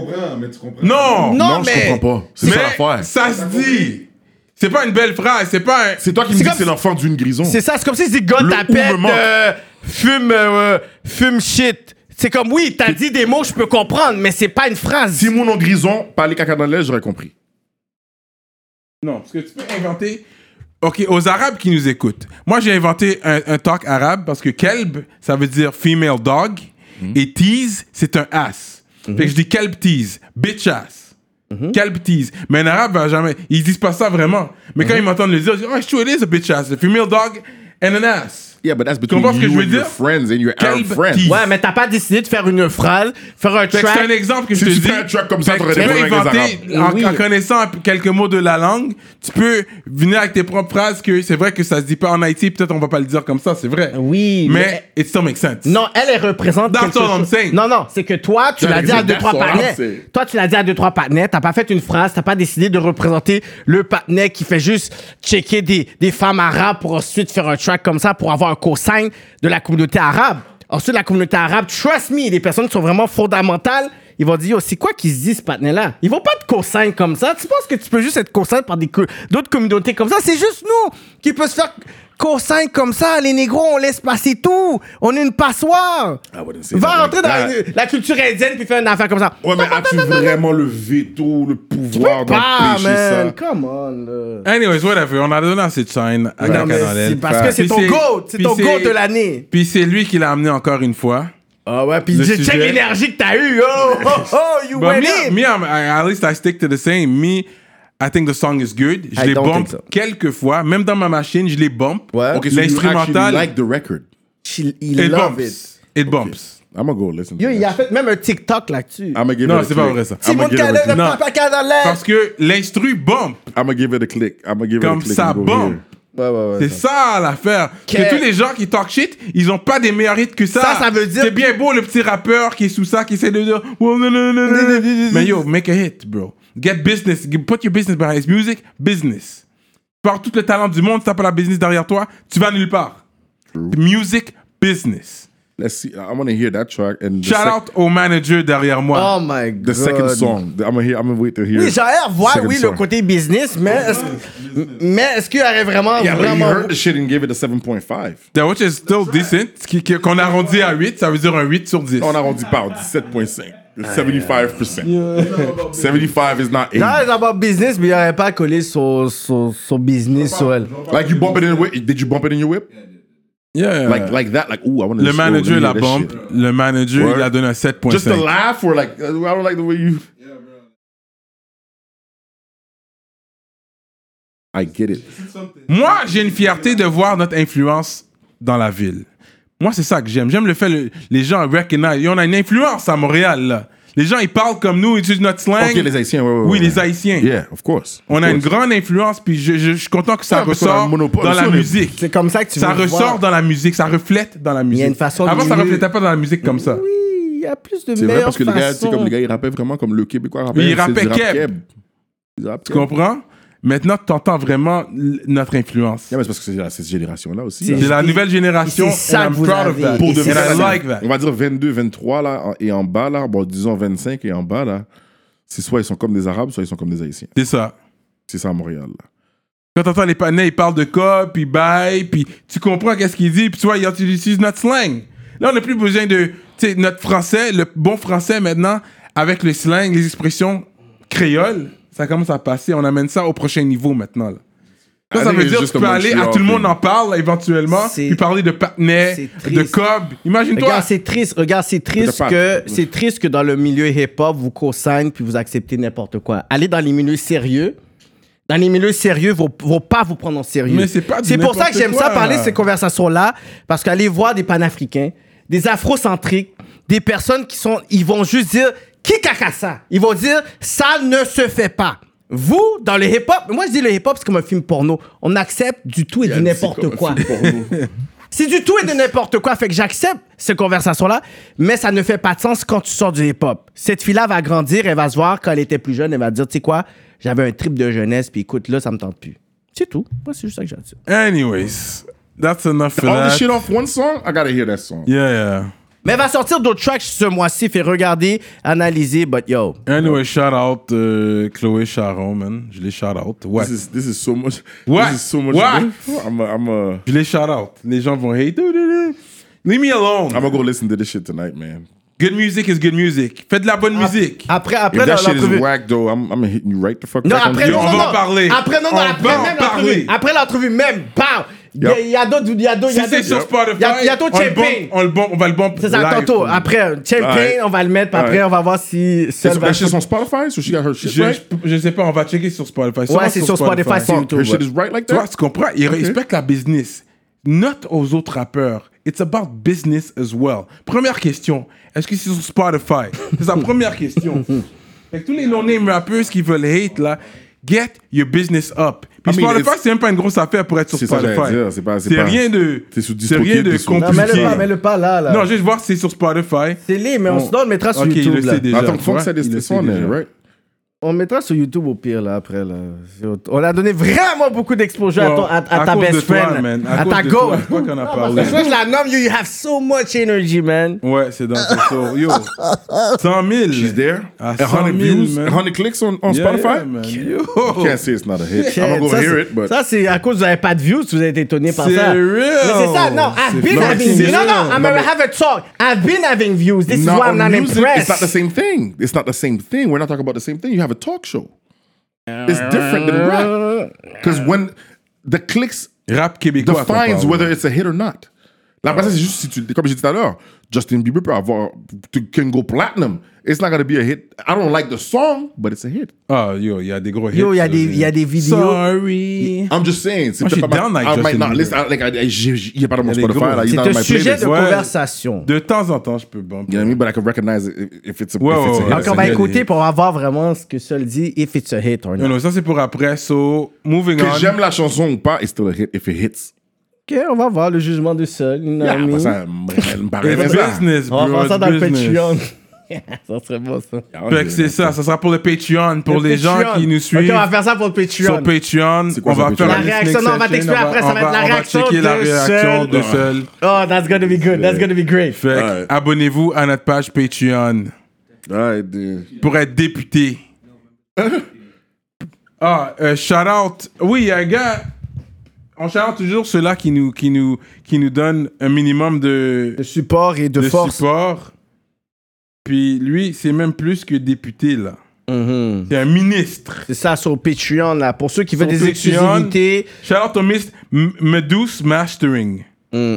S3: Non!
S4: Non,
S5: Non,
S4: mais-
S5: je comprends pas. C'est
S3: Mais
S5: ça l'affaire.
S3: ça se dit. C'est pas une belle phrase, c'est pas un...
S5: C'est toi qui me
S4: C'est
S5: dis que
S4: comme-
S5: c'est l'enfant d'une grison.
S4: C'est ça, c'est comme si c'est God
S5: Le
S4: t'appelle.
S5: ou me manque.
S4: euh, Fume. euh, Fume shit. C'est comme oui, t'as dit des mots, je peux comprendre, mais c'est pas une phrase.
S5: Timoun en grison, parler caca dans l'aile, j'aurais compris.
S3: Non, parce que tu peux inventer... OK, aux Arabes qui nous écoutent, moi j'ai inventé un, un talk arabe parce que kelb, ça veut dire female dog, et tease, c'est un ass. Fait que je dis kelb tease, bitch ass. Kelb tease. Mais un arabe va jamais. Ils disent pas ça vraiment. Mais quand ils m'entendent le dire, ils disent, oh, it's true, it is a bitch ass. A female dog and an ass.
S5: Yeah, but that's
S3: comprends
S5: between
S3: ce que je
S5: you
S3: veux
S5: and your
S3: dire?
S5: friends and your Arab
S3: Kelb
S5: friends.
S3: tease.
S4: Ouais, mais t'as pas décidé de faire une phrase, faire un
S3: Fait que c'est
S4: track.
S3: un exemple que je
S5: Si
S3: te
S5: tu
S3: dis.
S5: fais un track comme ça,
S3: Fait que
S5: t'aurais
S3: tu
S5: des
S3: peux
S5: problèmes avec les
S3: inventer, en,
S4: Arabes. Oui.
S3: en connaissant quelques mots de la langue, tu peux venir avec tes propres phrases que c'est vrai que ça se dit pas en Haïti, peut-être on va pas le dire comme ça, c'est vrai.
S4: Oui,
S3: Mais, it still makes sense.
S4: Non, elle, elle représente.
S3: That's
S4: quelque
S3: all I'm
S4: chose.
S3: saying.
S4: Non, non, c'est que toi, tu
S5: Non,
S4: l'as
S5: mais
S4: dit à
S5: c'est
S4: deux,
S5: that's
S4: trois
S5: all I'm
S4: partenaires.
S5: saying.
S4: Toi, tu l'as dit à deux, trois partenaires. T'as pas fait une phrase, t'as pas décidé de représenter le partenaire qui fait juste checker des, des femmes arabes pour ensuite faire un track comme ça pour avoir un cosign de la communauté arabe. Ensuite, la communauté arabe, trust me, les personnes qui sont vraiment fondamentales, ils vont dire, yo, c'est quoi qu'ils se disent, ce partenaire-là? Ils vont pas te cosign comme ça. Tu penses que tu peux juste être cosign par des co- d'autres communautés comme ça? C'est juste nous qui peut se faire cosign comme ça. Les négros, on laisse passer tout. On est une passoire.
S5: I wouldn't say that
S4: Va
S5: like
S4: rentrer dans
S5: that.
S4: la- la culture indienne puis faire une affaire comme ça.
S5: Ouais, mais as-tu vraiment le veto, le pouvoir
S4: Pas,
S5: d'empêcher ça?
S4: man. Come on, là.
S3: Anyways, whatever, on a donné assez de shine à Kaka
S4: mais
S3: Nalel.
S4: c'est parce que c'est
S3: Puis
S4: ton goat, c'est
S3: puis
S4: ton goat de l'année.
S3: Puis c'est lui qui l'a amené encore une fois.
S4: Ah ouais, puis
S3: Le
S4: j'ai check
S3: sujet.
S4: l'énergie que t'as
S5: [LAUGHS]
S4: eue. Oh, oh, oh, you
S5: Bah,
S3: But
S4: went in.
S3: me, me I'm, I, at least I stick to the same. Me, I think the song is good. Je
S4: I
S3: les
S4: don't think
S3: bump
S4: so.
S3: quelques fois. Même dans ma machine, je les bump.
S4: Ouais.
S5: Okay, so you actually
S3: L'instrumental,
S5: like the record.
S4: She- he
S3: it
S4: love
S3: bumps.
S4: it.
S3: It, bumps.
S5: I'm gonna go listen.
S4: Yo,
S5: to
S4: il a fait même un TikTok là-dessus.
S5: I'm gonna give
S3: Non,
S5: it. a
S3: c'est pas
S5: click.
S3: vrai, ça.
S4: Petit
S5: I'ma
S4: bout de
S5: give it a
S4: canal de
S5: click.
S3: Non.
S4: papa canalaire.
S3: Parce que l'instru bump.
S5: I'ma give it a click. I'ma give
S3: Comme
S5: it a click.
S3: ça
S5: and go
S3: bombe.
S5: here.
S4: Ouais, ouais, ouais.
S3: C'est ça l'affaire.
S4: Que-
S3: Que tous les gens qui talk shit, ils ont pas des meilleurs hits que ça.
S4: Ça, ça veut dire-
S3: C'est bien beau le petit rappeur qui est sous ça, qui essaie de dire. oh, Well, no, no,
S4: [LAUGHS]
S3: no, no, no. Mais yo, make a hit, bro. Get business. Put your business behind. It's music, business. Par tout le talent du monde, t'as pas la business derrière toi, tu vas nulle part. Music, business.
S5: Let's see. I want to hear that track and the,
S3: Shout
S5: sec-
S3: out au manager derrière moi.
S4: Oh my god.
S5: the second song. I'm gonna hear. I'm gonna wait to hear.
S4: Oui, j'ai l'air de voir,
S5: second
S4: oui, le
S5: song.
S4: côté business, mais est-ce que- mais est-ce qu'il y aurait vraiment.
S5: Yeah, but you
S4: vraiment...
S5: heard the shit and gave it a 7.5.
S3: That which is still decent. Ce qui- qui- Qu'on arrondit à 8, ça veut dire un 8 sur 10.
S5: On arrondit pas, 17.5. 75%. 75 is not 80.
S4: Non, it's about business, mais il n'aurait pas collé son, son, son business sur elle.
S5: Like you bump it in the whip. Did you bump it in your whip?
S3: Yeah.
S5: Like like that. Like ooh, I want to.
S3: le manager la bombe. Le manager,
S5: Word.
S3: il a donné un 7.5.
S5: Just the laugh or like uh, I don't like the way you. I get it.
S3: Moi, j'ai une fierté de voir notre influence dans la ville. Moi, c'est ça que j'aime. J'aime le fait que les gens recognize. Et On a une influence à Montréal. là. Les gens, ils parlent comme nous, ils utilisent notre slang.
S5: Ok, les Haïtiens. ouais, ouais,
S3: oui,
S5: ouais.
S3: les Haïtiens.
S5: Yeah, of course.
S3: On
S5: Of
S3: a une
S5: course.
S3: grande influence, puis je, je- je suis content que ça
S5: Ouais, parce qu'on a
S3: ressort
S5: un monopole.
S3: dans
S5: Aussi,
S3: la
S5: on est-
S3: musique.
S4: C'est comme ça que tu
S3: Ça
S4: veux le
S3: ressort
S4: voir.
S3: dans la musique, ça reflète dans la musique.
S4: une façon de
S3: Avant, ça
S4: jouer.
S3: reflétait pas dans la musique comme ça.
S4: Oui, il y a plus de
S5: C'est
S4: meilleures
S5: vrai parce que les gars, tu sais,
S4: façons.
S5: comme les gars, ils rappaient vraiment comme le Québécois rappelle.
S3: Oui, ils rappaient
S5: c'est du rap
S3: Keb.
S5: Ils rappent
S3: Tu
S5: Keb.
S3: comprends? Maintenant, tu entends vraiment l- notre influence.
S5: Yeah, mais c'est parce que c'est la- cette génération-là aussi.
S4: C'est-
S5: là.
S3: C'est la nouvelle génération.
S4: Et c'est ça
S3: and
S4: que
S3: I'm
S4: vous
S3: proud of
S4: avez.
S3: that.
S4: Pour de
S3: And
S4: vrai,
S3: I like that.
S5: On va dire 22, 23 là, en- et en bas là, bon, disons 25 et en bas là, c'est soit ils sont comme des Arabes, soit ils sont comme des Haïtiens.
S3: C'est ça.
S5: C'est ça à Montréal. Là.
S3: Quand t'entends les panais, ils parlent de cop, puis bye, puis tu comprends qu'est-ce qu'ils disent, puis tu vois, ils utilisent notre slang. Là, on n'a plus besoin de, tu sais, notre français, le bon français maintenant, avec le slang, les expressions créoles, ça commence à passer. On amène ça au prochain niveau maintenant. Là. Ça,
S5: I
S3: ça
S5: think
S3: veut
S5: it's
S3: dire que
S5: just
S3: tu
S5: a
S3: peux aller à
S5: Montreal
S3: tout le monde
S5: thing.
S3: en parle éventuellement,
S4: C'est-
S3: puis parler de patnais,
S4: c'est
S3: de
S4: triste.
S3: cob. Imagine-toi.
S4: Regarde, c'est triste. Regarde, c'est triste
S5: Peut-être
S4: que
S5: pas.
S4: c'est triste que dans le milieu hip-hop, vous consignez puis vous acceptez n'importe quoi. Allez dans les milieux sérieux. Dans les milieux sérieux, vont, vont pas vous prendre en sérieux.
S3: Mais c'est pas du
S4: pour ça que
S3: n'importe
S4: j'aime ça
S3: quoi.
S4: parler de ces conversations-là, parce qu'aller voir des panafricains, des afrocentriques, des personnes qui sont, ils vont juste dire qui caca ça. Ils vont dire ça ne se fait pas. Vous, dans le hip-hop, moi je dis le hip-hop c'est comme un film porno. On accepte du tout et du n'importe quoi.
S5: [LAUGHS]
S4: C'est du tout et de n'importe quoi. Fait que j'accepte ces conversations-là, mais ça ne fait pas de sens quand tu sors du hip-hop. Cette fille-là va grandir, elle va se voir quand elle était plus jeune, elle va dire, tu sais quoi, j'avais un trip de jeunesse, puis écoute, là, ça me tente plus. C'est tout. Moi, c'est juste ça que j'ai à dire.
S3: Anyways, that's enough for that.
S5: All the Oh, shit off one song, I gotta hear that song.
S3: Yeah, yeah.
S4: Mais elle va sortir d'autres tracks ce mois-ci, fait regarder, analyser, but yo.
S3: Anyway, shout out euh, Chloé Charon, man. Je l'ai shout out. Ouais.
S5: This is this is so much.
S3: What?
S5: This is so much.
S3: What?
S5: good. I'm a, I'm a,
S3: Je les shout out. Les gens vont hate. Leave me alone.
S5: I'm gonna go listen to this shit tonight, man.
S3: Good music is good music. Faites de la bonne
S4: Ah.
S3: musique.
S4: Après, après,
S5: If
S4: dans
S5: that shit is
S4: l'entrevue.
S5: whack though, I'm I'm hitting you right the fuck.
S4: Non,
S5: back on
S4: après,
S5: the-
S4: non,
S3: on
S4: non,
S3: va
S4: non.
S3: en parler.
S4: Après, non, non,
S3: On
S4: après,
S3: va en
S4: même
S3: parler.
S4: l'entrevue. Après l'entrevue, même, pow. Il y a-
S5: Yup.
S4: il y a d'autres, il y a d'autres, il y
S3: Si
S4: a
S3: c'est sur
S4: d'autres.
S3: Spotify,
S4: Il y a- Il y a d'autres
S3: on, le
S4: champions.
S3: bombe- on, le bombe- on va le bombe
S4: C'est ça,
S3: live.
S4: tantôt. Ah, Après, Champagne,
S5: Alright.
S4: on va le mettre, puis après,
S5: Alright.
S4: on va voir si. si
S5: Is
S4: elle va-
S5: that shit's on Spotify? So she got her shit
S3: Je,
S5: right.
S3: je, je sais pas, on va checker sur Spotify.
S4: Ouais,
S3: Sûrement
S4: c'est sur Spotify, c'est
S5: Fuck,
S4: YouTube.
S5: her shit
S4: ouais.
S5: is right like
S3: Tu vois,
S5: that.
S3: tu comprends? Ils respectent la business. Note aux autres rappeurs. It's about business as well. Première question. Est-ce que c'est sur Spotify? C'est sa première
S5: [LAUGHS]
S3: question. Fait que tous les non-name rappers qui veulent hate, là, get your business up. Puis
S5: I mean,
S3: Spotify,
S5: it's-
S3: c'est même pas une grosse affaire pour être sur
S5: Ah, C'est ça que j'allais
S3: Spotify.
S5: dire, c'est pas- c'est
S3: C'est
S5: pas-
S3: rien de.
S5: C'est sous
S3: C'est rien
S5: DistroKid,
S3: de
S5: c'est sous- Non,
S4: Non, mets-le pas,
S3: compliqué.
S4: mets-le pas là, là.
S3: Non, juste voir si c'est sur Spotify.
S4: c'est les, mais on se donne, on le mettra sur
S3: Ok, il
S4: YouTube.
S3: le
S4: là.
S3: sait déjà.
S5: I think
S3: tu
S5: Funk
S3: vois,
S5: said
S3: il
S5: it's
S3: le
S5: it's
S3: sait
S5: on there,
S3: déjà.
S5: right?
S4: On le mettra sur YouTube au pire, là, après. Là. On a donné vraiment beaucoup d'exposure à,
S3: Well,
S4: ton- à- à
S3: à
S4: ta
S3: cause de
S4: best
S3: toi,
S4: friend.
S3: man.
S4: À,
S3: À cause
S4: ta
S3: de
S4: go.
S3: toi, je crois qu'on a parlé.
S4: [LAUGHS] Parce que je la nomme, you, you have so much energy, man.
S3: Ouais, c'est dans ce
S4: [LAUGHS]
S3: show. Yo, 100 000.
S5: She's there.
S3: À 100
S5: 100
S3: 000,
S5: views,
S3: man.
S5: 100 clicks on on
S3: Yeah, yeah,
S5: Spotify.
S3: man. Yo.
S5: Can't say it's not a hit. I'm gonna go
S4: ça,
S5: hear
S4: c'est-
S5: it, but
S4: ça, c'est à cause que vous n'avez pas de views, vous êtes étonné par ça.
S3: Serious.
S4: Mais c'est ça, non, I've
S3: C'est
S4: been
S3: vrai,
S4: having
S3: c'est
S4: views. Non, non,
S3: vrai.
S4: I'm
S5: Non,
S4: gonna
S5: mais-
S4: have a talk. I've been having views. This is why I'm not
S5: on music, It's not the
S4: impressed.
S5: same thing. It's not the same thing. We're not talking about the same thing. You have a talk show. It's different than rap. Because when the clicks
S3: Rap québécois. qu'on
S5: defines
S3: parle.
S5: whether it's a hit or not. Là, après ça, c'est juste, si tu, comme j'ai dit tout à l'heure, Justin Bieber peut avoir, tu can go platinum. It's not gonna be a hit. I don't like the song, but it's a hit.
S3: Ah, yo, il y a des gros hits.
S4: Yo, il y, a
S3: là,
S4: des-
S3: c'est-
S4: il y a des vidéos.
S3: Sorry.
S5: I'm just saying. c'est
S3: Moi,
S5: peut-être
S3: je suis
S5: pas ma-
S3: down avec
S5: I might
S3: Justin
S5: not
S3: Bieber.
S5: listen. I- like, I- I- j'ai- j'ai- Il n'est pas dans mon
S3: Il y a des
S5: Spotify.
S3: gros-
S5: like, he's
S4: C'est
S5: not in
S4: un
S5: my
S4: sujet
S5: playlist.
S4: de
S3: Ouais.
S4: conversation.
S3: De temps en temps, je peux bump.
S5: You know what I mean? But I can recognize it if it's a,
S3: Ouais,
S5: if it's a
S3: ouais,
S5: hit.
S3: ouais.
S4: Donc, on
S3: c'est
S4: va
S3: bien
S4: écouter
S3: dit.
S4: pour avoir vraiment ce que ça le dit, if it's a hit or not.
S3: Non, non, ça c'est pour après. So, moving on.
S5: Que j'aime la chanson ou pas, it's still a hit if it hits.
S4: Ok, on va voir le jugement de seul. you know what I
S5: Yeah,
S4: mean?
S5: après ça, elle me paraît
S3: It's
S5: raison.
S3: business,
S4: on
S3: bro.
S4: va voir ça
S3: it's
S4: dans le
S3: business.
S4: Patreon. [LAUGHS] ça serait bon, ça.
S3: Fait que c'est ça, ça sera pour le Patreon, pour les gens qui nous
S4: Ok,
S3: suivent
S4: on va faire ça pour le Patreon.
S3: sur Patreon.
S5: quoi
S3: on
S5: ça,
S3: va faire
S5: Patreon?
S3: un
S4: La réaction,
S3: listening
S4: non, on va
S3: session,
S4: t'expliquer après, ça
S3: on
S4: va être la
S3: on
S4: réaction
S3: checker la
S4: de seul.
S3: réaction de seul.
S4: Oh, that's gonna be good. That's gonna be great.
S3: Fait que
S5: Ouais.
S3: abonnez-vous à notre page Patreon
S5: Alright, dude.
S3: pour être député. ah, euh, shout out. Oui, il y a un gars. On shout out toujours ceux-là qui nous, qui, nous, qui nous donnent un minimum de,
S4: De support et de,
S3: de
S4: force.
S3: support. Puis lui, c'est même plus que député, là.
S4: Mhm.
S3: C'est un ministre.
S4: C'est ça sur Patreon, là. Pour ceux qui veulent
S3: Sur
S4: des
S3: Patreon.
S4: exclusivités.
S3: Shout out au Miss M- Medus Mastering.
S4: Mm.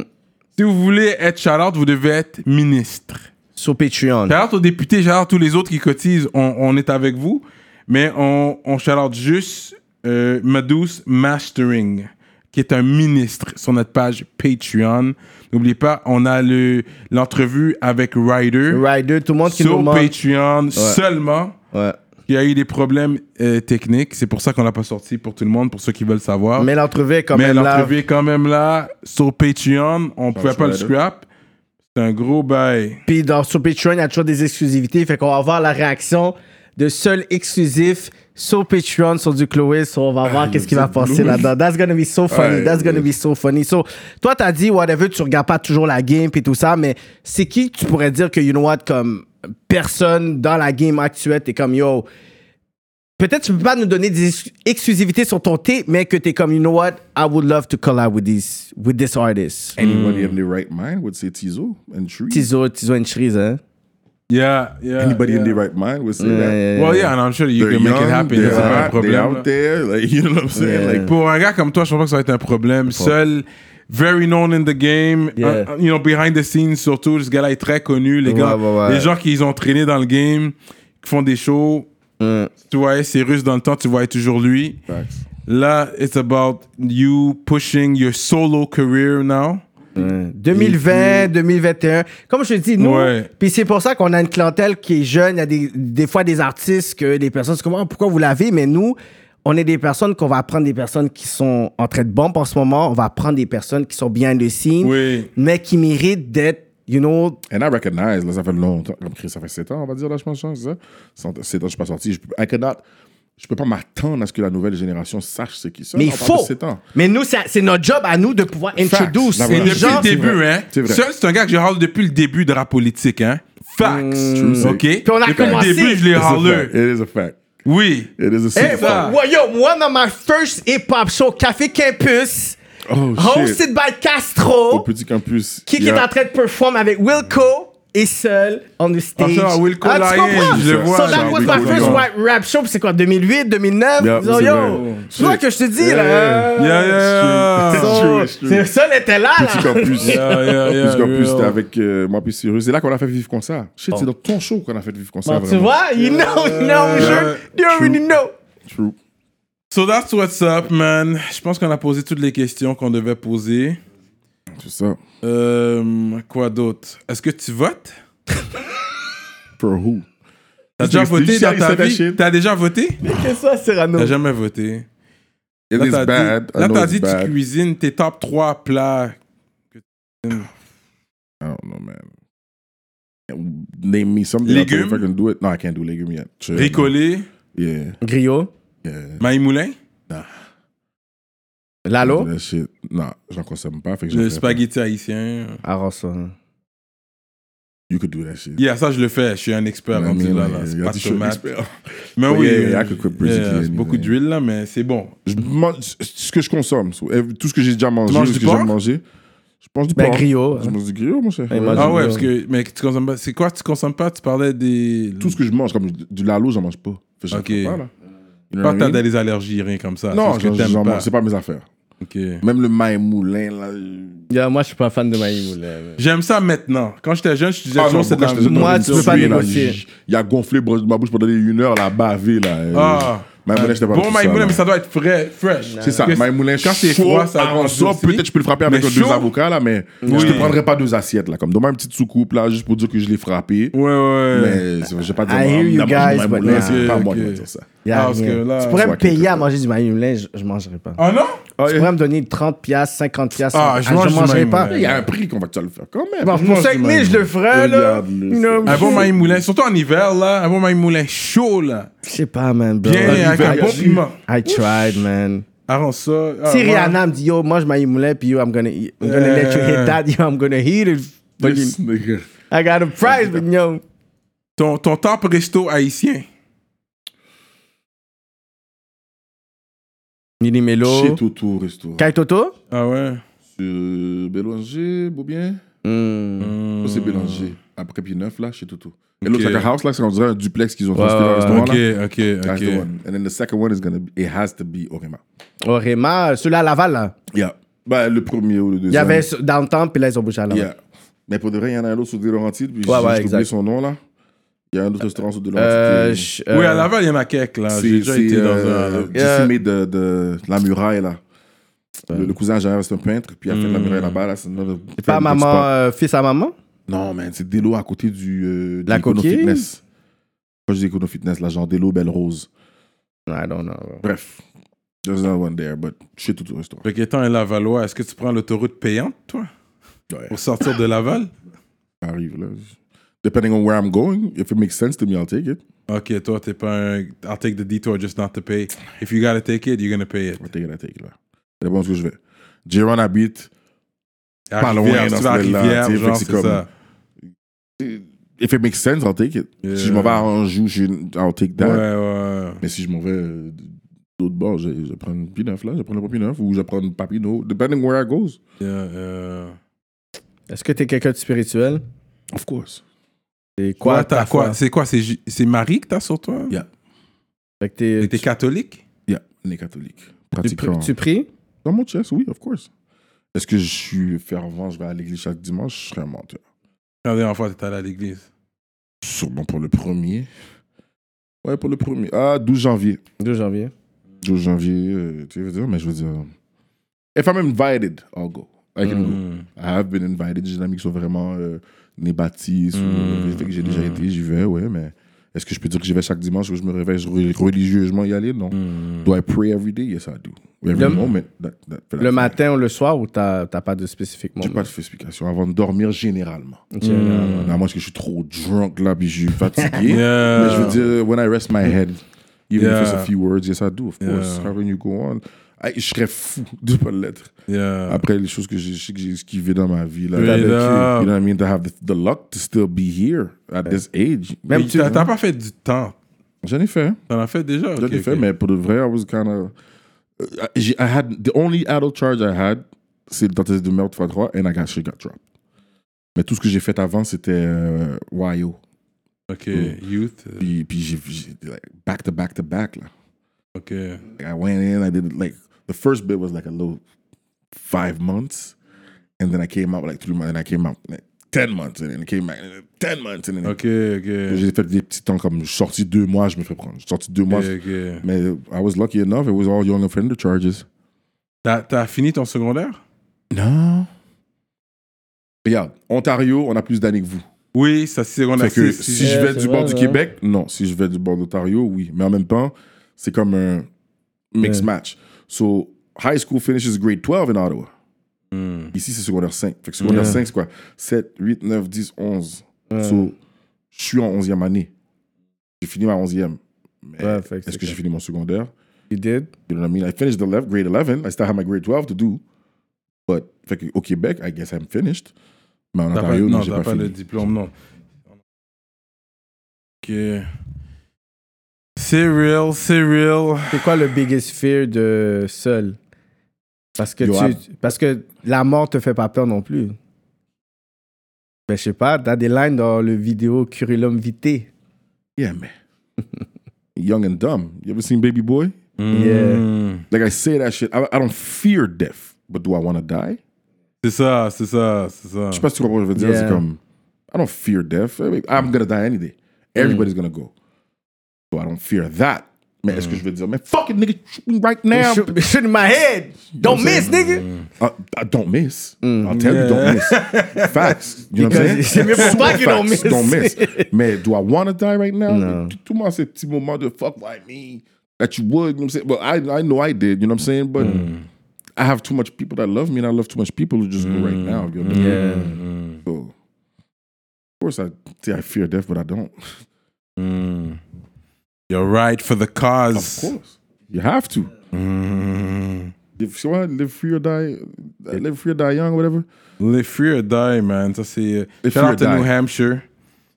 S3: Si vous voulez être shout out, vous devez être ministre.
S4: Sur Patreon.
S3: Shout out aux députés, shout out tous les autres qui cotisent. On, on est avec vous. Mais on, on shout out juste euh, Medus Mastering, qui est un ministre sur notre page Patreon. N'oubliez pas, on a le- l'entrevue avec Ryder
S4: Rider, tout le monde qui nous
S3: sur
S4: demande.
S3: Patreon seulement.
S4: Ouais.
S3: Il y a eu des problèmes euh, techniques. C'est pour ça qu'on l'a pas sorti pour tout le monde, pour ceux qui veulent savoir.
S4: Mais l'entrevue est quand
S3: Mais
S4: même là.
S3: l'entrevue est quand même là sur Patreon. On pouvait pas le
S5: Ryder.
S3: scrap. C'est un gros bail.
S4: Puis dans, sur Patreon, il y a toujours des exclusivités. Fait qu'on va voir la réaction de seul exclusif sur Patreon, sur du Chloé. So on va voir qu'est-ce qui va passer là-dedans. That's gonna be so funny.
S5: Ouais,
S4: That's gonna
S5: ouais.
S4: be so funny. So, toi, t'as dit, whatever, tu regardes pas toujours la game et tout ça, mais c'est qui que tu pourrais dire que, you know what, comme personne dans la game actuelle, t'es comme, yo, peut-être tu peux pas nous donner des ex- exclusivités sur ton thé, mais que t'es comme, you know what, I would love to collab with, these, with this artist.
S5: Anybody in their right mind would say Tizo and Tree.
S4: Tizo, Tizo and Cherise, hein?
S3: Yeah, yeah.
S5: Anybody in
S3: yeah.
S5: their right mind would say
S4: Euh,
S5: that.
S3: Well, yeah, and I'm sure you
S5: They're
S3: can make it
S5: young,
S3: happen.
S5: they're
S3: C'est pas un
S5: hot, they're
S3: problème. là.
S5: out there. Like, [LAUGHS] you know what I'm saying?
S4: Yeah.
S5: Like,
S3: Pour un gars comme toi, je pense pas que ça va être un problème. Seul, very known in the game,
S4: Yeah.
S3: un- un- you know, behind the scenes surtout. Ce gars-là est très connu. Les
S4: Ouais,
S3: gars,
S4: ouais, ouais.
S3: les gens qui ils ont traîné dans le game, qui font des shows.
S4: Mm.
S3: Tu voyais Cyrus dans le temps, tu voyais toujours lui.
S5: Facts.
S3: Là, it's about you pushing your solo career now.
S4: 2020, 2021. Comme je te dis, nous,
S3: Ouais.
S4: puis c'est pour ça qu'on a une clientèle qui est jeune. Il y a des, des fois des artistes que des personnes se demandent pourquoi vous l'avez, mais nous, on est des personnes qu'on va prendre des personnes qui sont en train de bomber en ce moment. On va prendre des personnes qui sont bien de signe,
S3: Oui.
S4: mais qui méritent d'être, you know,
S5: And I recognize, là, ça fait longtemps, comme Chris, ça fait 7 ans, on va dire, là, je pense, je pense, c'est ça. 7 ans, je suis pas sorti. Je, peux- I cannot, je peux pas m'attendre à ce que la nouvelle génération sache ce qui ça.
S4: mais
S5: Là,
S3: Ah,
S4: il
S5: on parle de
S4: faut.
S5: 7 ans.
S4: Mais nous, ça- c'est notre job à nous de pouvoir introduce
S5: Là,
S4: les
S5: voilà.
S3: Depuis
S4: gens.
S3: le
S5: C'est
S3: début,
S5: vrai.
S3: hein.
S5: C'est vrai.
S3: Seul, c'est un gars que je râle depuis le début de rap politique, hein. Facts.
S5: Mm. True, c'est-
S3: OK? Depuis
S4: on a commencé.
S3: le début, je l'ai
S5: It's a
S3: râleux.
S5: fact. It is a fact.
S3: Oui.
S5: It
S4: Eh,
S5: is a
S3: Hey,
S5: fact.
S3: ça.
S4: Well, yo, one of my first hip-hop show, Café Campus,
S5: Oh, shit.
S4: hosted by Castro.
S5: Au petit campus.
S4: qui, qui
S5: Yeah.
S4: est en train de performer avec Wilco et seul on the stage.
S3: Ah, ça, Wilco
S4: tu
S3: Lion,
S4: comprends?
S3: je le vois,
S4: So that
S5: genre,
S4: was my
S5: Wilco
S4: first
S5: Lion.
S4: white rap show, puis c'est quoi, 2008, 2009?
S5: Yeah,
S4: Ils ont,
S5: c'est
S4: yo,
S5: vrai.
S4: c'est vrai que je te dis,
S5: Yeah,
S4: là.
S5: yeah,
S3: Yeah, yeah,
S5: It's
S3: yeah.
S5: true,
S4: So,
S5: it's true.
S4: c'est seul était là,
S5: Petit
S4: là.
S5: campus.
S3: [LAUGHS] Yeah, yeah,
S5: [LAUGHS]
S3: yeah,
S5: Petit campus,
S3: real.
S5: c'était avec euh, moi puis Cyrus. C'est là qu'on a fait vivre concert. Shit, c'est dans ton show qu'on a fait vivre concert.
S4: Tu
S5: vraiment.
S4: vois, you know, you know, sure, you already know.
S5: True.
S3: So that's what's up, man. Je pense qu'on a posé toutes les questions qu'on devait poser.
S5: C'est ça.
S3: Euh, quoi d'autre? Est-ce que tu votes?
S5: For who?
S3: T'as déjà
S5: Did you
S3: voté
S5: see
S3: dans
S5: how he
S3: ta
S5: said that
S3: vie?
S5: shit?
S3: T'as déjà voté?
S4: Qu'est-ce que ça, Cyrano?
S3: T'as jamais voté.
S5: It
S3: Là,
S5: is
S3: t'as
S5: bad.
S3: dit,
S5: I
S3: là,
S5: know
S3: t'as
S5: it's
S3: dit tu
S5: bad.
S3: cuisines tes top 3 plats.
S5: I don't know, man. Name me something.
S3: Légumes?
S5: I'll tell you if I can do it. No, I can't do legume yet. Chill.
S3: Bricolé,
S5: Yeah.
S4: Griot,
S5: Yeah.
S3: maïmoulin,
S4: Lalo.
S5: That shit. Non, j'en consomme pas. Fait que je
S3: le
S5: fais pas.
S3: spaghetti haïtien.
S4: Alors ça.
S5: You could do that shit.
S3: Yeah, ça, je le fais. Je suis un expert
S5: You know what I
S3: rendu
S5: mean?
S3: là.
S5: Like,
S3: là.
S5: you
S3: C'est
S5: got
S3: pas
S5: to
S3: de
S5: show
S3: tomate.
S5: expert.
S3: Mais
S5: But
S3: oui,
S5: yeah, yeah,
S3: oui,
S5: I could cook
S3: oui.
S5: pretty
S3: Yeah,
S5: good
S3: c'est beaucoup
S5: anyway.
S3: d'huile là, mais c'est bon.
S5: Je mange ce que je consomme. so, ev- tout ce que j'ai déjà mangé,
S3: manges
S5: ce
S3: du
S5: que j'aime
S3: porc?
S5: manger. Je mange du
S4: Ben,
S5: porc.
S4: griot,
S5: Je
S4: hein.
S5: mange du griot, mon cher.
S4: Ben,
S5: Ouais.
S4: mange
S5: Ah,
S3: Ah ouais,
S4: veux-
S3: parce que mais tu consommes pas. C'est quoi que tu consommes pas Tu parlais des.
S5: tout ce que je mange, comme du du lalo, j'en mange pas. Fait que j'en
S3: Ok.
S5: fais pas, là. You know
S3: Pas
S5: what I
S3: t'as
S5: mean?
S3: des allergies, rien comme ça.
S5: Non,
S3: c'est ce que
S5: j'en-
S3: t'aimes
S5: j'en
S3: pas.
S5: mange. C'est pas mes affaires.
S3: Ok.
S5: Même le Maïmoulin, là. euh,
S4: Yeah, moi, je suis pas fan de Maï Moulin. mais-
S3: J'aime ça maintenant. Quand j'étais jeune, je disais
S5: Ah non,
S3: toujours c'est
S5: pourquoi
S3: dans
S5: je te donne
S4: moi,
S5: une
S4: tu peux pas
S5: tuerie, là,
S4: négocier.
S5: j- Il a gonflé le bras de ma bouche pendant une heure, là, bavé, là. euh,
S3: Ah.
S5: Maïmoulin, j'étais pas
S3: Bon
S5: pour
S3: Maïmoulin,
S5: là.
S3: mais ça doit être frais, fresh.
S5: C'est ça,
S3: Parce que
S5: Maïmoulin,
S3: Quand c'est froid, ça
S5: en
S3: rend
S5: soi,
S3: juicy.
S5: peut-être je peux le frapper avec
S3: Mais
S5: un deux
S3: chaud?
S5: avocats, là, mais je te prendrai pas deux assiettes, là. Comme, donne-moi une petite soucoupe, là, juste pour dire que je l'ai frappé.
S3: Ouais, ouais.
S5: Mais je vais pas dire
S4: I hear you guys, but
S5: Maïmoulin,
S4: nah.
S5: c'est pas
S3: Ok,
S5: moi qui
S3: ok.
S5: vais dire ça.
S4: Yeah,
S3: Ah, parce
S4: yeah.
S3: que là-
S4: tu pourrais me
S5: Soit quelque
S4: payer à
S5: chose.
S4: manger du Maï Moulin, je, je mangerai pas.
S3: Oh non?
S5: Ah,
S4: tu pourrais me donner 30 piastres, 50 piastres.
S3: Ah, je mange du
S4: mangerai
S3: Maï
S4: pas.
S3: Moulin.
S5: Il y a un prix qu'on va te le faire quand même.
S4: Bon,
S3: Je
S4: Eh Bah, ben, pour
S3: mange du
S4: 5 000,
S3: Maï
S4: je le ferais, là.
S5: Regarde-le,
S4: You know,
S3: Un bon Maïmoulin, surtout en hiver, là. Un bon Maïmoulin chaud, là.
S4: Je sais pas, man, bro.
S3: Bien, avec un bon
S5: vertu.
S3: piment.
S4: I tried, man.
S3: Avant ça. ah,
S4: Si
S3: ouais.
S4: Rihanna me dit, yo, mange Maï Moulin, puis yo, I'm gonna, eat- I'm gonna let you hit that, yo, I'm gonna hit it.
S5: Yes, nigga.
S4: I got a prize, but yo.
S3: Ton, ton top resto haïtien.
S4: Mini Melo.
S5: Chez Toto Resto.
S4: Kai Toto?
S3: Ah ouais.
S5: Euh, Bélanger, Beaubien.
S4: Hmm. Mm.
S5: Ça, C'est Bélanger. Après Pied Neuf, là, chez Toto. Et l'autre,
S3: Ok.
S5: like a house, là, c'est on dirait un duplex qu'ils ont
S4: Ouais,
S5: construit
S4: ouais,
S5: dans le restaurant,
S3: Ok,
S5: là.
S3: ok,
S5: That's the
S3: ok.
S5: one. And then the second one is gonna be, it has to be Orima.
S4: Oh, Rema, celui à Laval, là.
S5: Yeah. Bah, le premier ou le deuxième.
S4: Il y avait ce- Downtown, puis là, ils ont bougé à Laval.
S5: Yeah. Mais pour de vrai, il y en a un autre sur des Laurentides, puis
S4: Ouais,
S5: j'ai
S4: ouais,
S5: juste oublié
S4: exact.
S5: son nom, là. Il y a un autre restaurant sur des
S4: Euh,
S5: Laurentides.
S4: je-
S3: Oui,
S4: euh,
S3: à Laval, il y en a quelques, là. J'ai
S5: C'est
S3: déjà été
S5: c'est,
S3: dans
S5: euh,
S3: un.
S4: Yeah.
S5: Dissimé de, de la muraille, là. Le, le cousin à Jean-Yves, c'est un peintre, puis il a fait de la muraille là-bas. Là, c'est notre-
S4: C'est pas maman, euh, fils à maman?
S5: Non, man, c'est Delo à côté du. euh, de
S4: La
S5: l'Econo
S4: coquille?
S5: Fitness. Proche de l'Econo Fitness, là, genre Delo, Belle Rose.
S4: I don't know. bro.
S5: Bref, there's another one there, but shit tout au restaurant.
S3: Fait qu'étant un Lavalois, est-ce que tu prends l'autoroute payante, toi,
S5: Ouais,
S3: pour sortir de
S5: [LAUGHS]
S3: Laval?
S5: ça arrive, là. Depending on where I'm going, if it makes sense to me, I'll take it.
S3: Ok, toi, t'es pas un. I'll take the detour just not to pay. If you gotta take it, you're gonna pay it.
S5: I'll take it, I'll take it, là. C'est bon ce que je vais. Jérôme habite. Pas loin
S3: Rivière,
S5: dans
S3: tu vas à
S5: ce là,
S3: Rivière,
S5: tu sais,
S3: genre,
S5: fait que
S3: c'est
S5: c'est comme-
S3: ça.
S5: If it makes sense, I'll take it.
S3: Yeah.
S5: Si je m'en vais à Anjou, je- I'll take
S3: Ouais,
S5: that.
S3: ouais.
S5: Mais si je m'en vais euh, d'autre bord, je, je prends une pineuf, là. Je prends le pineuf ou je prends une papino. Depending where I goes.
S3: Yeah, euh,
S4: Est-ce que t'es quelqu'un de spirituel?
S5: Of course.
S4: C'est
S3: Quoi,
S4: quoi
S3: t'as
S4: ta
S3: quoi?
S4: foi?
S3: C'est quoi? C'est ju- c'est Marie que t'as sur toi?
S4: Fait que t'es-
S3: Et T'es catholique?
S5: Yeah, les catholiques.
S4: tu,
S5: Pratiquement.
S4: pr- tu pries?
S5: Dans mon chest, oui, of course. Est-ce que je suis fervent, je vais à l'église chaque dimanche? Je serais un menteur.
S3: Quand la dernière fois t'étais allé à l'église?
S5: Sûrement pour le premier. Ouais, pour le premier. Ah, 12 janvier.
S4: 2 janvier.
S5: 12 janvier, euh, tu veux dire, mais je veux dire. If I'm invited, I'll go. I can go.
S3: Hmm.
S5: I have been invited. J'ai des amis qui sont vraiment euh, nés baptistes. ou,
S3: Mm,
S5: euh, fait que j'ai déjà été, j'y vais, ouais, mais est-ce que je peux dire que j'y vais chaque dimanche ou je me réveille re- religieusement y aller? Non.
S3: Hmm.
S5: Do I pray every day? Yes, I do. Every
S4: Le-
S5: moment. That, that- that-
S4: Le matin ou le soir ou t'as t'as pas de spécifique
S5: J'ai
S4: moment?
S5: pas de explication. Avant de dormir, généralement.
S4: Ok, euh,
S5: À moins que je suis trop drunk là, puis je suis fatigué.
S3: [LAUGHS] Yeah.
S5: Mais je veux dire, when I rest my head, even
S3: Yeah.
S5: if it's a few words, yes I do, of course.
S3: Yeah.
S5: How can you go on? I- je serais fou [LAUGHS] de pas l'être.
S3: Yeah.
S5: Après les choses que j'ai, je sais que j'ai esquivées dans ma vie là.
S3: Straight
S5: you
S3: up.
S5: know what I mean? To have the, the luck to still be here at this age.
S3: Même
S5: Oui,
S3: tu t'as pas fait du temps.
S5: J'en ai fait, hein.
S3: T'en as fait déjà?
S5: j'en
S3: Ok,
S5: ai fait,
S3: ok.
S5: mais pour de vrai, I was kind of. I had the only adult charge I had, c'est le dentiste de merde fois 3 and I got shit got dropped. Mais tout ce que j'ai fait avant, c'était euh, YO.
S3: Ok,
S5: Mm.
S3: youth. euh,
S5: Puis, puis j'ai, j'ai- like, back to back to back. Là.
S3: Ok.
S5: Like, I went in, I did like the first bit was like a little five months, and then I came out like three months, and I came out like ten months, and then I came back and then ten months, and then
S3: Ok,
S5: j'ai
S3: ok.
S5: fait des petits temps comme je suis sorti deux mois, je me fais prendre. Je suis sorti deux mois.
S3: Ok, ok.
S5: Mais uh, I was lucky enough, it was all young offender charges.
S3: T'as- T'as fini ton secondaire?
S5: Non. Regarde, Ontario, on a plus d'années que vous.
S3: Oui, ça c'est
S4: Ah,
S3: secondaire.
S5: Fait que
S3: six,
S5: si
S3: six.
S5: je
S4: Ouais,
S5: vais
S4: c'est
S5: du
S4: vrai,
S5: bord du
S4: ouais.
S5: Québec, non. Si je vais du bord d'Ontario, oui. Mais en même temps, c'est comme un mixed
S4: Ouais.
S5: match. So, high school finishes grade 12 in Ottawa.
S3: Hmm.
S5: Ici, c'est secondaire 5. Fait que secondaire
S4: Ouais.
S5: 5, c'est quoi 7, 8, 9, 10, 11.
S4: Ouais.
S5: So, je suis en 11e année. J'ai fini ma 11e. Mais
S4: Ouais, fait que
S5: est-ce
S4: c'est
S5: que j'ai
S4: clair.
S5: fini mon secondaire
S4: You did?
S5: You know what I mean? I finished the left, grade 11. I still have my grade 12 to do. But, fait que, au Québec, I guess I'm finished. Mais en
S3: T'as pas,
S5: Ontario, non,
S3: non,
S5: j'ai
S3: t'as
S5: pas,
S3: pas,
S5: fini.
S3: le diplôme, non. Ok. C'est real, c'est real.
S4: C'est quoi le biggest fear de seul? Parce que,
S5: Yo,
S4: tu, parce que la mort te fait pas peur non plus. Ben, je sais pas, t'as des lines dans le vidéo Curriculum Vitae.
S5: Yeah, man. Young and dumb. You ever seen Baby Boy?
S4: Yeah.
S5: Like I say that shit. I, I don't fear death, but do I want to die?
S3: C'est ça, c'est ça, c'est ça.
S5: Je sais pas si tu comprends ce que je veux dire.
S4: Yeah.
S5: C'est comme, I don't fear death. I mean, I'm gonna die any day.
S4: Mm.
S5: Everybody's gonna go. So I don't fear that. Mais est-ce que je veux dire, man, fucking nigga, shoot me right now.
S4: Shoot, shoot in my head. Don't miss, nigga.
S5: I, Uh, I don't miss. I'll tell you, don't miss.
S4: [LAUGHS]
S5: Facts. You know what I'm
S4: Mm. Because
S5: saying?
S4: it's- it's like you don't
S5: Facts,
S4: miss.
S5: Don't miss. Mais do I want to die right now? Tout le monde ces petits moments de fuck why me that you would. You know what I'm saying? Well, I I know I did. You know what I'm saying? But
S4: Mm.
S5: I have too much people that love me, and I love too much people who just go right now. You know what I'm
S4: Mm.
S5: saying?
S4: Yeah. Mm-hmm.
S5: So, of course, I see. I fear death, but I don't. [LAUGHS] Hmm.
S3: Mm. You're right for the cause.
S5: Of course, you have to.
S3: Mm.
S5: If you want to live free or die, live free or die young, whatever.
S3: Live free or die, man. Ça, c'est. Shout
S5: Live free
S3: out
S5: or
S3: to New
S5: die.
S3: Hampshire.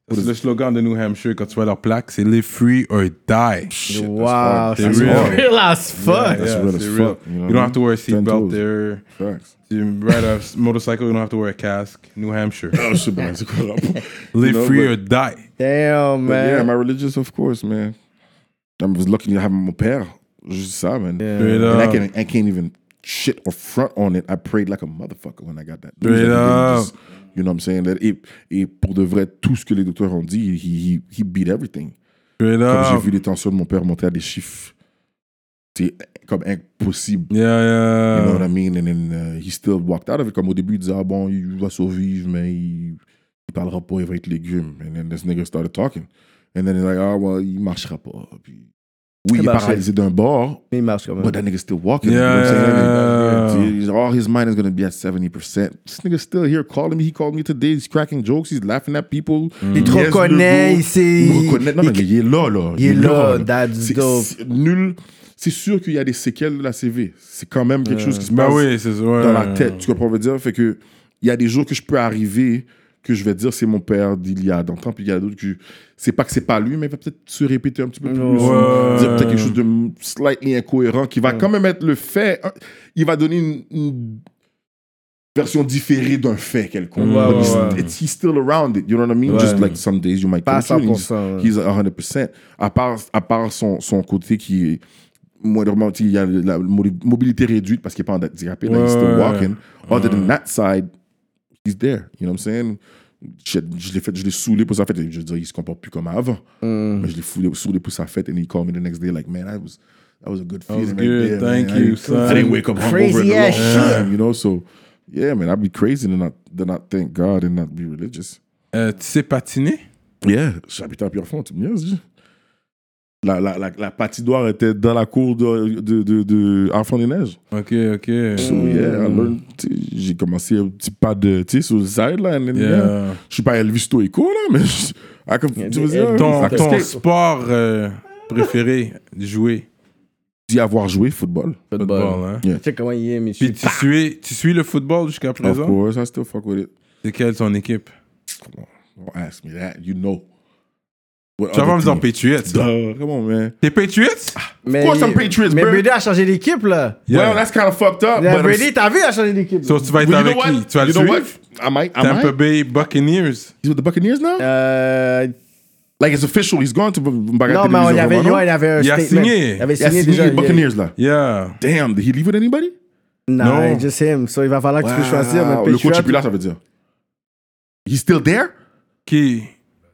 S3: Ça, C'est le slogan de New Hampshire quand tu vois leur plaque, c'est Live free or die.
S5: Shit, that's
S4: Wow.
S5: hard.
S3: They
S5: That's
S3: really-
S5: hard.
S4: Real as fuck.
S5: That's
S3: Yeah,
S5: real
S3: c'est
S5: as
S3: real.
S5: fuck, you know
S3: You
S5: what
S3: don't
S5: I
S3: have to wear a
S5: mean?
S3: seatbelt
S5: Ten toes.
S3: there.
S5: Facts.
S3: You ride a s- motorcycle, you don't have to wear a casque. New [LAUGHS] Hampshire.
S5: Oh, shit, man, [LAUGHS] c'est quoi le rapport?
S3: Live
S5: know,
S3: free
S5: but-
S3: or die.
S4: Damn,
S5: But Yeah,
S4: man.
S5: am I religious? Of course, man. I was lucky to have my père. Just ça, man.
S3: Straight
S5: And I
S3: up.
S5: can't, I can't even shit or front on it. I prayed like a motherfucker when I got that. news.
S3: Straight
S5: Like, they
S3: up.
S5: just- You know what I'm saying? That- Et, et pour de vrai, tout ce que les docteurs ont dit, he, he, he beat everything.
S3: Straight
S5: Comme j'ai
S3: up.
S5: vu les tensions de mon père monter à des chiffres, c'est comme impossible.
S3: Yeah,
S5: You know
S4: Um,
S5: what
S3: yeah.
S5: I mean? And then uh, he still walked out of it. Comme au début, il disait, ah bon, il va survivre, mais il, il parlera pas, il va être légume. And then this nigga started talking. And then he's like, ah, well, il marchera pas. Puis,
S4: Eh
S5: oui, il est
S4: ben,
S5: paralysé d'un bord,
S4: Il marche quand même.
S5: but that nigga's still walking.
S3: Yeah.
S5: You know what I'm saying? uh, He's- all his mind is going to be at 70%. This nigga's still here calling me. He called me today. He's cracking jokes. He's laughing at people.
S4: Il te
S5: Yes,
S4: reconnaît,
S5: bro.
S4: il sait-
S5: Il me reconnaît. Non,
S4: il-
S5: mais il est là, là.
S4: il est là,
S5: là.
S4: that's
S5: C'est-
S4: dope.
S5: c'est Nul. C'est sûr qu'il y a des séquelles de la CV. C'est quand même quelque chose qui se
S3: Bah
S5: passe
S3: oui, c'est ouais,
S5: dans la
S3: ouais,
S5: tête. Tu comprends, ce que je veux dire? Fait que, il y a des jours que je peux arriver que je vais dire c'est mon père d'il y a longtemps, puis il y a d'autres que je- c'est pas que c'est pas lui, mais il va peut-être se répéter un petit peu plus,
S4: Ouais.
S5: ou dire peut-être quelque chose de m- slightly incohérent qui va quand même être le fait. hein, Il va donner une, une version différée d'un fait quelconque.
S4: Ouais,
S5: But
S4: ouais,
S5: he's-
S4: ouais.
S5: it's- he's still around it, you know what I mean?
S4: Ouais.
S5: Just like some days you might
S4: Pas à
S5: go through and he's-
S4: 100%, ouais.
S5: He's at 100%. À part, à part son, son côté qui est moindrement, tu sais, il y a la mo- mobilité réduite parce qu'il n'est pas handicapé, là, he's still
S3: Ouais.
S5: walking. Other than that side, he's there. You know what I'm saying? Je, je l'ai fait, je l'ai saoulé pour sa fête. Je veux dire, il se comporte plus comme avant. Mais je l'ai foulé- saoulé pour sa fête and he called me the next day like, man, that was, that was a good
S3: was
S5: feeling right
S3: good.
S5: there,
S3: Thank
S5: man. I
S3: you,
S5: didn't-
S3: son.
S5: I didn't wake up hungover in
S4: Crazy
S5: a long
S4: ass
S5: time, you know? So, yeah, man, I'd be crazy to not, to not thank God and not be religious.
S3: Euh, tu sais patiner?
S5: Yeah, j'habitais à Pierrefonds, tu me niaises. je- La, la, la, la patinoire était dans la cour de, de, de, de Enfants des Neiges.
S3: Ok, ok.
S5: So, yeah, I learned, tu sais, j'ai commencé un petit pas de, tu sais, sur le side, là. and then,
S3: Yeah.
S5: yeah. Je suis pas Elvis Toico, là, mais je, I can- tu veux dire,
S3: Ton,
S5: I can
S3: ton
S5: skate.
S3: sport euh, préféré, jouer.
S5: d'y avoir joué football.
S3: Football, hein?
S4: Check comment il est, mais
S3: Puis tu suis, tu suis le football jusqu'à
S5: Of
S3: présent?
S5: course, I still fuck with it.
S3: C'est quelle ton équipe?
S5: Come on, don't ask me that, you know. What
S3: Tu vas
S5: other
S3: pas me dire
S5: team-
S3: Patriots.
S5: [LAUGHS]
S3: là.
S5: Duh, Come on, man.
S3: T'es Patriots?
S4: Mais,
S5: course I'm Patriots,
S4: mais
S5: bro.
S4: Brady a changé d'équipe, là.
S3: Yeah.
S5: Well, that's kind of fucked up.
S4: Là,
S5: but
S4: Brady,
S5: I'm-
S4: t'as vu, il a changé d'équipe.
S3: So, tu vas être
S5: Well, you
S3: avec
S5: know what?
S3: qui? Tu vas le
S5: You know what?
S3: suivre?
S5: I might, I
S3: Tampa
S5: might.
S3: Bay Buccaneers.
S5: He's with the Buccaneers now?
S4: Euh,
S5: Like it's official, he's going to
S4: non,
S5: Bagatelle
S4: mais on y avait, ouais, il avait un
S3: Il a
S4: statement.
S3: signé.
S4: Il avait
S5: Il a
S4: signé
S5: signé
S4: déjà.
S5: les Buccaneers là.
S3: Yeah.
S5: Damn, did he leave with anybody?
S4: Non,
S3: Non.
S4: just him. So, il va falloir que tu peux choisir.
S5: Wow,
S4: Mais
S5: Le coach est plus
S4: Patriot,
S5: là, ça veut dire. He's still there?
S3: Qui?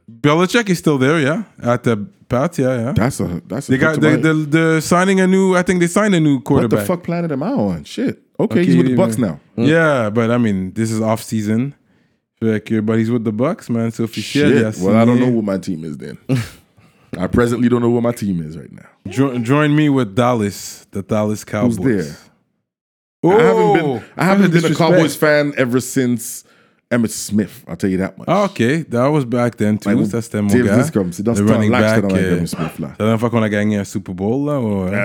S3: Belichick is still there, yeah? At the Pats, yeah, yeah.
S5: That's a that's a
S3: They got, they, they, they're signing a new, I think they signed a new
S5: What the
S3: quarterback.
S5: fuck planet am I on? Shit. Okay, he's with the
S3: Okay,
S5: Bucks
S3: man.
S5: now.
S3: Yeah, but I mean, this is off season. Like, uh, but he's with the Bucks, man. So officiel, il a
S5: Shit. Well, I don't know
S3: signé.
S5: what my team is then. [LAUGHS] I presently don't know what my team is right now.
S3: Jo- join me with Dallas, the Dallas Cowboys.
S5: there?
S3: Oh,
S5: I haven't been I haven't
S3: that's
S5: been a
S3: disrespect.
S5: Cowboys fan ever since Emmett Smith. I'll tell you that much.
S3: Ah, ok, that was back then too.
S5: Like,
S3: ça c'était mon
S5: Taylor
S3: gars.
S5: Discom, C'est dans ce
S3: Le running
S5: temps-là que j'étais
S3: back.
S5: dans la
S3: euh,
S5: Emmett
S3: C'est
S5: Smith Um, là.
S3: la dernière fois qu'on a gagné un Super Bowl là.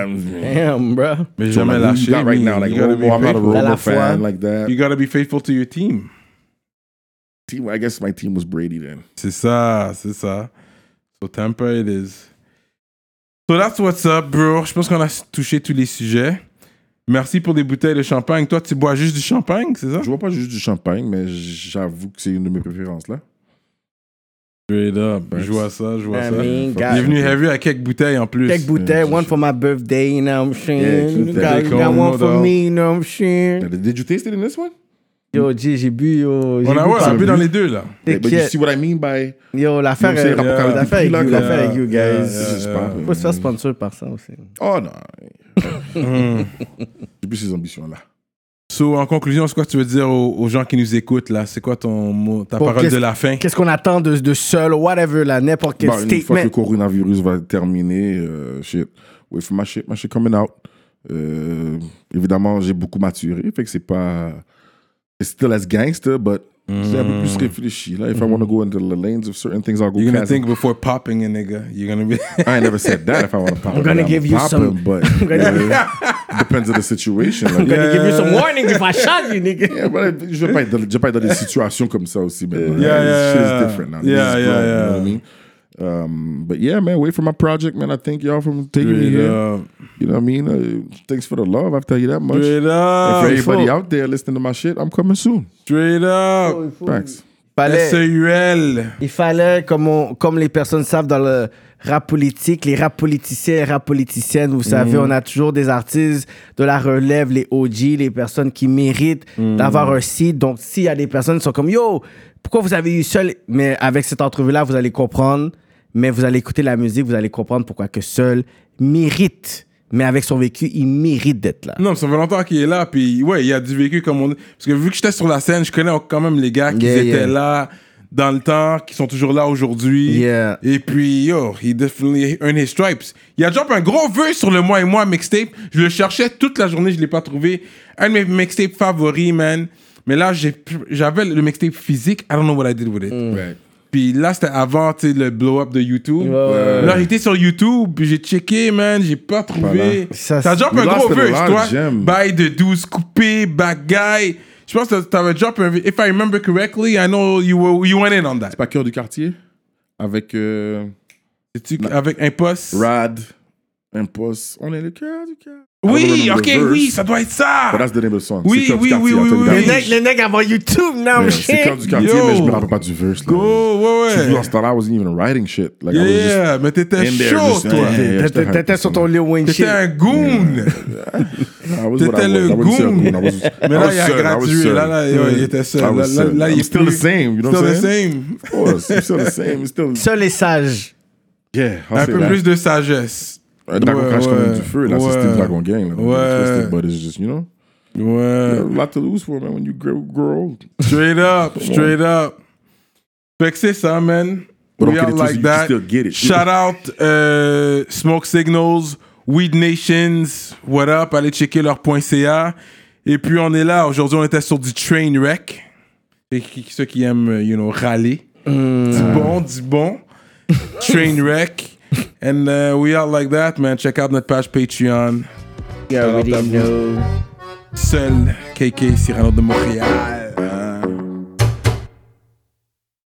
S3: ouais.
S4: Damn, bro.
S3: Mais jamais
S5: Who you
S3: lâché.
S5: got right
S3: me.
S5: now? Like,
S3: you gotta
S5: oh,
S3: be
S5: I'm not a
S3: faithful.
S4: Robo-
S5: Robo
S4: La
S5: fan
S4: foi.
S5: like that.
S3: You gotta be faithful to your team.
S5: team, I guess my team was Brady then.
S3: C'est ça, c'est ça. So Tampa it is. So that's what's up, bro. Je pense qu'on a touché tous les sujets. Merci pour les bouteilles de champagne. Toi, tu bois juste du champagne, c'est ça?
S5: Je vois pas juste du champagne, mais j'avoue que c'est une de mes préférences là.
S3: Straight up. Je vois ça, je vois
S4: I
S3: ça.
S4: mean,
S3: Il est
S4: God.
S3: venu heavy avec Eh, quelques bouteilles en plus.
S4: Check bouteille, one for my birthday, you know what I'm saying?
S5: Yeah,
S4: you got, you
S3: Cool,
S4: got
S3: no
S4: one for
S3: doubt.
S4: me, you know what I'm saying?
S5: Did you taste it in this one?
S4: Yo, G, j'ai bu, yo. j'ai
S3: On a
S4: bu
S3: ouais, on a
S4: comme-
S3: bu dans les deux, là.
S5: Yeah, but you
S4: T'inquiète.
S5: see what I mean by
S4: Yo, l'affaire est
S5: You know what I'm saying?
S4: euh, l'affaire est
S5: Yeah.
S4: you, l'affaire est you,
S5: Yeah,
S4: guys.
S5: this is popping.
S4: Faut se faire sponsor par ça aussi.
S5: Oh non.
S3: Mm.
S5: J'ai plus ces ambitions-là.
S3: [LAUGHS] So, en conclusion, c'est quoi que tu veux dire aux, aux gens qui nous écoutent, là? C'est quoi ton mot, ta
S4: Bon,
S3: parole
S4: qu'est-ce-
S3: de la fin?
S4: Qu'est-ce qu'on attend de, de seul, whatever, là, n'importe quel
S5: Bah, une fois que
S4: statement.
S5: le coronavirus va terminer, euh, shit, wait for my shit, my shit coming out. Euh, évidemment, j'ai beaucoup maturé, fait que c'est pas. It's still as gangster, but j'ai un peu plus réfléchi. Là, if I want to go into the lanes of certain things, I'll go
S3: You're gonna
S5: chasm.
S3: think before popping a nigga. You're gonna be.
S5: I ain't never said that. If
S4: [LAUGHS]
S5: I want to pop,
S4: I'm gonna give you some- [LAUGHS]
S5: but
S4: gonna-
S5: uh, depends on the situation. like-
S4: Gonna give you some warning if I [LAUGHS] shot you, nigga.
S5: Yeah, but je vais pas être dans, je vais pas être dans des situations comme ça aussi maintenant.
S3: Yeah, yeah,
S5: This shit
S3: yeah.
S5: is different now.
S3: Yeah,
S5: This is
S3: yeah, yeah.
S5: grown, You know what I mean? Um, but yeah, man, wait for my project, man. I thank y'all for taking me
S3: Straight
S5: here.
S3: up.
S5: You know what I mean? Uh, thanks for the love. I'll tell you that much.
S3: Straight
S5: And for
S3: up.
S5: everybody out there listening to my shit, I'm coming soon.
S3: Straight up.
S5: Thanks.
S4: Oh, Fallait-
S3: SEUL.
S4: Il fallait, comme, on- comme les personnes savent dans le rap politique, les rap politiciens et rap politiciennes, vous
S5: Mhm.
S4: savez, on a toujours des artistes de la relève, les OG, les personnes qui méritent
S5: Mhm.
S4: d'avoir un site. Donc, s'il y a des personnes qui sont comme Yo, pourquoi vous avez eu seul Mais avec cette entrevue-là, vous allez comprendre. Mais vous allez écouter la musique, vous allez comprendre pourquoi que seul mérite. Mais avec son vécu, il mérite d'être là.
S3: Non, mais ça fait longtemps qu'il est là, puis ouais, il a du vécu comme on Parce que vu que j'étais sur la scène, je connais quand même les gars qui
S4: Yeah,
S3: étaient
S4: yeah.
S3: là dans le temps, qui sont toujours là aujourd'hui.
S4: Yeah.
S3: Et puis, yo, he definitely earned his stripes. Il a drop un gros vœu sur le Moi et Moi mixtape. Je le cherchais toute la journée, je l'ai pas trouvé. Un de mes mixtapes favoris, man. Mais là, j'ai plus- j'avais le mixtape physique. I don't know what I did with it.
S4: Mm.
S3: Puis là, c'était avant tu sais, le blow-up de YouTube.
S4: ouais,
S3: Là, j'étais sur YouTube, puis j'ai checké, man, j'ai pas trouvé.
S5: Voilà.
S4: Ça,
S3: Ça
S4: c'est-
S3: drop
S5: We
S3: un gros
S5: lost a
S3: vœu,
S5: lot of
S3: toi.
S5: gems.
S3: Bail de 12 coupé, back guy. Je pense que t'avais drop un... If I remember correctly, I know you, were, you went in on that.
S5: Pas cœur du quartier avec euh,
S3: C'est-tu avec un poste?
S5: Rad, Impost. On est le cœur du quartier.
S3: Oui,
S5: I don't
S3: ok,
S5: remember the
S3: oui,
S5: verse,
S3: ça doit être ça.
S5: But that's the name of the song.
S3: Oui,
S5: C'est Cœur du
S3: oui,
S5: Quartier,
S3: oui,
S5: I'll tell
S3: oui,
S5: you that
S4: Le
S3: oui.
S5: much.
S4: nec, le nec avant YouTube, non,
S5: Yeah,
S4: shit.
S5: C'est Cœur du quartier,
S3: Yo.
S5: mais je me rappelle pas du verse. là.
S3: Oh, ouais, ouais.
S5: Surtout dans ce temps-là, I wasn't even writing shit. Like, I was just-
S3: Yeah, mais t'étais
S5: in there,
S3: chaud,
S5: just-
S3: toi.
S5: Yeah, yeah, yeah.
S4: T'étais- T'étais sur ton Lil Wayne
S3: T'étais
S4: shit.
S3: un goon.
S5: I was what
S3: T'étais
S5: I
S3: le
S5: was. I wasn't
S3: goon.
S5: certain. I was-
S3: Mais
S5: I
S3: là,
S5: was
S3: il a
S5: certain. I was
S3: gradué. Là,
S5: certain.
S3: là, ouais, il était
S5: I
S3: seul. Là,
S5: was
S3: là,
S5: certain.
S3: là, il
S5: I'm
S3: est
S5: still the
S3: plus-
S5: same, you know what
S3: Still
S5: I'm
S3: the
S5: saying?
S3: same.
S5: Of course, I'm still the same. I'm still
S4: Seul et sage.
S5: [LAUGHS] yeah. I'll
S3: Un
S5: say
S3: peu
S5: that.
S3: plus de sagesse.
S5: Un Dragon
S3: Ouais,
S5: Crash comme
S3: ouais.
S5: du feu, là,
S3: Ouais.
S5: c'est Steve Dragon Gang. Là,
S3: Ouais.
S5: Twisted, but it's just, you know,
S3: Ouais.
S5: a lot to lose for, man, when you grow, grow old.
S3: Straight up, straight up. Fait que c'est ça, man. We
S5: But don't
S3: out
S5: get
S3: like
S5: it twisted, you
S3: that.
S5: still get it.
S3: Shout out euh, Smoke Signals, Weed Nations, what up, allez checker leur .ca. Et puis on est là, aujourd'hui on était sur du train wreck. Et qui- ceux qui aiment, euh, you know, râler.
S5: Euh.
S3: Du bon, du bon. train wreck. And uh, we out like that, man. Check out notre page Patreon.
S4: You already know.
S3: Seul KK Cyrano de Montréal.